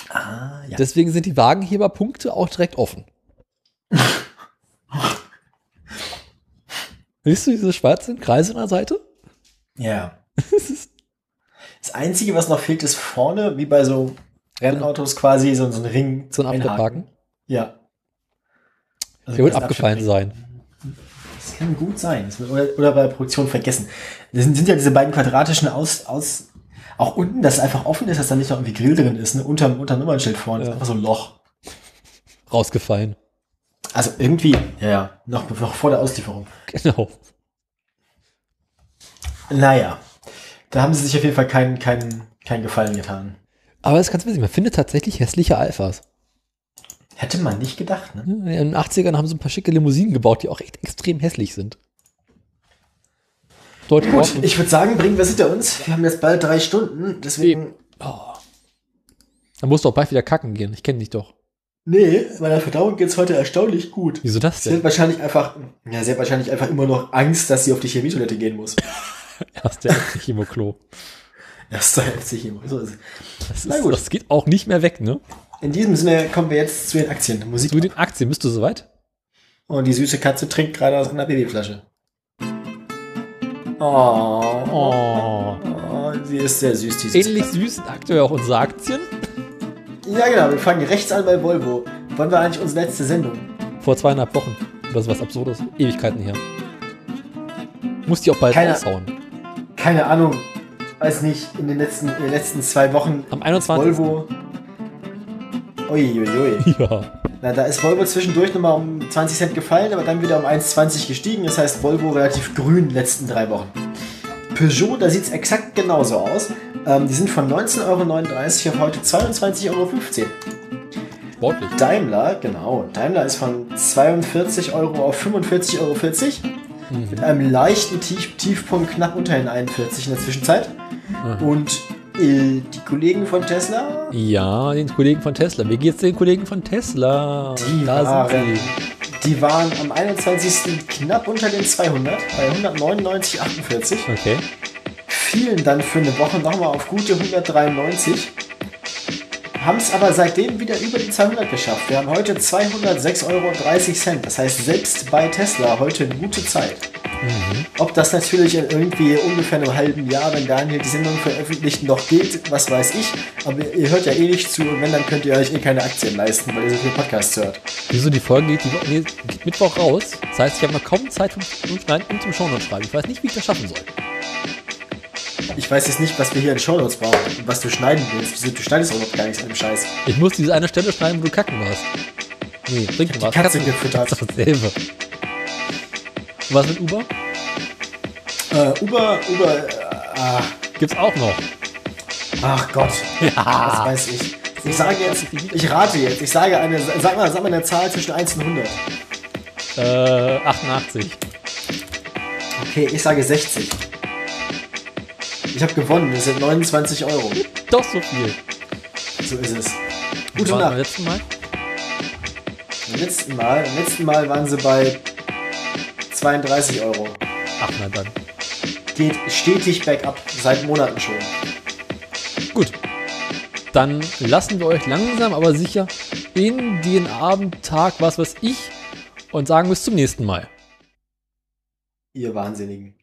Speaker 1: Ah, ja.
Speaker 2: Deswegen sind die Wagenheberpunkte auch direkt offen. Siehst du diese schwarzen Kreise an der Seite?
Speaker 1: ja. Das Einzige, was noch fehlt, ist vorne, wie bei so Rennautos quasi, so, so ein Ring.
Speaker 2: So ein
Speaker 1: einhaken.
Speaker 2: Abdeckwagen.
Speaker 1: Ja. Also
Speaker 2: Der wird
Speaker 1: quasi
Speaker 2: abgefallen
Speaker 1: Abschleppring.
Speaker 2: sein.
Speaker 1: Das kann gut sein. Das wird, oder, oder bei der Produktion vergessen. Das sind, sind ja diese beiden quadratischen aus, aus. Auch unten, dass es einfach offen ist, dass da nicht noch irgendwie Grill drin ist. Ne? Unter, unter dem Nummernschild vorne ist
Speaker 2: Ja.
Speaker 1: einfach so ein Loch.
Speaker 2: Rausgefallen.
Speaker 1: Also irgendwie, ja, ja, noch, noch vor der Auslieferung.
Speaker 2: Genau.
Speaker 1: Naja, da haben sie sich auf jeden Fall keinen keinen keinen Gefallen getan.
Speaker 2: Aber das ist ganz witzig. Man findet tatsächlich hässliche Alphas.
Speaker 1: Hätte man nicht gedacht, ne?
Speaker 2: In den 80ern haben sie ein paar schicke Limousinen gebaut, die auch echt extrem hässlich sind. Deutsche
Speaker 1: Gut,
Speaker 2: Ordnung.
Speaker 1: ich würde sagen, bringen wir es hinter uns. Wir haben jetzt bald drei Stunden, deswegen.
Speaker 2: Da musst du auch bald wieder kacken gehen. Ich kenne dich doch.
Speaker 1: Nee, meiner Verdauung geht's heute erstaunlich gut.
Speaker 2: Wieso das
Speaker 1: Sie hat
Speaker 2: denn?
Speaker 1: wahrscheinlich einfach, ja, sie hat wahrscheinlich einfach immer noch Angst, dass sie auf die Chemietoilette gehen muss.
Speaker 2: Erst der Chemoklo.
Speaker 1: Das ist sich immer. So ist es.
Speaker 2: Das,
Speaker 1: Na
Speaker 2: ist,
Speaker 1: gut.
Speaker 2: das geht auch nicht mehr weg, ne?
Speaker 1: In diesem Sinne kommen wir jetzt zu den Aktien. Musik.
Speaker 2: Zu den Aktien. Bist du soweit?
Speaker 1: Und die süße Katze trinkt gerade aus einer Babyflasche. Oh.
Speaker 2: Oh.
Speaker 1: Oh, sie ist sehr süß, diese
Speaker 2: Ähnlich süß sind aktuell auch unsere Aktien.
Speaker 1: Ja, genau, wir fangen rechts an bei Volvo. Wann war eigentlich unsere letzte Sendung?
Speaker 2: Vor zweieinhalb Wochen. Oder so was Absurdes. Ewigkeiten her. Muss die auch bald
Speaker 1: Keiner-
Speaker 2: raushauen.
Speaker 1: Keine Ahnung. Weiß nicht, in den letzten, in den letzten zwei Wochen
Speaker 2: Am 21.
Speaker 1: Volvo. Uiuiui.
Speaker 2: Ja.
Speaker 1: Na, da ist Volvo zwischendurch nochmal um 20 Cent gefallen, aber dann wieder um 1,20 gestiegen. Das heißt, Volvo relativ grün in den letzten drei Wochen. Peugeot, da sieht es exakt genauso aus. Ähm, die sind von 19,39 Euro auf heute 22,15 Euro.
Speaker 2: Sportlich.
Speaker 1: Daimler, genau. Daimler ist von 42 Euro auf 45,40 Euro. Mit einem leichten Tief Tiefpunkt knapp unter den 41 in der Zwischenzeit. Und äh, die Kollegen von Tesla,
Speaker 2: Ja, den Kollegen von Tesla. Wie geht's den Kollegen von Tesla?
Speaker 1: Die waren- die waren am 21. knapp unter den 200, bei 199,48.
Speaker 2: Okay.
Speaker 1: Vielen dann für eine Woche nochmal auf gute 193. haben es aber seitdem wieder über die 200 geschafft. Wir haben heute 206,30 Euro. Das heißt, selbst bei Tesla heute eine gute Zeit. Ob das natürlich in irgendwie ungefähr einem halben Jahr, wenn Daniel die Sendung veröffentlicht, noch geht, was weiß ich. Aber ihr- ihr hört ja eh nicht zu und wenn, dann könnt ihr euch eh keine Aktien leisten, weil ihr so viel Podcasts hört.
Speaker 2: Wieso die Folge geht, die, Wo- nee, geht Mittwoch raus? Das heißt, ich habe noch kaum Zeit zum zum Schneiden und zum Schauen und Schreiben. Ich weiß nicht, wie ich das schaffen soll.
Speaker 1: Ich weiß jetzt nicht, was wir hier in Shownotes brauchen und was du schneiden willst. Wieso, du schneidest auch noch gar nichts an dem Scheiß.
Speaker 2: Ich muss diese eine Stelle schneiden, wo du kacken warst. Nee, trinken
Speaker 1: die
Speaker 2: warst.
Speaker 1: Katze
Speaker 2: Katzen-
Speaker 1: gefüttert.
Speaker 2: Das ist dasselbe. Und was mit Uber?
Speaker 1: Äh, Uber, Uber, äh, ah,
Speaker 2: Gibt's auch noch.
Speaker 1: ach Gott. Das weiß ich. Ich sage jetzt, ich rate jetzt, ich sage eine, sag mal, sag mal eine Zahl zwischen 1 und 100.
Speaker 2: Äh, 88.
Speaker 1: Okay, ich sage 60. Ich habe gewonnen, das sind 29 Euro.
Speaker 2: Doch so viel.
Speaker 1: So ist es.
Speaker 2: Was
Speaker 1: Gute
Speaker 2: war beim
Speaker 1: Nacht.
Speaker 2: letzten Mal?
Speaker 1: Beim letzten Mal, beim letzten Mal waren sie bei 32 Euro.
Speaker 2: Ach na dann.
Speaker 1: Geht stetig bergab, seit Monaten schon.
Speaker 2: Gut. Dann lassen wir euch langsam, aber sicher in den Abendtag, was weiß ich, und sagen bis zum nächsten Mal.
Speaker 1: Ihr Wahnsinnigen.